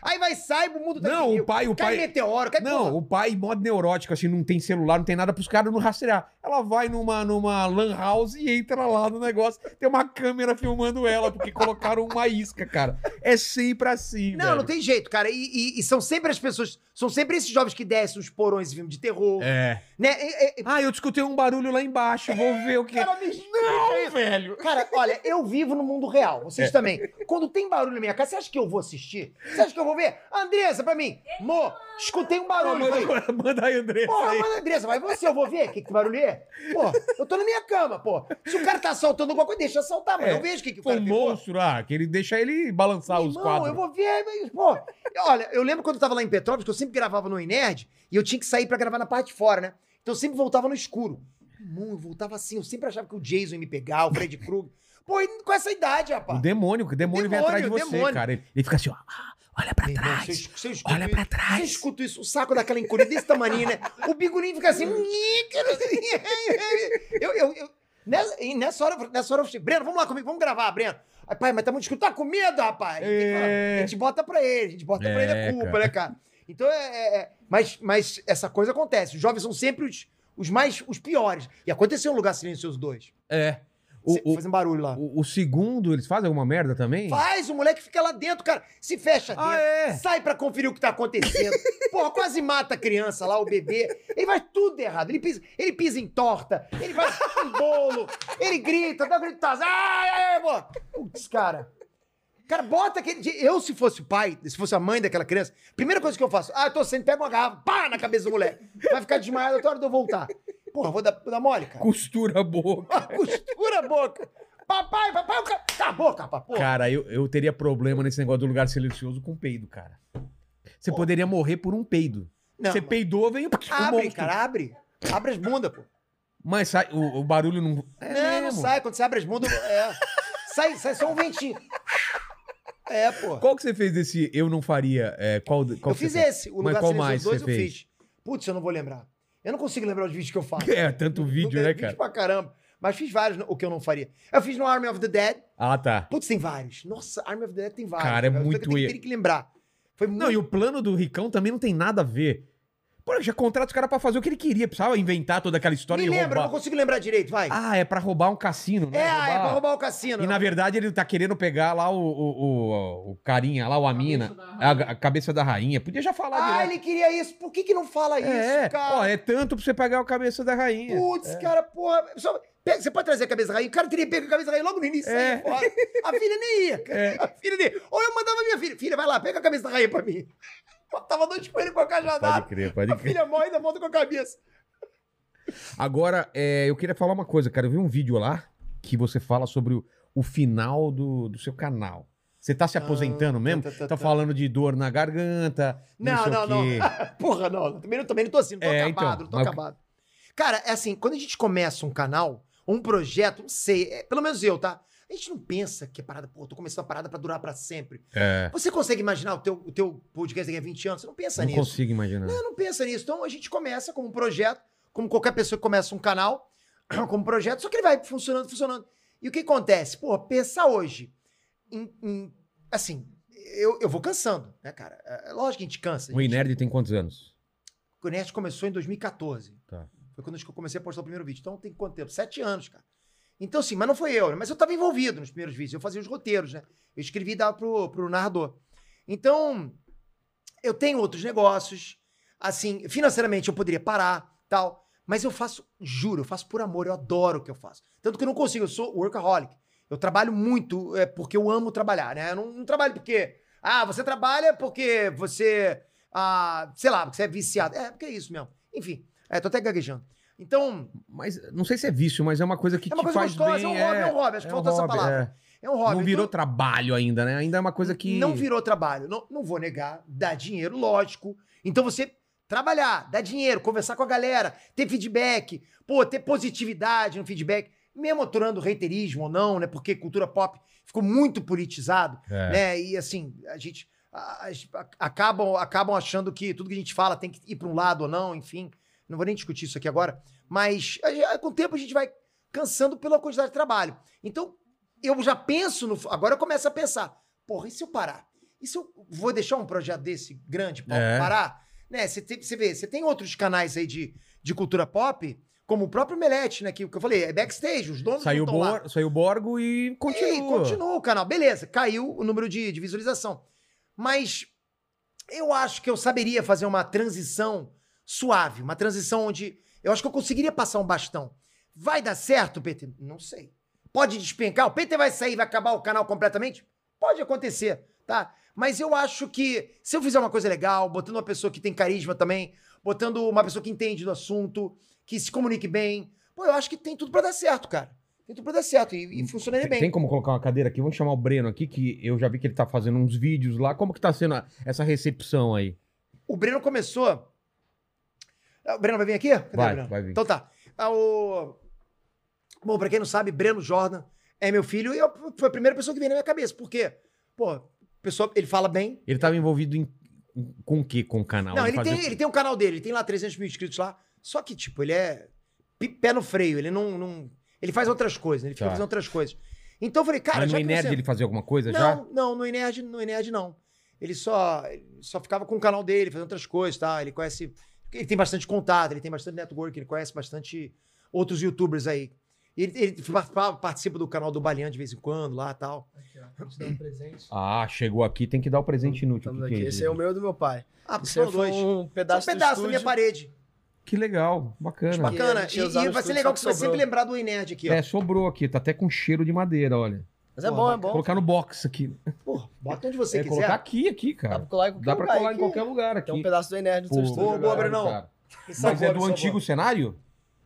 [SPEAKER 3] Aí vai, sai, o mundo tá
[SPEAKER 1] Não,
[SPEAKER 3] em
[SPEAKER 1] o pai- o
[SPEAKER 3] cai
[SPEAKER 1] pai-
[SPEAKER 3] meteoro, cai
[SPEAKER 1] Não,
[SPEAKER 3] É, porra.
[SPEAKER 1] o pai, modo neurótico, assim, não tem celular, não tem nada pros caras não rastrear. Ela vai numa, numa lan house e entra lá no negócio, tem uma câmera filmando ela, porque colocaram uma isca, cara. É sempre assim,
[SPEAKER 3] Não,
[SPEAKER 1] velho.
[SPEAKER 3] não tem jeito, cara. E, e- e são sempre as pessoas, são sempre esses jovens que descem os porões de filme de terror.
[SPEAKER 1] É.
[SPEAKER 3] Né? E- e-
[SPEAKER 1] Ah, eu escutei um barulho lá embaixo, vou ver o que é.
[SPEAKER 3] Cara, me explica
[SPEAKER 1] velho.
[SPEAKER 3] Cara, olha, eu vivo no mundo real,
[SPEAKER 1] É.
[SPEAKER 3] vocês também. Quando tem barulho na minha casa, você acha que eu vou assistir? Você acha que eu vou ver? Andressa, pra mim, Mo, escutei um barulho.
[SPEAKER 1] Manda,
[SPEAKER 3] falei,
[SPEAKER 1] agora, manda aí, André.
[SPEAKER 3] Porra, mas Andressa, mas você, eu vou ver? O que, que barulho é? Pô, eu tô na minha cama, pô. Se o cara tá assaltando alguma coisa, deixa assaltar, mas
[SPEAKER 1] É,
[SPEAKER 3] eu vejo o que, que o
[SPEAKER 1] Foi
[SPEAKER 3] cara
[SPEAKER 1] um
[SPEAKER 3] pegou.
[SPEAKER 1] monstro lá, que ele deixa ele balançar os
[SPEAKER 3] Irmão,
[SPEAKER 1] quadros.
[SPEAKER 3] eu vou ver, mas, pô. Olha, eu lembro quando eu tava lá em Petrópolis, que eu sempre gravava no Inerd, e eu tinha que sair pra gravar na parte de fora, né? Então eu sempre voltava no escuro. Irmão, eu voltava assim, eu sempre achava que o Jason ia me pegar, o Fred Krueger. Pô, e com essa idade, rapaz.
[SPEAKER 1] O demônio, que o demônio, vem
[SPEAKER 3] Demônio,
[SPEAKER 1] atrás de você,
[SPEAKER 3] demônio.
[SPEAKER 1] cara. Ele, ele fica assim, ó, ah, olha pra
[SPEAKER 3] Irmão,
[SPEAKER 1] trás.
[SPEAKER 3] se eu escu- se eu escuto
[SPEAKER 1] Olha pra
[SPEAKER 3] isso-
[SPEAKER 1] trás.
[SPEAKER 3] Se eu escuto isso, o saco daquela encolhida desse tamaninho, né? O bigolinho fica assim. "Nhê, que não sei". eu, eu, eu- Nessa, e nessa hora, eu falei- nessa hora eu falei, Breno, vamos lá comigo, vamos gravar, Breno. Aí, pai, mas tá muito escuro. Tá com medo, rapaz. Tem que falar,
[SPEAKER 5] É.
[SPEAKER 3] A gente bota pra ele, a gente bota pra ele
[SPEAKER 5] É,
[SPEAKER 3] a culpa,
[SPEAKER 5] cara.
[SPEAKER 3] né, cara? Então, é, é- é- mas, mas essa coisa acontece. Os jovens são sempre os, os mais, os piores. E aconteceu um Lugar Silencioso 2.
[SPEAKER 5] É. O,
[SPEAKER 3] Se-
[SPEAKER 5] o-
[SPEAKER 3] fazendo barulho lá.
[SPEAKER 5] o- o segundo, eles fazem alguma merda também?
[SPEAKER 3] Faz, o moleque fica lá dentro, cara. Se fecha dentro.
[SPEAKER 5] Ah, é?
[SPEAKER 3] Sai pra conferir o que tá acontecendo. Porra, quase mata a criança lá, o bebê. Ele faz tudo errado. Ele pisa, ele pisa em torta, ele vai em bolo, ele grita, dá um grito. Ai, ai, ai, pô. Putz, cara. Cara, bota aquele. dia- Eu, se fosse o pai, se fosse a mãe daquela criança, primeira coisa que eu faço, ah, eu tô sendo, pega uma garrafa, pá, na cabeça do moleque. Vai ficar desmaiado até a hora de eu voltar. Porra, vou dar, vou dar mole, cara.
[SPEAKER 5] Costura a boca.
[SPEAKER 3] Costura a boca. Papai, papai, o cara. Tá a boca, papai.
[SPEAKER 5] Cara, eu, eu teria problema nesse negócio do lugar silencioso com peido, cara. Você poderia morrer por um peido.
[SPEAKER 3] Não,
[SPEAKER 5] Você
[SPEAKER 3] mas-
[SPEAKER 5] peidou, vem um
[SPEAKER 3] Abre,
[SPEAKER 5] monstro.
[SPEAKER 3] cara, abre. Abre as bundas, pô.
[SPEAKER 5] Mas sai, o, o barulho não. É
[SPEAKER 3] não, não
[SPEAKER 5] mesmo.
[SPEAKER 3] sai. Quando você abre as bundas, é. sai, sai só um ventinho. É, pô.
[SPEAKER 5] Qual que você fez desse Eu Não Faria? É, qual, qual
[SPEAKER 3] eu
[SPEAKER 5] que você
[SPEAKER 3] fiz
[SPEAKER 5] fez?
[SPEAKER 3] esse. O
[SPEAKER 5] Mas
[SPEAKER 3] Lugar
[SPEAKER 5] qual
[SPEAKER 3] Silencioso
[SPEAKER 5] mais
[SPEAKER 3] 2
[SPEAKER 5] você
[SPEAKER 3] eu
[SPEAKER 5] fez?
[SPEAKER 3] fiz. Putz, eu não vou lembrar. Eu não consigo lembrar os vídeos que eu faço.
[SPEAKER 5] É, tanto vídeo,
[SPEAKER 3] Não
[SPEAKER 5] né,
[SPEAKER 3] tem
[SPEAKER 5] cara?
[SPEAKER 3] pra caramba. Mas fiz vários, o que eu não faria. Eu fiz no Army of the Dead.
[SPEAKER 5] Ah, tá.
[SPEAKER 3] Putz, tem vários. Nossa, Army of the Dead tem vários.
[SPEAKER 5] Cara, é muito
[SPEAKER 3] Eu tenho,
[SPEAKER 5] erro.
[SPEAKER 3] tenho que lembrar. Foi muito...
[SPEAKER 5] Não, e o plano do Ricão também não tem nada a ver. Pô, já contrata os caras pra fazer o que ele queria. Precisava inventar toda aquela história
[SPEAKER 3] Me
[SPEAKER 5] e
[SPEAKER 3] lembra, eu não
[SPEAKER 5] roubar.
[SPEAKER 3] consigo lembrar direito, vai.
[SPEAKER 5] Ah, é pra roubar um cassino, né?
[SPEAKER 3] é, ah, é pra roubar o cassino.
[SPEAKER 5] E na verdade ele tá querendo pegar lá o, o, o, o carinha, lá o Amina,
[SPEAKER 6] da
[SPEAKER 5] a, a cabeça da rainha. Podia já falar
[SPEAKER 3] Ah,
[SPEAKER 5] direto.
[SPEAKER 3] ele queria isso. Por que que não fala
[SPEAKER 5] É,
[SPEAKER 3] isso, cara?
[SPEAKER 5] ó, é tanto pra você pegar a cabeça da rainha.
[SPEAKER 3] Putz, cara, porra. Só, pega- você pode trazer a cabeça rainha? O cara teria pego a cabeça rainha logo no início e saía
[SPEAKER 5] É.
[SPEAKER 3] fora. A filha nem ia. cara. A filha nem ia. Ou eu mandava minha filha. Filha, vai lá, pega a cabeça da rainha pra mim. Botava dois coelhos com a
[SPEAKER 5] Pode
[SPEAKER 3] cajadada.
[SPEAKER 5] crer, pode
[SPEAKER 3] A
[SPEAKER 5] crer.
[SPEAKER 3] filha morre e ainda volta com a cabeça.
[SPEAKER 5] Agora, é, eu queria falar uma coisa, cara. Eu vi um vídeo lá que você fala sobre o, o final do, do seu canal. Você tá se aposentando mesmo?
[SPEAKER 3] tá,
[SPEAKER 5] Tá,
[SPEAKER 3] tá, tá.
[SPEAKER 5] falando de dor na garganta, não,
[SPEAKER 3] Não,
[SPEAKER 5] sei
[SPEAKER 3] não,
[SPEAKER 5] o quê.
[SPEAKER 3] não. Porra, não. Eu Também, eu também não tô assim, não tô
[SPEAKER 5] É, então,
[SPEAKER 3] acabado, não tô
[SPEAKER 5] mas-
[SPEAKER 3] acabado. Cara, é assim, quando a gente começa um canal, um projeto, não sei, é, pelo menos eu, tá? A gente não pensa que é parada, pô, tô começando uma parada pra durar pra sempre.
[SPEAKER 5] É,
[SPEAKER 3] Você consegue imaginar o teu, o teu podcast daqui a 20 anos? Você não pensa
[SPEAKER 5] não
[SPEAKER 3] nisso.
[SPEAKER 5] consigo imaginar.
[SPEAKER 3] Não, não pensa nisso. Então a gente começa como um projeto, como qualquer pessoa que começa um canal, como um projeto, só que ele vai funcionando, funcionando. E o que acontece? Pô, pensar hoje em. em- assim, eu, eu vou cansando, né, cara? É lógico que a gente cansa.
[SPEAKER 5] O
[SPEAKER 3] gente.
[SPEAKER 5] Inerd Um tem quantos anos?
[SPEAKER 3] O Nerd começou em 2014.
[SPEAKER 5] Tá.
[SPEAKER 3] Foi quando acho que eu comecei a postar o primeiro vídeo. Então tem quanto tempo? Sete anos, cara. Então, sim, mas não foi eu, né? Mas eu estava envolvido nos primeiros vídeos. Eu fazia os roteiros, né? Eu escrevi e dava pro, pro narrador. Então, eu tenho outros negócios. Assim, financeiramente eu poderia parar, tal. Mas eu faço, juro, eu faço por amor. Eu adoro o que eu faço. Tanto que eu não consigo, eu sou workaholic. Eu trabalho muito é, porque eu amo trabalhar, né? Eu não, não trabalho porque... Ah, você trabalha porque você... Ah, sei lá, porque você é viciado. É, porque é isso mesmo. Enfim, é, tô até gaguejando. Então,
[SPEAKER 5] Mas não sei se é vício, mas é uma coisa que
[SPEAKER 3] É uma
[SPEAKER 5] te
[SPEAKER 3] coisa
[SPEAKER 5] faz
[SPEAKER 3] gostosa,
[SPEAKER 5] bem.
[SPEAKER 3] é um hobby, é um hobby, acho que faltou essa palavra.
[SPEAKER 5] é.
[SPEAKER 3] É um hobby.
[SPEAKER 5] não virou
[SPEAKER 3] Então,
[SPEAKER 5] trabalho ainda, né? Ainda é uma coisa que.
[SPEAKER 3] Não virou trabalho. Não, não vou negar. Dá dinheiro, lógico. Então você trabalhar, dar dinheiro, conversar com a galera, ter feedback, pô, ter positividade no feedback, mesmo aturando reiterismo ou não, né? Porque cultura pop ficou muito politizado,
[SPEAKER 5] É.
[SPEAKER 3] né? E assim, a gente a- a- acabam, acabam achando que tudo que a gente fala tem que ir para um lado ou não, enfim. Não vou nem discutir isso aqui agora, mas a- a- com o tempo a gente vai cansando pela quantidade de trabalho. Então, eu já penso no. fu- Agora eu começo a pensar. Porra, e se eu parar? E se eu vou deixar um projeto desse grande pra
[SPEAKER 5] É.
[SPEAKER 3] parar? Né? Você tem- você vê, você tem outros canais aí de, de cultura pop, como o próprio Melete, né? Que, que eu falei, é backstage, os donos
[SPEAKER 5] Saiu,
[SPEAKER 3] não tão lá.
[SPEAKER 5] Bor... Saiu Borgo e continua.
[SPEAKER 3] Ei, continua o canal. Beleza, caiu o número de, de visualização. Mas eu acho que eu saberia fazer uma transição suave, uma transição onde eu acho que eu conseguiria passar um bastão. Vai dar certo, PT? Não sei. Pode despencar? O PT vai sair e vai acabar o canal completamente? Pode acontecer, tá? Mas eu acho que se eu fizer uma coisa legal, botando uma pessoa que tem carisma também, botando uma pessoa que entende do assunto, que se comunique bem, pô, eu acho que tem tudo pra dar certo, cara. Tem tudo pra dar certo e, e funcionaria
[SPEAKER 5] Tem-
[SPEAKER 3] bem.
[SPEAKER 5] Tem como colocar uma cadeira aqui? Vamos chamar o Breno aqui, que eu já vi que ele tá fazendo uns vídeos lá. Como que tá sendo a- essa recepção aí?
[SPEAKER 3] O Breno começou. Ah, O Breno vai vir aqui? Cadê
[SPEAKER 5] Vai,
[SPEAKER 3] o Breno?
[SPEAKER 5] vai vir.
[SPEAKER 3] Então tá. Ah, o- Bom, pra quem não sabe, Breno Jordan é meu filho e eu, foi a primeira pessoa que veio na minha cabeça. Por quê? Pô, pessoa, ele fala bem.
[SPEAKER 5] Ele tava envolvido em... com o quê? Com o canal?
[SPEAKER 3] Não, ele
[SPEAKER 5] fazia o
[SPEAKER 3] tem,
[SPEAKER 5] quê?
[SPEAKER 3] ele tem um canal dele, ele tem lá 300 mil inscritos lá. Só que, tipo, ele é pi- pé no freio, ele não. não- Ele faz outras coisas, ele fica
[SPEAKER 1] Tá.
[SPEAKER 3] fazendo outras coisas. Então eu falei, cara,
[SPEAKER 1] Mas
[SPEAKER 3] já
[SPEAKER 1] no
[SPEAKER 5] é
[SPEAKER 3] que
[SPEAKER 1] Enerd
[SPEAKER 3] você-
[SPEAKER 1] ele fazia alguma coisa
[SPEAKER 3] não,
[SPEAKER 1] já?
[SPEAKER 3] Não, no Enerd, no Enerd não. Ele só, ele só ficava com o canal dele, fazendo outras coisas, tá? Ele conhece. Ele tem bastante contato, ele tem bastante network, ele conhece bastante outros youtubers aí. E Ele, ele fa- fa- participa do canal do Balian de vez em quando lá tal.
[SPEAKER 7] Aqui, ó. Vou te dar um presente.
[SPEAKER 1] Ah, chegou aqui, tem que dar o presente inútil.
[SPEAKER 7] Estamos
[SPEAKER 1] O que que
[SPEAKER 7] aqui.
[SPEAKER 1] é
[SPEAKER 7] Esse
[SPEAKER 1] isso?
[SPEAKER 7] é o meu e do meu pai.
[SPEAKER 3] Ah, porque
[SPEAKER 7] Esse
[SPEAKER 3] são
[SPEAKER 7] foi
[SPEAKER 3] dois. São
[SPEAKER 7] um pedaço,
[SPEAKER 3] um
[SPEAKER 7] do
[SPEAKER 3] pedaço da minha
[SPEAKER 7] estúdio.
[SPEAKER 3] parede.
[SPEAKER 1] Que legal, bacana.
[SPEAKER 7] Que a
[SPEAKER 3] Bacana.
[SPEAKER 7] gente
[SPEAKER 3] E,
[SPEAKER 7] ia usar
[SPEAKER 3] e
[SPEAKER 7] no
[SPEAKER 3] vai ser
[SPEAKER 7] estúdio,
[SPEAKER 3] legal que
[SPEAKER 7] só que
[SPEAKER 3] você vai
[SPEAKER 7] sobrou.
[SPEAKER 3] sempre lembrar do Enerd aqui, ó.
[SPEAKER 1] É, sobrou aqui, tá até com cheiro de madeira, olha.
[SPEAKER 7] Mas é
[SPEAKER 3] Pô,
[SPEAKER 7] bom, é
[SPEAKER 3] bacana.
[SPEAKER 7] bom.
[SPEAKER 1] colocar no box aqui.
[SPEAKER 3] Porra, bota onde você
[SPEAKER 1] é,
[SPEAKER 3] quiser.
[SPEAKER 1] colocar aqui, aqui,
[SPEAKER 7] Dá
[SPEAKER 1] cara.
[SPEAKER 7] pra colar em qualquer
[SPEAKER 1] Dá pra
[SPEAKER 7] lugar.
[SPEAKER 1] colar em
[SPEAKER 7] aqui.
[SPEAKER 1] qualquer lugar aqui.
[SPEAKER 7] Tem um pedaço do Enerd no seu
[SPEAKER 1] Pô,
[SPEAKER 7] estúdio.
[SPEAKER 3] boa, boa,
[SPEAKER 7] agora.
[SPEAKER 3] Brenão.
[SPEAKER 1] cara.
[SPEAKER 3] Esse
[SPEAKER 1] Mas é
[SPEAKER 3] sabor,
[SPEAKER 1] do
[SPEAKER 3] esse
[SPEAKER 1] antigo
[SPEAKER 3] sabor.
[SPEAKER 1] cenário?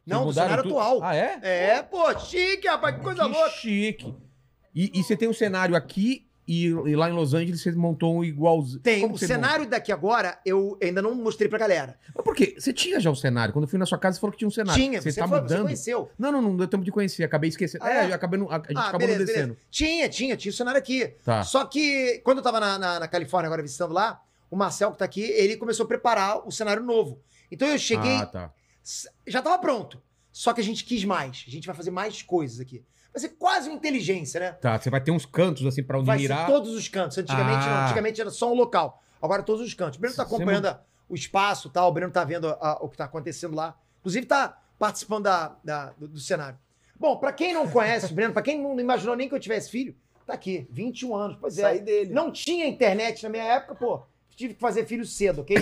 [SPEAKER 3] Não, do
[SPEAKER 1] Mudaram
[SPEAKER 3] cenário
[SPEAKER 1] tudo?
[SPEAKER 3] atual.
[SPEAKER 1] Ah, é?
[SPEAKER 3] É, pô, chique, rapaz, que coisa
[SPEAKER 1] que
[SPEAKER 3] louca.
[SPEAKER 1] chique. E, e você tem um cenário aqui e, e lá em Los Angeles você montou um igualzinho.
[SPEAKER 3] Tem,
[SPEAKER 1] Como
[SPEAKER 3] o
[SPEAKER 1] você
[SPEAKER 3] cenário daqui agora, eu ainda não mostrei pra galera.
[SPEAKER 1] monta? Mas por quê? Você tinha já o cenário. Quando eu fui na sua casa, você falou que tinha um cenário.
[SPEAKER 3] Tinha,
[SPEAKER 1] você,
[SPEAKER 3] você,
[SPEAKER 1] tá
[SPEAKER 3] foi, você
[SPEAKER 1] mudando.
[SPEAKER 3] conheceu.
[SPEAKER 1] não, não, não deu tempo de conhecer. Acabei esquecendo.
[SPEAKER 3] Ah,
[SPEAKER 1] é,
[SPEAKER 3] é?
[SPEAKER 1] eu acabei não- a, a gente
[SPEAKER 3] Ah,
[SPEAKER 1] acabou
[SPEAKER 3] beleza,
[SPEAKER 1] não descendo.
[SPEAKER 3] Tinha, tinha, tinha o cenário aqui.
[SPEAKER 5] Ah.
[SPEAKER 1] Tá.
[SPEAKER 3] Só que quando eu tava na, na- na Califórnia, agora visitando lá, o Marcel que tá aqui, ele começou a preparar o cenário novo. Então eu cheguei,
[SPEAKER 1] Ah, tá.
[SPEAKER 3] s- já tava pronto. Só que a gente quis mais. A gente vai fazer mais coisas aqui. Vai ser quase uma inteligência, né?
[SPEAKER 1] Tá, você vai ter uns cantos assim pra onde
[SPEAKER 3] Vai
[SPEAKER 1] mirar.
[SPEAKER 3] ser todos os cantos. Antigamente, não.
[SPEAKER 1] Ah.
[SPEAKER 3] Antigamente era só um local. Agora todos os cantos. O Breno tá
[SPEAKER 1] Você
[SPEAKER 3] acompanhando a- o espaço e tal. O Breno tá vendo a- o que tá acontecendo lá. Inclusive, tá participando da, da- do, do cenário. Bom, pra quem não conhece o Breno, pra quem não imaginou nem que eu tivesse filho, tá aqui, 21 anos. Pois é.
[SPEAKER 7] Saí dele.
[SPEAKER 3] Não tinha internet na minha época, pô. Tive que fazer filho cedo, ok?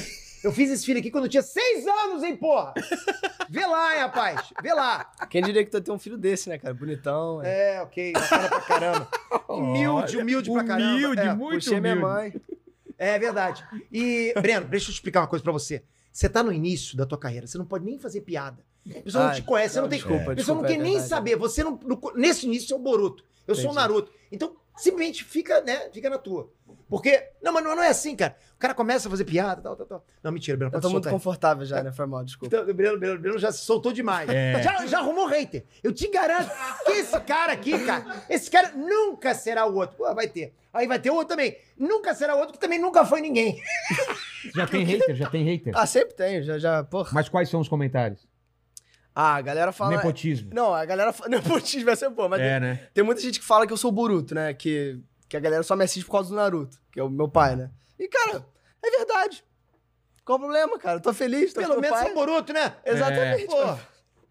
[SPEAKER 3] Eu fiz esse filho aqui quando eu tinha seis anos, hein, porra? Vê lá, hein, rapaz. Vê lá.
[SPEAKER 7] Quem diria que tu ia ter um filho desse, né, cara? Bonitão. É.
[SPEAKER 3] É, ok. Bacana pra caramba. Humilde, humilde pra caramba.
[SPEAKER 1] Humilde,
[SPEAKER 3] é.
[SPEAKER 1] muito
[SPEAKER 7] Puxei minha
[SPEAKER 1] humilde.
[SPEAKER 7] mãe.
[SPEAKER 3] É verdade. E, Breno, deixa eu te explicar uma coisa pra você. Você tá no início da tua carreira, você não pode nem fazer piada. A pessoa não
[SPEAKER 7] Ai,
[SPEAKER 3] te conhece, você não tem.
[SPEAKER 7] desculpa,
[SPEAKER 3] a pessoa não
[SPEAKER 7] desculpa,
[SPEAKER 3] quer
[SPEAKER 7] é
[SPEAKER 3] nem
[SPEAKER 7] verdade.
[SPEAKER 3] saber. Você não. no- nesse início é o Boruto. Eu sou o
[SPEAKER 7] Entendi.
[SPEAKER 3] Naruto. Então, simplesmente fica, né? Fica na tua. Porque. Não, mas não, não é assim, cara. O cara começa a fazer piada, tal, tal, tal. Não, mentira, Breno.
[SPEAKER 7] Eu
[SPEAKER 3] Pode
[SPEAKER 7] tô muito
[SPEAKER 3] soltar.
[SPEAKER 7] confortável já, né? Foi mal, desculpa.
[SPEAKER 3] Então, o Breno, Breno, Breno já se soltou demais.
[SPEAKER 7] É.
[SPEAKER 3] Já, já arrumou hater. Eu te garanto que esse cara aqui, cara, esse cara nunca será o outro. Pô, vai ter. Aí vai ter outro também. Nunca será o outro, que também nunca foi ninguém.
[SPEAKER 1] Já tem hater, já tem hater.
[SPEAKER 7] Ah, sempre tem, já, já, porra.
[SPEAKER 1] Mas quais são os comentários?
[SPEAKER 7] Ah, a galera fala...
[SPEAKER 1] Nepotismo.
[SPEAKER 7] Não, a galera fala... Nepotismo vai ser bom, mas
[SPEAKER 1] É, né?
[SPEAKER 7] Tem muita gente que fala que eu sou o Boruto, né? Que, que a galera só me assiste por causa do Naruto, que é o meu pai, né? E, cara, é verdade. Qual o problema, cara? Eu tô feliz, tô
[SPEAKER 3] Pelo
[SPEAKER 7] com meu
[SPEAKER 3] menos é
[SPEAKER 7] pai.
[SPEAKER 3] um Boruto, né?
[SPEAKER 7] Exatamente.
[SPEAKER 3] Pô,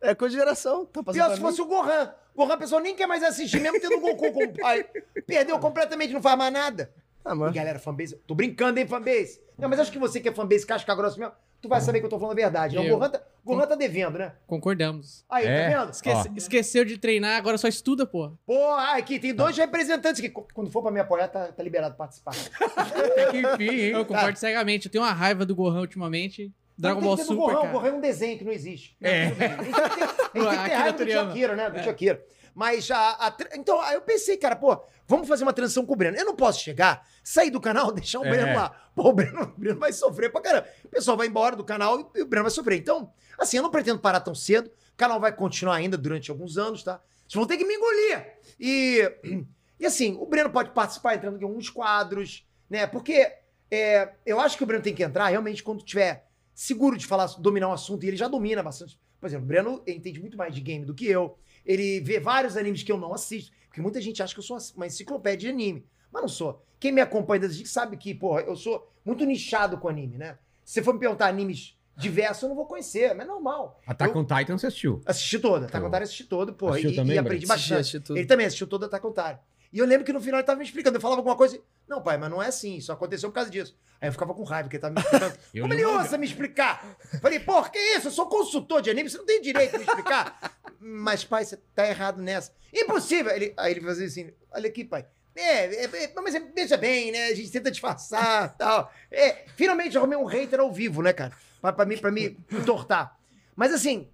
[SPEAKER 7] É coisa de geração. Tá passando
[SPEAKER 3] pior
[SPEAKER 7] pra
[SPEAKER 3] se
[SPEAKER 7] mim.
[SPEAKER 3] fosse o Gohan. Gohan, a pessoa nem quer mais assistir, mesmo tendo o Goku como pai. Perdeu completamente, não faz mais nada.
[SPEAKER 7] Ah,
[SPEAKER 3] E
[SPEAKER 7] mano.
[SPEAKER 3] galera, fanbase. Tô brincando, hein, fanbase? Não, mas acho que você que é fanbase casca grossa mesmo, tu vai saber que eu tô falando a verdade. né? O
[SPEAKER 2] Eu.
[SPEAKER 3] Gohan tá, Gohan tá devendo, né?
[SPEAKER 2] Concordamos.
[SPEAKER 3] Aí,
[SPEAKER 1] É.
[SPEAKER 3] tá vendo?
[SPEAKER 2] Esquece- Esqueceu de treinar, agora só estuda, pô.
[SPEAKER 3] Pô, ah, aqui tem dois representantes que quando for pra me apoiar, tá, tá liberado participar.
[SPEAKER 1] Até que enfim, hein?
[SPEAKER 2] Eu concordo cegamente. Eu tenho uma raiva do Gohan ultimamente. Dragon
[SPEAKER 3] Não
[SPEAKER 2] Ball
[SPEAKER 3] tem que ter do
[SPEAKER 2] Super,
[SPEAKER 3] Gohan,
[SPEAKER 2] cara. Ah,
[SPEAKER 3] Gohan é um desenho que não existe.
[SPEAKER 1] É.
[SPEAKER 3] Não, tudo bem. A gente tem que ter- a gente tem que ter
[SPEAKER 2] Akira
[SPEAKER 3] raiva do
[SPEAKER 2] Toriyama. É.
[SPEAKER 3] Tiaquira, né? Do Tiaquira. Mas a, a tra- Então, aí eu pensei, cara, pô, vamos fazer uma transição com o Breno. Eu não posso chegar, sair do canal, deixar o
[SPEAKER 1] É.
[SPEAKER 3] Breno lá. Pô, o Breno, o Breno vai sofrer pra caramba. O pessoal vai embora do canal e, e o Breno vai sofrer. Então, assim, eu não pretendo parar tão cedo. O canal vai continuar ainda durante alguns anos, tá? Vocês vão ter que me engolir. E, e assim, o Breno pode participar entrando em alguns quadros, né? Porque é, eu acho que o Breno tem que entrar realmente quando tiver seguro de falar, dominar um assunto, e ele já domina bastante. Por exemplo, o Breno entende muito mais de game do que eu. Ele vê vários animes que eu não assisto, porque muita gente acha que eu sou uma enciclopédia de anime. Mas não sou. Quem me acompanha desde que sabe que, porra, eu sou muito nichado com anime, né? Se você for me perguntar animes diversos, eu não vou conhecer, mas é normal.
[SPEAKER 1] Attack on Titan você assistiu.
[SPEAKER 3] Assisti toda, Attack on
[SPEAKER 1] Eu-
[SPEAKER 3] Titan assisti todo, porra,
[SPEAKER 1] Assistiu
[SPEAKER 3] e,
[SPEAKER 1] também,
[SPEAKER 3] e aprendi
[SPEAKER 7] Breno?
[SPEAKER 3] bastante.
[SPEAKER 7] Assisti, assisti tudo.
[SPEAKER 3] Ele também assistiu todo Attack on Titan. E eu lembro que no final ele tava me explicando, eu falava alguma coisa, e, não, pai, mas não é assim, isso aconteceu por causa disso. Aí eu ficava com raiva, porque ele tava me explicando.
[SPEAKER 1] Eu
[SPEAKER 3] Como ele
[SPEAKER 1] lembro.
[SPEAKER 3] ousa me explicar? Falei, porra, que isso? Eu sou consultor de anime, você não tem direito de me explicar. Mas, pai, você tá errado nessa. Impossível! Ele, aí ele fazia assim: olha aqui, pai. É, é, é, mas é- veja bem, né? A gente tenta disfarçar tal. É, finalmente eu arrumei um hater ao vivo, né, cara? Pra, pra, mim, pra me entortar. Mas assim,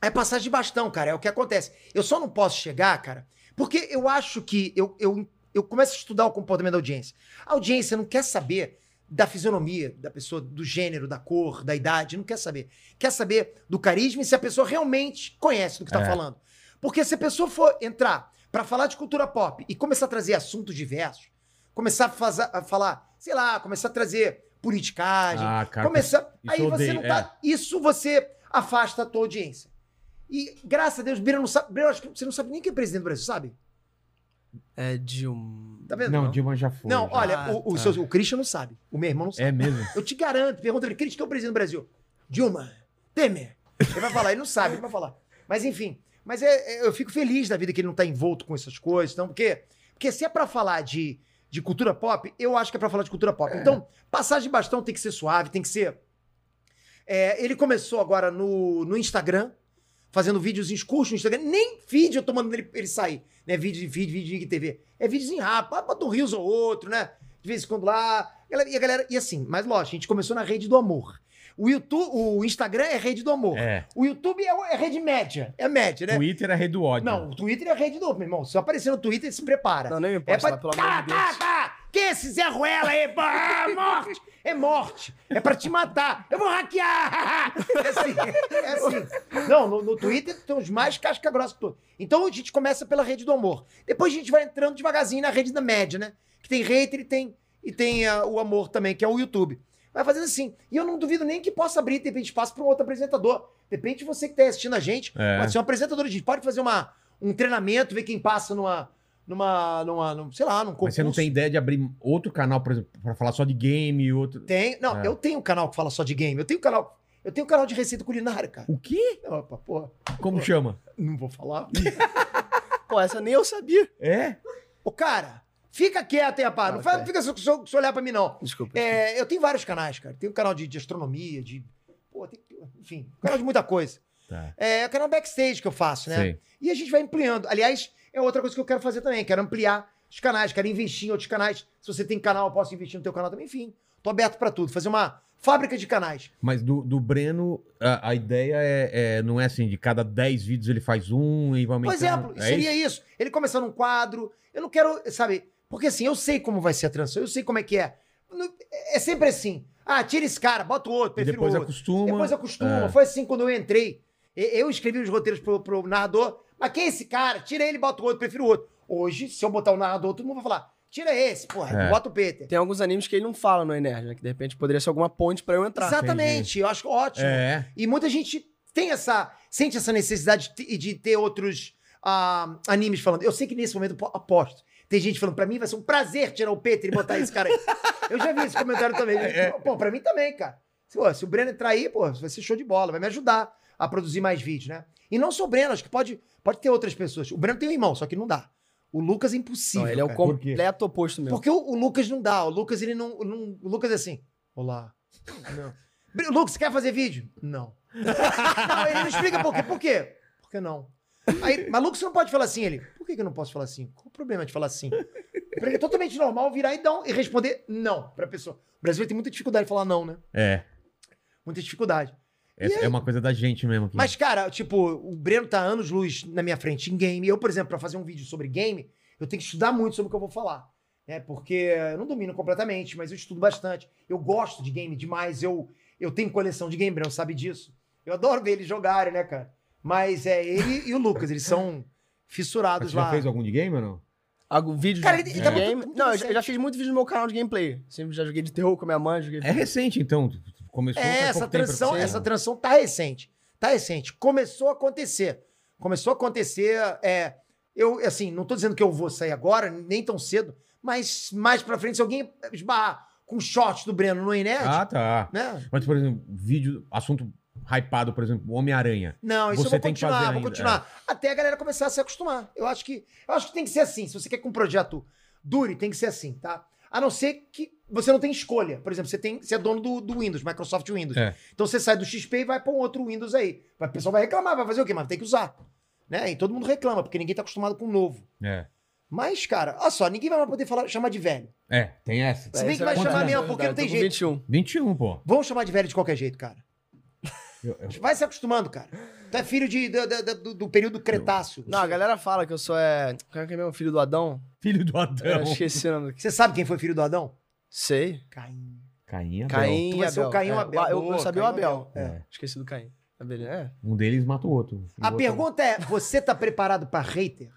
[SPEAKER 3] é passagem de bastão, cara. É o que acontece. Eu só não posso chegar, cara, porque eu acho que eu, eu, eu começo a estudar o comportamento da audiência. A audiência não quer saber da fisionomia da pessoa, do gênero, da cor, da idade, não quer saber. Quer saber do carisma e se a pessoa realmente conhece do que tá
[SPEAKER 1] É.
[SPEAKER 3] falando. Porque se a pessoa for entrar pra falar de cultura pop e começar a trazer assuntos diversos, começar a, faza- a falar, sei lá, começar a trazer politicagem,
[SPEAKER 1] Ah, cara.
[SPEAKER 3] começar.
[SPEAKER 1] isso
[SPEAKER 3] Aí
[SPEAKER 1] eu
[SPEAKER 3] você
[SPEAKER 1] odeio,
[SPEAKER 3] não tá. Isso você afasta a tua audiência. E, graças a Deus, Bira não sabe. Bira, eu acho que você não sabe nem quem é presidente do Brasil, sabe?
[SPEAKER 7] É Dilma.
[SPEAKER 3] Tá vendo?
[SPEAKER 1] não,
[SPEAKER 3] não,
[SPEAKER 1] Dilma já foi.
[SPEAKER 3] Não,
[SPEAKER 1] já.
[SPEAKER 3] olha,
[SPEAKER 7] Ah,
[SPEAKER 3] o, o,
[SPEAKER 7] tá.
[SPEAKER 3] seu- o Christian não sabe. O meu irmão não sabe.
[SPEAKER 1] É mesmo.
[SPEAKER 3] Eu te garanto, pergunta ele, Cris, quem é o presidente do Brasil? Dilma, Temer. Ele vai falar, ele não sabe, ele vai falar. Mas enfim, mas é- é- eu fico feliz da vida que ele não tá envolto com essas coisas, então, porque, porque se é pra falar de, de cultura pop, eu acho que é pra falar de cultura pop. Então, passagem de bastão tem que ser suave, tem que ser... É, ele começou agora no, no Instagram, fazendo vídeos curtos no Instagram, nem vídeo eu tô mandando ele, ele sair, né, vídeo, vídeo, vídeo de TV. É vídeozinho rápido, bota um rios ou outro, né, de vez em quando lá. Galera- E a galera, e assim, mas lógico, a gente começou na rede do amor. O YouTube, o Instagram é rede do amor.
[SPEAKER 1] É.
[SPEAKER 3] O YouTube é, o- é rede média. É média, né?
[SPEAKER 1] Twitter é rede do ódio.
[SPEAKER 3] Não, o Twitter é a rede do meu irmão. Se aparecer no Twitter, se prepara.
[SPEAKER 7] Não, nem me
[SPEAKER 3] é
[SPEAKER 7] posso
[SPEAKER 3] pra...
[SPEAKER 7] lá, pelo
[SPEAKER 3] tá,
[SPEAKER 7] amor de
[SPEAKER 3] tá,
[SPEAKER 7] Deus.
[SPEAKER 3] tá! Que esse Zé Ruela aí, pô, é morte! É morte! É pra te matar! Eu vou hackear! É assim, é assim. Não, no, no Twitter tem os mais casca grossa que tudo. Então a gente começa pela rede do amor. Depois a gente vai entrando devagarzinho na rede da média, né? Que tem hater e tem, e tem ah, o amor também, que é o YouTube. Vai fazendo assim. E eu não duvido nem que possa abrir, de repente, espaço para um outro apresentador. De repente, você que está assistindo a gente,
[SPEAKER 1] É.
[SPEAKER 3] pode ser um apresentador de pode fazer uma, um treinamento, ver quem passa numa. numa, numa num, sei lá, num concurso.
[SPEAKER 1] Mas você não tem ideia de abrir outro canal, por exemplo, pra falar só de game e outro.
[SPEAKER 3] Tem- Não,
[SPEAKER 1] É.
[SPEAKER 3] eu tenho um canal que fala só de game. Eu tenho um canal. Eu tenho um canal de receita culinária, cara.
[SPEAKER 1] O quê?
[SPEAKER 3] Opa, porra.
[SPEAKER 1] Como chama?
[SPEAKER 3] Não vou falar.
[SPEAKER 7] Pô, essa nem eu sabia.
[SPEAKER 1] É?
[SPEAKER 3] Ô, cara, fica quieto, hein, rapaz. Não,
[SPEAKER 7] Ah,
[SPEAKER 3] faz-
[SPEAKER 7] tá.
[SPEAKER 3] fica se, se- se olhar pra mim, não.
[SPEAKER 7] Desculpa.
[SPEAKER 3] É, eu tenho vários canais, cara. Tem um canal de, de astronomia, de. Pô, tem, enfim, canal de muita coisa.
[SPEAKER 1] Tá.
[SPEAKER 3] É, o canal backstage que eu faço, né?
[SPEAKER 1] Sei.
[SPEAKER 3] E a gente vai ampliando. Aliás, é outra coisa que eu quero fazer também. Quero ampliar os canais, quero investir em outros canais. Se você tem canal, eu posso investir no teu canal também. Enfim, tô aberto pra tudo. Fazer uma fábrica de canais.
[SPEAKER 1] Mas do, do Breno, a, a ideia é, é- não é assim, de cada 10 vídeos ele faz um e vai
[SPEAKER 3] Por
[SPEAKER 1] aumentando.
[SPEAKER 3] exemplo,
[SPEAKER 1] é
[SPEAKER 3] seria isso? Ele começar num quadro. Eu não quero, sabe? Porque assim, eu sei como vai ser a transição, eu sei como é que é. Não- É sempre assim. Ah, tira esse cara, bota o outro,
[SPEAKER 1] E
[SPEAKER 3] prefiro
[SPEAKER 1] depois
[SPEAKER 3] o outro.
[SPEAKER 1] acostuma.
[SPEAKER 3] Depois
[SPEAKER 1] É.
[SPEAKER 3] acostuma. É Foi assim quando eu entrei. E- Eu escrevi os roteiros pro, pro narrador. Mas quem é esse cara? Tira ele, bota o outro, prefiro o outro. Hoje, se eu botar o narrador, todo mundo vai falar: tira esse, porra,
[SPEAKER 1] É.
[SPEAKER 3] bota o Peter.
[SPEAKER 7] Tem alguns animes que ele não fala no Enerd, né? Que de repente poderia ser alguma ponte pra eu entrar.
[SPEAKER 3] Exatamente, eu acho ótimo.
[SPEAKER 1] É.
[SPEAKER 3] E muita gente tem essa. sente essa necessidade de te- de ter outros ah, animes falando. Eu sei que nesse momento po- aposto. Tem gente falando, pra mim vai ser um prazer tirar o Peter e botar esse cara aí. Eu já vi esse comentário também. Pô, pra mim também, cara. Se, pô, se o Breno entrar aí, pô, vai ser show de bola, vai me ajudar a produzir mais vídeos, né? E não só o Breno, acho que pode, pode ter outras pessoas. O Breno tem um irmão, só que não dá. O Lucas é impossível.
[SPEAKER 7] Não, ele é o
[SPEAKER 3] cara.
[SPEAKER 1] Por quê?
[SPEAKER 7] completo oposto mesmo.
[SPEAKER 3] Porque o, o Lucas não dá. O Lucas, ele não. não- o Lucas é assim. Olá. Não. Br- Lucas, você quer fazer vídeo? Não. não, ele não explica por quê. Por quê? Por que não? Aí, mas Lucas você não pode falar assim, ele. Por que, que eu não posso falar assim? Qual o problema de falar assim? Pra ele é totalmente normal virar e, dar um- e responder não pra pessoa. O brasileiro tem muita dificuldade de falar não, né?
[SPEAKER 1] É.
[SPEAKER 3] Muita dificuldade.
[SPEAKER 1] É, é uma coisa da gente mesmo. Aqui.
[SPEAKER 3] Mas, cara, tipo, o Breno tá anos luz na minha frente em game. Eu, por exemplo, pra fazer um vídeo sobre game, eu tenho que estudar muito sobre o que eu vou falar. Né? Porque eu não domino completamente, mas eu estudo bastante. Eu gosto de game demais. Eu, eu tenho coleção de game, Breno sabe disso. Eu adoro ver eles jogarem, né, cara? Mas é ele e o Lucas, eles são
[SPEAKER 1] Mas
[SPEAKER 3] fissurados
[SPEAKER 1] você já
[SPEAKER 3] lá.
[SPEAKER 1] fez algum de game ou não?
[SPEAKER 7] Algum vídeo
[SPEAKER 3] Cara,
[SPEAKER 7] de,
[SPEAKER 3] ele-
[SPEAKER 7] de
[SPEAKER 3] ele tá
[SPEAKER 7] game.
[SPEAKER 3] muito- muito
[SPEAKER 7] não, eu já,
[SPEAKER 3] recente.
[SPEAKER 7] eu já fiz muito vídeo no meu canal de gameplay. Sempre já joguei de terror com a minha mãe, joguei.
[SPEAKER 1] É recente, então. tu- tu Começou
[SPEAKER 3] É,
[SPEAKER 1] faz
[SPEAKER 3] essa
[SPEAKER 1] pouco tempo,
[SPEAKER 3] transição,
[SPEAKER 1] né?
[SPEAKER 3] essa transição tá recente. Tá recente. Começou a acontecer. Começou a acontecer. É, eu, assim, não tô dizendo que eu vou sair agora, nem tão cedo, mas mais pra frente, se alguém esbarrar com o short do Breno no Inerd,
[SPEAKER 1] Ah, tá.
[SPEAKER 3] né?
[SPEAKER 1] Mas, por exemplo, vídeo, assunto hypado, por exemplo, Homem-Aranha.
[SPEAKER 3] Não, isso eu
[SPEAKER 1] Você
[SPEAKER 3] vou
[SPEAKER 1] tem que
[SPEAKER 3] continuar,
[SPEAKER 1] fazer
[SPEAKER 3] vou
[SPEAKER 1] ainda, é.
[SPEAKER 3] continuar. Até a galera começar a se acostumar. Eu acho que. Eu acho que tem que ser assim. Se você quer que um projeto dure, tem que ser assim, tá? A não ser que você não tem escolha. Por exemplo, você, tem, você é dono do, do Windows, Microsoft Windows.
[SPEAKER 1] É.
[SPEAKER 3] Então você sai do XP e vai para um outro Windows aí. Vai- O pessoal vai reclamar, vai fazer o quê? Mas tem que usar. Né? E todo mundo reclama, porque ninguém tá acostumado com o novo.
[SPEAKER 1] É.
[SPEAKER 3] Mas, cara, olha só, ninguém vai mais poder falar, chamar de velho.
[SPEAKER 1] É, tem essa.
[SPEAKER 3] Se bem que vai
[SPEAKER 1] Quantos
[SPEAKER 3] chamar
[SPEAKER 1] anos?
[SPEAKER 3] mesmo, porque não tem
[SPEAKER 7] jeito.
[SPEAKER 3] jeito.
[SPEAKER 7] 21.
[SPEAKER 1] 21, pô.
[SPEAKER 3] Vão chamar de velho de qualquer jeito, cara.
[SPEAKER 1] Eu- eu-
[SPEAKER 3] Vai se acostumando, cara. Tu é filho de, da- da- da- do, do período Cretáceo.
[SPEAKER 7] Não, a galera fala que eu sou é. Como é que é mesmo? Filho do Adão?
[SPEAKER 1] Filho do
[SPEAKER 7] Eu
[SPEAKER 5] É
[SPEAKER 1] Adão.
[SPEAKER 7] esqueci o nome daqui.
[SPEAKER 3] Você sabe quem foi filho do Adão?
[SPEAKER 7] Sei.
[SPEAKER 3] Caim.
[SPEAKER 1] Caim, é Abel.
[SPEAKER 7] Caim
[SPEAKER 3] Tu
[SPEAKER 7] e
[SPEAKER 3] vai ser o
[SPEAKER 7] Abel.
[SPEAKER 3] Caim ou
[SPEAKER 7] É,
[SPEAKER 3] Abel?
[SPEAKER 7] Eu, eu
[SPEAKER 3] Boa,
[SPEAKER 7] sabia
[SPEAKER 3] Caim
[SPEAKER 7] o
[SPEAKER 3] ou
[SPEAKER 7] Abel.
[SPEAKER 3] Abel.
[SPEAKER 7] É, Esqueci do Caim. Abel, é?
[SPEAKER 1] Um deles mata o outro. O
[SPEAKER 3] A é,
[SPEAKER 1] outro-
[SPEAKER 3] pergunta é: você tá preparado pra hater?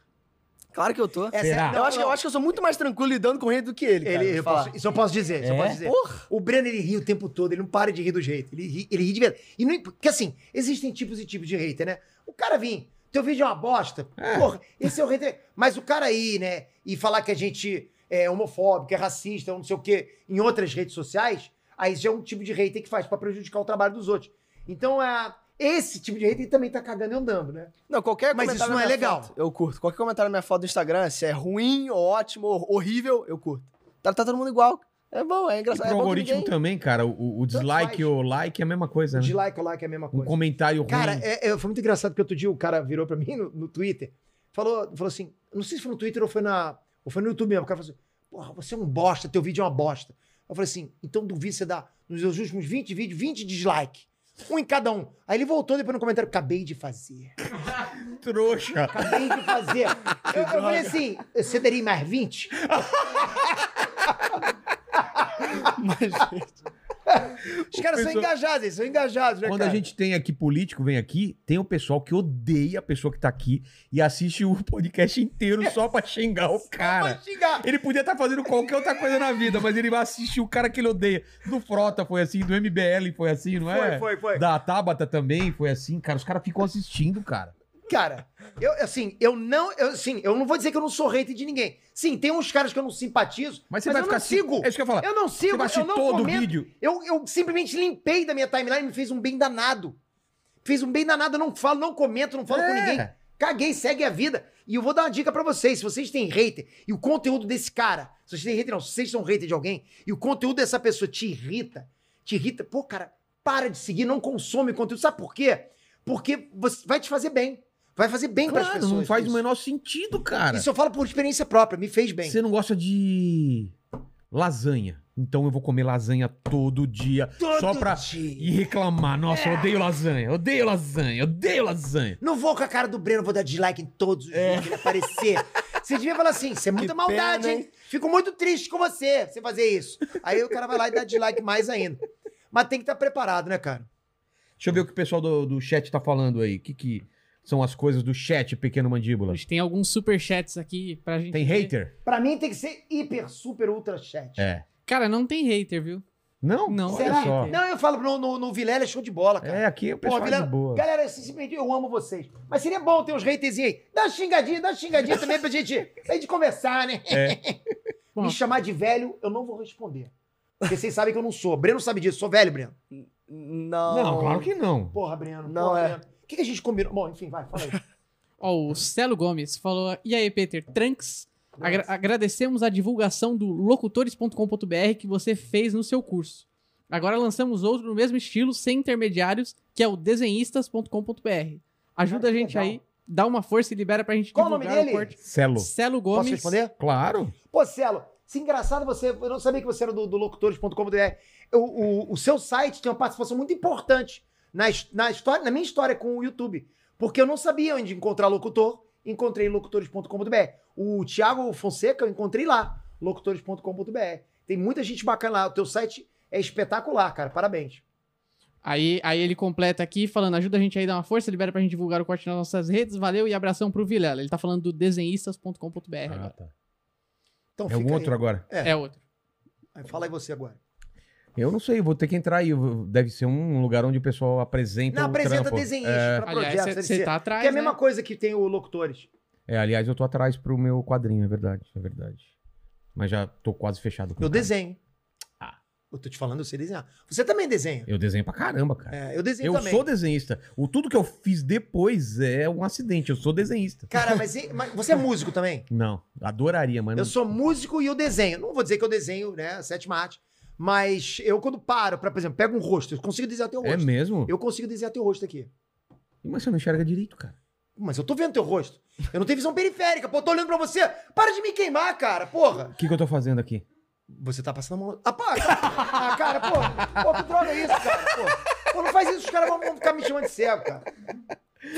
[SPEAKER 7] Claro que eu tô.
[SPEAKER 3] Essa
[SPEAKER 5] Será?
[SPEAKER 3] não,
[SPEAKER 7] eu, acho que, eu
[SPEAKER 3] não.
[SPEAKER 7] acho que eu sou muito mais tranquilo lidando com ele do que ele, cara.
[SPEAKER 3] Ele,
[SPEAKER 7] vou
[SPEAKER 3] eu
[SPEAKER 7] falar.
[SPEAKER 3] posso- isso eu posso dizer, isso eu
[SPEAKER 5] É?
[SPEAKER 3] posso dizer.
[SPEAKER 7] Porra!
[SPEAKER 3] O Brenner, ele ri o tempo todo, ele não para de rir do jeito. Ele ri, ele ri de verdade. E não, porque assim, existem tipos e tipos de hater, né? O cara vim, teu vídeo é uma bosta. Porra, esse é o hater. Mas o cara aí, né? E falar que a gente é homofóbico, é racista, não sei o quê, em outras redes sociais, aí já é um tipo de hater que faz pra prejudicar o trabalho dos outros. Então, é, esse tipo de hater também tá cagando e andando, né?
[SPEAKER 7] Não, qualquer
[SPEAKER 3] Mas
[SPEAKER 7] comentário
[SPEAKER 3] isso não
[SPEAKER 7] na
[SPEAKER 3] é
[SPEAKER 7] minha
[SPEAKER 3] legal.
[SPEAKER 7] foto, eu curto. Qualquer comentário na minha foto do Instagram, se é ruim, ótimo, hor- horrível, eu curto. Tá, tá todo mundo igual. É bom, é
[SPEAKER 5] E
[SPEAKER 7] engraçado.
[SPEAKER 5] pro
[SPEAKER 7] É bom que
[SPEAKER 5] algoritmo
[SPEAKER 7] ninguém-
[SPEAKER 5] também, cara, o, o dislike
[SPEAKER 3] faz.
[SPEAKER 5] ou like é a mesma coisa, né?
[SPEAKER 3] De like ou like é a mesma
[SPEAKER 5] Um
[SPEAKER 3] coisa.
[SPEAKER 5] comentário ruim.
[SPEAKER 3] Cara, é- é- foi muito engraçado que outro dia o cara virou pra mim no, no Twitter, falou, falou assim, não sei se foi no Twitter ou foi, na, ou foi no YouTube mesmo, o cara falou assim, porra, você é um bosta, teu vídeo é uma bosta. Eu falei assim, então duvido você dar nos seus últimos 20 vídeos, 20 dislike. Um em cada um. Aí ele voltou depois no comentário, acabei de fazer.
[SPEAKER 5] trouxa.
[SPEAKER 3] Acabei de fazer. eu, eu falei assim, você daria mais 20? Os caras são
[SPEAKER 5] pessoal-
[SPEAKER 3] engajados, eles são engajados, né,
[SPEAKER 5] Quando
[SPEAKER 3] cara?
[SPEAKER 5] a gente tem aqui político, vem aqui, tem o pessoal que odeia a pessoa que tá aqui e assiste o podcast inteiro só pra xingar o cara.
[SPEAKER 3] Vai xingar.
[SPEAKER 5] Ele podia estar fazendo qualquer outra coisa na vida, mas ele vai assistir o cara que ele odeia. Do Frota foi assim, do MBL foi assim, não é?
[SPEAKER 3] Foi, foi, foi.
[SPEAKER 5] Da Tabata também foi assim, cara. Os caras ficam assistindo, cara.
[SPEAKER 3] Cara, eu assim, eu não, eu assim, eu não vou dizer que eu não sou hater de ninguém. Sim, tem uns caras que eu não simpatizo,
[SPEAKER 5] Mas você vai
[SPEAKER 3] eu não
[SPEAKER 5] ficar assim-
[SPEAKER 3] sigo.
[SPEAKER 5] É isso que eu ia falar.
[SPEAKER 3] Eu não
[SPEAKER 5] Você
[SPEAKER 3] sigo,
[SPEAKER 5] vai assistir
[SPEAKER 3] eu não
[SPEAKER 5] todo o
[SPEAKER 3] comento.
[SPEAKER 5] vídeo.
[SPEAKER 3] Eu, eu simplesmente limpei da minha timeline e me fez um bem danado. Fez um bem danado, eu não falo, não comento, não falo com
[SPEAKER 5] É.
[SPEAKER 3] ninguém. Caguei, segue a vida. E eu vou dar uma dica pra vocês. Se vocês têm hater e o conteúdo desse cara, se vocês têm hater, não, se vocês são hater de alguém e o conteúdo dessa pessoa te irrita, te irrita, pô, cara, para de seguir, não consome conteúdo. Sabe por quê? Porque você- vai te fazer bem. Vai fazer bem pras
[SPEAKER 5] Claro,
[SPEAKER 3] pessoas.
[SPEAKER 5] não faz
[SPEAKER 3] isso.
[SPEAKER 5] o menor sentido, cara.
[SPEAKER 3] Isso eu falo por experiência própria, me fez bem.
[SPEAKER 5] Você não gosta de lasanha. Então eu vou comer lasanha todo dia. só pra
[SPEAKER 3] dia. É.
[SPEAKER 5] e reclamar. Nossa, eu odeio lasanha, eu odeio lasanha, eu odeio lasanha.
[SPEAKER 3] Não vou com a cara do Breno, vou dar dislike em todos os vídeos que ele aparecer. Você devia falar assim, isso é muita
[SPEAKER 7] Que
[SPEAKER 3] maldade,
[SPEAKER 7] pena,
[SPEAKER 3] hein? Fico muito triste com você, você fazer isso. Aí o cara vai lá e dá dislike mais ainda. Mas tem que estar preparado, né, cara?
[SPEAKER 5] Deixa eu ver o que o pessoal do, do chat tá falando aí. O que, que são as coisas do chat, pequeno
[SPEAKER 3] é
[SPEAKER 5] mandíbula?
[SPEAKER 2] Hoje tem alguns superchats aqui pra gente.
[SPEAKER 5] Tem
[SPEAKER 2] ver.
[SPEAKER 5] hater?
[SPEAKER 3] Pra mim tem que ser hiper, super, ultra chat.
[SPEAKER 5] É.
[SPEAKER 2] Cara, não tem hater, viu?
[SPEAKER 5] Não?
[SPEAKER 2] Não.
[SPEAKER 5] Olha
[SPEAKER 3] Será?
[SPEAKER 5] só.
[SPEAKER 3] Não, eu falo no, no, no Vilela, é show de bola, cara.
[SPEAKER 5] É, aqui o
[SPEAKER 3] Pô,
[SPEAKER 5] pessoal é
[SPEAKER 3] Vilela,
[SPEAKER 5] de boa.
[SPEAKER 3] galera, simplesmente eu amo vocês. Mas seria bom ter uns haterzinhos aí. Dá uma xingadinha, dá uma xingadinha também pra gente, pra gente conversar, né?
[SPEAKER 5] É.
[SPEAKER 2] Bom.
[SPEAKER 3] Me chamar de velho, eu não vou responder. Porque vocês sabem que eu não sou. Breno sabe disso, sou velho, Breno.
[SPEAKER 7] Não.
[SPEAKER 5] Não, claro que não.
[SPEAKER 3] Porra, Breno.
[SPEAKER 7] Não,
[SPEAKER 3] porra,
[SPEAKER 7] é.
[SPEAKER 3] Breno. O que, que a gente combinou? Bom, enfim, vai, fala aí.
[SPEAKER 2] Ó, o Celo Gomes falou: E aí, Peter, tranks? Agra- agradecemos a divulgação do locutores.com.br que você fez no seu curso. Agora lançamos outro no mesmo estilo, sem intermediários, que é o desenhistas.com.br. Ajuda
[SPEAKER 3] Cara,
[SPEAKER 2] a
[SPEAKER 3] que
[SPEAKER 2] gente
[SPEAKER 3] legal.
[SPEAKER 2] aí, dá uma força e libera pra gente
[SPEAKER 3] Qual o nome dele?
[SPEAKER 5] Celo.
[SPEAKER 2] Celo Gomes.
[SPEAKER 3] Posso responder?
[SPEAKER 5] Claro.
[SPEAKER 3] Pô, Celo, se engraçado você. Eu não sabia que você era do, do locutores.com.br. O, o, o seu site tem uma participação muito importante na, his- na, história, na minha história com o YouTube. Porque eu não sabia onde encontrar locutor, encontrei locutores.com.br. O Thiago Fonseca eu encontrei lá, locutores.com.br. Tem muita gente bacana lá. O teu site é espetacular, cara. Parabéns.
[SPEAKER 2] Aí, aí ele completa aqui falando: ajuda a gente aí, dá uma força, libera pra gente divulgar o corte nas nossas redes. Valeu e abração pro Vilela. Ele tá falando do desenhistas.com.br
[SPEAKER 5] Ah,
[SPEAKER 2] agora.
[SPEAKER 5] tá.
[SPEAKER 3] Então
[SPEAKER 5] É
[SPEAKER 3] fica
[SPEAKER 5] algum outro
[SPEAKER 3] aí.
[SPEAKER 5] agora?
[SPEAKER 3] É.
[SPEAKER 2] É outro.
[SPEAKER 3] Aí, Fala aí você agora.
[SPEAKER 5] Eu não sei, vou ter que entrar aí. Eu- Deve ser um lugar onde o pessoal apresenta
[SPEAKER 3] Não,
[SPEAKER 5] o
[SPEAKER 3] apresenta
[SPEAKER 5] um trampo.
[SPEAKER 3] desenhista pra
[SPEAKER 2] Aliás,
[SPEAKER 3] projetos.
[SPEAKER 2] você
[SPEAKER 3] LC.
[SPEAKER 2] tá atrás.
[SPEAKER 3] que é a
[SPEAKER 2] né?
[SPEAKER 3] mesma coisa que tem o locutores.
[SPEAKER 5] É, aliás, eu tô atrás pro meu quadrinho, é verdade, é verdade. Mas já tô quase fechado com
[SPEAKER 3] Eu
[SPEAKER 5] o cara.
[SPEAKER 3] desenho.
[SPEAKER 5] Ah.
[SPEAKER 3] Eu tô te falando, eu sei desenhar. Você também desenha.
[SPEAKER 5] Eu desenho pra caramba, cara.
[SPEAKER 3] É, eu desenho
[SPEAKER 5] eu
[SPEAKER 3] também.
[SPEAKER 5] sou desenhista. O tudo que eu fiz depois é um acidente. Eu sou desenhista.
[SPEAKER 3] Cara, mas, e- mas você é músico também?
[SPEAKER 5] Não, adoraria, mas não.
[SPEAKER 3] Eu sou músico e eu desenho. Não vou dizer que eu desenho, né, a sétima arte, mas eu quando paro, pra, por exemplo, pego um rosto, eu consigo desenhar teu
[SPEAKER 5] É
[SPEAKER 3] rosto.
[SPEAKER 5] mesmo?
[SPEAKER 3] eu consigo desenhar teu rosto aqui.
[SPEAKER 5] Mas você não enxerga direito, cara.
[SPEAKER 3] Mas eu tô vendo teu rosto. Eu não tenho visão periférica, pô, eu tô olhando pra você. Para de me queimar, cara, porra.
[SPEAKER 5] O que, que eu tô fazendo aqui?
[SPEAKER 3] Você tá passando a mão. Ah, pá, cara. Ah, cara, pô. Pô, que droga é isso, cara? Pô, Pô, não faz isso, os caras vão vão ficar me chamando de cego, cara.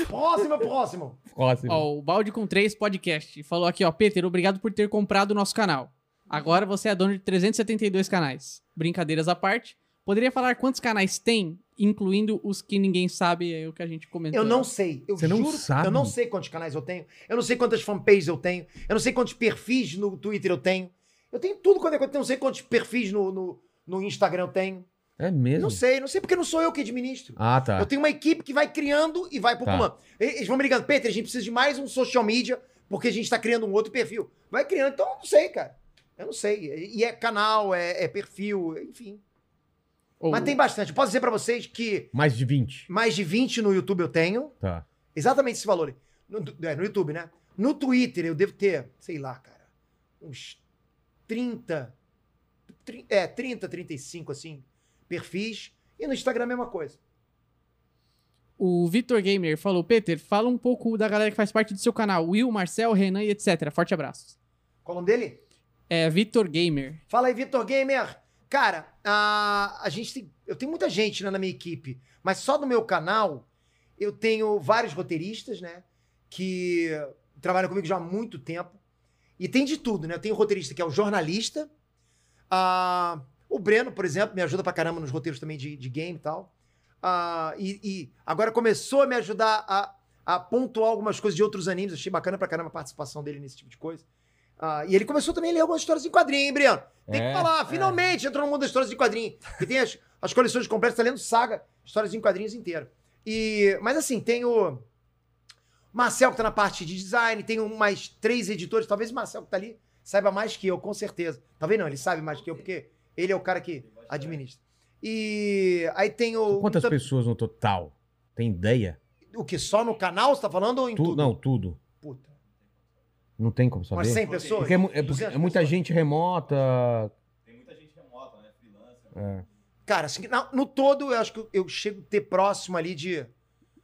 [SPEAKER 3] Próximo, próximo.
[SPEAKER 5] Próximo.
[SPEAKER 2] Ó, o Balde com 3 podcast falou aqui, ó, Peter, obrigado por ter comprado o nosso canal. Agora você é dono de 372 canais. Brincadeiras à parte, poderia falar quantos canais tem incluindo os que ninguém sabe, é o que a gente comentou.
[SPEAKER 3] Eu não sei. Eu
[SPEAKER 1] Então, Você não
[SPEAKER 3] juro,
[SPEAKER 1] sabe?
[SPEAKER 3] eu não sei quantos canais eu tenho. Eu não sei quantas fanpages eu tenho. Eu não sei quantos perfis no Twitter eu tenho. Eu tenho tudo quando é coisa. Eu não sei quantos perfis no, no, no Instagram eu tenho.
[SPEAKER 1] É mesmo?
[SPEAKER 3] Não sei, não sei porque não sou eu que administro.
[SPEAKER 1] Ah, tá.
[SPEAKER 3] Eu tenho uma equipe que vai criando e vai populando. E- Eles vão me ligando, Peter, a gente precisa de mais um social media porque a gente tá criando um outro perfil. Vai criando, então eu não sei, cara. Eu não sei. E é canal, é, é perfil, enfim.
[SPEAKER 2] Ou-
[SPEAKER 3] Mas tem bastante. Eu posso dizer pra vocês que
[SPEAKER 1] Mais de 20.
[SPEAKER 3] mais de 20 no YouTube eu tenho.
[SPEAKER 1] Tá.
[SPEAKER 3] Exatamente esse valor. aí. No, é, no YouTube, né? No Twitter eu devo ter, sei lá, cara, uns 30, tri- é, 30, 35, assim, perfis. E no Instagram a mesma coisa.
[SPEAKER 2] O Vitor Gamer falou: Peter, fala um pouco da galera que faz parte do seu canal, Will, Marcel, Renan e etc. Forte abraço.
[SPEAKER 3] Qual o nome dele?
[SPEAKER 2] É, Vitor Gamer.
[SPEAKER 3] Fala aí, Vitor Gamer. Cara, a, a gente tem, eu tenho muita gente né, na minha equipe, mas só no meu canal eu tenho vários roteiristas, né? Que trabalham comigo já há muito tempo. E tem de tudo, né? Eu tenho roteirista que é o jornalista. ah, o Breno, por exemplo, me ajuda pra caramba nos roteiros também de, de game e tal. Ah, e, e agora começou a me ajudar a, a pontuar algumas coisas de outros animes. Achei bacana pra caramba a participação dele nesse tipo de coisa. Ah, e ele começou também a ler algumas histórias em quadrinho, hein, Breno? Tem
[SPEAKER 1] É,
[SPEAKER 3] que falar, finalmente entrou no mundo das histórias em quadrinho. E tem as, as coleções completas, tá lendo saga, histórias em quadrinhos inteira. E, mas assim, tem o Marcel que tá na parte de design, tem um- mais três editores, talvez o Marcel que tá ali saiba mais que eu, com certeza. Talvez não, ele sabe mais que eu, porque ele é o cara que administra. E aí tem o.
[SPEAKER 1] Quantas
[SPEAKER 3] muita-
[SPEAKER 1] pessoas no total? Tem ideia?
[SPEAKER 3] O que só no canal você tá falando ou em
[SPEAKER 1] Tu-
[SPEAKER 3] tudo?
[SPEAKER 1] Não, tudo.
[SPEAKER 3] Puta.
[SPEAKER 1] Não tem como saber.
[SPEAKER 3] Umas 100 pessoas?
[SPEAKER 1] Porque é, mu- é porque
[SPEAKER 3] 200
[SPEAKER 1] é muita
[SPEAKER 3] pessoas?
[SPEAKER 1] gente remota.
[SPEAKER 5] Tem muita gente remota, né? Freelancer.
[SPEAKER 1] É,
[SPEAKER 3] Cara, assim, na- no todo eu acho que eu chego a ter próximo ali de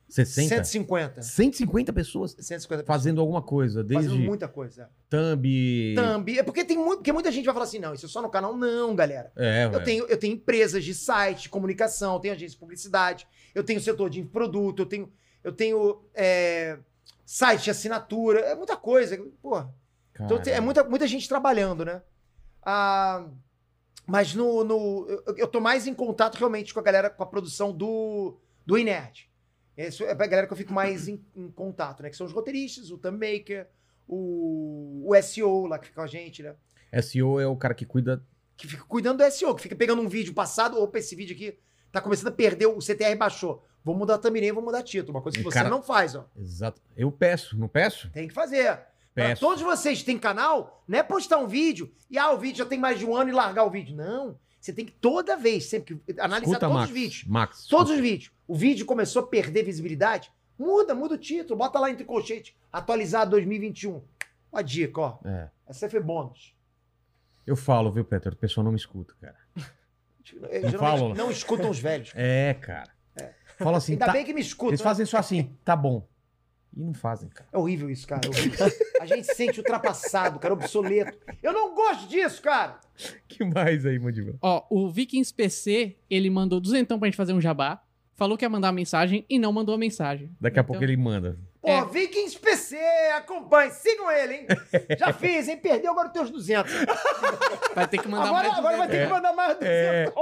[SPEAKER 1] 60?
[SPEAKER 3] 150.
[SPEAKER 1] 150 pessoas
[SPEAKER 3] 150 pessoas.
[SPEAKER 1] fazendo alguma coisa, desde
[SPEAKER 3] Fazendo muita coisa.
[SPEAKER 1] thumb.
[SPEAKER 3] Thumb. É porque tem muito, porque muita gente vai falar assim, não, isso é só no canal. Não, galera.
[SPEAKER 1] É,
[SPEAKER 3] Eu
[SPEAKER 1] velho.
[SPEAKER 3] tenho, eu tenho empresas de site, de comunicação, eu tenho agência de publicidade, eu tenho setor de produto, eu tenho, eu tenho é, site de assinatura, é muita coisa. Porra. Então, tem- é
[SPEAKER 1] Caralho.
[SPEAKER 3] muita, muita gente trabalhando, né? Ah, mas no, no eu, eu tô mais em contato realmente com a galera, com a produção do, do Inerd. Essa é a galera que eu fico mais em, em contato, né? Que são os roteiristas, o thumb maker, o, o SEO lá que fica com a gente, né?
[SPEAKER 1] SEO é o cara que cuida.
[SPEAKER 3] que fica cuidando do SEO, que fica pegando um vídeo passado, opa, esse vídeo aqui tá começando a perder, o CTR baixou. Vou mudar thumbnail, vou mudar título. Uma coisa que
[SPEAKER 1] E,
[SPEAKER 3] você
[SPEAKER 1] cara-
[SPEAKER 3] não faz, ó.
[SPEAKER 1] Exato. Eu peço, não peço?
[SPEAKER 3] Tem que fazer. Pra
[SPEAKER 1] Peço.
[SPEAKER 3] todos vocês que têm canal, não é postar um vídeo e, ah, o vídeo já tem mais de um ano e largar o vídeo. Não. Você tem que toda vez, sempre que analisar
[SPEAKER 1] Escuta,
[SPEAKER 3] todos
[SPEAKER 1] Max.
[SPEAKER 3] os vídeos.
[SPEAKER 1] Max.
[SPEAKER 3] Todos os vídeos. O vídeo começou a perder visibilidade, muda, muda o título, bota lá entre colchete, atualizar 2021. Uma dica, ó.
[SPEAKER 1] É.
[SPEAKER 3] Essa foi bônus.
[SPEAKER 1] Eu falo, viu, Peter? O pessoal não me escuta, cara.
[SPEAKER 3] Geralmente
[SPEAKER 1] fala.
[SPEAKER 3] não escutam os velhos.
[SPEAKER 1] É, cara. Fala assim,
[SPEAKER 3] Ainda
[SPEAKER 1] tá...
[SPEAKER 3] bem que me escutam.
[SPEAKER 1] eles
[SPEAKER 3] né?
[SPEAKER 1] fazem só assim, tá bom. E não fazem, cara.
[SPEAKER 3] É horrível isso, cara. é horrível. A gente se sente ultrapassado, cara, obsoleto. Eu não gosto disso, cara.
[SPEAKER 1] que mais aí, Mandíbula?
[SPEAKER 2] Ó, o Vikings PC, ele mandou duzentão pra gente fazer um jabá. Falou que ia mandar uma mensagem e não mandou a mensagem.
[SPEAKER 1] Daqui a
[SPEAKER 2] Então,
[SPEAKER 1] pouco ele manda.
[SPEAKER 3] Pô,
[SPEAKER 2] É.
[SPEAKER 3] Vikings PC, acompanhe, sigam ele, hein? Já fiz, hein? Perdeu agora os teus 200.
[SPEAKER 2] Vai ter que mandar
[SPEAKER 3] Agora,
[SPEAKER 2] mais
[SPEAKER 3] agora vai
[SPEAKER 2] 200.
[SPEAKER 3] ter que mandar mais 200.
[SPEAKER 1] É.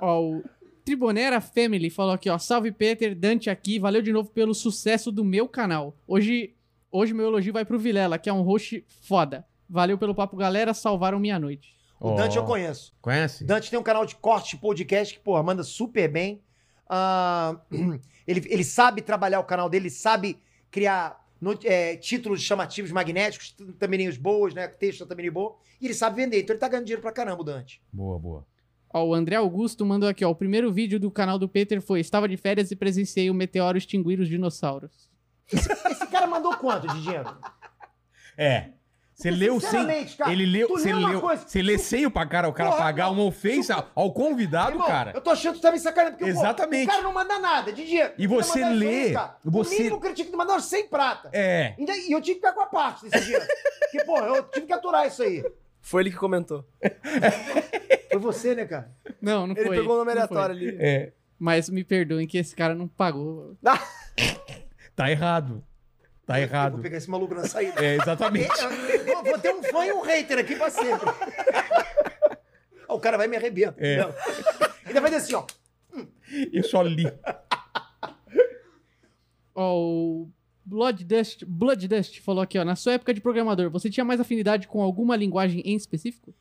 [SPEAKER 2] Ó, o Tribonera Family falou aqui, ó. Salve, Peter, Dante aqui. Valeu de novo pelo sucesso do meu canal. Hoje, hoje meu elogio vai pro Vilela, que é um host foda. Valeu pelo papo, galera. Salvaram minha noite.
[SPEAKER 3] O Dante
[SPEAKER 1] Ó,
[SPEAKER 3] eu conheço.
[SPEAKER 1] Conhece?
[SPEAKER 3] O Dante tem um canal de corte de podcast que, porra, manda super bem. Ah, ele, ele sabe trabalhar o canal dele, ele sabe criar no- é, títulos chamativos magnéticos, thumbnails boas, né? Texto também boa. E ele sabe vender, então ele tá ganhando dinheiro pra caramba, o Dante.
[SPEAKER 1] Boa, boa.
[SPEAKER 2] Ó, o André Augusto mandou aqui, ó. O primeiro vídeo do canal do Peter foi Estava de férias e presenciei o meteoro extinguir os dinossauros.
[SPEAKER 3] Esse cara mandou quanto de dinheiro?
[SPEAKER 1] É. Você
[SPEAKER 3] Porque,
[SPEAKER 1] leu sem.
[SPEAKER 3] sinceramente, cara,
[SPEAKER 1] Ele leu.
[SPEAKER 3] tu
[SPEAKER 1] Você
[SPEAKER 3] leu uma
[SPEAKER 1] leu.
[SPEAKER 3] coisa-
[SPEAKER 1] Você lê sem o pra cara, o cara
[SPEAKER 3] Porra,
[SPEAKER 1] pagar
[SPEAKER 3] não.
[SPEAKER 1] uma ofensa ao convidado,
[SPEAKER 3] Irmão,
[SPEAKER 1] cara.
[SPEAKER 3] Eu tô achando que tu tá me sacanagem, porque pô,
[SPEAKER 1] Exatamente.
[SPEAKER 3] o cara não manda nada de dinheiro.
[SPEAKER 1] E
[SPEAKER 3] Tu vai
[SPEAKER 1] você
[SPEAKER 3] mandar isso
[SPEAKER 1] lê,
[SPEAKER 3] aí, cara.
[SPEAKER 1] você-
[SPEAKER 3] O mínimo que ele tinha que mandar uns 100 prata.
[SPEAKER 1] É.
[SPEAKER 3] Ainda- E eu tive que ficar com a parte desse dinheiro. Porque, pô, eu tive que aturar isso aí.
[SPEAKER 7] Foi ele que comentou.
[SPEAKER 3] Foi você, né, cara?
[SPEAKER 2] Não, não
[SPEAKER 7] Ele
[SPEAKER 2] foi.
[SPEAKER 7] pegou o nome
[SPEAKER 2] não foi.
[SPEAKER 7] aleatório ali.
[SPEAKER 1] É.
[SPEAKER 2] Mas me perdoem que esse cara não pagou.
[SPEAKER 1] Tá errado. Tá
[SPEAKER 3] Eu vou
[SPEAKER 1] errado.
[SPEAKER 3] pegar esse maluco na saída.
[SPEAKER 1] É,
[SPEAKER 3] Eu-
[SPEAKER 1] exatamente.
[SPEAKER 3] eu- eu vou ter um fã e um hater aqui pra sempre. Ah, o cara vai me arrebentar.
[SPEAKER 1] É.
[SPEAKER 3] Não. Ainda vai dizer assim, ó. Hum,
[SPEAKER 5] Eu só li.
[SPEAKER 2] Ó, o Blood Dust, Blood Dust falou aqui, ó. Na sua época de programador, você tinha mais afinidade com alguma linguagem em específico?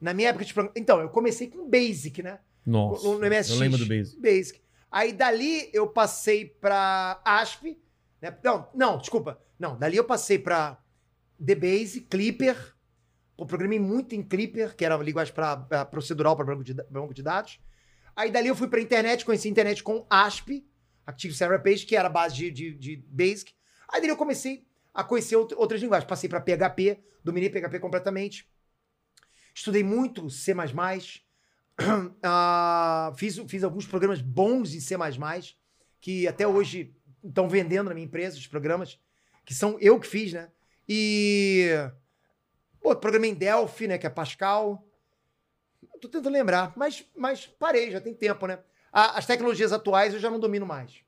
[SPEAKER 3] Na minha época de programa. Então, eu comecei com Basic, né?
[SPEAKER 5] Nossa.
[SPEAKER 3] no MSX.
[SPEAKER 5] Eu lembro do Basic.
[SPEAKER 3] Basic. Aí dali eu passei pra ASP. Né? Não, não, desculpa. Não, dali eu passei pra DBase, Clipper. Pô, programei muito em Clipper, que era uma linguagem para procedural para banco, de da- banco de dados. Aí dali eu fui pra internet, conheci a internet com ASP, Active Server Page, que era a base de, de, de Basic. Aí dali eu comecei a conhecer out- outras linguagens. Passei pra PHP, dominei PHP completamente. Estudei muito C++. Ah, fiz, fiz alguns programas bons em C++, que até hoje estão vendendo na minha empresa, os programas, que são eu que fiz, né? E... Pô, programei em Delphi, né? Que é Pascal. Eu Tô tentando lembrar, mas, mas parei, já tem tempo, né? A- as tecnologias atuais eu já não domino mais.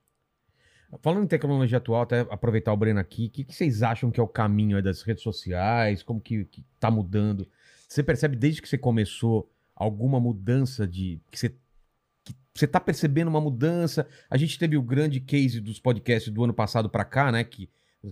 [SPEAKER 5] Falando em tecnologia atual, até aproveitar o Breno aqui, o que, que vocês acham que é o caminho aí das redes sociais? Como que, que tá mudando? Você percebe desde que você começou alguma mudança de. que você, que você tá percebendo uma mudança? A gente teve o grande case dos podcasts do ano passado para cá, né? Que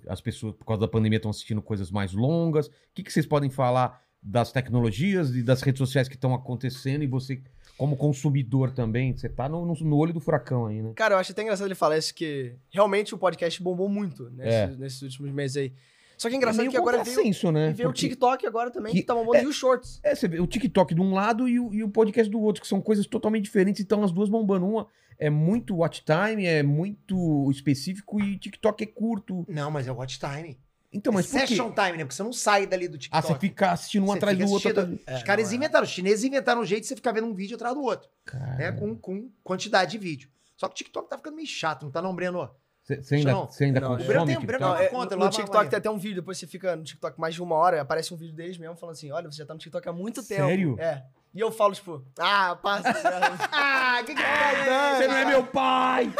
[SPEAKER 5] as pessoas, por causa da pandemia, estão assistindo coisas mais longas. O que, que vocês podem falar das tecnologias e das redes sociais que estão acontecendo? E você, como consumidor também, você tá no, no- no olho do furacão aí, né?
[SPEAKER 7] Cara, eu acho até engraçado ele falar isso, que realmente o podcast bombou muito né,
[SPEAKER 5] É.
[SPEAKER 7] nesses, nesses últimos meses aí. Só que é engraçado que agora veio,
[SPEAKER 5] isso, né?
[SPEAKER 7] veio o
[SPEAKER 5] Porque-
[SPEAKER 7] TikTok agora também, que,
[SPEAKER 5] que-
[SPEAKER 7] tá bombando,
[SPEAKER 5] é.
[SPEAKER 7] e os shorts.
[SPEAKER 5] É, você vê o TikTok de um lado e o, e o podcast do outro, que são coisas totalmente diferentes, então as duas bombando. Uma é muito watch time, é muito específico e TikTok é curto.
[SPEAKER 3] Não, mas é watch time.
[SPEAKER 5] Então, mas por quê?
[SPEAKER 3] Session time, né? Porque você não sai dali do
[SPEAKER 5] Ah,
[SPEAKER 3] TikTok.
[SPEAKER 5] você fica assistindo um
[SPEAKER 3] Você
[SPEAKER 5] atrás
[SPEAKER 3] fica
[SPEAKER 5] do outro.
[SPEAKER 3] assistindo-
[SPEAKER 5] atrás-
[SPEAKER 3] Os caras inventaram, os chineses inventaram um jeito de você ficar vendo um vídeo atrás do outro, né?
[SPEAKER 5] Cara,
[SPEAKER 3] Com, com quantidade de vídeo. Só que o TikTok tá ficando meio chato, não tá não, Breno?
[SPEAKER 5] você você ainda,
[SPEAKER 3] Não,
[SPEAKER 5] você ainda
[SPEAKER 7] não,
[SPEAKER 3] o Breno
[SPEAKER 5] consome Então,
[SPEAKER 3] tem- o
[SPEAKER 5] TikTok?
[SPEAKER 3] Breno
[SPEAKER 7] Não,
[SPEAKER 3] dá
[SPEAKER 7] é,
[SPEAKER 3] conta, lá
[SPEAKER 7] no
[SPEAKER 3] vai
[SPEAKER 7] TikTok
[SPEAKER 3] Maria.
[SPEAKER 7] tem até um vídeo, depois você fica no TikTok mais de uma hora, aparece um vídeo deles mesmo falando assim, olha, você já tá no TikTok há muito tempo.
[SPEAKER 3] Então,
[SPEAKER 5] Sério?
[SPEAKER 7] É. E eu falo, tipo, ah, passa.
[SPEAKER 3] Ah, que que tá
[SPEAKER 5] Você não é meu pai!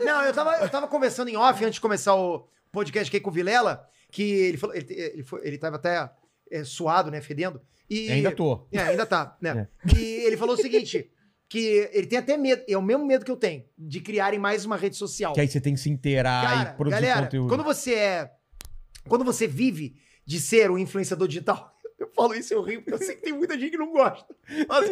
[SPEAKER 3] Não, eu tava, eu tava conversando em off antes de começar o podcast aqui com o Vilela, que ele falou, ele, ele, foi- ele tava até é, suado, né, fedendo. E,
[SPEAKER 5] Ainda tô. É.
[SPEAKER 3] É, ainda tá, né? E ele falou o seguinte, que ele tem até medo, é o mesmo medo que eu tenho, de criarem mais uma rede social.
[SPEAKER 5] Que aí você tem que se inteirar
[SPEAKER 3] Cara,
[SPEAKER 5] e produzir
[SPEAKER 3] galera,
[SPEAKER 5] conteúdo.
[SPEAKER 3] quando você é, quando você vive de ser um influenciador digital, eu falo isso, eu rio, porque eu sei que tem muita gente que não gosta. Mas,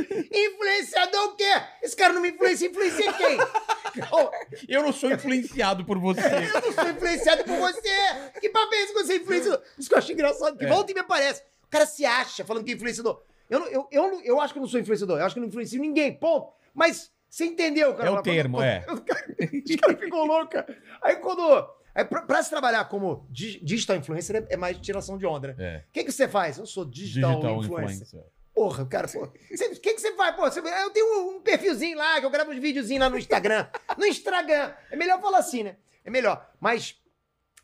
[SPEAKER 3] influenciador o quê? Esse cara não me influencia, influencia quem? Ô,
[SPEAKER 5] Eu não sou influenciado por você.
[SPEAKER 3] eu não sou influenciado por você! Que papel é esse que você é influenciador? Isso que eu acho engraçado, que
[SPEAKER 5] É.
[SPEAKER 3] volta e me aparece. O cara se acha falando que é influenciador. Eu, não- eu, eu, não- eu acho que eu não sou influenciador, eu acho que eu não influencio ninguém, ponto. Mas você entendeu, cara?
[SPEAKER 5] É o
[SPEAKER 3] Quando-
[SPEAKER 5] termo, é.
[SPEAKER 3] Os caras os caras ficam loucos. cara. Aí quando. Aí pra, pra se trabalhar como dig- digital influencer é- é mais tiração de onda, né?
[SPEAKER 5] É,
[SPEAKER 3] O que, que você faz? Eu sou digital, influencer. Porra, cara, pô. O que, que você faz? Pô, você- eu tenho um, um perfilzinho lá, que eu gravo uns videozinhos lá no Instagram. No Instagram. É melhor falar assim, né? É melhor. Mas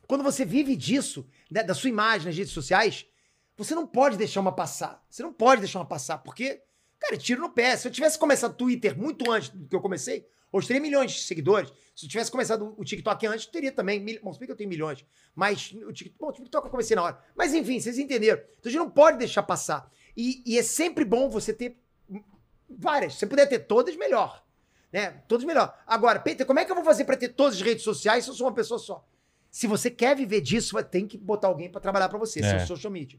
[SPEAKER 3] quando você vive disso, né, da sua imagem nas redes sociais, você não pode deixar uma passar. Você não pode deixar uma passar, porque, cara, é tiro no pé. Se eu tivesse começado o Twitter muito antes do que eu comecei, hoje teria milhões de seguidores. Se eu tivesse começado o TikTok antes, teria também. Mil... Bom, se bem que eu tenho milhões. Mas o TikTok, bom, o TikTok eu comecei na hora. Mas enfim, vocês entenderam. Então a gente não pode deixar passar. E, e é sempre bom você ter várias. Se você puder ter todas, melhor. Né? Todas melhor. Agora, Peter, como é que eu vou fazer para ter todas as redes sociais se eu sou uma pessoa só? Se você quer viver disso, vai- tem que botar alguém para trabalhar para você,
[SPEAKER 5] É.
[SPEAKER 3] seu social media.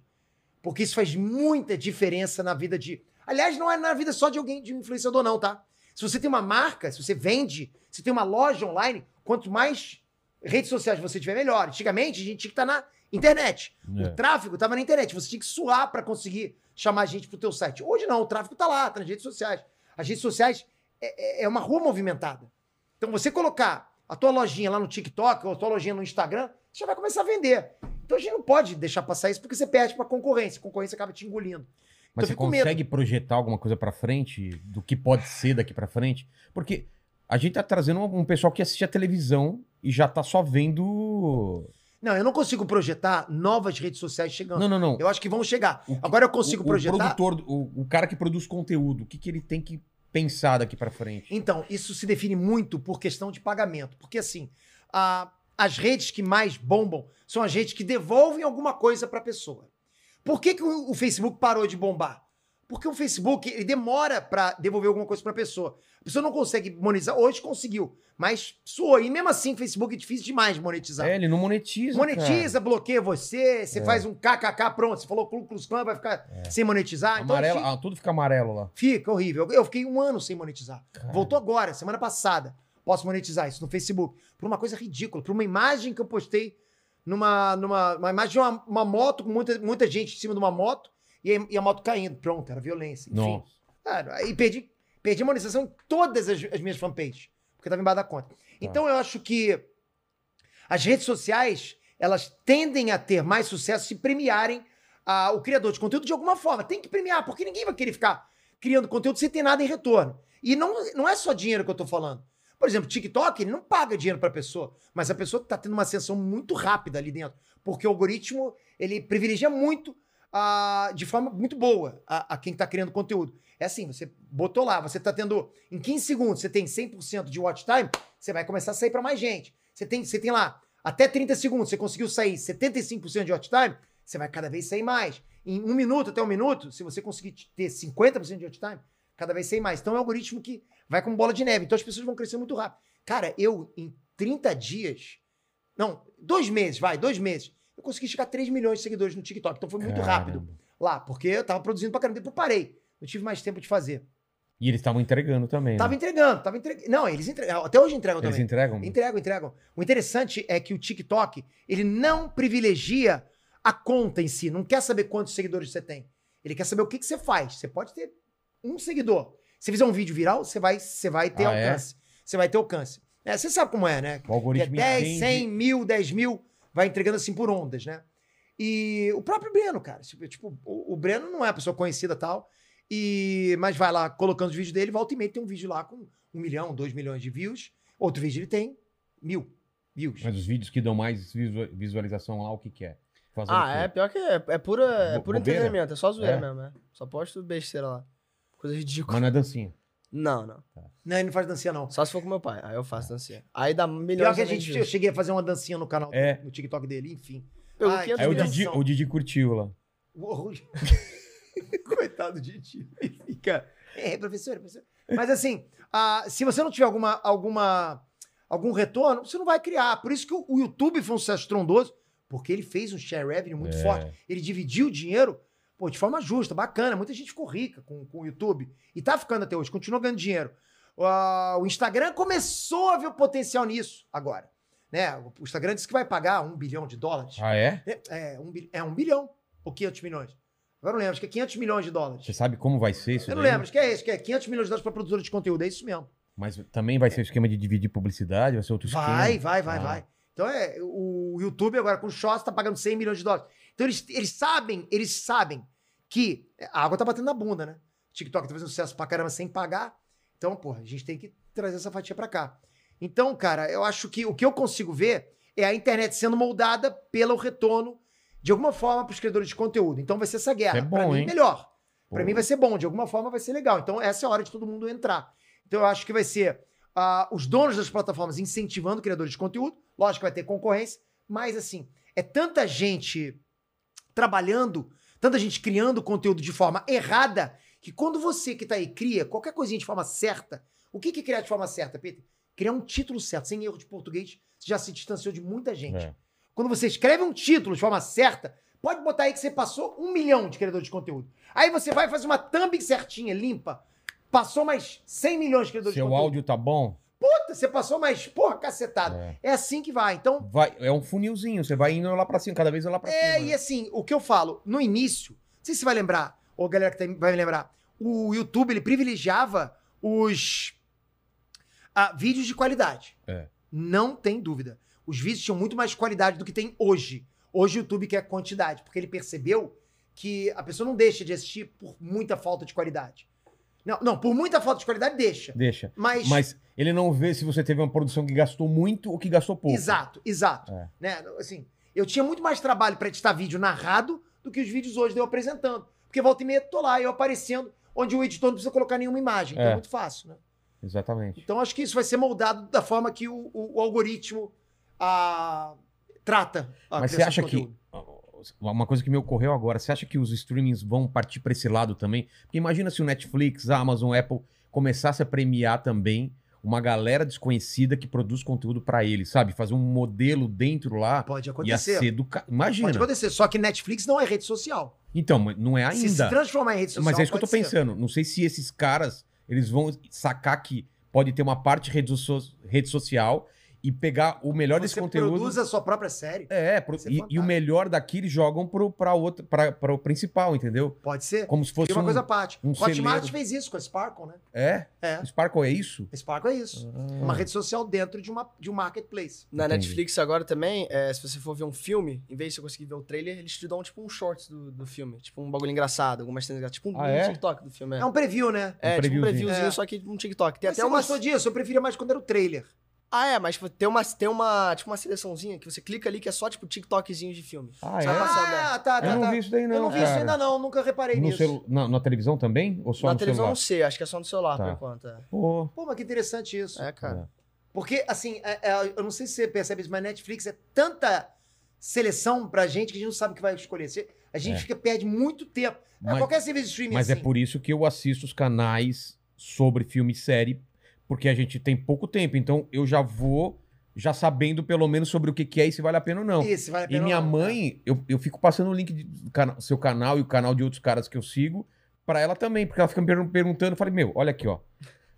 [SPEAKER 3] Porque isso faz muita diferença na vida de. Aliás, não é na vida só de alguém, de um influenciador, não, tá? Se você tem uma marca, se você vende, se tem uma loja online, quanto mais redes sociais você tiver, melhor. Antigamente, a gente tinha que estar na internet. O
[SPEAKER 5] É.
[SPEAKER 3] tráfego tava na internet, você tinha que suar para conseguir chamar gente pro teu site. Hoje não, o tráfego tá lá, tá nas redes sociais. As redes sociais é, é- é uma rua movimentada. Então você colocar a tua lojinha lá no TikTok ou a tua lojinha no Instagram, você já vai começar a vender. Então a gente não pode deixar passar isso porque você perde pra concorrência, a concorrência acaba te engolindo.
[SPEAKER 5] Mas
[SPEAKER 3] Eu
[SPEAKER 5] você
[SPEAKER 3] fico com medo.
[SPEAKER 5] consegue projetar alguma coisa pra frente do que pode ser daqui pra frente? Porque a gente tá trazendo um um pessoal que assiste a televisão e já tá só vendo.
[SPEAKER 3] Não, eu não consigo projetar novas redes sociais chegando.
[SPEAKER 5] Não, não, não.
[SPEAKER 3] Eu acho que vão chegar.
[SPEAKER 5] O que-
[SPEAKER 3] Agora eu consigo
[SPEAKER 5] o,
[SPEAKER 3] projetar.
[SPEAKER 5] O produtor, o, o cara que produz conteúdo, o que, que ele tem que pensar daqui pra frente?
[SPEAKER 3] Então, isso se define muito por questão de pagamento. Porque, assim, a- as redes que mais bombam são as redes que devolvem alguma coisa para a pessoa. Por que, que o, o Facebook parou de bombar? Porque o Facebook, ele demora pra devolver alguma coisa pra pessoa. A pessoa não consegue monetizar. Hoje conseguiu, mas suou. E mesmo assim, o Facebook é difícil demais monetizar.
[SPEAKER 1] É, ele não monetiza.
[SPEAKER 3] Monetiza, bloqueia você, você faz um kkk, pronto. Você falou Clu Klux Klan, vai ficar sem monetizar.
[SPEAKER 1] Cara.
[SPEAKER 3] Então,
[SPEAKER 1] É. Amarelo,
[SPEAKER 3] fica-
[SPEAKER 1] ah, tudo fica amarelo lá.
[SPEAKER 3] Fica horrível. Eu fiquei um ano sem monetizar. Voltou agora, semana passada. Posso monetizar isso no Facebook. Por uma coisa ridícula, por uma imagem que eu postei numa, numa uma imagem de uma, uma moto, com muita, muita gente em cima de uma moto e a, e a moto caindo. Pronto, era violência. Enfim.
[SPEAKER 1] Nossa.
[SPEAKER 3] Cara, aí perdi, perdi a monetização em todas as, as minhas fanpages, porque estava embaixo da conta. Então eu acho que as redes sociais, elas tendem a ter mais sucesso se premiarem ah, o criador de conteúdo de alguma forma. Tem que premiar, porque ninguém vai querer ficar criando conteúdo sem ter nada em retorno. E não, não é só dinheiro que eu tô falando. Por exemplo, TikTok, ele não paga dinheiro pra pessoa, mas a pessoa tá tendo uma ascensão muito rápida ali dentro, porque o algoritmo, ele privilegia muito ah, de forma muito boa a, a quem está criando conteúdo. É assim, você botou lá, você está tendo. Em 15 segundos, você tem 100% de watch time, você vai começar a sair para mais gente. Você tem, você tem lá, até 30 segundos, você conseguiu sair 75% de watch time, você vai cada vez sair mais. Em um minuto até um minuto, se você conseguir ter 50% de watch time, cada vez sair mais. Então é um algoritmo que vai como bola de neve. Então as pessoas vão crescer muito rápido. Cara, eu, em 30 dias. Não, dois meses, vai, dois meses. Eu consegui chegar a 3 milhões de seguidores no TikTok. Então foi muito rápido
[SPEAKER 1] Caramba.
[SPEAKER 3] lá, porque eu tava produzindo pra caramba, depois eu parei. Não tive mais tempo de fazer.
[SPEAKER 1] E eles estavam entregando também.
[SPEAKER 3] Tava
[SPEAKER 1] né?
[SPEAKER 3] entregando, tava entregando. Não, eles entregam. Até hoje entregam
[SPEAKER 1] Eles
[SPEAKER 3] também.
[SPEAKER 1] entregam?
[SPEAKER 3] Entregam, entregam. O interessante é que o TikTok, ele não privilegia a conta em si. Não quer saber quantos seguidores você tem. Ele quer saber o que, que você faz. Você pode ter um seguidor. Se fizer um vídeo viral, você vai, você vai ter
[SPEAKER 1] Ah, é?
[SPEAKER 3] alcance. Você vai ter alcance. É, você sabe como é, né?
[SPEAKER 1] O algoritmo
[SPEAKER 3] Que é 10,
[SPEAKER 1] entende.
[SPEAKER 3] 100 mil, 10 mil, vai entregando assim por ondas, né? E o próprio Breno, cara, tipo, tipo, o, o Breno não é uma pessoa conhecida e tal, e, mas vai lá colocando os vídeos dele, volta e meia tem um vídeo lá com um milhão, dois milhões de views, outro vídeo ele tem mil views.
[SPEAKER 1] Mas os vídeos que dão mais visu- visualização lá, o que que é? Fazendo
[SPEAKER 7] Ah,
[SPEAKER 1] o
[SPEAKER 7] é
[SPEAKER 1] quê?
[SPEAKER 7] pior que é, é pura, é
[SPEAKER 1] Bo-
[SPEAKER 7] puro
[SPEAKER 1] bobeira?
[SPEAKER 7] entretenimento, é só zoeira
[SPEAKER 1] É.
[SPEAKER 7] mesmo, é. Só posto besteira lá. Coisa ridícula.
[SPEAKER 1] Mas não é dancinha.
[SPEAKER 7] Não, não.
[SPEAKER 3] Não, ele não faz dancinha, não.
[SPEAKER 7] Só se for com meu pai, aí eu faço dancinha. Aí dá
[SPEAKER 3] Pior
[SPEAKER 7] milhões
[SPEAKER 3] que a
[SPEAKER 7] de
[SPEAKER 3] gente, eu
[SPEAKER 7] views.
[SPEAKER 3] cheguei a fazer uma dancinha no canal,
[SPEAKER 1] É.
[SPEAKER 3] no TikTok dele, enfim.
[SPEAKER 7] Pegou
[SPEAKER 3] Ai,
[SPEAKER 7] 500
[SPEAKER 1] Aí o
[SPEAKER 7] milhões.
[SPEAKER 1] Didi,
[SPEAKER 3] Visualização.
[SPEAKER 1] o Didi curtiu lá.
[SPEAKER 3] Uou. Coitado de ti. Fica. É, professor, professor. Mas assim, ah, se você não tiver alguma, alguma, algum retorno, você não vai criar. Por isso que o, o YouTube foi um sucesso estrondoso, porque ele fez um share revenue muito
[SPEAKER 1] É.
[SPEAKER 3] forte. Ele dividiu o dinheiro pô, de forma justa, bacana. Muita gente ficou rica com, com o YouTube. E tá ficando até hoje, continua ganhando dinheiro. Ah, o Instagram começou a ver o potencial nisso agora. Né? O o Instagram disse que vai pagar um bilhão de dólares.
[SPEAKER 1] Ah, é?
[SPEAKER 3] É, é, um, bi- é um bilhão ou 500 milhões? Agora eu não lembro, acho que é 500 milhões de dólares.
[SPEAKER 1] Você sabe como vai ser isso?
[SPEAKER 3] Eu não
[SPEAKER 1] daí?
[SPEAKER 3] lembro, acho que é isso, que é 500 milhões de dólares para produtora de conteúdo, é isso mesmo.
[SPEAKER 1] Mas também vai ser o esquema de dividir publicidade, vai ser outro esquema.
[SPEAKER 3] Vai, vai, vai,
[SPEAKER 1] Ah.
[SPEAKER 3] vai. Então é, o YouTube agora com o Shorts está pagando 100 milhões de dólares. Então eles, eles sabem, eles sabem que a água tá batendo na bunda, né? TikTok tá fazendo sucesso pra caramba sem pagar. Então, porra, a gente tem que trazer essa fatia pra cá. Então, cara, eu acho que o que eu consigo ver é a internet sendo moldada pelo retorno de alguma forma pros criadores de conteúdo. Então vai ser essa guerra.
[SPEAKER 1] é
[SPEAKER 3] Pra
[SPEAKER 1] bom,
[SPEAKER 3] mim,
[SPEAKER 1] hein?
[SPEAKER 3] melhor. Pra
[SPEAKER 1] Pô.
[SPEAKER 3] mim vai ser bom, de alguma forma vai ser legal. Então essa é a hora de todo mundo entrar. Então eu acho que vai ser ah, os donos das plataformas incentivando criadores de conteúdo. Lógico que vai ter concorrência, mas assim, é tanta gente trabalhando, tanta gente criando conteúdo de forma errada, que quando você que tá aí cria qualquer coisinha de forma certa, o que que é criar de forma certa, Peter? Criar um título certo, sem erro de português, você já se distanciou de muita gente.
[SPEAKER 1] É.
[SPEAKER 3] Quando você escreve um título de forma certa, pode botar aí que você passou um milhão de criadores de conteúdo. Aí você vai fazer uma thumb certinha, limpa. Passou mais 100 milhões de criadores de
[SPEAKER 1] Seu
[SPEAKER 3] conteúdo.
[SPEAKER 1] áudio tá bom?
[SPEAKER 3] Puta, você passou mais, porra, cacetada.
[SPEAKER 1] É.
[SPEAKER 3] É assim que vai. Então,
[SPEAKER 1] Vai, é um funilzinho, você vai indo lá pra cima, cada vez lá pra
[SPEAKER 3] é,
[SPEAKER 1] cima. né?
[SPEAKER 3] e assim, o que eu falo, no início, não sei se você vai lembrar, ou a galera que tá- vai me lembrar, o YouTube, ele privilegiava os ah, vídeos de qualidade.
[SPEAKER 1] É.
[SPEAKER 3] Não tem dúvida. Os vídeos tinham muito mais qualidade do que tem hoje. Hoje o YouTube quer quantidade, porque ele percebeu que a pessoa não deixa de assistir por muita falta de qualidade. Não, não, por muita falta de qualidade deixa.
[SPEAKER 1] Deixa.
[SPEAKER 3] Mas,
[SPEAKER 1] Mas ele não vê se você teve uma produção que gastou muito ou que gastou pouco.
[SPEAKER 3] Exato, exato.
[SPEAKER 1] É.
[SPEAKER 3] Né? Assim, eu tinha muito mais trabalho pra editar vídeo narrado do que os vídeos hoje de eu apresentando. Porque volta e meia tô lá, eu aparecendo, onde o editor não precisa colocar nenhuma imagem. Então é,
[SPEAKER 1] É.
[SPEAKER 3] muito fácil, né?
[SPEAKER 1] Exatamente.
[SPEAKER 3] Então acho que isso vai ser moldado da forma que o, o- o algoritmo ah, trata a
[SPEAKER 1] Mas você
[SPEAKER 3] criação de
[SPEAKER 7] um
[SPEAKER 1] acha que
[SPEAKER 3] conteúdo.
[SPEAKER 5] uma coisa que me ocorreu agora, você acha que os streamings vão partir para esse lado também? Porque imagina se o Netflix, a Amazon, a Apple começasse a premiar também uma galera desconhecida que produz conteúdo para eles, sabe? Fazer um modelo dentro lá
[SPEAKER 3] Pode
[SPEAKER 5] ia
[SPEAKER 3] acontecer.
[SPEAKER 5] ser do... ca- Imagina.
[SPEAKER 3] Pode acontecer. Só que Netflix não é rede social.
[SPEAKER 5] Então, mas não é
[SPEAKER 3] Se se
[SPEAKER 5] ainda.
[SPEAKER 3] transformar em rede social.
[SPEAKER 5] Mas é isso que eu tô
[SPEAKER 3] pode ser.
[SPEAKER 5] pensando. Não sei se esses caras, eles vão sacar que pode ter uma parte rede, so- rede social e pegar o melhor desse
[SPEAKER 3] Você
[SPEAKER 5] conteúdo.
[SPEAKER 3] produz a sua própria série.
[SPEAKER 5] É, pro-
[SPEAKER 3] Isso é
[SPEAKER 5] e- e, o
[SPEAKER 3] fantástico.
[SPEAKER 5] melhor daqui eles jogam pro, pra outro, pra, pro principal, entendeu?
[SPEAKER 3] Pode ser.
[SPEAKER 5] Como se
[SPEAKER 3] É,
[SPEAKER 5] fosse
[SPEAKER 3] Tem uma
[SPEAKER 5] um...
[SPEAKER 3] coisa à parte.
[SPEAKER 5] um
[SPEAKER 3] Hotmart
[SPEAKER 5] celeiro.
[SPEAKER 3] fez isso com a Sparkle, né?
[SPEAKER 5] É?
[SPEAKER 3] É.
[SPEAKER 5] O Sparkle é isso?
[SPEAKER 3] A Sparkle é isso.
[SPEAKER 5] Hum.
[SPEAKER 3] Uma rede social dentro de, uma, de um marketplace.
[SPEAKER 7] Na
[SPEAKER 5] Entendi.
[SPEAKER 7] Netflix agora também, é, se você for ver um filme, em vez de você conseguir ver o trailer, eles te dão tipo um short do, do filme. Tipo um bagulho engraçado, algumas cenas engraçadas. Tipo um,
[SPEAKER 5] Ah,
[SPEAKER 7] um
[SPEAKER 5] é?
[SPEAKER 7] TikTok do filme. É,
[SPEAKER 3] É um preview, né?
[SPEAKER 7] É, tipo um
[SPEAKER 5] previewzinho.
[SPEAKER 7] previewzinho,
[SPEAKER 3] É.
[SPEAKER 7] só que um TikTok. Tem
[SPEAKER 3] Mas
[SPEAKER 7] até
[SPEAKER 3] você
[SPEAKER 7] uma.
[SPEAKER 3] gostou disso? Eu preferia mais quando era o trailer.
[SPEAKER 7] Ah, é, mas tipo, tem uma, tem uma, tipo, uma seleçãozinha que você clica ali que é só tipo TikTokzinho de filme.
[SPEAKER 5] Ah, é?
[SPEAKER 7] Só passando, né?
[SPEAKER 3] Ah, tá, tá,
[SPEAKER 5] eu não
[SPEAKER 3] tá.
[SPEAKER 5] vi isso daí não,
[SPEAKER 3] eu não vi isso
[SPEAKER 5] cara.
[SPEAKER 3] ainda não, nunca reparei
[SPEAKER 5] No
[SPEAKER 3] nisso.
[SPEAKER 5] celu- na, na televisão também? Ou só
[SPEAKER 7] Na
[SPEAKER 5] no
[SPEAKER 7] televisão eu
[SPEAKER 5] celular?
[SPEAKER 7] não sei, acho que é só no celular
[SPEAKER 5] Tá.
[SPEAKER 7] por enquanto. É,
[SPEAKER 5] Pô,
[SPEAKER 3] Pô, mas que interessante isso.
[SPEAKER 7] É, cara.
[SPEAKER 3] um Porque, assim, é- é- eu não sei se você percebe isso, mas Netflix é tanta seleção pra gente que a gente não sabe o que vai escolher. Você- A gente
[SPEAKER 5] É.
[SPEAKER 3] fica, perde muito tempo. É,
[SPEAKER 5] mas,
[SPEAKER 3] qualquer serviço de streaming
[SPEAKER 5] mas
[SPEAKER 3] assim.
[SPEAKER 5] é por isso que eu assisto os canais sobre filme e série, porque a gente tem pouco tempo, então eu já vou já sabendo pelo menos sobre o que, que é e se vale a pena ou não.
[SPEAKER 3] Esse, vale a
[SPEAKER 5] E
[SPEAKER 3] pena
[SPEAKER 5] minha
[SPEAKER 3] ou não.
[SPEAKER 5] mãe, eu, eu fico passando o link de- do cana- seu canal e o canal de outros caras que eu sigo pra ela também, porque ela fica me pergun- perguntando. Eu falei, meu, olha aqui, ó.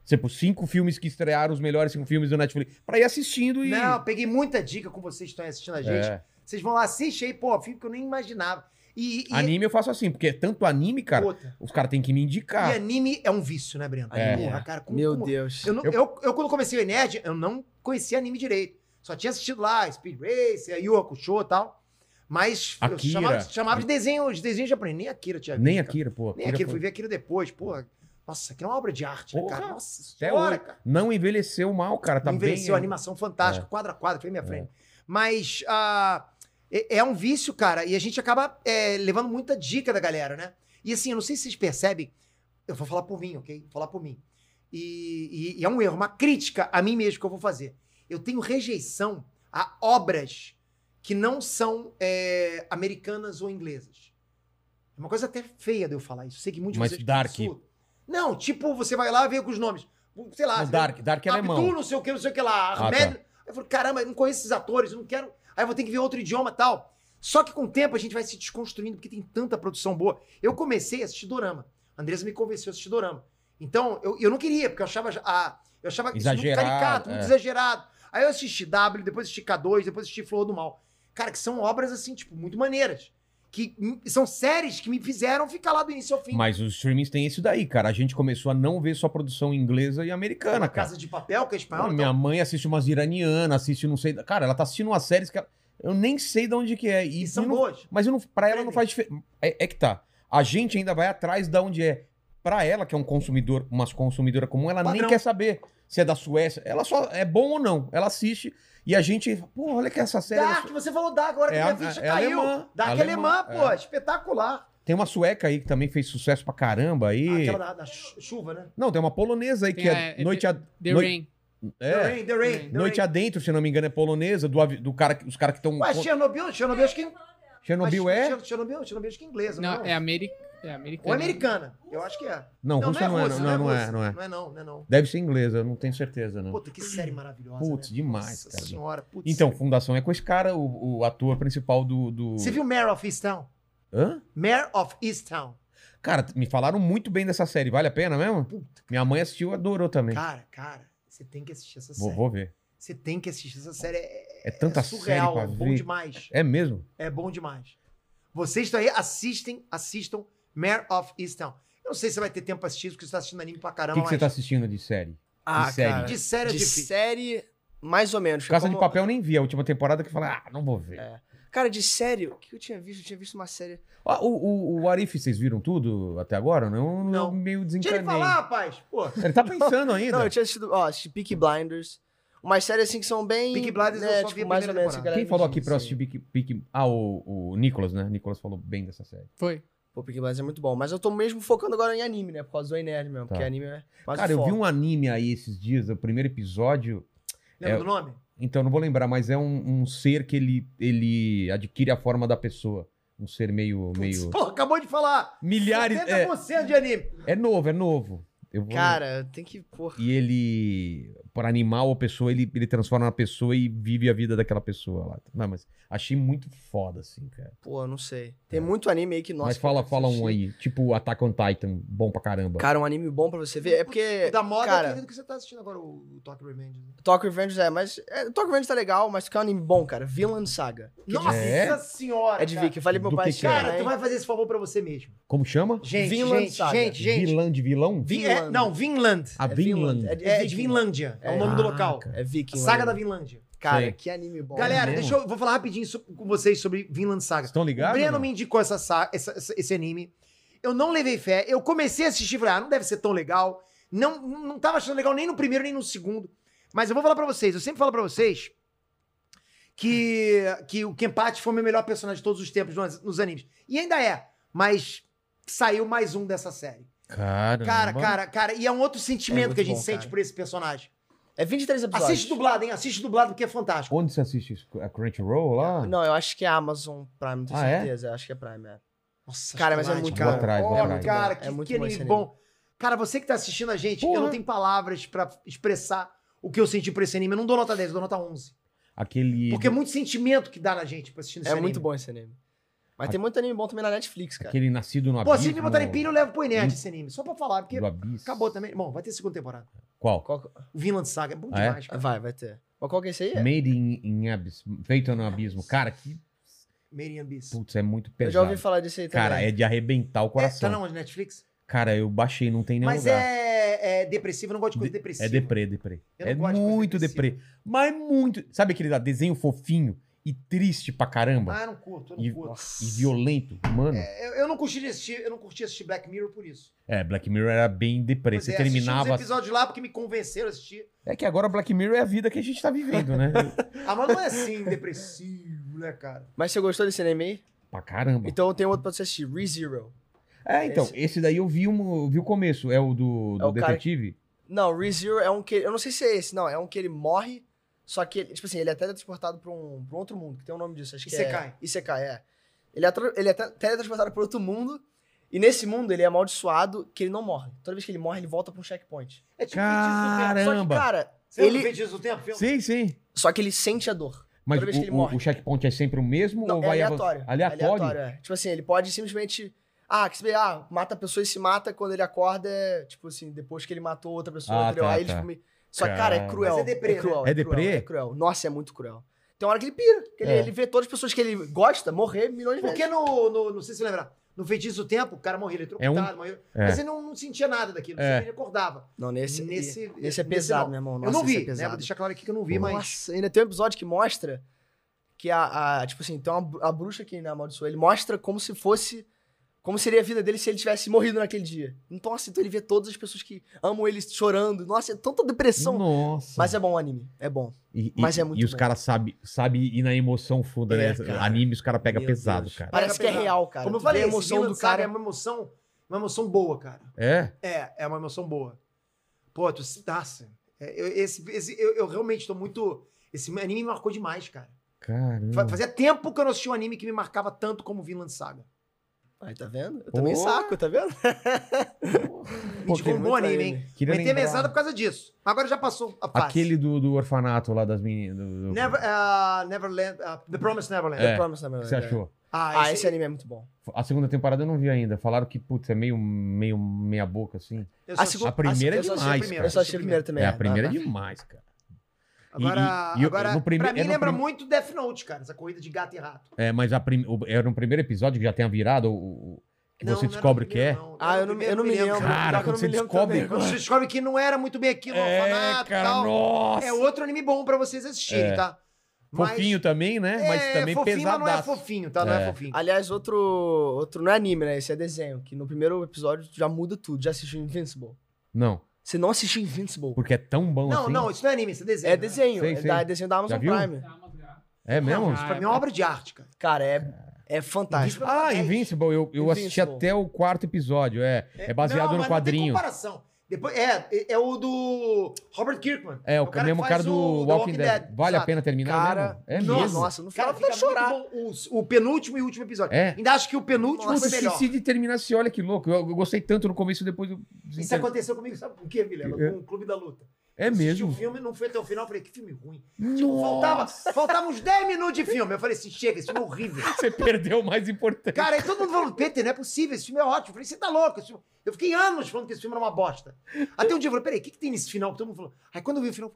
[SPEAKER 5] Tipo, cinco filmes que estrearam, os melhores cinco filmes do Netflix. Pra ir assistindo e.
[SPEAKER 3] Não, eu peguei muita dica com vocês que estão aí assistindo a gente.
[SPEAKER 5] É.
[SPEAKER 3] Vocês vão lá, assiste aí, pô, filme que eu nem imaginava. E, e,
[SPEAKER 5] Anime eu faço assim, porque tanto anime, cara,
[SPEAKER 3] puta,
[SPEAKER 5] os caras têm que me indicar.
[SPEAKER 3] e anime é um vício, né, Breno?
[SPEAKER 5] É.
[SPEAKER 3] Porra, cara, como,
[SPEAKER 7] Meu
[SPEAKER 3] como-
[SPEAKER 7] Deus.
[SPEAKER 3] Eu, não-
[SPEAKER 5] Eu-
[SPEAKER 3] eu- eu, quando comecei o Nerd, eu não conhecia anime direito. Só tinha assistido lá Speed Racer, Yu Hakusho e tal. Mas eu
[SPEAKER 5] Akira.
[SPEAKER 3] chamava, chamava de desenho, de desenho japonês. Nem Akira tinha
[SPEAKER 5] Nem
[SPEAKER 3] visto, cara.
[SPEAKER 5] Akira, pô.
[SPEAKER 3] Nem Akira. Fui ver Akira depois, porra. Nossa, aquilo é uma obra de arte, né,
[SPEAKER 5] Porra,
[SPEAKER 3] cara? Nossa,
[SPEAKER 5] até
[SPEAKER 3] senhora,
[SPEAKER 5] hoje.
[SPEAKER 3] cara.
[SPEAKER 5] Não envelheceu mal, cara. Tá
[SPEAKER 3] Envelheceu a
[SPEAKER 5] bem. É.
[SPEAKER 3] animação fantástica, quadra a quadra, foi minha frente. Mas ah, é, é um vício, cara, e a gente acaba é, levando muita dica da galera, né? E assim, eu não sei se vocês percebem, eu vou falar por mim, ok? Vou falar por mim. E, e- e é um erro, uma crítica a mim mesmo que eu vou fazer. Eu tenho rejeição a obras que não são é, americanas ou inglesas. É uma coisa até feia de eu falar isso. Sei que muitos de
[SPEAKER 5] Mas
[SPEAKER 3] vocês
[SPEAKER 5] dark.
[SPEAKER 3] ficam absurdos. Não, tipo, você vai lá e vê com os nomes. Sei lá.
[SPEAKER 5] Não,
[SPEAKER 3] você vê-
[SPEAKER 5] Dark, Dark é
[SPEAKER 3] Abdu,
[SPEAKER 5] alemão.
[SPEAKER 3] não sei o que, não sei o que lá.
[SPEAKER 5] Ah,
[SPEAKER 3] Ahmed.
[SPEAKER 5] tá.
[SPEAKER 3] Aí eu falo, caramba, eu não conheço esses atores, eu não quero. Aí eu vou ter que ver outro idioma e tal. Só que com o tempo a gente vai se desconstruindo, porque tem tanta produção boa. Eu comecei a assistir Dorama. A Andressa me convenceu a assistir Dorama. Então, eu, eu não queria, porque eu achava, a, eu achava isso
[SPEAKER 5] Exagerado,
[SPEAKER 3] muito caricato, muito
[SPEAKER 5] é.
[SPEAKER 3] exagerado. Aí eu assisti W, depois assisti K2, depois assisti Flor do Mal. Cara, que são obras, assim, tipo, muito maneiras. Que hum, são séries que me fizeram ficar lá do início ao fim.
[SPEAKER 5] Mas os streamings têm isso daí, cara. A gente começou a não ver só produção inglesa e americana,
[SPEAKER 3] Uma
[SPEAKER 5] cara.
[SPEAKER 3] Casa de Papel, que é
[SPEAKER 5] Não,
[SPEAKER 3] espanhol.
[SPEAKER 5] minha mãe assiste umas iranianas, assiste não sei. Cara, ela tá assistindo umas séries que ela- eu nem sei de onde que é. E,
[SPEAKER 3] e são
[SPEAKER 5] eu não-
[SPEAKER 3] boas.
[SPEAKER 5] Mas eu não, pra ela não faz diferença. É, é que tá. A gente ainda vai atrás de onde é. Pra ela, que é um consumidor, uma consumidora comum, ela nem
[SPEAKER 3] Padrão.
[SPEAKER 5] quer saber se é da Suécia. Ela só é bom ou não. Ela assiste e a gente. Pô, olha que essa série. é da
[SPEAKER 3] Dark,
[SPEAKER 5] Su-
[SPEAKER 3] você falou Dark, agora
[SPEAKER 5] É
[SPEAKER 3] que
[SPEAKER 5] a-
[SPEAKER 3] minha ficha
[SPEAKER 5] é
[SPEAKER 3] caiu.
[SPEAKER 5] alemã.
[SPEAKER 3] Dark alemã,
[SPEAKER 5] Alemã,
[SPEAKER 3] pô,
[SPEAKER 5] é.
[SPEAKER 3] espetacular.
[SPEAKER 5] Tem uma sueca aí que também fez sucesso pra caramba aí.
[SPEAKER 3] Aquela da, da chu- chuva, né?
[SPEAKER 5] Não, tem uma polonesa aí
[SPEAKER 2] Tem
[SPEAKER 5] que
[SPEAKER 2] a-
[SPEAKER 5] é,
[SPEAKER 2] é-
[SPEAKER 5] Noite a.
[SPEAKER 2] The
[SPEAKER 5] Noi-
[SPEAKER 2] Rain.
[SPEAKER 3] The
[SPEAKER 5] É.
[SPEAKER 3] Rain, The Rain, The
[SPEAKER 5] Noite
[SPEAKER 3] Rain.
[SPEAKER 5] Adentro, se não me engano, é polonesa, do, avi- do cara, que- os caras que estão.
[SPEAKER 3] Ué, Chernobyl, Chernobyl acho que... mas
[SPEAKER 5] Chernobyl é?
[SPEAKER 3] Cher- Chernobyl, Chernobyl acho que é inglesa,
[SPEAKER 2] Não, é, ameri... é americana.
[SPEAKER 3] Ou americana, eu acho que é.
[SPEAKER 5] Não, russa não é,
[SPEAKER 3] russa,
[SPEAKER 5] não, não é,
[SPEAKER 3] russa.
[SPEAKER 5] não é.
[SPEAKER 3] Não é não, não é não.
[SPEAKER 5] Deve ser inglesa, eu não tenho certeza, não.
[SPEAKER 3] Puta, que série maravilhosa,
[SPEAKER 5] Putz,
[SPEAKER 3] né?
[SPEAKER 5] demais,
[SPEAKER 3] Nossa
[SPEAKER 5] cara.
[SPEAKER 3] senhora, putz.
[SPEAKER 5] Então, Fundação é com esse cara, o, o ator principal do. do...
[SPEAKER 3] Você viu Mare of Easttown?
[SPEAKER 5] Hã?
[SPEAKER 3] Mare of Easttown.
[SPEAKER 5] Cara, me falaram muito bem dessa série. Vale a pena mesmo? Minha mãe assistiu e adorou também.
[SPEAKER 3] Cara, cara, você tem que assistir essa
[SPEAKER 5] Vou,
[SPEAKER 3] série.
[SPEAKER 5] vou ver.
[SPEAKER 3] Você tem que assistir essa série. É,
[SPEAKER 5] É tanta
[SPEAKER 3] surreal,
[SPEAKER 5] série pra
[SPEAKER 3] é bom
[SPEAKER 5] ver.
[SPEAKER 3] demais.
[SPEAKER 5] É mesmo?
[SPEAKER 3] É bom demais. Vocês estão aí, assistem, assistam Mare of Easttown. Eu não sei se você vai ter tempo pra assistir, porque você tá assistindo anime pra
[SPEAKER 5] O
[SPEAKER 3] caramba.
[SPEAKER 5] que, que você tá assistindo de série?
[SPEAKER 7] Ah,
[SPEAKER 5] de série.
[SPEAKER 7] cara.
[SPEAKER 3] De série é
[SPEAKER 7] de
[SPEAKER 3] difícil.
[SPEAKER 7] série, mais ou menos.
[SPEAKER 5] Casa de
[SPEAKER 7] Como-
[SPEAKER 5] Papel eu nem vi a última temporada que eu falei, ah, não vou ver.
[SPEAKER 7] É. Cara, de série, o que eu tinha visto? Eu tinha visto uma série.
[SPEAKER 5] Ah, o, o, o Arif, vocês viram tudo até agora? Não,
[SPEAKER 3] Não.
[SPEAKER 5] eu meio
[SPEAKER 3] Deixa
[SPEAKER 5] desencanei.
[SPEAKER 3] ele falar, rapaz. Pô,
[SPEAKER 5] Ele tá pensando ainda.
[SPEAKER 7] Não, eu tinha assistido, ó, assisti Peaky Blinders. Umas séries assim que são bem. né, tipo,
[SPEAKER 3] Peaky Blinders eu só vi a primeira
[SPEAKER 7] a
[SPEAKER 3] temporada.
[SPEAKER 7] galera
[SPEAKER 5] Quem falou aqui
[SPEAKER 7] imagina,
[SPEAKER 5] pra eu
[SPEAKER 7] assim.
[SPEAKER 5] assistir Big, Big- Ah, o, o Nicolas, né? Nicolas falou bem dessa série.
[SPEAKER 2] Foi.
[SPEAKER 7] Pô, Peaky Blinders é muito bom. Mas eu tô mesmo focando agora em anime, né? Por causa do Nerd mesmo.
[SPEAKER 5] Tá.
[SPEAKER 7] Porque anime é. mais
[SPEAKER 5] Cara,
[SPEAKER 7] o
[SPEAKER 5] eu vi
[SPEAKER 7] foco.
[SPEAKER 5] um anime aí esses dias, o primeiro episódio.
[SPEAKER 3] lembra
[SPEAKER 5] É,
[SPEAKER 3] do nome?
[SPEAKER 5] Então, eu não vou lembrar, mas é um, um ser que ele, ele adquire a forma da pessoa. um ser meio. meio...
[SPEAKER 3] Pô, acabou de falar.
[SPEAKER 5] Milhares. É,
[SPEAKER 3] 70% de anime.
[SPEAKER 5] é novo, é novo. Eu vou-
[SPEAKER 7] Cara, tem que. Porra.
[SPEAKER 5] E ele, por animal ou pessoa, ele, ele transforma na pessoa e vive a vida daquela pessoa lá. Não, mas achei muito foda, assim, cara.
[SPEAKER 7] Pô, não sei. Tem muito anime aí que, nossa.
[SPEAKER 5] É. mas fala,
[SPEAKER 7] cara,
[SPEAKER 5] fala um
[SPEAKER 7] assisti.
[SPEAKER 5] aí. Tipo Attack on Titan, bom pra caramba.
[SPEAKER 7] Cara, um anime bom pra você ver. É porque.
[SPEAKER 3] O da moda é
[SPEAKER 7] cara,
[SPEAKER 3] aquele que você tá assistindo agora, o, o Talk Revenge. né?
[SPEAKER 7] Tokyo Revengers é, mas. É, Tokyo Revengers tá legal, mas que é um anime bom, cara. Villain Saga. Que é de-
[SPEAKER 3] Nossa
[SPEAKER 5] É?
[SPEAKER 3] senhora.
[SPEAKER 7] É de
[SPEAKER 3] cara.
[SPEAKER 7] Vic. Eu falei pro
[SPEAKER 5] Do
[SPEAKER 7] meu pai
[SPEAKER 5] que que é?
[SPEAKER 7] assistir,
[SPEAKER 3] Cara,
[SPEAKER 7] né?
[SPEAKER 3] tu vai fazer esse favor pra você mesmo.
[SPEAKER 5] Como chama?
[SPEAKER 3] Gente,
[SPEAKER 7] Vinland
[SPEAKER 3] gente,
[SPEAKER 7] Saga.
[SPEAKER 3] gente, gente.
[SPEAKER 5] Vilã de vilão?
[SPEAKER 3] Vi- é, não, Vinland.
[SPEAKER 5] a
[SPEAKER 7] É
[SPEAKER 5] Ah, Vinland.
[SPEAKER 7] Vinland.
[SPEAKER 3] É, de
[SPEAKER 7] Viking.
[SPEAKER 3] Vinlândia. É, o
[SPEAKER 7] É.
[SPEAKER 3] nome do local.
[SPEAKER 5] Caraca.
[SPEAKER 7] É Viking.
[SPEAKER 3] Saga
[SPEAKER 7] lá,
[SPEAKER 3] da
[SPEAKER 7] né?
[SPEAKER 3] Vinlândia.
[SPEAKER 7] Cara,
[SPEAKER 5] Sei.
[SPEAKER 7] que anime bom.
[SPEAKER 3] Galera,
[SPEAKER 5] mesmo?
[SPEAKER 3] deixa eu vou falar rapidinho so- com vocês sobre Vinland Saga.
[SPEAKER 5] Estão
[SPEAKER 3] o
[SPEAKER 5] ligados? ou
[SPEAKER 3] Breno
[SPEAKER 5] não?
[SPEAKER 3] me indicou essa sa- essa- essa- esse anime. Eu não levei fé. Eu comecei a assistir e falei, ah, não deve ser tão legal. Não, não tava achando legal nem no primeiro, nem no segundo. Mas eu vou falar pra vocês, eu sempre falo pra vocês que, que o Kenpachi foi o meu melhor personagem de todos os tempos nos, nos animes. E ainda é, mas saiu mais um dessa série.
[SPEAKER 5] Caramba.
[SPEAKER 3] Cara, cara, cara, e é um outro sentimento
[SPEAKER 7] muito
[SPEAKER 3] que a gente
[SPEAKER 7] bom,
[SPEAKER 3] sente
[SPEAKER 7] cara.
[SPEAKER 3] por esse personagem.
[SPEAKER 7] É 23 episódios.
[SPEAKER 3] Assiste dublado, hein? Assiste dublado porque é fantástico.
[SPEAKER 5] Onde você assiste isso? A Crunchyroll lá?
[SPEAKER 7] Não, eu acho que é Amazon Prime, não tenho
[SPEAKER 5] Ah, é?
[SPEAKER 7] certeza. Eu acho que é Prime, é.
[SPEAKER 3] Nossa,
[SPEAKER 7] Cara, mas é
[SPEAKER 3] chocolate,
[SPEAKER 7] muito
[SPEAKER 5] Vou
[SPEAKER 7] bom.
[SPEAKER 5] atrás, vou
[SPEAKER 7] é
[SPEAKER 3] Olha,
[SPEAKER 5] atrás.
[SPEAKER 7] muito
[SPEAKER 3] cara,
[SPEAKER 7] bom,
[SPEAKER 3] que,
[SPEAKER 7] é muito
[SPEAKER 3] que
[SPEAKER 7] bom esse
[SPEAKER 3] anime
[SPEAKER 7] anime.
[SPEAKER 3] bom. Cara, você que tá assistindo a gente, eu
[SPEAKER 5] Porra.
[SPEAKER 3] não tenho palavras pra expressar o que eu senti por esse anime. Eu não dou nota 10, eu dou nota 11.
[SPEAKER 5] Aquele.
[SPEAKER 3] Porque é muito sentimento que dá na gente pra assistir esse
[SPEAKER 7] É
[SPEAKER 3] anime.
[SPEAKER 7] muito bom esse anime. Mas tem muito anime bom também na Netflix, cara.
[SPEAKER 5] Aquele nascido no
[SPEAKER 3] Pô,
[SPEAKER 5] abismo.
[SPEAKER 3] se me botarem pilha, eu levo pro Inerd
[SPEAKER 5] Hum.
[SPEAKER 3] esse anime. Só pra falar, porque
[SPEAKER 5] do abismo.
[SPEAKER 3] acabou também. Bom, vai ter segunda temporada.
[SPEAKER 5] Qual?
[SPEAKER 7] Qual que-
[SPEAKER 3] O Vinland Saga é bom
[SPEAKER 5] Ah, é?
[SPEAKER 3] demais, cara.
[SPEAKER 7] Vai, vai ter. Mas qual que é esse aí?
[SPEAKER 5] Made in, in Abismo. Feito no abismo. Cara, que.
[SPEAKER 3] Merian Beast.
[SPEAKER 5] Putz, é muito
[SPEAKER 7] Eu já
[SPEAKER 5] pesado.
[SPEAKER 7] ouvi falar desse aí também.
[SPEAKER 5] Cara, é de arrebentar o
[SPEAKER 3] É, tá
[SPEAKER 5] coração.
[SPEAKER 3] não, onde? Netflix?
[SPEAKER 5] Cara, eu baixei, não tem nenhum
[SPEAKER 3] Mas
[SPEAKER 5] lugar.
[SPEAKER 3] é, é depressivo, eu não gosto de coisa
[SPEAKER 5] De-
[SPEAKER 3] depressiva.
[SPEAKER 5] É deprê, deprê.
[SPEAKER 3] Eu não
[SPEAKER 5] É
[SPEAKER 3] gosto de coisa
[SPEAKER 5] muito
[SPEAKER 3] depressiva.
[SPEAKER 5] deprê. Mas muito. Sabe aquele lá, desenho fofinho e triste pra caramba?
[SPEAKER 3] Ah, eu não curto, eu não
[SPEAKER 5] e,
[SPEAKER 3] curto.
[SPEAKER 5] e violento, mano. É.
[SPEAKER 3] Eu, eu não curti de assistir, eu não curti assistir Black Mirror por isso.
[SPEAKER 5] Black Mirror era bem deprê.
[SPEAKER 3] Pois
[SPEAKER 5] Você
[SPEAKER 3] é, assisti uns
[SPEAKER 5] terminava.
[SPEAKER 3] episódios lá porque me convenceram a assistir.
[SPEAKER 5] É que agora Black Mirror é a vida que a gente tá vivendo, né?
[SPEAKER 3] Ah, mas não é assim, depressivo, né, cara?
[SPEAKER 7] Mas você gostou desse anime aí?
[SPEAKER 5] pra caramba.
[SPEAKER 7] Então tem outro pra você assistir, ReZero.
[SPEAKER 5] é, então, esse, daí eu vi, um, eu vi o começo. É o do, do
[SPEAKER 7] É o cara-
[SPEAKER 5] detetive?
[SPEAKER 7] Não, ReZero é um que. Eu não sei se é esse, não. É um que ele morre, só que. ele- Tipo assim, ele é teletransportado pra um, pra um outro mundo, que tem o nome disso. Acho que
[SPEAKER 3] Isekai.
[SPEAKER 7] é. Isekai, é. Ele é, tra- ele é te- teletransportado pra outro mundo, e nesse mundo ele é amaldiçoado que ele não morre. Toda vez que ele morre, ele volta pra um checkpoint.
[SPEAKER 3] É tipo
[SPEAKER 5] Cara-
[SPEAKER 7] Só que,
[SPEAKER 5] Caramba.
[SPEAKER 7] cara,
[SPEAKER 3] feitiço do tempo. Você ele...
[SPEAKER 7] ele.
[SPEAKER 3] lembra do feitiço do tempo? filme?
[SPEAKER 5] Sim, sim.
[SPEAKER 7] Só que ele sente a dor.
[SPEAKER 5] Mas
[SPEAKER 7] Toda vez
[SPEAKER 5] o,
[SPEAKER 7] que ele
[SPEAKER 5] o-
[SPEAKER 7] morre.
[SPEAKER 5] o checkpoint é sempre o mesmo
[SPEAKER 7] Não,
[SPEAKER 5] ou
[SPEAKER 7] é
[SPEAKER 5] vai avan-
[SPEAKER 7] aleatório.
[SPEAKER 5] Aleatório?
[SPEAKER 7] é. Tipo assim, ele pode simplesmente. Ah, que se ah, mata a pessoa e se mata quando ele acorda, é, tipo assim, depois que ele matou outra pessoa,
[SPEAKER 5] Ah,
[SPEAKER 7] entendeu?
[SPEAKER 5] tá,
[SPEAKER 7] Aí ele
[SPEAKER 5] tá.
[SPEAKER 7] tipo, me- Só que, cara, é
[SPEAKER 5] Cara.
[SPEAKER 7] cruel.
[SPEAKER 3] Mas é deprê, né?
[SPEAKER 7] cruel,
[SPEAKER 5] É
[SPEAKER 7] cruel,
[SPEAKER 5] deprê?
[SPEAKER 7] é cruel. Nossa, é muito cruel. Tem hora que ele pira. que ele,
[SPEAKER 5] É.
[SPEAKER 7] ele vê todas as pessoas que ele gosta morrer milhões de vezes.
[SPEAKER 3] Porque no, no- Não sei se você lembra. No feitiço do tempo, o cara morreu eletrocutado, morreu.
[SPEAKER 5] É.
[SPEAKER 3] Mas ele não, não sentia nada daquilo,
[SPEAKER 5] É.
[SPEAKER 3] é. ele acordava.
[SPEAKER 7] Não, nesse,
[SPEAKER 3] Nesse-
[SPEAKER 7] nesse,
[SPEAKER 3] nesse
[SPEAKER 7] é pesado,
[SPEAKER 3] não.
[SPEAKER 7] meu irmão.
[SPEAKER 3] eu não
[SPEAKER 7] Nossa, esse
[SPEAKER 3] vi,
[SPEAKER 7] é
[SPEAKER 3] né? Vou
[SPEAKER 7] pesado.
[SPEAKER 3] deixar claro aqui que eu não vi, mas.
[SPEAKER 7] Nossa, ainda tem um episódio que mostra que a, a- tipo assim, tem uma, bru- a bruxa que né, amaldiçoou, ele mostra como se fosse, como seria a vida dele se ele tivesse morrido naquele dia. Então, assim, então ele vê todas as pessoas que amam ele chorando. Nossa, é tanta depressão.
[SPEAKER 5] Nossa.
[SPEAKER 7] Mas é bom o anime, é bom.
[SPEAKER 5] E, e-
[SPEAKER 7] mas é muito
[SPEAKER 5] e os
[SPEAKER 7] bom.
[SPEAKER 5] caras sabem sabe ir na emoção funda,
[SPEAKER 7] É,
[SPEAKER 5] né?
[SPEAKER 7] cara.
[SPEAKER 5] Anime, os caras pegam
[SPEAKER 7] Meu
[SPEAKER 5] pesado,
[SPEAKER 7] Deus.
[SPEAKER 5] cara.
[SPEAKER 7] Parece que é
[SPEAKER 3] pesado.
[SPEAKER 7] real, cara.
[SPEAKER 3] Como eu
[SPEAKER 7] Tu vê
[SPEAKER 3] falei,
[SPEAKER 7] a emoção do cara.
[SPEAKER 3] é uma emoção, uma emoção boa, cara.
[SPEAKER 5] É?
[SPEAKER 3] É, é uma emoção boa. Pô, tu. Nossa. É, eu, esse, esse- eu, eu realmente tô muito. Esse anime me marcou demais, cara.
[SPEAKER 5] Caramba.
[SPEAKER 3] Fa- Fazia tempo que eu não assistia um anime que me marcava tanto como Vinland Saga.
[SPEAKER 7] Aí, tá vendo? Eu também
[SPEAKER 5] Pô.
[SPEAKER 7] saco, tá vendo?
[SPEAKER 5] Pô,
[SPEAKER 3] Tipo, um
[SPEAKER 5] queria-
[SPEAKER 3] bom anime,
[SPEAKER 7] anime.
[SPEAKER 3] hein?
[SPEAKER 5] queria
[SPEAKER 3] Meter
[SPEAKER 5] lembrar
[SPEAKER 3] mesada por causa disso. Agora já passou a fase.
[SPEAKER 5] Aquele do, do orfanato lá das meninas. do- do-
[SPEAKER 3] Never, ah, Neverland, ah, The Promised Neverland.
[SPEAKER 5] É.
[SPEAKER 7] Promise, na
[SPEAKER 5] O que
[SPEAKER 7] verdade,
[SPEAKER 5] você
[SPEAKER 7] é.
[SPEAKER 5] achou?
[SPEAKER 7] Ah, esse anime é muito bom.
[SPEAKER 5] A segunda temporada eu não vi ainda. Falaram que, putz, é meio, meio meia boca, assim.
[SPEAKER 3] eu só
[SPEAKER 7] a segunda-
[SPEAKER 5] A primeira
[SPEAKER 7] eu
[SPEAKER 5] é
[SPEAKER 7] só assisti a
[SPEAKER 5] demais,
[SPEAKER 3] primeira,
[SPEAKER 5] cara.
[SPEAKER 7] Eu só achei o primeiro também.
[SPEAKER 5] É, a
[SPEAKER 7] tá,
[SPEAKER 5] primeira é
[SPEAKER 7] tá.
[SPEAKER 5] demais, cara.
[SPEAKER 3] Agora,
[SPEAKER 5] e- e eu-
[SPEAKER 3] agora
[SPEAKER 5] no prime-
[SPEAKER 3] pra
[SPEAKER 5] é
[SPEAKER 3] mim
[SPEAKER 5] no
[SPEAKER 3] lembra
[SPEAKER 5] prime-
[SPEAKER 3] muito Death Note, cara. Essa corrida de gato e rato.
[SPEAKER 5] É, mas a prim... o- era no primeiro episódio que já tem a virada, o, o- que
[SPEAKER 3] Não, não
[SPEAKER 5] você
[SPEAKER 3] era
[SPEAKER 5] descobre
[SPEAKER 3] no
[SPEAKER 5] que é.
[SPEAKER 3] primeiro, não.
[SPEAKER 7] Ah,
[SPEAKER 3] Era
[SPEAKER 7] eu
[SPEAKER 3] no
[SPEAKER 7] não, eu não me
[SPEAKER 3] primeiro,
[SPEAKER 7] lembro.
[SPEAKER 3] primeiro.
[SPEAKER 5] Cara,
[SPEAKER 7] Pior que eu
[SPEAKER 5] quando
[SPEAKER 7] não
[SPEAKER 5] você
[SPEAKER 7] me lembro
[SPEAKER 5] descobre-
[SPEAKER 7] também.
[SPEAKER 3] Quando você descobre que não era muito bem aquilo,
[SPEAKER 5] É,
[SPEAKER 3] orfanato e
[SPEAKER 5] cara,
[SPEAKER 3] tal.
[SPEAKER 5] nossa.
[SPEAKER 3] É outro anime bom pra vocês assistirem,
[SPEAKER 5] É.
[SPEAKER 3] tá? Mas-
[SPEAKER 5] Fofinho também, né? mas também
[SPEAKER 3] fofinho, mas
[SPEAKER 5] pesadaço.
[SPEAKER 3] não é fofinho, tá? Não é,
[SPEAKER 5] É.
[SPEAKER 3] fofinho.
[SPEAKER 7] Aliás, outro, outro não é anime, né? Esse é desenho, que no primeiro episódio já muda tudo. Já assistiu Invincible?
[SPEAKER 5] Não,
[SPEAKER 7] Você não assistiu Invincible?
[SPEAKER 5] porque é tão bom
[SPEAKER 3] Não,
[SPEAKER 5] assim.
[SPEAKER 3] não, isso não é anime, isso é desenho.
[SPEAKER 7] É
[SPEAKER 3] né?
[SPEAKER 7] desenho,
[SPEAKER 5] Sei,
[SPEAKER 7] é,
[SPEAKER 5] sei.
[SPEAKER 7] Da, é desenho da Amazon
[SPEAKER 5] Já viu?
[SPEAKER 7] Prime.
[SPEAKER 5] É mesmo?
[SPEAKER 3] Não, isso pra mim é uma obra de arte, cara.
[SPEAKER 7] Cara, é, é fantástico.
[SPEAKER 3] Invincible-
[SPEAKER 5] Ah,
[SPEAKER 3] Dez.
[SPEAKER 5] Invincible, eu, eu assisti
[SPEAKER 7] Invincible.
[SPEAKER 5] até o quarto episódio, é. É baseado
[SPEAKER 3] Não,
[SPEAKER 5] no
[SPEAKER 3] mas Não tem
[SPEAKER 5] quadrinho.
[SPEAKER 3] comparação. Depois, é, é- é o do Robert Kirkman.
[SPEAKER 1] É, o,
[SPEAKER 3] que
[SPEAKER 1] mesmo
[SPEAKER 3] faz
[SPEAKER 1] cara do
[SPEAKER 3] o
[SPEAKER 1] Walking, Dead. Vale a
[SPEAKER 3] exato.
[SPEAKER 1] pena terminar
[SPEAKER 7] Cara,
[SPEAKER 1] mesmo? É
[SPEAKER 7] nossa,
[SPEAKER 1] mesmo?
[SPEAKER 7] nossa, no
[SPEAKER 3] Cara,
[SPEAKER 7] final
[SPEAKER 3] fica
[SPEAKER 7] fica
[SPEAKER 3] muito
[SPEAKER 7] chorar.
[SPEAKER 3] bom o, o penúltimo e último episódio.
[SPEAKER 1] É.
[SPEAKER 3] Ainda acho que o penúltimo
[SPEAKER 1] Nossa,
[SPEAKER 3] foi
[SPEAKER 1] se,
[SPEAKER 3] é melhor.
[SPEAKER 1] se de terminar, se olha que louco. Eu, eu gostei tanto no começo e depois. Eu...
[SPEAKER 3] Isso é aconteceu comigo, sabe por quê, Vilela?
[SPEAKER 1] É.
[SPEAKER 3] Com o Clube da Luta.
[SPEAKER 1] É
[SPEAKER 3] Assisti O
[SPEAKER 1] mesmo.
[SPEAKER 3] filme não foi até o final, eu falei, que filme ruim. Tipo, faltava,
[SPEAKER 1] Nossa,
[SPEAKER 3] faltava uns 10 minutos de filme. Eu falei assim, chega, esse filme é horrível.
[SPEAKER 1] você perdeu o mais importante.
[SPEAKER 3] Cara, aí todo mundo falando, Peter, não é possível, esse filme é ótimo. Eu falei, você tá louco? esse filme- Eu fiquei anos falando que esse filme era uma bosta. Até um dia eu falei, peraí, o que, que tem nesse final? Todo mundo falou. Aí quando eu vi o final.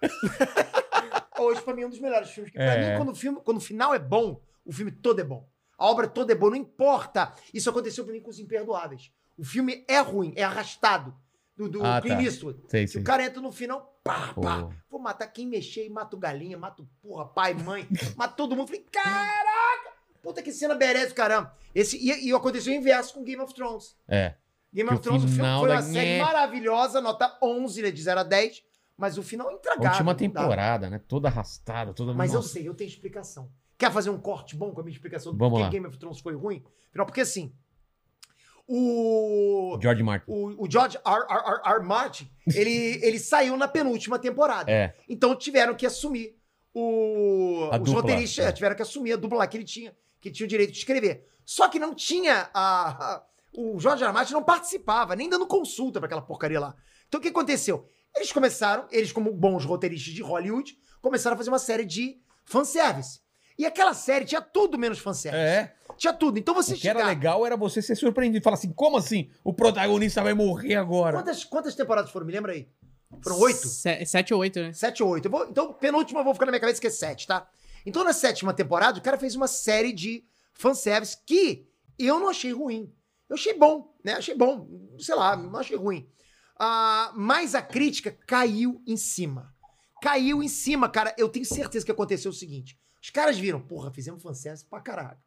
[SPEAKER 3] eu falei, Hoje, pra mim, é um dos melhores filmes. Porque pra
[SPEAKER 1] É.
[SPEAKER 3] mim, quando o, filme, quando o final é bom, o filme todo é bom. A obra toda é boa, não importa. Isso aconteceu pra mim com Os Imperdoáveis. O filme é ruim, é arrastado. Do, do
[SPEAKER 1] Ah,
[SPEAKER 3] Clint
[SPEAKER 1] tá.
[SPEAKER 3] Eastwood.
[SPEAKER 1] Sei,
[SPEAKER 3] Se
[SPEAKER 1] sei.
[SPEAKER 3] o cara entra no final, pá,
[SPEAKER 1] Pô.
[SPEAKER 3] pá. Vou matar quem mexer e mato galinha, mato porra, pai, mãe, mato todo mundo. Falei, caraca! Puta que cena merece, caramba. Esse, e, e aconteceu o inverso com Game of Thrones.
[SPEAKER 1] É.
[SPEAKER 3] Game
[SPEAKER 1] Que
[SPEAKER 3] of
[SPEAKER 1] o
[SPEAKER 3] Thrones, o filme
[SPEAKER 1] final
[SPEAKER 3] foi
[SPEAKER 1] da-
[SPEAKER 3] uma série
[SPEAKER 1] Nhé.
[SPEAKER 3] maravilhosa, nota 11, né, de 0 a 10, mas o final é intragável.
[SPEAKER 1] Última
[SPEAKER 3] não dá.
[SPEAKER 1] temporada, né? Toda arrastada, toda.
[SPEAKER 3] Mas eu
[SPEAKER 1] Nossa.
[SPEAKER 3] sei, eu tenho explicação. Quer fazer um corte bom com a minha explicação do
[SPEAKER 1] Vamos
[SPEAKER 3] porquê
[SPEAKER 1] lá.
[SPEAKER 3] Game of Thrones foi ruim? Afinal, porque assim, o,
[SPEAKER 1] George Martin.
[SPEAKER 3] o, o George R. R. R. R. Martin, ele, ele saiu na penúltima temporada.
[SPEAKER 1] É.
[SPEAKER 3] Então tiveram que assumir o.
[SPEAKER 1] A
[SPEAKER 3] os
[SPEAKER 1] dupla,
[SPEAKER 3] roteiristas
[SPEAKER 1] é.
[SPEAKER 3] é, tiveram que assumir a dupla lá que ele tinha, que tinha o direito de escrever. Só que não tinha a. a- o Jorge Armati não participava, nem dando consulta pra aquela porcaria lá. Então o que aconteceu? Eles começaram, eles, como bons roteiristas de Hollywood, começaram a fazer uma série de fanservice. E aquela série tinha tudo menos fanservice.
[SPEAKER 1] É.
[SPEAKER 3] Tinha tudo. Então você
[SPEAKER 1] O que era
[SPEAKER 3] chegar-
[SPEAKER 1] legal era você ser surpreendido. Falar assim, como assim? O protagonista vai morrer agora.
[SPEAKER 3] Quantas, quantas temporadas foram? Me lembra aí. Foram oito?
[SPEAKER 2] Se- Sete ou oito, né?
[SPEAKER 3] 7 ou 8. Eu vou, então, penúltima eu vou ficar na minha cabeça que é 7, tá? Então, na sétima temporada, o cara fez uma série de fanservice que eu não achei ruim. Eu achei bom, né? Achei bom. Sei lá, não achei ruim. Ah, mas a crítica caiu em cima. Caiu em cima, cara. Eu tenho certeza que aconteceu o seguinte. Os caras viram, porra, fizemos fanservice pra caralho.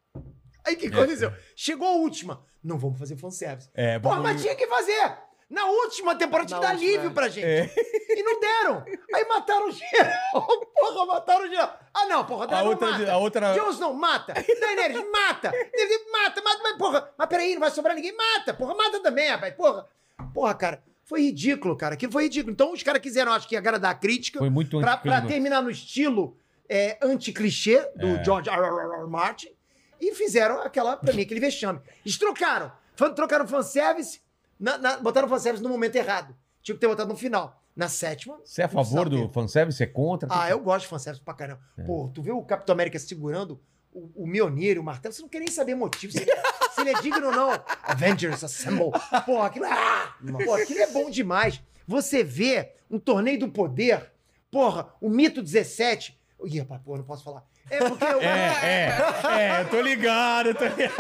[SPEAKER 3] Aí o que aconteceu? Chegou a última. Não vamos fazer fanservice.
[SPEAKER 1] É,
[SPEAKER 3] Porra,
[SPEAKER 1] bagulho-
[SPEAKER 3] mas tinha que fazer! Na última temporada tinha que
[SPEAKER 7] Na
[SPEAKER 3] dar
[SPEAKER 7] última,
[SPEAKER 3] alívio
[SPEAKER 7] é.
[SPEAKER 3] pra gente.
[SPEAKER 1] É.
[SPEAKER 3] E não deram. Aí mataram o geral. Porra, mataram o geral. Ah, não, porra.
[SPEAKER 1] A
[SPEAKER 3] Daenerys
[SPEAKER 1] outra,
[SPEAKER 3] mata.
[SPEAKER 1] a outra.
[SPEAKER 3] Jones não mata. Daenerys mata. Daenerys mata, mata. Mas, porra, mas peraí, não vai sobrar ninguém. Mata, porra. Mata também, rapaz. Porra. Porra, cara. Foi ridículo, cara. Aquilo foi ridículo. Então os caras quiseram, acho que, agradar a crítica.
[SPEAKER 1] Foi muito
[SPEAKER 3] Pra, pra
[SPEAKER 1] anticlima. É.
[SPEAKER 3] terminar no estilo é, anti-clichê do George R. R. R. Martin. E fizeram aquela, pra mim, aquele vexame. Eles trocaram. Fan, trocaram fanservice. Na, na, botaram fanservice no momento errado. Tinha que ter botado no final. Na sétima.
[SPEAKER 1] Você é a
[SPEAKER 3] não
[SPEAKER 1] favor
[SPEAKER 3] precisava
[SPEAKER 1] do fanservice? Você é contra?
[SPEAKER 3] Ah, eu gosto de fanservice pra caramba.
[SPEAKER 2] É.
[SPEAKER 3] Pô, tu vê o Capitão América segurando o, o Mionir, o martelo, você não quer nem saber motivo, se ele, se ele é digno ou não. Avengers Assemble. Pô, aquilo, ah, pô, aquilo é bom demais. Você vê um torneio do poder, porra, o Mito 17. Ih, rapaz, pô, eu não posso falar. É porque eu,
[SPEAKER 1] É, é, é, eu tô ligado, eu tô ligado.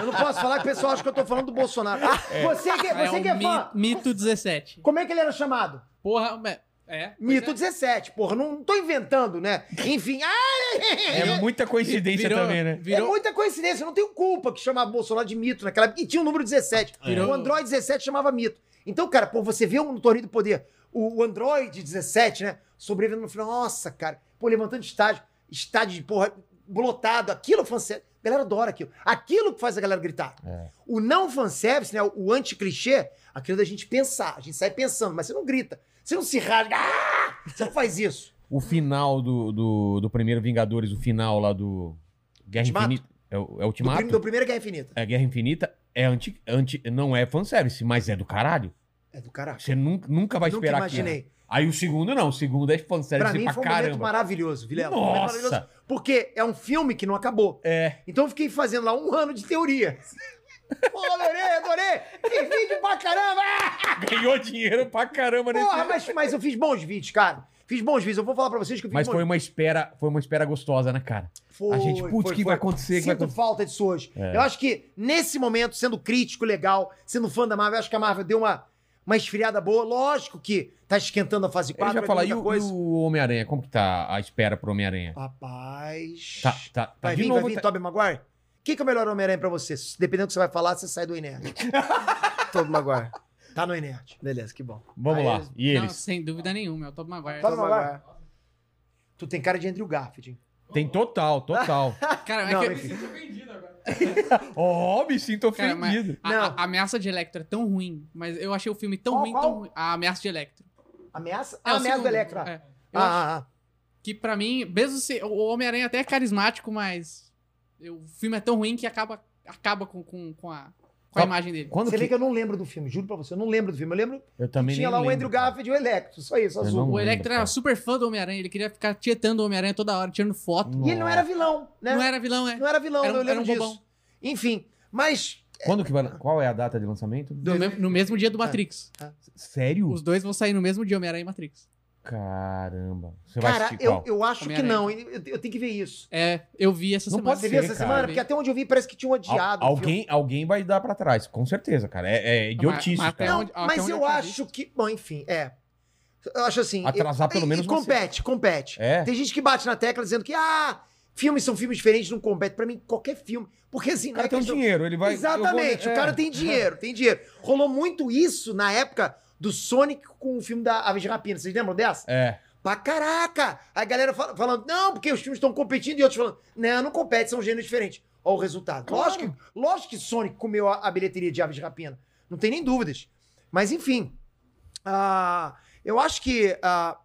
[SPEAKER 3] eu não posso falar que o pessoal acha que eu tô falando do Bolsonaro. Você que,
[SPEAKER 2] É
[SPEAKER 3] você
[SPEAKER 2] o
[SPEAKER 3] que é
[SPEAKER 2] Mi-
[SPEAKER 3] fã,
[SPEAKER 2] Mito 17.
[SPEAKER 3] como é que ele era chamado?
[SPEAKER 2] Porra, é. é
[SPEAKER 3] Mito 17, porra, não tô inventando, né? Enfim, ah,
[SPEAKER 1] É muita coincidência
[SPEAKER 2] virou,
[SPEAKER 1] também, né?
[SPEAKER 3] É
[SPEAKER 2] Virou,
[SPEAKER 3] muita coincidência, eu não tenho culpa que chamava Bolsonaro de mito naquela E tinha o número 17.
[SPEAKER 1] É.
[SPEAKER 2] Virou-
[SPEAKER 3] O Android 17 chamava mito. Então, cara, pô, você vê um torneio do poder, o, o Android 17, né? Sobrevivendo no final. Nossa, cara, pô, levantando estádio, estádio de porra, lotado, aquilo fanservice. A galera adora aquilo. Aquilo que faz a galera gritar.
[SPEAKER 1] É.
[SPEAKER 3] O não fanservice, né? O, o anti-clichê, aquilo da gente pensar. A gente sai pensando, mas você não grita. Você não se rasga. Ah! Você não faz isso.
[SPEAKER 1] O final do, do, do primeiro Vingadores, o final lá do Guerra
[SPEAKER 3] Ultimato?
[SPEAKER 1] Infinita. É o, é o
[SPEAKER 3] Do,
[SPEAKER 1] Ultimato?
[SPEAKER 3] prim- do primeiro Guerra Infinita.
[SPEAKER 1] É Guerra Infinita. É anti, anti, não é fanservice, mas é do caralho.
[SPEAKER 3] É do caralho.
[SPEAKER 1] Você nunca, nunca vai
[SPEAKER 3] Nunca
[SPEAKER 1] esperar né?
[SPEAKER 3] imaginei.
[SPEAKER 1] que. Aí o segundo não, o segundo é
[SPEAKER 3] Pra
[SPEAKER 1] fanservice
[SPEAKER 3] mim
[SPEAKER 1] pra,
[SPEAKER 3] foi um momento
[SPEAKER 1] caramba.
[SPEAKER 3] maravilhoso, Vilela. Foi um momento
[SPEAKER 1] Nossa!
[SPEAKER 3] maravilhoso, porque é um filme que não acabou.
[SPEAKER 1] É.
[SPEAKER 3] Então eu fiquei fazendo lá um ano de teoria. Pô, adorei, adorei! Fiz vídeo pra caramba! Ah,
[SPEAKER 1] Ganhou dinheiro pra caramba nesse.
[SPEAKER 3] Porra, mas, mas eu fiz bons vídeos, cara. Fiz bons vídeos. Eu vou falar pra vocês que eu fiz
[SPEAKER 1] Mas
[SPEAKER 3] bons
[SPEAKER 1] foi uma espera, foi uma espera gostosa, né, cara?
[SPEAKER 3] Foi,
[SPEAKER 1] a gente, putz,
[SPEAKER 3] foi,
[SPEAKER 1] o que
[SPEAKER 3] foi.
[SPEAKER 1] vai acontecer? O que
[SPEAKER 3] Sinto
[SPEAKER 1] vai acontecer? É.
[SPEAKER 3] falta disso hoje. Eu acho que, nesse momento, sendo crítico legal, sendo fã da Marvel, eu acho que a Marvel deu uma, uma esfriada boa. Lógico que tá esquentando a fase 4.
[SPEAKER 1] Eu já
[SPEAKER 3] vai ter
[SPEAKER 1] falar, e
[SPEAKER 3] muita
[SPEAKER 1] o, e o Homem-Aranha? Como que tá a espera pro Homem-Aranha?
[SPEAKER 3] Rapaz...
[SPEAKER 1] Tá, tá, tá
[SPEAKER 3] Vai
[SPEAKER 1] de
[SPEAKER 3] vir,
[SPEAKER 1] novo.
[SPEAKER 3] vai vir
[SPEAKER 1] tá-
[SPEAKER 3] Tobey Maguire? Quem que é o melhor Homem-Aranha pra você? Dependendo do que você vai falar, você sai do Inert.
[SPEAKER 7] Todo Maguire.
[SPEAKER 3] Tá no Inert.
[SPEAKER 7] Beleza, que bom.
[SPEAKER 1] Vamos
[SPEAKER 7] Aí
[SPEAKER 1] lá.
[SPEAKER 7] eles-
[SPEAKER 1] E
[SPEAKER 2] Não,
[SPEAKER 1] eles?
[SPEAKER 2] sem dúvida nenhuma, é o Top Maguire.
[SPEAKER 3] Tá-
[SPEAKER 7] Tobey Maguire.
[SPEAKER 3] Tu tem cara de Andrew Garfield, hein?
[SPEAKER 5] Tem total, total.
[SPEAKER 2] Cara,
[SPEAKER 7] Não,
[SPEAKER 2] é que...
[SPEAKER 7] enfim.
[SPEAKER 8] Tô vendido agora.
[SPEAKER 5] Ó, Oh, me sinto
[SPEAKER 2] Cara,
[SPEAKER 5] ofendido.
[SPEAKER 2] mas a,
[SPEAKER 7] Não.
[SPEAKER 2] a- a ameaça de Electro é tão ruim, mas eu achei o filme tão
[SPEAKER 3] Qual-
[SPEAKER 2] ruim, tão
[SPEAKER 3] qual?
[SPEAKER 2] ruim. A ameaça de Electro.
[SPEAKER 3] Ameaça?
[SPEAKER 2] É,
[SPEAKER 3] Ah,
[SPEAKER 2] o
[SPEAKER 3] ameaça do
[SPEAKER 2] segundo,
[SPEAKER 3] Electra.
[SPEAKER 2] é. Eu acho
[SPEAKER 7] Ah, ah, ah.
[SPEAKER 2] que pra mim, mesmo se o Homem-Aranha até é carismático, mas eu- o filme é tão ruim que acaba, acaba com, com, com a, com a
[SPEAKER 5] Tá.
[SPEAKER 2] imagem dele.
[SPEAKER 5] Quando
[SPEAKER 3] Você vê
[SPEAKER 5] que...
[SPEAKER 3] que eu não lembro do filme, juro pra você, eu não lembro do filme. Eu lembro que
[SPEAKER 5] Eu também
[SPEAKER 3] tinha
[SPEAKER 5] nem
[SPEAKER 3] lá o
[SPEAKER 5] lembro,
[SPEAKER 3] Andrew
[SPEAKER 5] cara.
[SPEAKER 3] Garfield e o Electro, só isso,
[SPEAKER 5] Eu
[SPEAKER 3] azul.
[SPEAKER 5] não
[SPEAKER 2] O
[SPEAKER 5] lembro,
[SPEAKER 2] Electro era
[SPEAKER 5] cara.
[SPEAKER 2] super fã do Homem-Aranha, ele queria ficar tietando o Homem-Aranha toda hora, tirando foto.
[SPEAKER 5] Nossa.
[SPEAKER 3] E ele não era vilão, né?
[SPEAKER 2] Não era vilão, é.
[SPEAKER 3] Não era vilão,
[SPEAKER 2] Era um-
[SPEAKER 3] eu
[SPEAKER 2] era
[SPEAKER 3] lembro
[SPEAKER 2] um
[SPEAKER 3] disso.
[SPEAKER 2] bobão.
[SPEAKER 3] Enfim, mas
[SPEAKER 5] Quando que vai... Qual é a data de lançamento?
[SPEAKER 2] No, me- no mesmo dia do
[SPEAKER 3] É.
[SPEAKER 2] Matrix.
[SPEAKER 5] Sério?
[SPEAKER 2] Os dois vão sair no mesmo dia, Homem-Aranha e Matrix.
[SPEAKER 5] Caramba. Você vai
[SPEAKER 3] cara,
[SPEAKER 5] assistir
[SPEAKER 3] eu,
[SPEAKER 5] qual?
[SPEAKER 3] eu acho que
[SPEAKER 2] Homem-Aranha.
[SPEAKER 3] não. Eu, eu tenho que ver isso.
[SPEAKER 2] É, eu vi essa
[SPEAKER 5] Não
[SPEAKER 2] semana.
[SPEAKER 5] pode
[SPEAKER 3] Você
[SPEAKER 5] ser,
[SPEAKER 3] viu essa
[SPEAKER 5] cara.
[SPEAKER 3] semana? Porque até onde eu vi parece que tinha um
[SPEAKER 5] Al-
[SPEAKER 3] adiado. o filme.
[SPEAKER 5] alguém, alguém vai dar pra trás, com certeza, cara. É, é idiotice,
[SPEAKER 2] mas até
[SPEAKER 5] cara.
[SPEAKER 3] Não,
[SPEAKER 2] onde- até
[SPEAKER 3] mas
[SPEAKER 5] é
[SPEAKER 2] onde
[SPEAKER 3] eu,
[SPEAKER 2] eu
[SPEAKER 3] acho que. Bom, enfim, é. Eu acho assim.
[SPEAKER 5] Atrasar
[SPEAKER 3] eu-
[SPEAKER 5] pelo
[SPEAKER 3] e-
[SPEAKER 5] menos
[SPEAKER 3] E
[SPEAKER 5] você.
[SPEAKER 3] compete, compete.
[SPEAKER 5] É.
[SPEAKER 3] Tem um gente que bate na tecla dizendo que, ah, filmes são filmes diferentes, não compete. Pra mim, qualquer filme. Porque assim.
[SPEAKER 5] O
[SPEAKER 3] não
[SPEAKER 5] cara
[SPEAKER 3] é
[SPEAKER 5] tem um
[SPEAKER 3] questão-
[SPEAKER 5] dinheiro, ele vai... eu vou-
[SPEAKER 3] Exatamente,
[SPEAKER 5] é.
[SPEAKER 3] o cara tem dinheiro, tem dinheiro. Rolou muito isso na época do Sonic com o filme da Aves de Rapina. Vocês lembram dessa?
[SPEAKER 5] É.
[SPEAKER 3] Pra caraca! A galera fala- falando, não, porque os filmes estão competindo e outros falando, não, não compete, são gêneros diferentes. Olha o resultado. Lógico, que- lógico que Sonic comeu a, a bilheteria de Aves de Rapina. Não tem nem dúvidas. Mas, enfim. ah, eu acho que ah,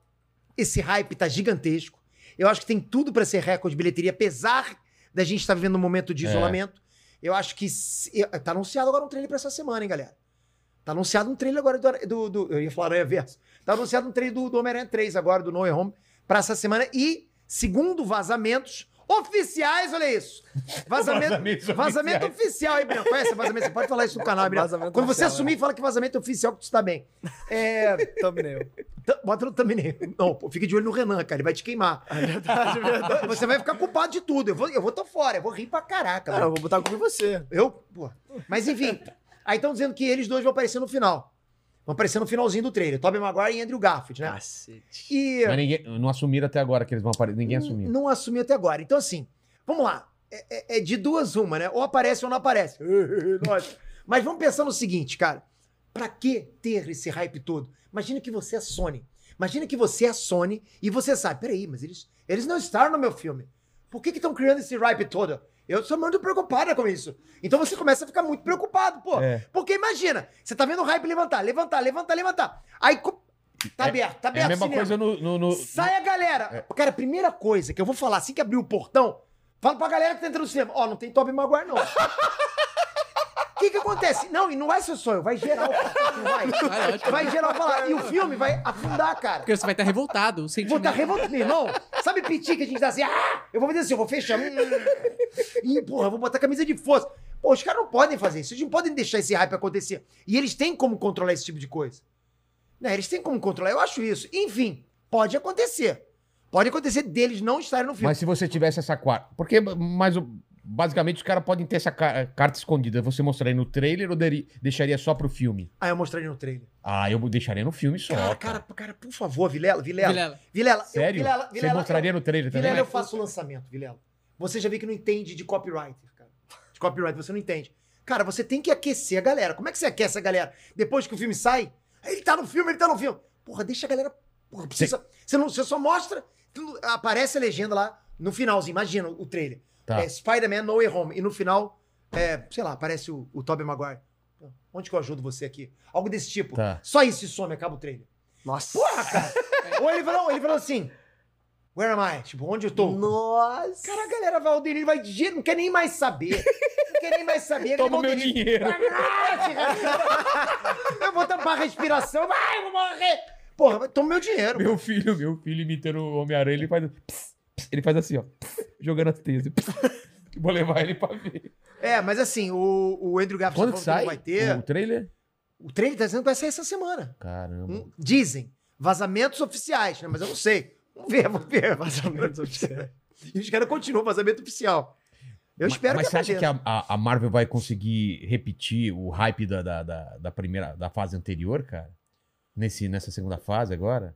[SPEAKER 3] esse hype tá gigantesco. Eu acho que tem tudo pra ser recorde de bilheteria, apesar da gente estar vivendo um momento de
[SPEAKER 5] É.
[SPEAKER 3] isolamento. Eu acho que. se- tá anunciado agora um trailer pra essa semana, hein, galera? Tá anunciado um trailer agora do. do, do- eu ia falar Aranha Verso. Tá anunciado um trailer do, do Homem-Aranha 3 agora, do No Way Home, pra essa semana. E, segundo vazamentos oficiais, olha isso. Vazamento,
[SPEAKER 5] Vazamentos oficiais.
[SPEAKER 3] vazamento oficial, hein, Breno? Conhece vazamento? Você pode falar isso no canal, hein, Breno?
[SPEAKER 7] Vazamento
[SPEAKER 3] Quando você
[SPEAKER 7] oficial, né?
[SPEAKER 3] assumir, fala que vazamento é oficial que tu está bem. É,
[SPEAKER 7] Thumbnail.
[SPEAKER 3] t- bota no thumbnail. Não, pô, fica de olho no Renan, cara. Ele vai te queimar.
[SPEAKER 7] É
[SPEAKER 3] Você vai ficar culpado de tudo. Eu vou, eu vou tô fora, eu vou rir pra caraca.
[SPEAKER 7] Cara,
[SPEAKER 3] Breno.
[SPEAKER 7] eu vou botar a culpa em você.
[SPEAKER 3] Eu, pô. Mas enfim. Aí estão dizendo que eles dois vão aparecer no final. Vão aparecer no finalzinho do trailer. Tobey Maguire e Andrew Garfield, né?
[SPEAKER 7] Cacete.
[SPEAKER 3] E
[SPEAKER 5] Mas ninguém, não assumiram até agora que eles vão aparecer.
[SPEAKER 3] Hum.
[SPEAKER 5] Ninguém assumiu.
[SPEAKER 3] não assumiu até agora. Então, assim, vamos lá. É, é- é de duas uma, né? Ou aparece ou não aparece. Nossa. Mas vamos pensar no seguinte, cara. Pra que ter esse hype todo? Imagina que você é Sony. Imagina que você é Sony e você sabe, peraí, mas eles, eles não estavam no meu filme. Por que estão criando esse hype todo? Eu sou muito preocupada com isso. Então você começa a ficar muito preocupado, pô.
[SPEAKER 5] É.
[SPEAKER 3] Porque imagina, você tá vendo o hype levantar, levantar, levantar, levantar. Aí co- tá
[SPEAKER 5] É-
[SPEAKER 3] aberto, tá
[SPEAKER 5] É
[SPEAKER 3] aberto
[SPEAKER 5] a
[SPEAKER 3] o
[SPEAKER 5] mesma
[SPEAKER 3] cinema.
[SPEAKER 5] coisa no... no, no-
[SPEAKER 3] Sai a galera! É. Cara, a primeira coisa que eu vou falar assim que abrir o portão, falo pra galera que tá entrando no cinema, ó, não tem Tobey Maguire não. O que que acontece? Não, e não vai ser só eu, vai geral, cara, não vai.
[SPEAKER 2] Vai, Ah, é ótimo.
[SPEAKER 3] Vai geral falar, e o filme vai afundar, cara.
[SPEAKER 2] Porque você vai estar revoltado. O
[SPEAKER 3] Vou
[SPEAKER 2] sentimento.
[SPEAKER 3] estar revoltado, meu irmão. Sabe piti que a gente dá assim, ah, eu vou fazer assim, eu vou fechar. hum. Ih, porra, eu vou botar camisa de força. Pô, os caras não podem fazer isso, eles não podem deixar esse hype acontecer. E eles têm como controlar esse tipo de coisa. Né? Eles têm como controlar, eu acho isso. Enfim, pode acontecer. Pode acontecer deles não estarem no filme.
[SPEAKER 5] Mas se você tivesse essa quarta... Porque, mas o- basicamente, os caras podem ter essa ca- carta escondida. Você mostraria no trailer ou deri- deixaria só pro filme?
[SPEAKER 3] Ah, eu mostrei no trailer.
[SPEAKER 5] Ah, eu deixaria no filme só.
[SPEAKER 3] Cara,
[SPEAKER 5] cara.
[SPEAKER 3] cara, cara, por favor, Vilela,
[SPEAKER 2] é
[SPEAKER 3] Vilela. Vilela,
[SPEAKER 2] Vilela.
[SPEAKER 3] eu-
[SPEAKER 5] Sério?
[SPEAKER 3] Vilela,
[SPEAKER 5] Você
[SPEAKER 3] Vilela,
[SPEAKER 5] mostraria no trailer também? né?
[SPEAKER 3] Vilela, eu faço o lançamento, Vilela. Você já vê que não entende de copyright, cara. De copyright, você não entende. Cara, você tem que aquecer a galera. Como é que você aquece a galera? Depois que o filme sai, ele tá no filme, ele tá no filme. Porra, deixa a galera. Porra, precisa. Você, não, você só mostra. tu não- Aparece a legenda lá no finalzinho, imagina o trailer.
[SPEAKER 5] Tá.
[SPEAKER 3] É Spider-Man No Way Home. E no final, é, sei lá, aparece o, o Tobey Maguire. Onde que eu ajudo você aqui? Algo desse tipo.
[SPEAKER 5] Tá.
[SPEAKER 3] Só isso e some, acaba o trailer.
[SPEAKER 7] Nossa.
[SPEAKER 3] Porra, cara! Ou ele falou, ele falou assim: Where am I? Tipo, onde eu tô?
[SPEAKER 7] Nossa.
[SPEAKER 3] Cara, a galera vai, Aldenir vai de jeito, não quer nem mais saber. Não quer nem mais saber.
[SPEAKER 5] Toma
[SPEAKER 3] Ele vai,
[SPEAKER 5] meu
[SPEAKER 3] Aldenir,
[SPEAKER 5] dinheiro.
[SPEAKER 3] Eu vou tampar a respiração, vai, eu vou morrer. Porra, toma meu dinheiro.
[SPEAKER 5] Meu filho, meu filho imitando o Homem-Aranha, ele faz. pss, pss, ele faz assim, ó. pss, jogando as teias. pss. Vou levar ele pra ver.
[SPEAKER 3] É, mas assim, o, o Andrew Garfield
[SPEAKER 5] Quando
[SPEAKER 3] falou
[SPEAKER 5] que
[SPEAKER 3] que
[SPEAKER 5] sai
[SPEAKER 3] não
[SPEAKER 5] Hum.
[SPEAKER 3] vai ter.
[SPEAKER 5] o trailer?
[SPEAKER 3] O trailer tá dizendo que vai sair essa semana.
[SPEAKER 5] Caramba.
[SPEAKER 3] Hum, Dizem. Vazamentos oficiais, né? Mas eu não sei. Vamos ver, vamos ver. Vazamentos oficiais. E os caras continuam, vazamento oficial. Eu
[SPEAKER 5] Ma-
[SPEAKER 3] espero
[SPEAKER 5] Mas
[SPEAKER 3] que
[SPEAKER 5] você acha que
[SPEAKER 3] aconteça.
[SPEAKER 5] a, a- a Marvel vai conseguir repetir o hype da, da, da, da primeira, da fase anterior, cara? Nesse, nessa segunda fase agora?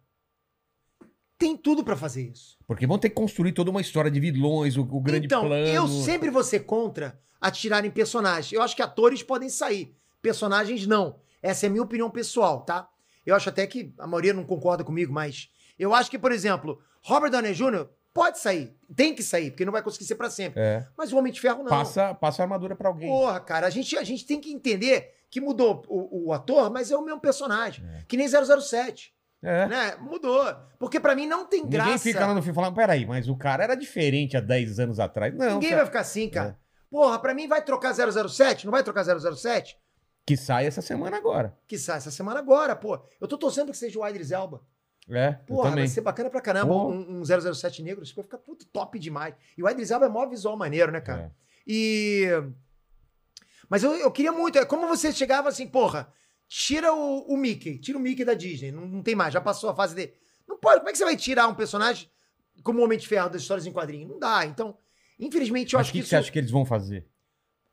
[SPEAKER 3] Tem tudo pra fazer isso.
[SPEAKER 5] Porque vão ter que construir toda uma história de vilões, o, o grande
[SPEAKER 3] então,
[SPEAKER 5] plano.
[SPEAKER 3] eu sempre vou ser contra atirarem personagens. Eu acho que atores podem sair, personagens não. Essa é a minha opinião pessoal, tá? Eu acho até que a maioria não concorda comigo, mas eu acho que, por exemplo, Robert Downey Jr. Pode sair, tem que sair, porque não vai conseguir ser pra sempre.
[SPEAKER 5] É.
[SPEAKER 3] Mas o Homem de Ferro não.
[SPEAKER 5] Passa, passa a armadura pra alguém.
[SPEAKER 3] Porra, cara, a gente, a gente tem que entender que mudou o, o ator, mas é o mesmo personagem. Que nem 007,
[SPEAKER 5] É.
[SPEAKER 3] né? Mudou. Porque pra mim não tem graça.
[SPEAKER 5] Ninguém fica lá no filme falando, peraí, mas o cara era diferente há 10 anos atrás. Não,
[SPEAKER 3] Ninguém vai
[SPEAKER 5] cara. É.
[SPEAKER 3] ficar assim, cara. Porra, pra mim vai trocar 007? Não vai trocar 007?
[SPEAKER 5] que sai essa semana agora.
[SPEAKER 3] Que sai essa semana agora, pô. Eu tô torcendo pra que seja o Idris Elba.
[SPEAKER 5] É, eu
[SPEAKER 3] Porra,
[SPEAKER 5] também.
[SPEAKER 3] vai ser bacana pra caramba.
[SPEAKER 5] Porra.
[SPEAKER 3] Um, um 007 negro, isso vai ficar puto top demais. E o Idris Elba é mó visual maneiro, né, cara?
[SPEAKER 5] É.
[SPEAKER 3] E. Mas eu, eu queria muito. É como você chegava assim, porra, tira o, o Mickey, tira o Mickey da Disney. Não, não tem mais, já passou a fase dele. Não pode, como é que você vai tirar um personagem como o Homem de Ferro das histórias em quadrinho? Não dá. Então, infelizmente, eu
[SPEAKER 5] Mas o
[SPEAKER 3] acho
[SPEAKER 5] que,
[SPEAKER 3] que,
[SPEAKER 5] que
[SPEAKER 3] isso.
[SPEAKER 5] você acha que eles vão fazer?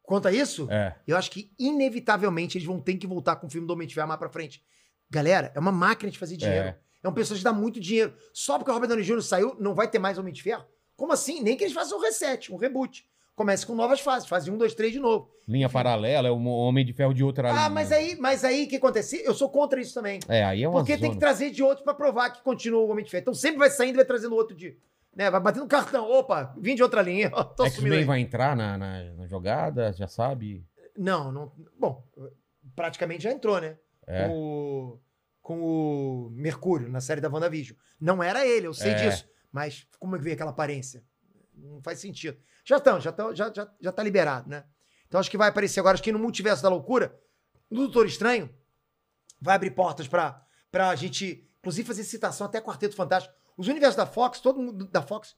[SPEAKER 3] Quanto a isso,
[SPEAKER 5] É.
[SPEAKER 3] eu acho que inevitavelmente eles vão ter que voltar com o filme do Homem de Ferro mais pra frente. Galera, é uma máquina de fazer dinheiro.
[SPEAKER 5] É.
[SPEAKER 3] É, um pessoal que dá muito dinheiro. Só porque o Robert Downey Jr. saiu, não vai ter mais Homem de Ferro? Como assim? Nem que eles façam um reset, um reboot. Comece com novas fases, fase 1, 2, 3 de novo.
[SPEAKER 5] Linha paralela, é um homem de ferro de outra linha.
[SPEAKER 3] Ah, mas aí, mas aí o que acontece? Eu sou contra isso também.
[SPEAKER 5] É, aí é uma
[SPEAKER 3] Porque tem que
[SPEAKER 5] zona.
[SPEAKER 3] trazer de outro pra provar que continua o Homem de Ferro. Então sempre vai saindo e vai trazendo outro de. Né? Vai batendo cartão. Opa, vim de outra linha. ó, Tô sumindo.
[SPEAKER 5] X-Men
[SPEAKER 3] aí.
[SPEAKER 5] vai entrar na, na, na jogada, já sabe.
[SPEAKER 3] Não, não. Bom, praticamente já entrou, né?
[SPEAKER 5] É.
[SPEAKER 3] Com, o, com o Mercúrio na série da WandaVision. Não era ele, eu sei
[SPEAKER 5] É.
[SPEAKER 3] disso. Mas como é que veio aquela aparência? Não faz sentido. Já estão, já, tão, já, já, já tá liberado, né? Então acho que vai aparecer agora, acho que no multiverso da loucura, no Doutor Estranho, vai abrir portas pra, pra gente, inclusive, fazer citação até Quarteto Fantástico. Os universos da Fox, todo mundo da Fox,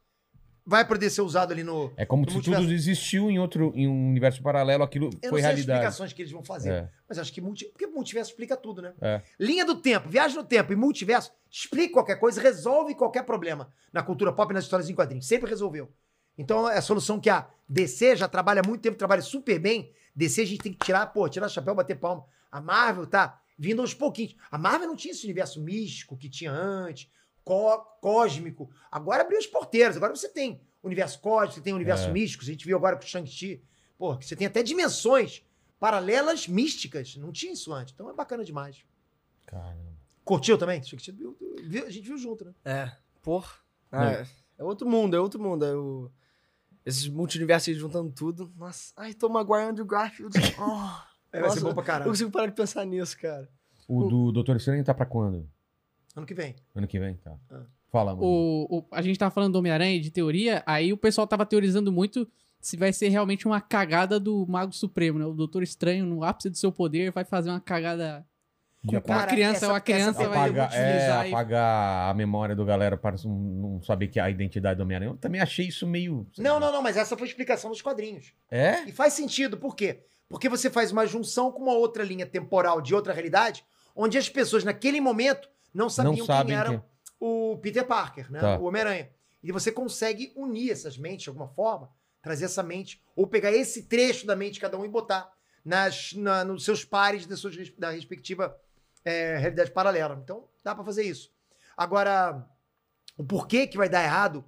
[SPEAKER 3] vai poder ser usado ali no.
[SPEAKER 5] É como
[SPEAKER 3] No
[SPEAKER 5] se
[SPEAKER 3] multiverso.
[SPEAKER 5] tudo existiu em outro, em um universo paralelo, aquilo
[SPEAKER 3] Eu não sei
[SPEAKER 5] foi
[SPEAKER 3] as
[SPEAKER 5] realidade.
[SPEAKER 3] explicações que eles vão fazer.
[SPEAKER 5] É.
[SPEAKER 3] Mas acho que multi... porque multiverso explica tudo, né?
[SPEAKER 5] É.
[SPEAKER 3] Linha do tempo, viagem no tempo e multiverso explica qualquer coisa, resolve qualquer problema na cultura pop e nas histórias em quadrinhos. Sempre resolveu. Então é a solução que a DC já trabalha há muito tempo, trabalha super bem. DC a gente tem que tirar, pô, tirar chapéu, bater palma. A Marvel tá vindo aos pouquinhos. A Marvel não tinha esse universo místico que tinha antes, có- cósmico. Agora abriu as porteiras, agora você tem universo cósmico, você tem universo
[SPEAKER 5] É.
[SPEAKER 3] místico, a gente viu agora com o Shang-Chi. Pô, que você tem até dimensões paralelas místicas. Não tinha isso antes. Então é bacana demais.
[SPEAKER 5] Caramba.
[SPEAKER 3] Curtiu também? Shang-Chi viu- viu- A gente viu junto, né?
[SPEAKER 7] É, porra.
[SPEAKER 5] Não.
[SPEAKER 7] Ah, é. é outro mundo, é outro mundo. É o... Esses multiversos juntando tudo. Nossa, ai, toma Maguire Andrew Garfield. Oh,
[SPEAKER 3] É,
[SPEAKER 7] vai ser bom
[SPEAKER 3] pra
[SPEAKER 7] não
[SPEAKER 3] caralho.
[SPEAKER 7] consigo parar de pensar nisso, cara.
[SPEAKER 5] O do Doutor Estranho tá pra quando?
[SPEAKER 3] Ano que vem.
[SPEAKER 5] Ano que vem? Tá.
[SPEAKER 3] Ah.
[SPEAKER 5] Fala, mano.
[SPEAKER 2] O, o- a gente tava falando do Homem-Aranha e de teoria, aí o pessoal tava teorizando muito se vai ser realmente uma cagada do Mago Supremo, né? O Doutor Estranho, no ápice do seu poder, vai fazer uma cagada
[SPEAKER 5] De
[SPEAKER 2] com uma
[SPEAKER 3] Cara,
[SPEAKER 2] criança,
[SPEAKER 3] essa-
[SPEAKER 2] uma criança
[SPEAKER 3] essa-
[SPEAKER 2] vai
[SPEAKER 5] apagar,
[SPEAKER 2] utilizar
[SPEAKER 5] é,
[SPEAKER 2] e...
[SPEAKER 5] apagar a memória do galera para não- não saber que a identidade do Homem-Aranha. Eu também achei isso meio.
[SPEAKER 3] Não, não, não, mas essa foi a explicação dos quadrinhos.
[SPEAKER 5] É?
[SPEAKER 3] E faz sentido, por quê? Porque você faz uma junção com uma outra linha temporal de outra realidade, onde as pessoas naquele momento não sabiam
[SPEAKER 5] não sabem
[SPEAKER 3] quem era
[SPEAKER 5] que.
[SPEAKER 3] o Peter Parker, né?
[SPEAKER 5] Tá.
[SPEAKER 3] O Homem-Aranha. E você consegue unir essas mentes de alguma forma, trazer essa mente, ou pegar esse trecho da mente de cada um e botar nas, na- nos seus pares das suas, res- da respectiva é, realidade paralela. Então, dá pra fazer isso. Agora, o porquê que vai dar errado,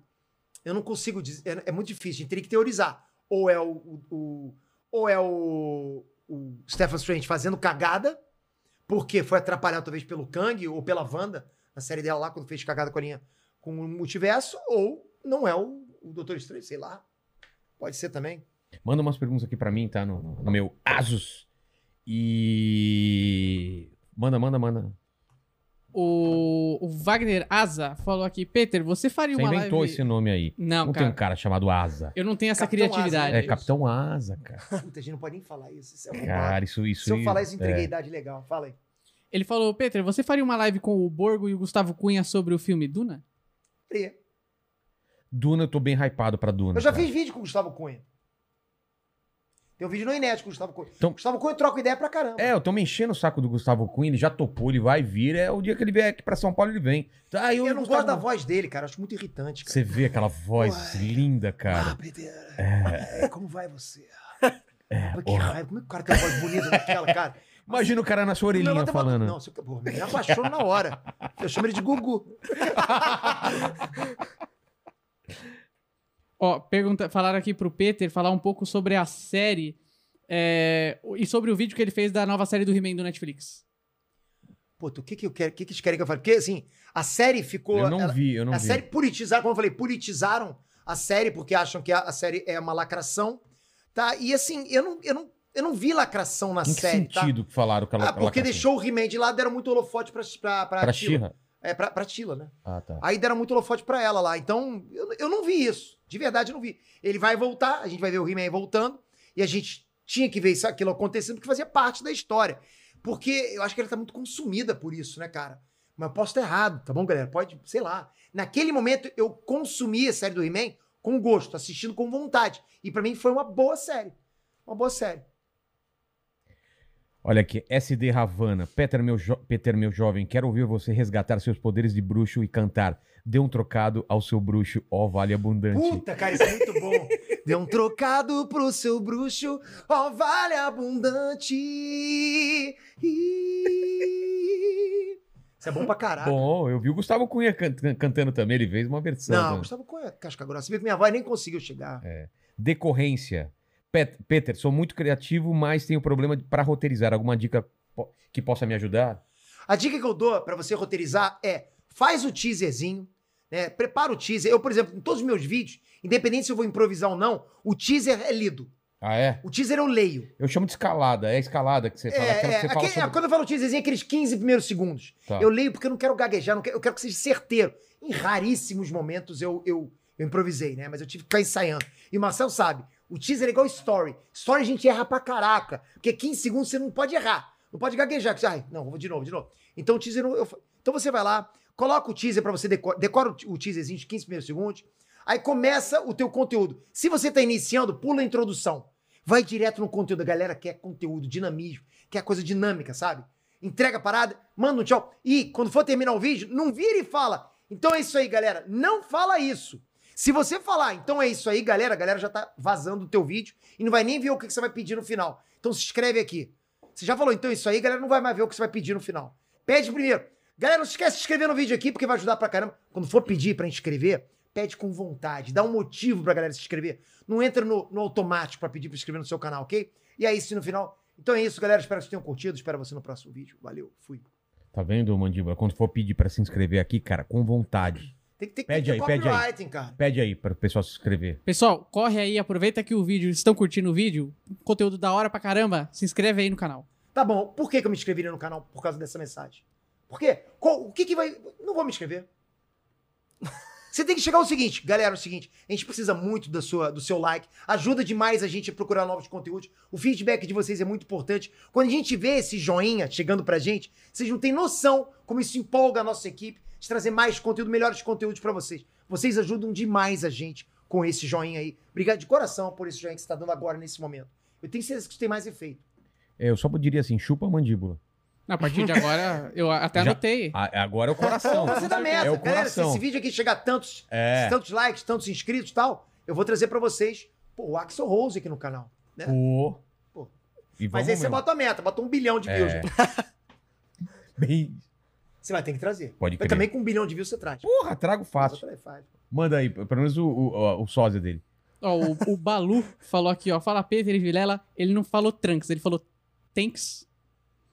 [SPEAKER 3] eu não consigo dizer. É, é muito difícil, a gente teria que teorizar. Ou é o. o- o- ou é o, o Stephen Strange fazendo cagada, porque foi atrapalhado talvez pelo Kang ou pela Wanda, na série dela lá, quando fez cagada com a linha com o multiverso, ou não é o, o Doutor Estranho, sei lá. Pode ser também.
[SPEAKER 5] Manda umas perguntas aqui pra mim, tá? No, no meu Asus. E. Manda, manda, manda.
[SPEAKER 2] O, o Wagner Asa falou aqui, Peter, você faria
[SPEAKER 5] Você
[SPEAKER 2] uma
[SPEAKER 5] inventou
[SPEAKER 2] live...
[SPEAKER 5] esse nome aí.
[SPEAKER 2] Não,
[SPEAKER 5] Não tem um
[SPEAKER 2] cara,
[SPEAKER 5] cara chamado Asa.
[SPEAKER 2] eu não tenho essa
[SPEAKER 3] Capitão Asa,
[SPEAKER 2] criatividade.
[SPEAKER 5] É, Capitão Asa, cara.
[SPEAKER 3] Puta, a gente não pode nem falar isso. Isso é roubado.
[SPEAKER 5] Cara, isso. isso
[SPEAKER 3] Se eu falar isso, eu entreguei
[SPEAKER 5] é.
[SPEAKER 3] idade legal. Fala aí.
[SPEAKER 2] Ele falou, Peter, você faria uma live com o Borgo e o Gustavo Cunha sobre o filme Duna?
[SPEAKER 3] Cria.
[SPEAKER 5] Duna, eu tô bem hypado pra Duna.
[SPEAKER 3] Eu já
[SPEAKER 5] cara.
[SPEAKER 3] fiz vídeo com o Gustavo Cunha. Tem um vídeo no Inédito com o Gustavo Cunha.
[SPEAKER 5] Então-
[SPEAKER 3] Gustavo Cunha troca ideia pra caramba.
[SPEAKER 5] É, eu tô me enchendo o saco do Gustavo Cunha, ele já topou, ele vai vir. É o dia que ele vier aqui pra São Paulo, ele vem. Tá,
[SPEAKER 3] eu,
[SPEAKER 5] e o
[SPEAKER 3] não
[SPEAKER 5] Gustavo-
[SPEAKER 3] gosto da voz dele, cara. Acho muito irritante, cara.
[SPEAKER 5] Você vê aquela voz linda, cara.
[SPEAKER 3] Ah, Peter. É, Como vai você? Pô, que raiva. Como é que o cara tem uma voz bonita daquela, cara?
[SPEAKER 5] Imagina o cara na sua orelhinha
[SPEAKER 3] Meu irmão tem uma-
[SPEAKER 5] falando.
[SPEAKER 3] Não, você... Pô, me abaixou na hora. Eu chamo ele de Gugu.
[SPEAKER 2] Ó, pergunta, falaram aqui pro Peter falar um pouco sobre a série é, e sobre o vídeo que ele fez da nova série do He-Man do Netflix.
[SPEAKER 3] puta, o que que, eu quero, o que que eles querem que eu fale? Porque, assim, a série ficou...
[SPEAKER 1] Eu não
[SPEAKER 3] ela- é
[SPEAKER 1] vi, eu não
[SPEAKER 3] a
[SPEAKER 1] vi.
[SPEAKER 3] série politizaram, como eu falei, politizaram a série porque acham que a, a série é uma lacração, tá? E, assim, eu não, eu não, eu não vi lacração na
[SPEAKER 1] Em que
[SPEAKER 3] série, tá?
[SPEAKER 1] sentido que falaram que ela
[SPEAKER 3] Ah, porque deixou o He-Man de lado, deram muito holofote pra, pra, pra,
[SPEAKER 1] pra
[SPEAKER 3] Tila.
[SPEAKER 1] Xirra?
[SPEAKER 3] É, pra, pra Tila, né?
[SPEAKER 1] Ah, tá.
[SPEAKER 3] Aí deram muito holofote pra ela lá. Então, eu, eu não vi isso. De verdade, eu não vi. Ele vai voltar, a gente vai ver o He-Man voltando. E a gente tinha que ver isso, aquilo acontecendo, porque fazia parte da história. Porque eu acho que ela tá muito consumida por isso, né, cara? Mas eu posso estar errado, tá bom, galera? Pode, sei lá. Naquele momento, eu consumi a série do He-Man com gosto, assistindo com vontade. E pra mim foi uma boa série. Uma boa série.
[SPEAKER 1] Olha aqui, SD Ravana. Peter meu, jo- Peter, meu jovem, quero ouvir você resgatar seus poderes de bruxo e cantar. Dê um trocado ao seu bruxo, ó vale abundante.
[SPEAKER 3] Puta, cara, isso é muito bom. Deu um trocado pro seu bruxo, ó vale abundante. Ih. Isso é bom pra caralho.
[SPEAKER 1] Bom, eu vi o Gustavo Cunha can- can- cantando também, ele fez uma versão.
[SPEAKER 3] Não,
[SPEAKER 1] né?
[SPEAKER 3] Gustavo Cunha é casca grossa. Você vê que minha voz nem conseguiu chegar.
[SPEAKER 1] Decorrência. Pet- Peter, sou muito criativo, mas tenho problema de- pra roteirizar. Alguma dica po- que possa me ajudar?
[SPEAKER 3] A dica que eu dou pra você roteirizar é faz o teaserzinho, né? Prepara o teaser. Eu, por exemplo, em todos os meus vídeos, independente se eu vou improvisar ou não, o teaser é lido.
[SPEAKER 1] Ah, é?
[SPEAKER 3] O teaser eu leio.
[SPEAKER 1] Eu chamo de escalada. É a escalada que você fala.
[SPEAKER 3] É,
[SPEAKER 1] aquela
[SPEAKER 3] é,
[SPEAKER 1] que você fala
[SPEAKER 3] aquele-
[SPEAKER 1] sobre-
[SPEAKER 3] Quando eu falo teaserzinho, é aqueles 15 primeiros segundos.
[SPEAKER 1] Tá.
[SPEAKER 3] Eu leio porque eu não quero gaguejar, não quero- eu quero que seja certeiro. Em raríssimos momentos eu, eu, eu improvisei, né? Mas eu tive que ficar ensaiando. E o Marcel sabe, o teaser é igual story. Story a gente erra pra caraca. Porque 15 segundos você não pode errar. Não pode gaguejar. que você- Ai, não, vou de novo, de novo. Então o teaser... eu- eu fa- então você vai lá, coloca o teaser pra você, deco- decora o te- o teaserzinho de 15 primeiros segundos. Aí começa o teu conteúdo. Se você tá iniciando, pula a introdução. Vai direto no conteúdo. A galera quer conteúdo, dinamismo, quer coisa dinâmica, sabe? entrega a parada, manda um tchau. E quando for terminar o vídeo, não vira e fala. Então é isso aí, galera. Não fala isso. Se você falar, então é isso aí, galera, a galera já tá vazando o teu vídeo e não vai nem ver o que que você vai pedir no final. Então se inscreve aqui. Você já falou, então é isso aí, galera, não vai mais ver o que você vai pedir no final. Pede primeiro. Galera, não se esquece de se inscrever no vídeo aqui, porque vai ajudar pra caramba. Quando for pedir pra inscrever, pede com vontade. Dá um motivo pra galera se inscrever. Não entra no, no automático pra pedir pra inscrever no seu canal, ok? E aí, se no final... Então é isso, galera. Espero que vocês tenham curtido. Espero você no próximo vídeo. Valeu, fui.
[SPEAKER 1] Tá vendo, Mandíbula? Quando for pedir pra se inscrever aqui, cara, com vontade.
[SPEAKER 3] Tem que ter,
[SPEAKER 1] Pede
[SPEAKER 3] tem
[SPEAKER 1] aí, pede aí.
[SPEAKER 3] copywriting, cara.
[SPEAKER 1] Pede aí para o pessoal se inscrever.
[SPEAKER 2] Pessoal, corre aí, aproveita que o vídeo, estão curtindo o vídeo, conteúdo da hora pra caramba, se inscreve aí no canal.
[SPEAKER 3] Tá bom, por que, que eu me inscreveria no canal por causa dessa mensagem? Por quê? Qual- o que que vai... Não vou me inscrever. Você tem que chegar ao seguinte, galera, é o seguinte, a gente precisa muito da sua, do seu like, ajuda demais a gente a procurar novos conteúdos, o feedback de vocês é muito importante. Quando a gente vê esse joinha chegando pra gente, vocês não têm noção como isso empolga a nossa equipe de trazer mais conteúdo, melhores conteúdos pra vocês. Vocês ajudam demais a gente com esse joinha aí. Obrigado de coração por esse joinha que você tá dando agora, nesse momento. Eu tenho certeza que isso tem mais efeito.
[SPEAKER 1] Eu só diria assim, chupa a mandíbula.
[SPEAKER 2] A partir de agora, eu até
[SPEAKER 1] Já-
[SPEAKER 2] anotei.
[SPEAKER 1] A- agora é o coração.
[SPEAKER 3] Você dá meta.
[SPEAKER 1] É o
[SPEAKER 3] Galera, se
[SPEAKER 1] coração.
[SPEAKER 3] esse vídeo aqui chegar a tantos,
[SPEAKER 1] É.
[SPEAKER 3] tantos likes, tantos inscritos e tal, eu vou trazer pra vocês pô, o Axel Rose aqui no canal. né?
[SPEAKER 1] Pô.
[SPEAKER 3] Pô.
[SPEAKER 1] E
[SPEAKER 3] Mas
[SPEAKER 1] vamos
[SPEAKER 3] aí você
[SPEAKER 1] mesmo.
[SPEAKER 3] bota a meta, bota um bilhão de views.
[SPEAKER 1] É.
[SPEAKER 3] né?
[SPEAKER 1] Bem,
[SPEAKER 3] Você vai ter que trazer.
[SPEAKER 1] Pode
[SPEAKER 3] Mas
[SPEAKER 1] crer.
[SPEAKER 3] também com um bilhão de views você traz.
[SPEAKER 1] Porra, trago fácil.
[SPEAKER 3] Você traz.
[SPEAKER 1] Manda aí, pelo menos o, o, ó, o sósia dele.
[SPEAKER 2] Ó, o, o Balu falou aqui, ó, fala Peter e Vilela, ele não falou tranks, ele falou tanks.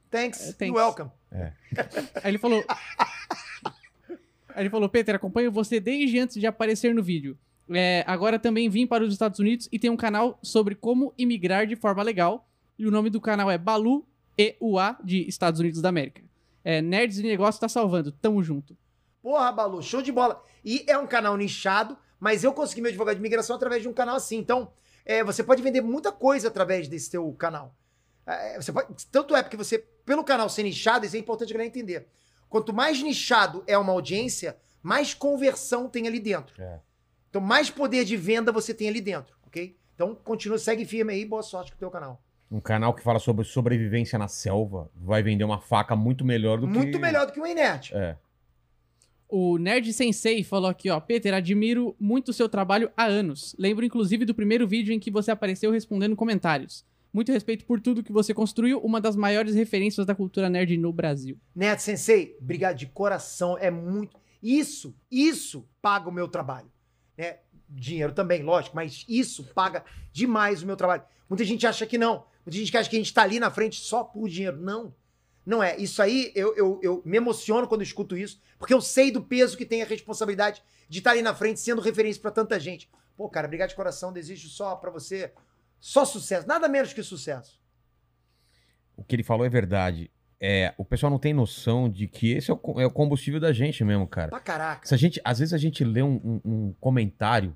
[SPEAKER 3] Thanks,
[SPEAKER 2] É, thanks.
[SPEAKER 3] thanks. welcome.
[SPEAKER 2] Aí ele falou... Aí ele falou, Peter, acompanho você desde antes de aparecer no vídeo. É, agora também vim para os Estados Unidos e tem um canal sobre como imigrar de forma legal. E o nome do canal é Balu EUA de Estados Unidos da América. É, Nerds de Negócio tá salvando, tamo junto.
[SPEAKER 3] Porra, Balu, show de bola. E é um canal nichado, mas eu consegui meu advogado de imigração através de um canal assim. Então, é, você pode vender muita coisa através desse teu canal. É, você pode- tanto é porque você, pelo canal ser nichado, isso é importante a galera entender. Quanto mais nichado é uma audiência, mais conversão tem ali dentro.
[SPEAKER 1] É.
[SPEAKER 3] Então, mais poder de venda você tem ali dentro, ok? Então, continua, segue firme aí, boa sorte com o teu canal.
[SPEAKER 1] Um canal que fala sobre sobrevivência na selva vai vender uma faca muito melhor do que.
[SPEAKER 3] Muito melhor do que o Inert.
[SPEAKER 1] É.
[SPEAKER 2] O Nerd Sensei falou aqui, ó. Peter, admiro muito o seu trabalho há anos. Lembro, inclusive, do primeiro vídeo em que você apareceu respondendo comentários. Muito respeito por tudo que você construiu, uma das maiores referências da cultura nerd no Brasil.
[SPEAKER 3] Neto Sensei, obrigado de coração. É muito. Isso, isso paga o meu trabalho. Né? Dinheiro também, lógico, mas isso paga demais o meu trabalho. Muita gente acha que não. Muita gente que acha que a gente tá ali na frente só por dinheiro. Não. Não é. Isso aí, eu, eu, eu me emociono quando eu escuto isso, porque eu sei do peso que tem a responsabilidade de estar ali na frente, sendo referência pra tanta gente. Pô, cara, obrigado de coração. Desejo só pra você só sucesso. Nada menos que sucesso.
[SPEAKER 5] O que ele falou é verdade. É, o pessoal não tem noção de que esse é o, co- é o combustível da gente mesmo, cara.
[SPEAKER 3] Pra caraca.
[SPEAKER 5] Se a gente, às vezes a gente lê um, um- um comentário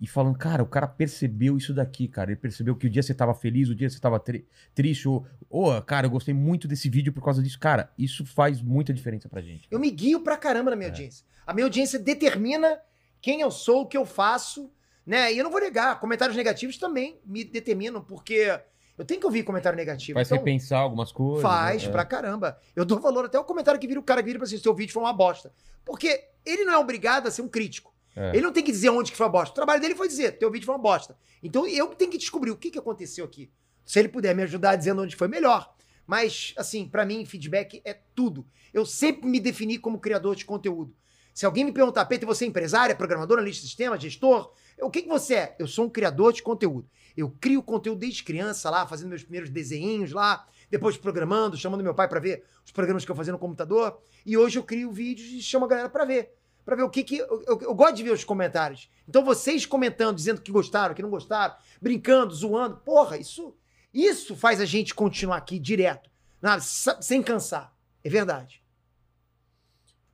[SPEAKER 5] e falando, cara, o cara percebeu isso daqui, cara. Ele percebeu que o dia você tava feliz, o dia você tava tri- triste, ou, "Ô, cara, eu gostei muito desse vídeo por causa disso. Cara, isso faz muita diferença pra gente.
[SPEAKER 3] Eu me guio pra caramba na minha audiência. A minha audiência determina quem eu sou, o que eu faço, né? E eu não vou negar, comentários negativos também me determinam, porque eu tenho que ouvir comentário negativo.
[SPEAKER 5] Faz
[SPEAKER 3] Então,
[SPEAKER 5] repensar algumas coisas.
[SPEAKER 3] faz
[SPEAKER 5] né?
[SPEAKER 3] pra caramba. Eu dou valor até o comentário que vira o cara que vira pra assim, seu vídeo foi uma bosta. Porque ele não é obrigado a ser um crítico.
[SPEAKER 5] É.
[SPEAKER 3] Ele não tem que dizer onde que foi a bosta. O trabalho dele foi dizer, teu vídeo foi uma bosta. Então eu que tenho que descobrir o que, que aconteceu aqui. Se ele puder me ajudar dizendo onde foi melhor. Mas, assim, pra mim, feedback é tudo. Eu sempre me defini como criador de conteúdo. Se alguém me perguntar, Peter, você é empresário, é programador, analista de sistema, gestor? Eu, O que, que você é? Eu sou um criador de conteúdo. Eu crio conteúdo desde criança lá, fazendo meus primeiros desenhinhos lá, depois programando, chamando meu pai pra ver os programas que eu fazia no computador. E hoje eu crio vídeos e chamo a galera pra ver. Pra ver o que que. Eu, eu- eu gosto de ver os comentários. Então vocês comentando, dizendo que gostaram, que não gostaram, brincando, zoando. Porra, isso, isso faz a gente continuar aqui direto, na- sa- sem cansar. É verdade.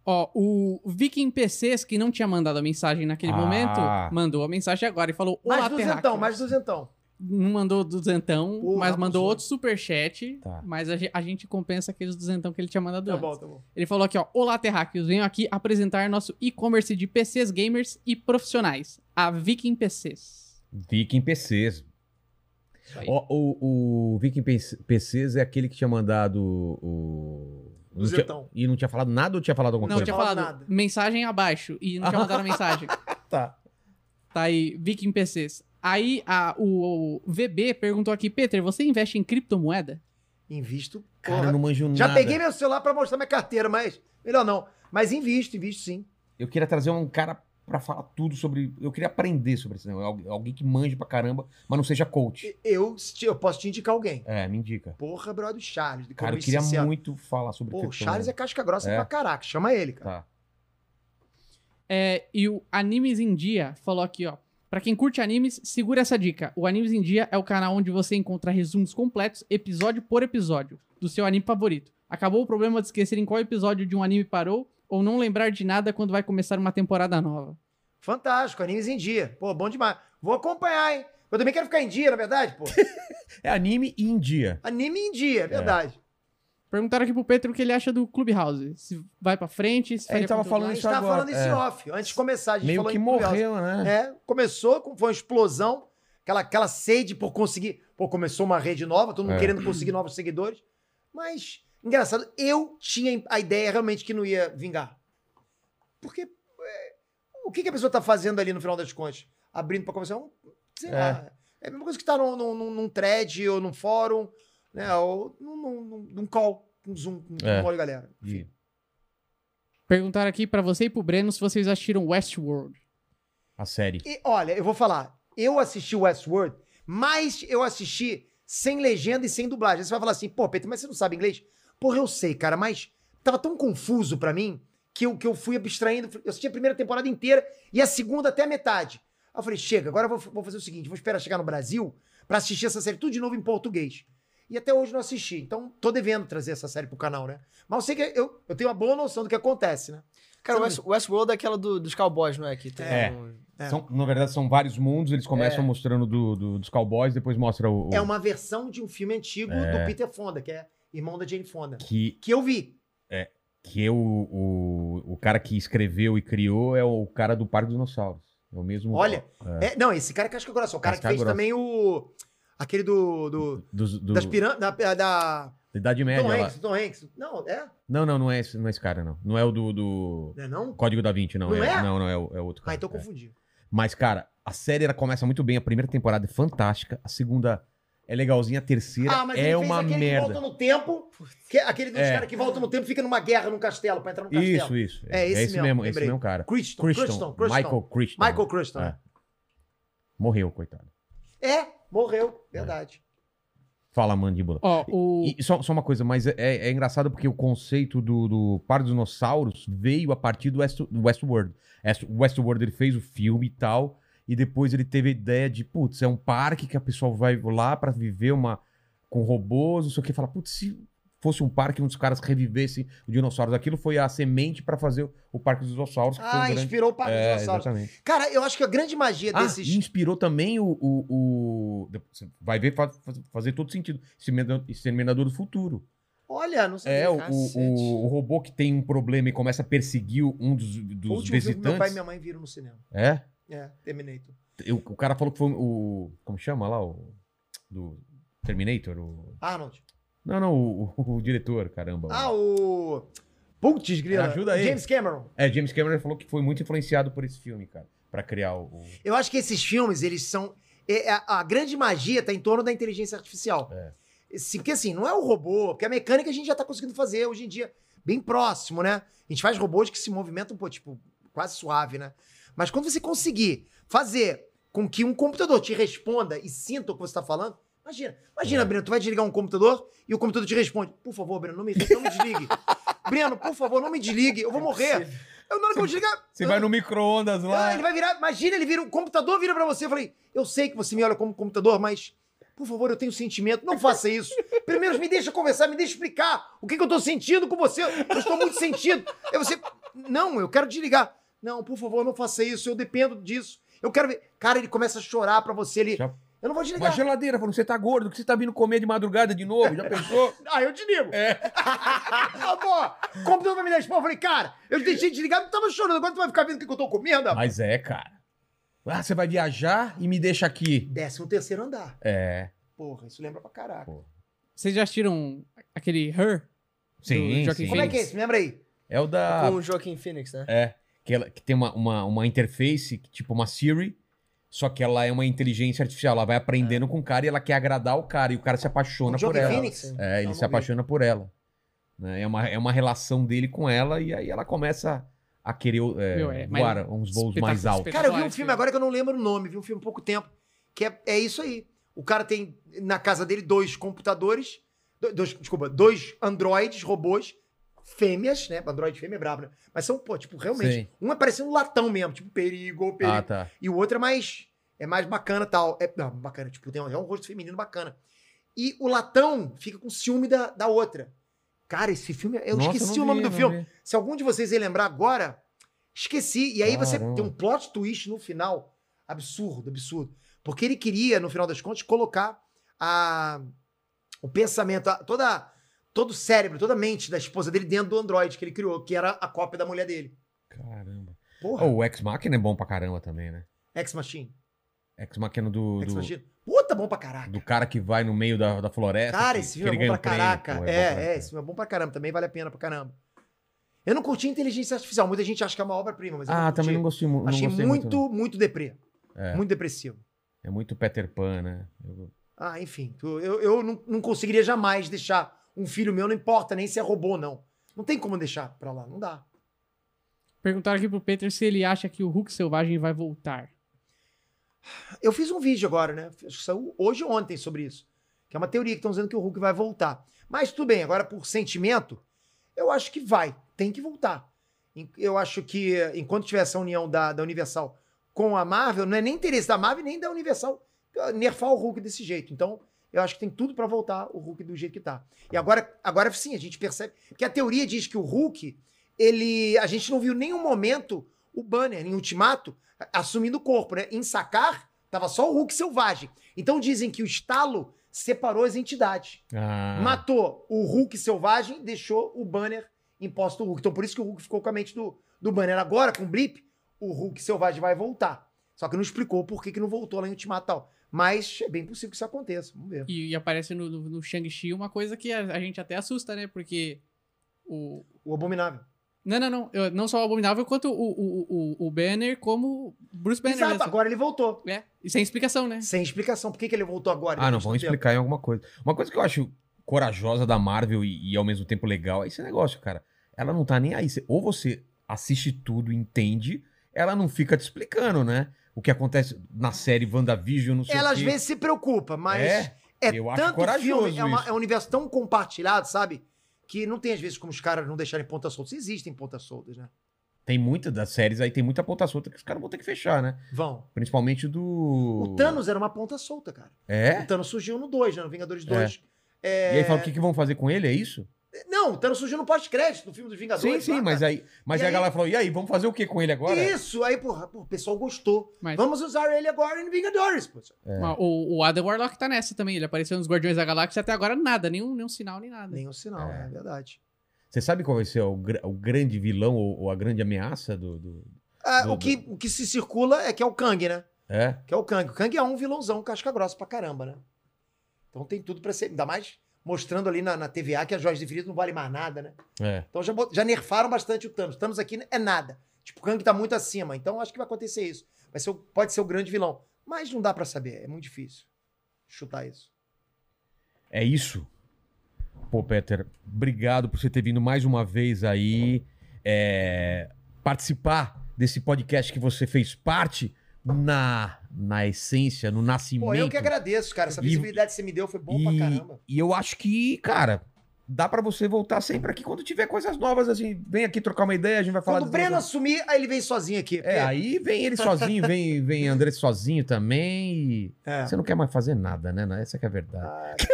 [SPEAKER 2] Ó, o Viking PCs, que não tinha mandado a mensagem naquele
[SPEAKER 5] Ah.
[SPEAKER 2] momento, mandou a mensagem agora e falou: Olá,
[SPEAKER 3] Mais duzentão,
[SPEAKER 2] Terráqueos."
[SPEAKER 3] mais duzentão.
[SPEAKER 2] Não mandou duzentão,
[SPEAKER 3] Porra,
[SPEAKER 2] mas mandou
[SPEAKER 3] absurdo.
[SPEAKER 2] outro superchat.
[SPEAKER 5] Tá.
[SPEAKER 2] Mas a, ge- a gente compensa aqueles duzentão que ele tinha mandado
[SPEAKER 3] Tá
[SPEAKER 2] antes.
[SPEAKER 3] bom, tá bom.
[SPEAKER 2] Ele falou aqui, ó. Olá, Terráqueos. Venho aqui apresentar nosso e-commerce de PCs gamers e profissionais, a Viking PCs.
[SPEAKER 5] Viking PCs.
[SPEAKER 2] aí.
[SPEAKER 5] O, o, o Viking PC- PCs é aquele que tinha mandado o. não tinha-
[SPEAKER 3] Duzentão.
[SPEAKER 5] e não tinha falado nada ou tinha falado alguma
[SPEAKER 2] Não,
[SPEAKER 5] coisa?
[SPEAKER 2] tinha
[SPEAKER 3] falado
[SPEAKER 2] falado
[SPEAKER 3] nada.
[SPEAKER 2] mensagem abaixo e não tinha mandado a mensagem.
[SPEAKER 1] É,
[SPEAKER 5] Tá.
[SPEAKER 2] Tá aí, Viking PCs. Aí a- o, o VB perguntou aqui, Peter, você investe em criptomoeda?
[SPEAKER 3] Invisto.
[SPEAKER 5] Cara,
[SPEAKER 3] porra.
[SPEAKER 5] eu não manjo
[SPEAKER 3] Já
[SPEAKER 5] nada.
[SPEAKER 3] peguei meu celular pra mostrar minha carteira, mas melhor não. Mas invisto, invisto sim.
[SPEAKER 5] Eu queria trazer um cara pra falar tudo sobre. Eu queria aprender sobre isso. Né? Algu- Alguém que manje pra caramba, mas não seja coach.
[SPEAKER 3] E- Eu, se te- eu posso te indicar alguém.
[SPEAKER 5] É, me indica.
[SPEAKER 3] Porra, brother, Charles. do
[SPEAKER 5] Cara, eu
[SPEAKER 3] Economista
[SPEAKER 5] queria
[SPEAKER 3] Sincero.
[SPEAKER 5] muito falar sobre
[SPEAKER 3] Pô, o
[SPEAKER 5] criptomoeda.
[SPEAKER 3] Charles é casca grossa
[SPEAKER 5] É.
[SPEAKER 3] pra caraca. Chama ele, cara.
[SPEAKER 5] Tá.
[SPEAKER 2] É, e o Animes em Dia falou aqui, ó. Pra quem curte animes, segura essa dica. O Animes em Dia é o canal onde você encontra resumos completos, episódio por episódio, do seu anime favorito. Acabou o problema de esquecer em qual episódio de um anime parou ou não lembrar de nada quando vai começar uma temporada nova.
[SPEAKER 3] Fantástico, animes em dia. Pô, bom demais. Vou acompanhar, hein? Eu também quero ficar em dia, na verdade, pô.
[SPEAKER 5] É anime e em dia.
[SPEAKER 3] Anime em dia, é verdade.
[SPEAKER 2] Perguntaram aqui pro Pedro o que ele acha do Clubhouse. Se vai pra frente, se
[SPEAKER 5] É, ele
[SPEAKER 2] faria
[SPEAKER 5] tava
[SPEAKER 2] conteúdo
[SPEAKER 5] falando
[SPEAKER 3] A
[SPEAKER 2] mais.
[SPEAKER 3] gente
[SPEAKER 5] isso
[SPEAKER 3] tava
[SPEAKER 5] agora,
[SPEAKER 3] falando isso
[SPEAKER 5] é.
[SPEAKER 3] em off. Antes de começar, a gente
[SPEAKER 5] Meio
[SPEAKER 3] falou
[SPEAKER 5] que
[SPEAKER 3] em Clubhouse.
[SPEAKER 5] morreu, né?
[SPEAKER 3] É, começou, com- foi uma explosão, aquela, aquela sede por conseguir. Pô, começou uma rede nova, todo mundo
[SPEAKER 5] É.
[SPEAKER 3] querendo conseguir novos seguidores. Mas, engraçado, eu tinha a ideia realmente que não ia vingar. Porque é, o que, que a pessoa tá fazendo ali no final das contas? Abrindo pra conversar? Um, sei
[SPEAKER 5] É.
[SPEAKER 3] lá. É a mesma coisa que tá num, num, num- num thread ou num fórum, né? Ou num, num- num- num call, um zoom, um
[SPEAKER 5] É.
[SPEAKER 3] call de galera.
[SPEAKER 5] E-
[SPEAKER 2] Perguntaram aqui pra você e pro Breno se vocês assistiram Westworld.
[SPEAKER 5] A série.
[SPEAKER 3] E olha, eu vou falar. Eu assisti Westworld, mas eu assisti sem legenda e sem dublagem. Aí Você vai falar assim, pô, Pedro, mas você não sabe inglês? Porra, eu sei, cara, mas tava tão confuso pra mim que eu, que eu fui abstraindo. Eu assisti a primeira temporada inteira e a segunda até a metade. Aí eu falei, chega, agora eu vou, vou fazer o seguinte, vou esperar chegar no Brasil pra assistir essa série tudo de novo em português. E até hoje não assisti, então tô devendo trazer essa série pro canal, né? Mas eu sei que eu, eu tenho uma boa noção do que acontece, né?
[SPEAKER 7] Cara, o West, Westworld é aquela do- dos cowboys, não é? Que tem
[SPEAKER 5] É.
[SPEAKER 7] um-
[SPEAKER 3] É.
[SPEAKER 5] São- na verdade, são vários mundos. Eles começam
[SPEAKER 7] É.
[SPEAKER 5] mostrando do, do- dos cowboys, depois mostra o. o-
[SPEAKER 3] É uma versão de um filme antigo
[SPEAKER 5] É.
[SPEAKER 3] do Peter Fonda, que é irmão da Jane Fonda.
[SPEAKER 5] Que,
[SPEAKER 3] Que eu vi.
[SPEAKER 5] que eu, o, o cara que escreveu e criou é o cara do Parque dos Dinossauros. É o mesmo.
[SPEAKER 3] Olha, é, não, esse cara é casca grossa. O cara
[SPEAKER 5] Casca
[SPEAKER 3] que fez
[SPEAKER 5] grossa.
[SPEAKER 3] também o. Aquele do. do-
[SPEAKER 5] dos- do-
[SPEAKER 3] das piran da, da
[SPEAKER 5] da Idade Média.
[SPEAKER 3] Tom
[SPEAKER 5] lá.
[SPEAKER 3] Hanks, Tom Hanks. Não, é?
[SPEAKER 5] Não, não, não é, esse, não é esse cara, não. Não é o do, do
[SPEAKER 3] Não é não?
[SPEAKER 5] Código da Vinci, não.
[SPEAKER 3] Não é?
[SPEAKER 5] Não, não, é, o- é outro
[SPEAKER 3] Ah,
[SPEAKER 5] cara.
[SPEAKER 3] então
[SPEAKER 5] É.
[SPEAKER 3] confundi.
[SPEAKER 5] Mas, cara, a série ela começa muito bem. A primeira temporada é fantástica. A segunda é legalzinha. A terceira
[SPEAKER 3] Ah, mas
[SPEAKER 5] é
[SPEAKER 3] ele fez
[SPEAKER 5] uma
[SPEAKER 3] aquele que
[SPEAKER 5] merda.
[SPEAKER 3] volta no tempo. que- aquele dos
[SPEAKER 5] É.
[SPEAKER 3] caras que voltam no tempo e fica numa guerra num castelo pra entrar num castelo.
[SPEAKER 5] Isso, isso.
[SPEAKER 3] É esse mesmo,
[SPEAKER 5] esse
[SPEAKER 3] lembrei.
[SPEAKER 5] mesmo cara.
[SPEAKER 3] Christian,
[SPEAKER 5] Christian,
[SPEAKER 3] Christian, Christian.
[SPEAKER 5] Michael Christian.
[SPEAKER 3] Michael Christian.
[SPEAKER 5] É. Morreu, coitado.
[SPEAKER 3] É, morreu. Verdade.
[SPEAKER 5] Fala, mandíbula.
[SPEAKER 2] Ó, o.
[SPEAKER 3] Tipo
[SPEAKER 5] E só, só uma coisa, mas é, é engraçado porque o conceito do, do Paradinossauros veio a partir do West, do Westworld. Est- O Westworld ele fez o filme e tal, e depois ele teve a ideia de, putz, é um parque que a pessoa vai lá pra viver uma com robôs, não sei o que, fala, putz, se fosse um parque onde os caras revivessem os dinossauros, aquilo foi a semente pra fazer o- o Parque dos Dinossauros. que foi um
[SPEAKER 3] Ah,
[SPEAKER 5] grande-
[SPEAKER 3] inspirou o Parque dos
[SPEAKER 5] É,
[SPEAKER 3] Dinossauros.
[SPEAKER 5] exatamente.
[SPEAKER 3] Cara, eu acho que a grande magia
[SPEAKER 5] Ah,
[SPEAKER 3] desses.
[SPEAKER 5] e inspirou também o. o, o- Você vai ver fa- fa- fazer todo sentido. Exterminador- Exterminador do futuro.
[SPEAKER 3] Olha, não sei.
[SPEAKER 5] É, o,
[SPEAKER 7] cacete.
[SPEAKER 5] o, o robô que tem um problema e começa a perseguir um dos,
[SPEAKER 3] o
[SPEAKER 5] dos
[SPEAKER 3] último filme que meu pai e
[SPEAKER 5] visitantes.
[SPEAKER 3] minha mãe viram no cinema.
[SPEAKER 5] É?
[SPEAKER 3] É, Terminator.
[SPEAKER 5] Eu- o cara falou que foi um, o. Como chama lá? O. Do Terminator? o-
[SPEAKER 3] Arnold.
[SPEAKER 5] Não, não, o, o- o diretor, caramba.
[SPEAKER 3] Ah, o. Putz, grila.
[SPEAKER 5] Me ajuda aí.
[SPEAKER 3] James Cameron.
[SPEAKER 5] É, James Cameron falou que foi muito influenciado por esse filme, cara. Pra criar o. o-
[SPEAKER 3] Eu acho que esses filmes, eles são. é, é, A grande magia tá em torno da inteligência artificial.
[SPEAKER 5] É.
[SPEAKER 3] Sim, porque assim, não é o robô, porque a mecânica a gente já tá conseguindo fazer hoje em dia bem próximo, né? A gente faz robôs que se movimentam, pô, tipo, quase suave, né? Mas quando você conseguir fazer com que um computador te responda e sinta o que você tá falando, imagina. Imagina, Breno, tu vai desligar um computador e o computador te responde, por favor, Breno, não me, não me desligue. Breno, por favor, não me desligue, eu vou morrer. Eu, na hora que eu desligar,
[SPEAKER 5] Você vai no micro-ondas
[SPEAKER 3] ah,
[SPEAKER 5] lá.
[SPEAKER 3] ele vai virar. Imagina, ele vira. O computador vira pra você. Eu falei, eu sei que você me olha como computador, mas. Por favor, eu tenho sentimento. Não faça isso. Primeiro me deixa conversar, me deixa explicar o que, que eu tô sentindo com você. Eu estou muito sentido. Aí você. Não, eu quero desligar. Não, por favor, não faça isso. Eu dependo disso. Eu quero ver. Cara, ele começa a chorar pra você ali.
[SPEAKER 5] Já-
[SPEAKER 3] Eu não vou
[SPEAKER 5] Uma
[SPEAKER 3] desligar.
[SPEAKER 5] geladeira falando, você tá gordo, que você tá vindo comer de madrugada de novo? Já pensou?
[SPEAKER 3] Ah, eu desligo. É. Amor, o computador vai me deixar. Eu falei, cara, eu deixei de desligar, eu tava chorando. Agora tu vai ficar vendo o que, que eu tô comendo? amor?
[SPEAKER 5] Mas é, cara. Ah, você vai viajar e me deixa aqui.
[SPEAKER 3] Décimo terceiro andar.
[SPEAKER 5] É.
[SPEAKER 3] Porra, isso lembra pra caraca.
[SPEAKER 2] Vocês já assistiram aquele Her?
[SPEAKER 5] Sim,
[SPEAKER 2] Joaquim
[SPEAKER 5] sim.
[SPEAKER 3] Como é que é isso? Me lembra aí.
[SPEAKER 5] É o da.
[SPEAKER 7] Com o Joaquim Phoenix, né?
[SPEAKER 5] É. Que, ela, que tem uma, uma, uma interface, que, tipo uma Siri, só que ela é uma inteligência artificial. Ela vai
[SPEAKER 3] É.
[SPEAKER 5] aprendendo com o cara e ela quer agradar o cara. E o cara se apaixona
[SPEAKER 3] O
[SPEAKER 5] por
[SPEAKER 3] Joaquim
[SPEAKER 5] ela.
[SPEAKER 3] Phoenix?
[SPEAKER 7] Sim.
[SPEAKER 5] É, ele
[SPEAKER 3] Não,
[SPEAKER 5] se
[SPEAKER 3] não vi.
[SPEAKER 5] apaixona por ela. né? É, uma, é uma relação dele com ela e aí ela começa a querer é,
[SPEAKER 2] Meu, é, mas-
[SPEAKER 5] voar uns voos mais
[SPEAKER 2] espetacular,
[SPEAKER 5] altos.
[SPEAKER 3] Cara, eu vi um
[SPEAKER 2] Vários
[SPEAKER 5] né?
[SPEAKER 3] filme agora que eu não lembro o nome, vi um filme há pouco tempo, que é, é isso aí. O cara tem na casa dele dois computadores, do- dois, desculpa, dois androides, robôs, fêmeas, né? Android fêmea é brabo, né? Mas são, pô, tipo, realmente,
[SPEAKER 5] Sim.
[SPEAKER 3] um é parecendo um latão mesmo, tipo, perigo, perigo.
[SPEAKER 5] Ah, tá.
[SPEAKER 3] E o outro é mais, é mais bacana tal. É, não, bacana, tipo, tem um, é um rosto feminino bacana. E o latão fica com ciúme da, da outra. Cara, esse filme, eu
[SPEAKER 5] Nossa,
[SPEAKER 3] esqueci
[SPEAKER 5] não
[SPEAKER 3] o nome
[SPEAKER 5] vi,
[SPEAKER 3] do
[SPEAKER 5] não
[SPEAKER 3] filme.
[SPEAKER 5] vi.
[SPEAKER 3] Se algum de vocês aí lembrar agora, esqueci. E aí você
[SPEAKER 5] Caramba.
[SPEAKER 3] tem um plot twist no final. Absurdo, absurdo. Porque ele queria, no final das contas, colocar a, o pensamento, a- toda, todo o cérebro, toda a mente da esposa dele dentro do Android que ele criou, que era a cópia da mulher dele.
[SPEAKER 5] Caramba.
[SPEAKER 3] Porra,
[SPEAKER 5] Oh, o Ex Machina é bom pra caramba também, né?
[SPEAKER 3] Ex Machine.
[SPEAKER 5] Ex Machina do-
[SPEAKER 3] Ex
[SPEAKER 5] do,
[SPEAKER 3] Machine. Puta, bom pra caraca.
[SPEAKER 5] Do cara que vai no meio da, da floresta.
[SPEAKER 3] Cara,
[SPEAKER 5] que-
[SPEAKER 3] esse
[SPEAKER 5] que
[SPEAKER 3] filme é
[SPEAKER 5] ele
[SPEAKER 3] bom pra
[SPEAKER 5] ganha um prêmio,
[SPEAKER 3] caraca.
[SPEAKER 5] porra, bom pra
[SPEAKER 3] é, é,
[SPEAKER 5] caramba.
[SPEAKER 3] esse filme é bom pra caramba. Também vale a pena pra caramba. Eu não curti Inteligência Artificial. Muita gente acha que é uma obra-prima, mas eu
[SPEAKER 5] Ah,
[SPEAKER 3] não curti.
[SPEAKER 5] também não gostei, mu- não
[SPEAKER 3] Achei
[SPEAKER 5] gostei muito.
[SPEAKER 3] muito, muito deprê.
[SPEAKER 5] É.
[SPEAKER 3] Muito depressivo.
[SPEAKER 5] É muito Peter Pan, né? Eu-
[SPEAKER 3] Ah, enfim. tu- Eu, eu não, não conseguiria jamais deixar um filho meu, não importa nem se é robô, não. Não tem como deixar pra lá, não dá.
[SPEAKER 2] Perguntaram aqui pro Peter se ele acha que o Hulk Selvagem vai voltar.
[SPEAKER 3] Eu fiz um vídeo agora, né? Acho que saiu hoje ou ontem sobre isso. Que é uma teoria que estão dizendo que o Hulk vai voltar. Mas tudo bem, agora por sentimento, eu acho que vai, tem que voltar. Em- Eu acho que enquanto tiver essa união da, da Universal com a Marvel, não é nem interesse da Marvel nem da Universal eh, nerfar o Hulk desse jeito. Então, eu acho que tem tudo pra voltar o Hulk do jeito que tá. E agora, agora sim, a gente percebe que a teoria diz que o Hulk, ele, a gente não viu em nenhum momento o banner em Ultimato a- assumindo o corpo, né? Em sacar, tava só o Hulk selvagem. Então dizem que o estalo separou as entidades.
[SPEAKER 5] Ah,
[SPEAKER 3] Matou o Hulk selvagem, deixou o banner imposto do Hulk. Então, por isso que o Hulk ficou com a mente do, do banner. Agora, com o blip, o Hulk selvagem vai voltar. Só que não explicou por que, que não voltou lá em Ultimato e tal. Mas é bem possível que isso aconteça. Vamos ver.
[SPEAKER 2] E, e aparece no, no, no Shang-Chi uma coisa que a, a gente até assusta, né? Porque o.
[SPEAKER 3] O Abominável.
[SPEAKER 2] Não, não, não. eu- não só o Abominável, quanto o, o, o, o Banner, como Bruce Banner.
[SPEAKER 3] Exato,
[SPEAKER 2] mesmo.
[SPEAKER 3] agora ele voltou.
[SPEAKER 2] É, e sem explicação, né?
[SPEAKER 3] Sem explicação. Por que, que ele voltou agora?
[SPEAKER 5] ah, não,
[SPEAKER 3] depois
[SPEAKER 5] vão
[SPEAKER 3] do tempo?
[SPEAKER 5] explicar em alguma coisa. Uma coisa que eu acho corajosa da Marvel e, e ao mesmo tempo legal é esse negócio, cara. Ela não tá nem aí. Você- Ou você assiste tudo, entende, ela não fica te explicando, né? O que acontece na série WandaVision, não sei
[SPEAKER 3] Ela
[SPEAKER 5] o
[SPEAKER 3] às
[SPEAKER 5] quê.
[SPEAKER 3] vezes se preocupa, mas
[SPEAKER 5] É?
[SPEAKER 3] é? É
[SPEAKER 5] Eu acho
[SPEAKER 3] tanto
[SPEAKER 5] corajoso
[SPEAKER 3] filme, é, uma-
[SPEAKER 5] isso.
[SPEAKER 3] é um universo tão compartilhado, sabe? Que não tem às vezes como os caras não deixarem pontas soltas. Existem pontas soltas, né?
[SPEAKER 5] Tem muitas das séries aí, tem muita ponta solta que os caras vão ter que fechar, né?
[SPEAKER 3] Vão.
[SPEAKER 5] Principalmente do.
[SPEAKER 3] O Thanos era uma ponta solta, cara.
[SPEAKER 5] É?
[SPEAKER 3] O Thanos surgiu no 2, né? No Vingadores 2.
[SPEAKER 5] E aí fala o que, que vão fazer com ele, é isso?
[SPEAKER 3] Não, o Thanos surgiu no pós-crédito do filme dos
[SPEAKER 5] sim,
[SPEAKER 3] Vingadores.
[SPEAKER 5] sim,
[SPEAKER 3] lá,
[SPEAKER 5] mas
[SPEAKER 3] cara.
[SPEAKER 5] aí. Mas
[SPEAKER 3] E
[SPEAKER 5] aí a
[SPEAKER 3] aí-
[SPEAKER 5] galera falou: e aí, vamos fazer o que com ele agora? é.
[SPEAKER 3] Isso, aí, porra, pô, o pessoal gostou.
[SPEAKER 2] Mas-
[SPEAKER 3] Vamos usar ele agora em Vingadores, pô.
[SPEAKER 5] É.
[SPEAKER 2] Mas O, o Adam Warlock tá nessa também. Ele apareceu nos Guardiões da Galáxia até agora nada, nenhum, nenhum sinal, nem nada.
[SPEAKER 3] Nenhum sinal,
[SPEAKER 5] É.
[SPEAKER 3] é, verdade.
[SPEAKER 5] Você sabe qual vai ser o, gra- o grande vilão ou, ou a grande ameaça do. do-
[SPEAKER 3] Ah,
[SPEAKER 5] Tudo.
[SPEAKER 3] o, que, o que se circula é que é o Kang, né?
[SPEAKER 5] É?
[SPEAKER 3] Que é o Kang. O Kang é um vilãozão, casca grossa pra caramba, né? Então tem tudo pra ser. Ainda mais mostrando ali na, na TVA que a Jorge Definido não vale mais nada, né?
[SPEAKER 5] É.
[SPEAKER 3] Então já, bot- já nerfaram bastante o Thanos. Thanos aqui é nada. Tipo, o Kang tá muito acima. Então acho que vai acontecer isso. Vai ser, o- pode ser o grande vilão. Mas não dá pra saber. É muito difícil chutar isso.
[SPEAKER 5] É isso. Pô, Peter, obrigado por você ter vindo mais uma vez aí é, participar desse podcast que você fez parte na, na essência, no nascimento.
[SPEAKER 3] Pô, eu que agradeço, cara. Essa
[SPEAKER 5] E-
[SPEAKER 3] visibilidade que você me deu foi bom pra
[SPEAKER 5] e,
[SPEAKER 3] caramba.
[SPEAKER 5] e eu acho que, cara, dá pra você voltar sempre aqui quando tiver coisas novas, assim, vem aqui trocar uma ideia, a gente vai falar...
[SPEAKER 3] Quando o
[SPEAKER 5] de-
[SPEAKER 3] Breno assumir, aí ele vem sozinho aqui.
[SPEAKER 5] É, aí vem ele sozinho, vem, vem André sozinho também e
[SPEAKER 3] É. Ah,
[SPEAKER 5] Você não quer mais fazer nada, né? Essa que é a verdade.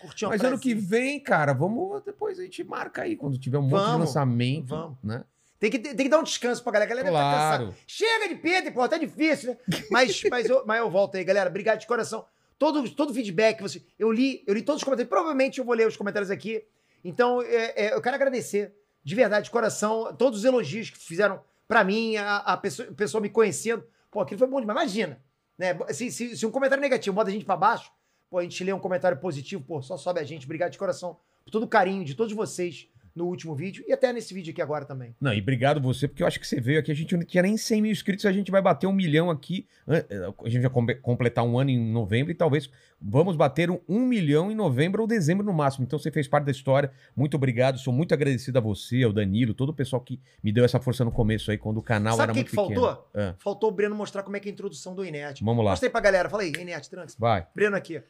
[SPEAKER 3] Curtiu
[SPEAKER 5] Mas ano que vem, cara, vamos depois a gente marca aí quando tiver um monte de
[SPEAKER 3] Vamos,
[SPEAKER 5] lançamento,
[SPEAKER 3] vamos.
[SPEAKER 5] né?
[SPEAKER 3] Tem que, tem que dar um descanso pra galera. A galera tá cansada.
[SPEAKER 5] Claro.
[SPEAKER 3] Chega de Pedro, pô, tá difícil, né? Mas, mas, eu, mas eu volto aí, galera. Obrigado de coração. Todo, todo feedback, que você, eu li, eu li todos os comentários. Provavelmente eu vou ler os comentários aqui. Então, é, é, eu quero agradecer, de verdade, de coração, todos os elogios que fizeram pra mim, a, a pessoa, a pessoa me conhecendo. Pô, aquilo foi bom demais. Imagina, né? Se, se- se um comentário negativo bota a gente pra baixo, pô, a gente lê um comentário positivo, pô, só sobe a gente. Obrigado de coração por todo o carinho de todos vocês no último vídeo e até nesse vídeo aqui agora também.
[SPEAKER 5] Não, e obrigado você, porque eu acho que você veio aqui. A gente não tinha nem 100 mil inscritos, a gente vai bater um milhão aqui. An- eh, A gente vai com- completar um ano em novembro e talvez vamos bater um, um milhão em novembro ou dezembro no máximo. Então você fez parte da história. Muito obrigado, sou muito agradecido a você, ao Danilo, todo o pessoal que me deu essa força no começo aí, quando o canal
[SPEAKER 3] Sabe
[SPEAKER 5] era
[SPEAKER 3] o que,
[SPEAKER 5] muito
[SPEAKER 3] que
[SPEAKER 5] pequeno.
[SPEAKER 3] faltou?
[SPEAKER 5] Ah.
[SPEAKER 3] Faltou o Breno mostrar como é que é a introdução do Inert.
[SPEAKER 5] Vamos lá,
[SPEAKER 3] Mostra aí pra galera. Fala aí, Inert, Trunks.
[SPEAKER 5] vai.
[SPEAKER 3] Breno aqui.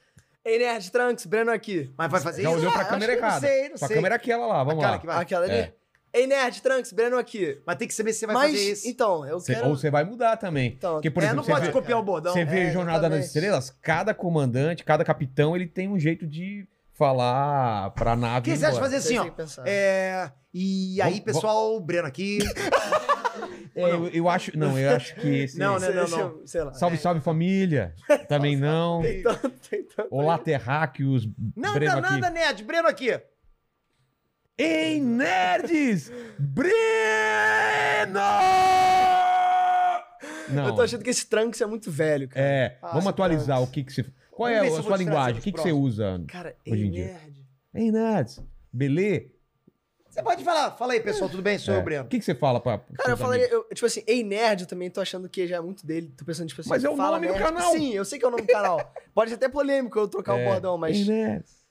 [SPEAKER 7] Ei, Nerd Trunks, Breno aqui.
[SPEAKER 3] Mas vai fazer
[SPEAKER 5] Já
[SPEAKER 3] isso?
[SPEAKER 5] olhou pra
[SPEAKER 3] Ah,
[SPEAKER 5] câmera
[SPEAKER 3] acho que-
[SPEAKER 5] errada.
[SPEAKER 3] Não sei, não
[SPEAKER 5] Sua
[SPEAKER 3] sei.
[SPEAKER 5] câmera é aquela lá, vamos
[SPEAKER 3] Ah, Aquela
[SPEAKER 5] lá.
[SPEAKER 3] que vai-
[SPEAKER 7] Aquela ali?
[SPEAKER 5] É.
[SPEAKER 7] Ei, Nerd Trunks, Breno aqui.
[SPEAKER 3] Mas tem que saber se você vai
[SPEAKER 7] Mas,
[SPEAKER 3] fazer isso.
[SPEAKER 7] então, eu
[SPEAKER 5] Cê-
[SPEAKER 7] quero...
[SPEAKER 5] Ou você vai mudar também.
[SPEAKER 7] Então,
[SPEAKER 5] Porque, por
[SPEAKER 3] É,
[SPEAKER 5] exemplo,
[SPEAKER 3] não
[SPEAKER 5] você
[SPEAKER 3] pode
[SPEAKER 5] vê-
[SPEAKER 3] copiar o bordão.
[SPEAKER 5] Você vê
[SPEAKER 7] é,
[SPEAKER 5] Jornada nas
[SPEAKER 7] exatamente.
[SPEAKER 5] Estrelas, cada comandante, cada capitão, ele tem um jeito de falar pra nave.
[SPEAKER 3] O que
[SPEAKER 5] ir
[SPEAKER 3] você acha de
[SPEAKER 5] embora.
[SPEAKER 3] fazer assim, ó?
[SPEAKER 7] É,
[SPEAKER 3] É... E aí,
[SPEAKER 5] Vamos-
[SPEAKER 3] pessoal, o Breno aqui.
[SPEAKER 5] É, eu, eu acho. Não, eu acho que esse.
[SPEAKER 3] Não, É. né?
[SPEAKER 7] sei, não, não. Sei lá.
[SPEAKER 5] Salve, salve família! Também não.
[SPEAKER 7] Tem tanto, tem tanto.
[SPEAKER 5] Olá, terráqueos.
[SPEAKER 3] Não,
[SPEAKER 5] Breno
[SPEAKER 3] não,
[SPEAKER 5] aqui.
[SPEAKER 3] nada, Nerd. Breno aqui.
[SPEAKER 5] Ei, nerds! Breno! Não.
[SPEAKER 7] Eu tô achando que esse Trunks é muito velho, cara.
[SPEAKER 5] É,
[SPEAKER 7] Ah,
[SPEAKER 5] vamos
[SPEAKER 7] esse
[SPEAKER 5] atualizar
[SPEAKER 7] Trunks.
[SPEAKER 5] o que que você. Qual
[SPEAKER 3] Vamos
[SPEAKER 5] é
[SPEAKER 3] ver se
[SPEAKER 5] a
[SPEAKER 3] eu vou
[SPEAKER 5] sua
[SPEAKER 3] te trazer
[SPEAKER 5] linguagem? O
[SPEAKER 3] nos
[SPEAKER 5] que que você
[SPEAKER 3] próximos.
[SPEAKER 5] usa?
[SPEAKER 7] Cara,
[SPEAKER 5] É. Hoje
[SPEAKER 7] ei,
[SPEAKER 5] em dia.
[SPEAKER 7] Nerd.
[SPEAKER 5] Ei, nerds! Belê?
[SPEAKER 3] Você pode falar. Fala aí, pessoal, tudo bem? Sou
[SPEAKER 5] É.
[SPEAKER 3] eu, Breno.
[SPEAKER 5] O que, que você fala pra. pros
[SPEAKER 7] Cara, eu
[SPEAKER 5] seus
[SPEAKER 7] falaria, eu- tipo assim, Ei Nerd, eu também tô achando que já é muito dele. Tô pensando, tipo assim,
[SPEAKER 5] Mas é o
[SPEAKER 7] fala
[SPEAKER 5] nome do
[SPEAKER 7] nerd.
[SPEAKER 5] canal.
[SPEAKER 7] Sim, eu sei que é o nome do canal. Pode ser até polêmico eu trocar
[SPEAKER 5] É.
[SPEAKER 7] o bordão, mas.
[SPEAKER 5] Ei, nerds!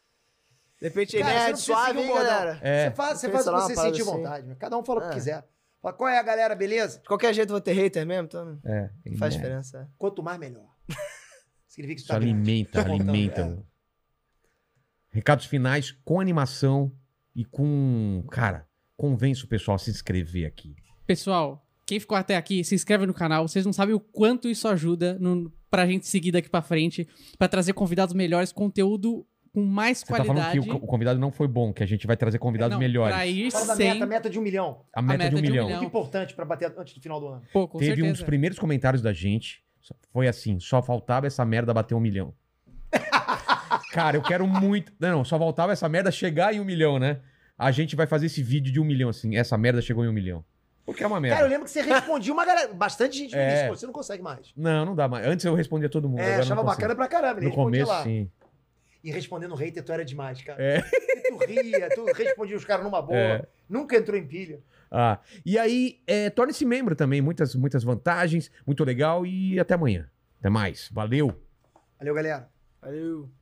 [SPEAKER 7] De repente, Ei
[SPEAKER 3] Cara, você não
[SPEAKER 7] Nerd,
[SPEAKER 3] precisa
[SPEAKER 7] suave,
[SPEAKER 3] seguir o
[SPEAKER 7] hein,
[SPEAKER 3] bordão.
[SPEAKER 7] galera.
[SPEAKER 5] É.
[SPEAKER 3] Você faz, você
[SPEAKER 7] Pensa
[SPEAKER 3] faz o
[SPEAKER 7] lá,
[SPEAKER 3] que você
[SPEAKER 7] uma parada
[SPEAKER 3] sentir
[SPEAKER 7] assim.
[SPEAKER 3] vontade. meu. Cada um fala o
[SPEAKER 7] É.
[SPEAKER 3] que quiser. Fala, qual é a galera, beleza?
[SPEAKER 7] De qualquer jeito eu vou ter hater mesmo, então.
[SPEAKER 5] É,
[SPEAKER 7] Não faz
[SPEAKER 5] né?
[SPEAKER 7] diferença.
[SPEAKER 3] Quanto mais, melhor. Significa que
[SPEAKER 5] Isso é
[SPEAKER 3] você tá grande.
[SPEAKER 5] alimenta,
[SPEAKER 3] Tô contando,
[SPEAKER 5] alimenta. Recados finais com animação e com. Cara, convence o pessoal a se inscrever aqui.
[SPEAKER 2] Pessoal, quem ficou até aqui, se inscreve no canal. Vocês não sabem o quanto isso ajuda no, pra gente seguir daqui pra frente, pra trazer convidados melhores, conteúdo com mais
[SPEAKER 5] Você
[SPEAKER 2] qualidade.
[SPEAKER 5] tá falando que o, o convidado não foi bom, que a gente vai trazer convidados
[SPEAKER 2] Não,
[SPEAKER 5] melhores.
[SPEAKER 2] Pra ir
[SPEAKER 3] Fala da
[SPEAKER 2] sem
[SPEAKER 3] meta, meta de um milhão.
[SPEAKER 5] A meta, de um milhão.
[SPEAKER 3] Muito importante pra bater antes do final do ano.
[SPEAKER 2] Pô, com
[SPEAKER 5] Teve um dos
[SPEAKER 2] certeza.
[SPEAKER 5] primeiros comentários da gente. só- Foi assim: só faltava essa merda bater um milhão. Cara, eu quero muito. Não, não, só faltava essa merda chegar em um milhão, né? A gente vai fazer esse vídeo de um milhão assim. Essa merda chegou em um milhão. Porque é uma merda.
[SPEAKER 3] Cara, eu lembro que você respondia uma galera, bastante gente no
[SPEAKER 5] É.
[SPEAKER 3] início, pô, você não consegue mais.
[SPEAKER 5] Não, não dá mais. Antes eu respondia todo mundo.
[SPEAKER 3] É,
[SPEAKER 5] agora eu
[SPEAKER 3] achava
[SPEAKER 5] não consigo.
[SPEAKER 3] bacana pra caramba, ele
[SPEAKER 5] No
[SPEAKER 3] respondia
[SPEAKER 5] começo,
[SPEAKER 3] lá.
[SPEAKER 5] sim.
[SPEAKER 3] E respondendo hater, tu era demais, cara.
[SPEAKER 5] É.
[SPEAKER 3] E tu ria, tu respondia os caras numa boa,
[SPEAKER 5] É.
[SPEAKER 3] nunca entrou em pilha.
[SPEAKER 5] Ah, e aí, é, torne-se membro também. Muitas, muitas vantagens. Muito legal. E até amanhã. Até mais. Valeu.
[SPEAKER 3] Valeu, galera.
[SPEAKER 7] Valeu.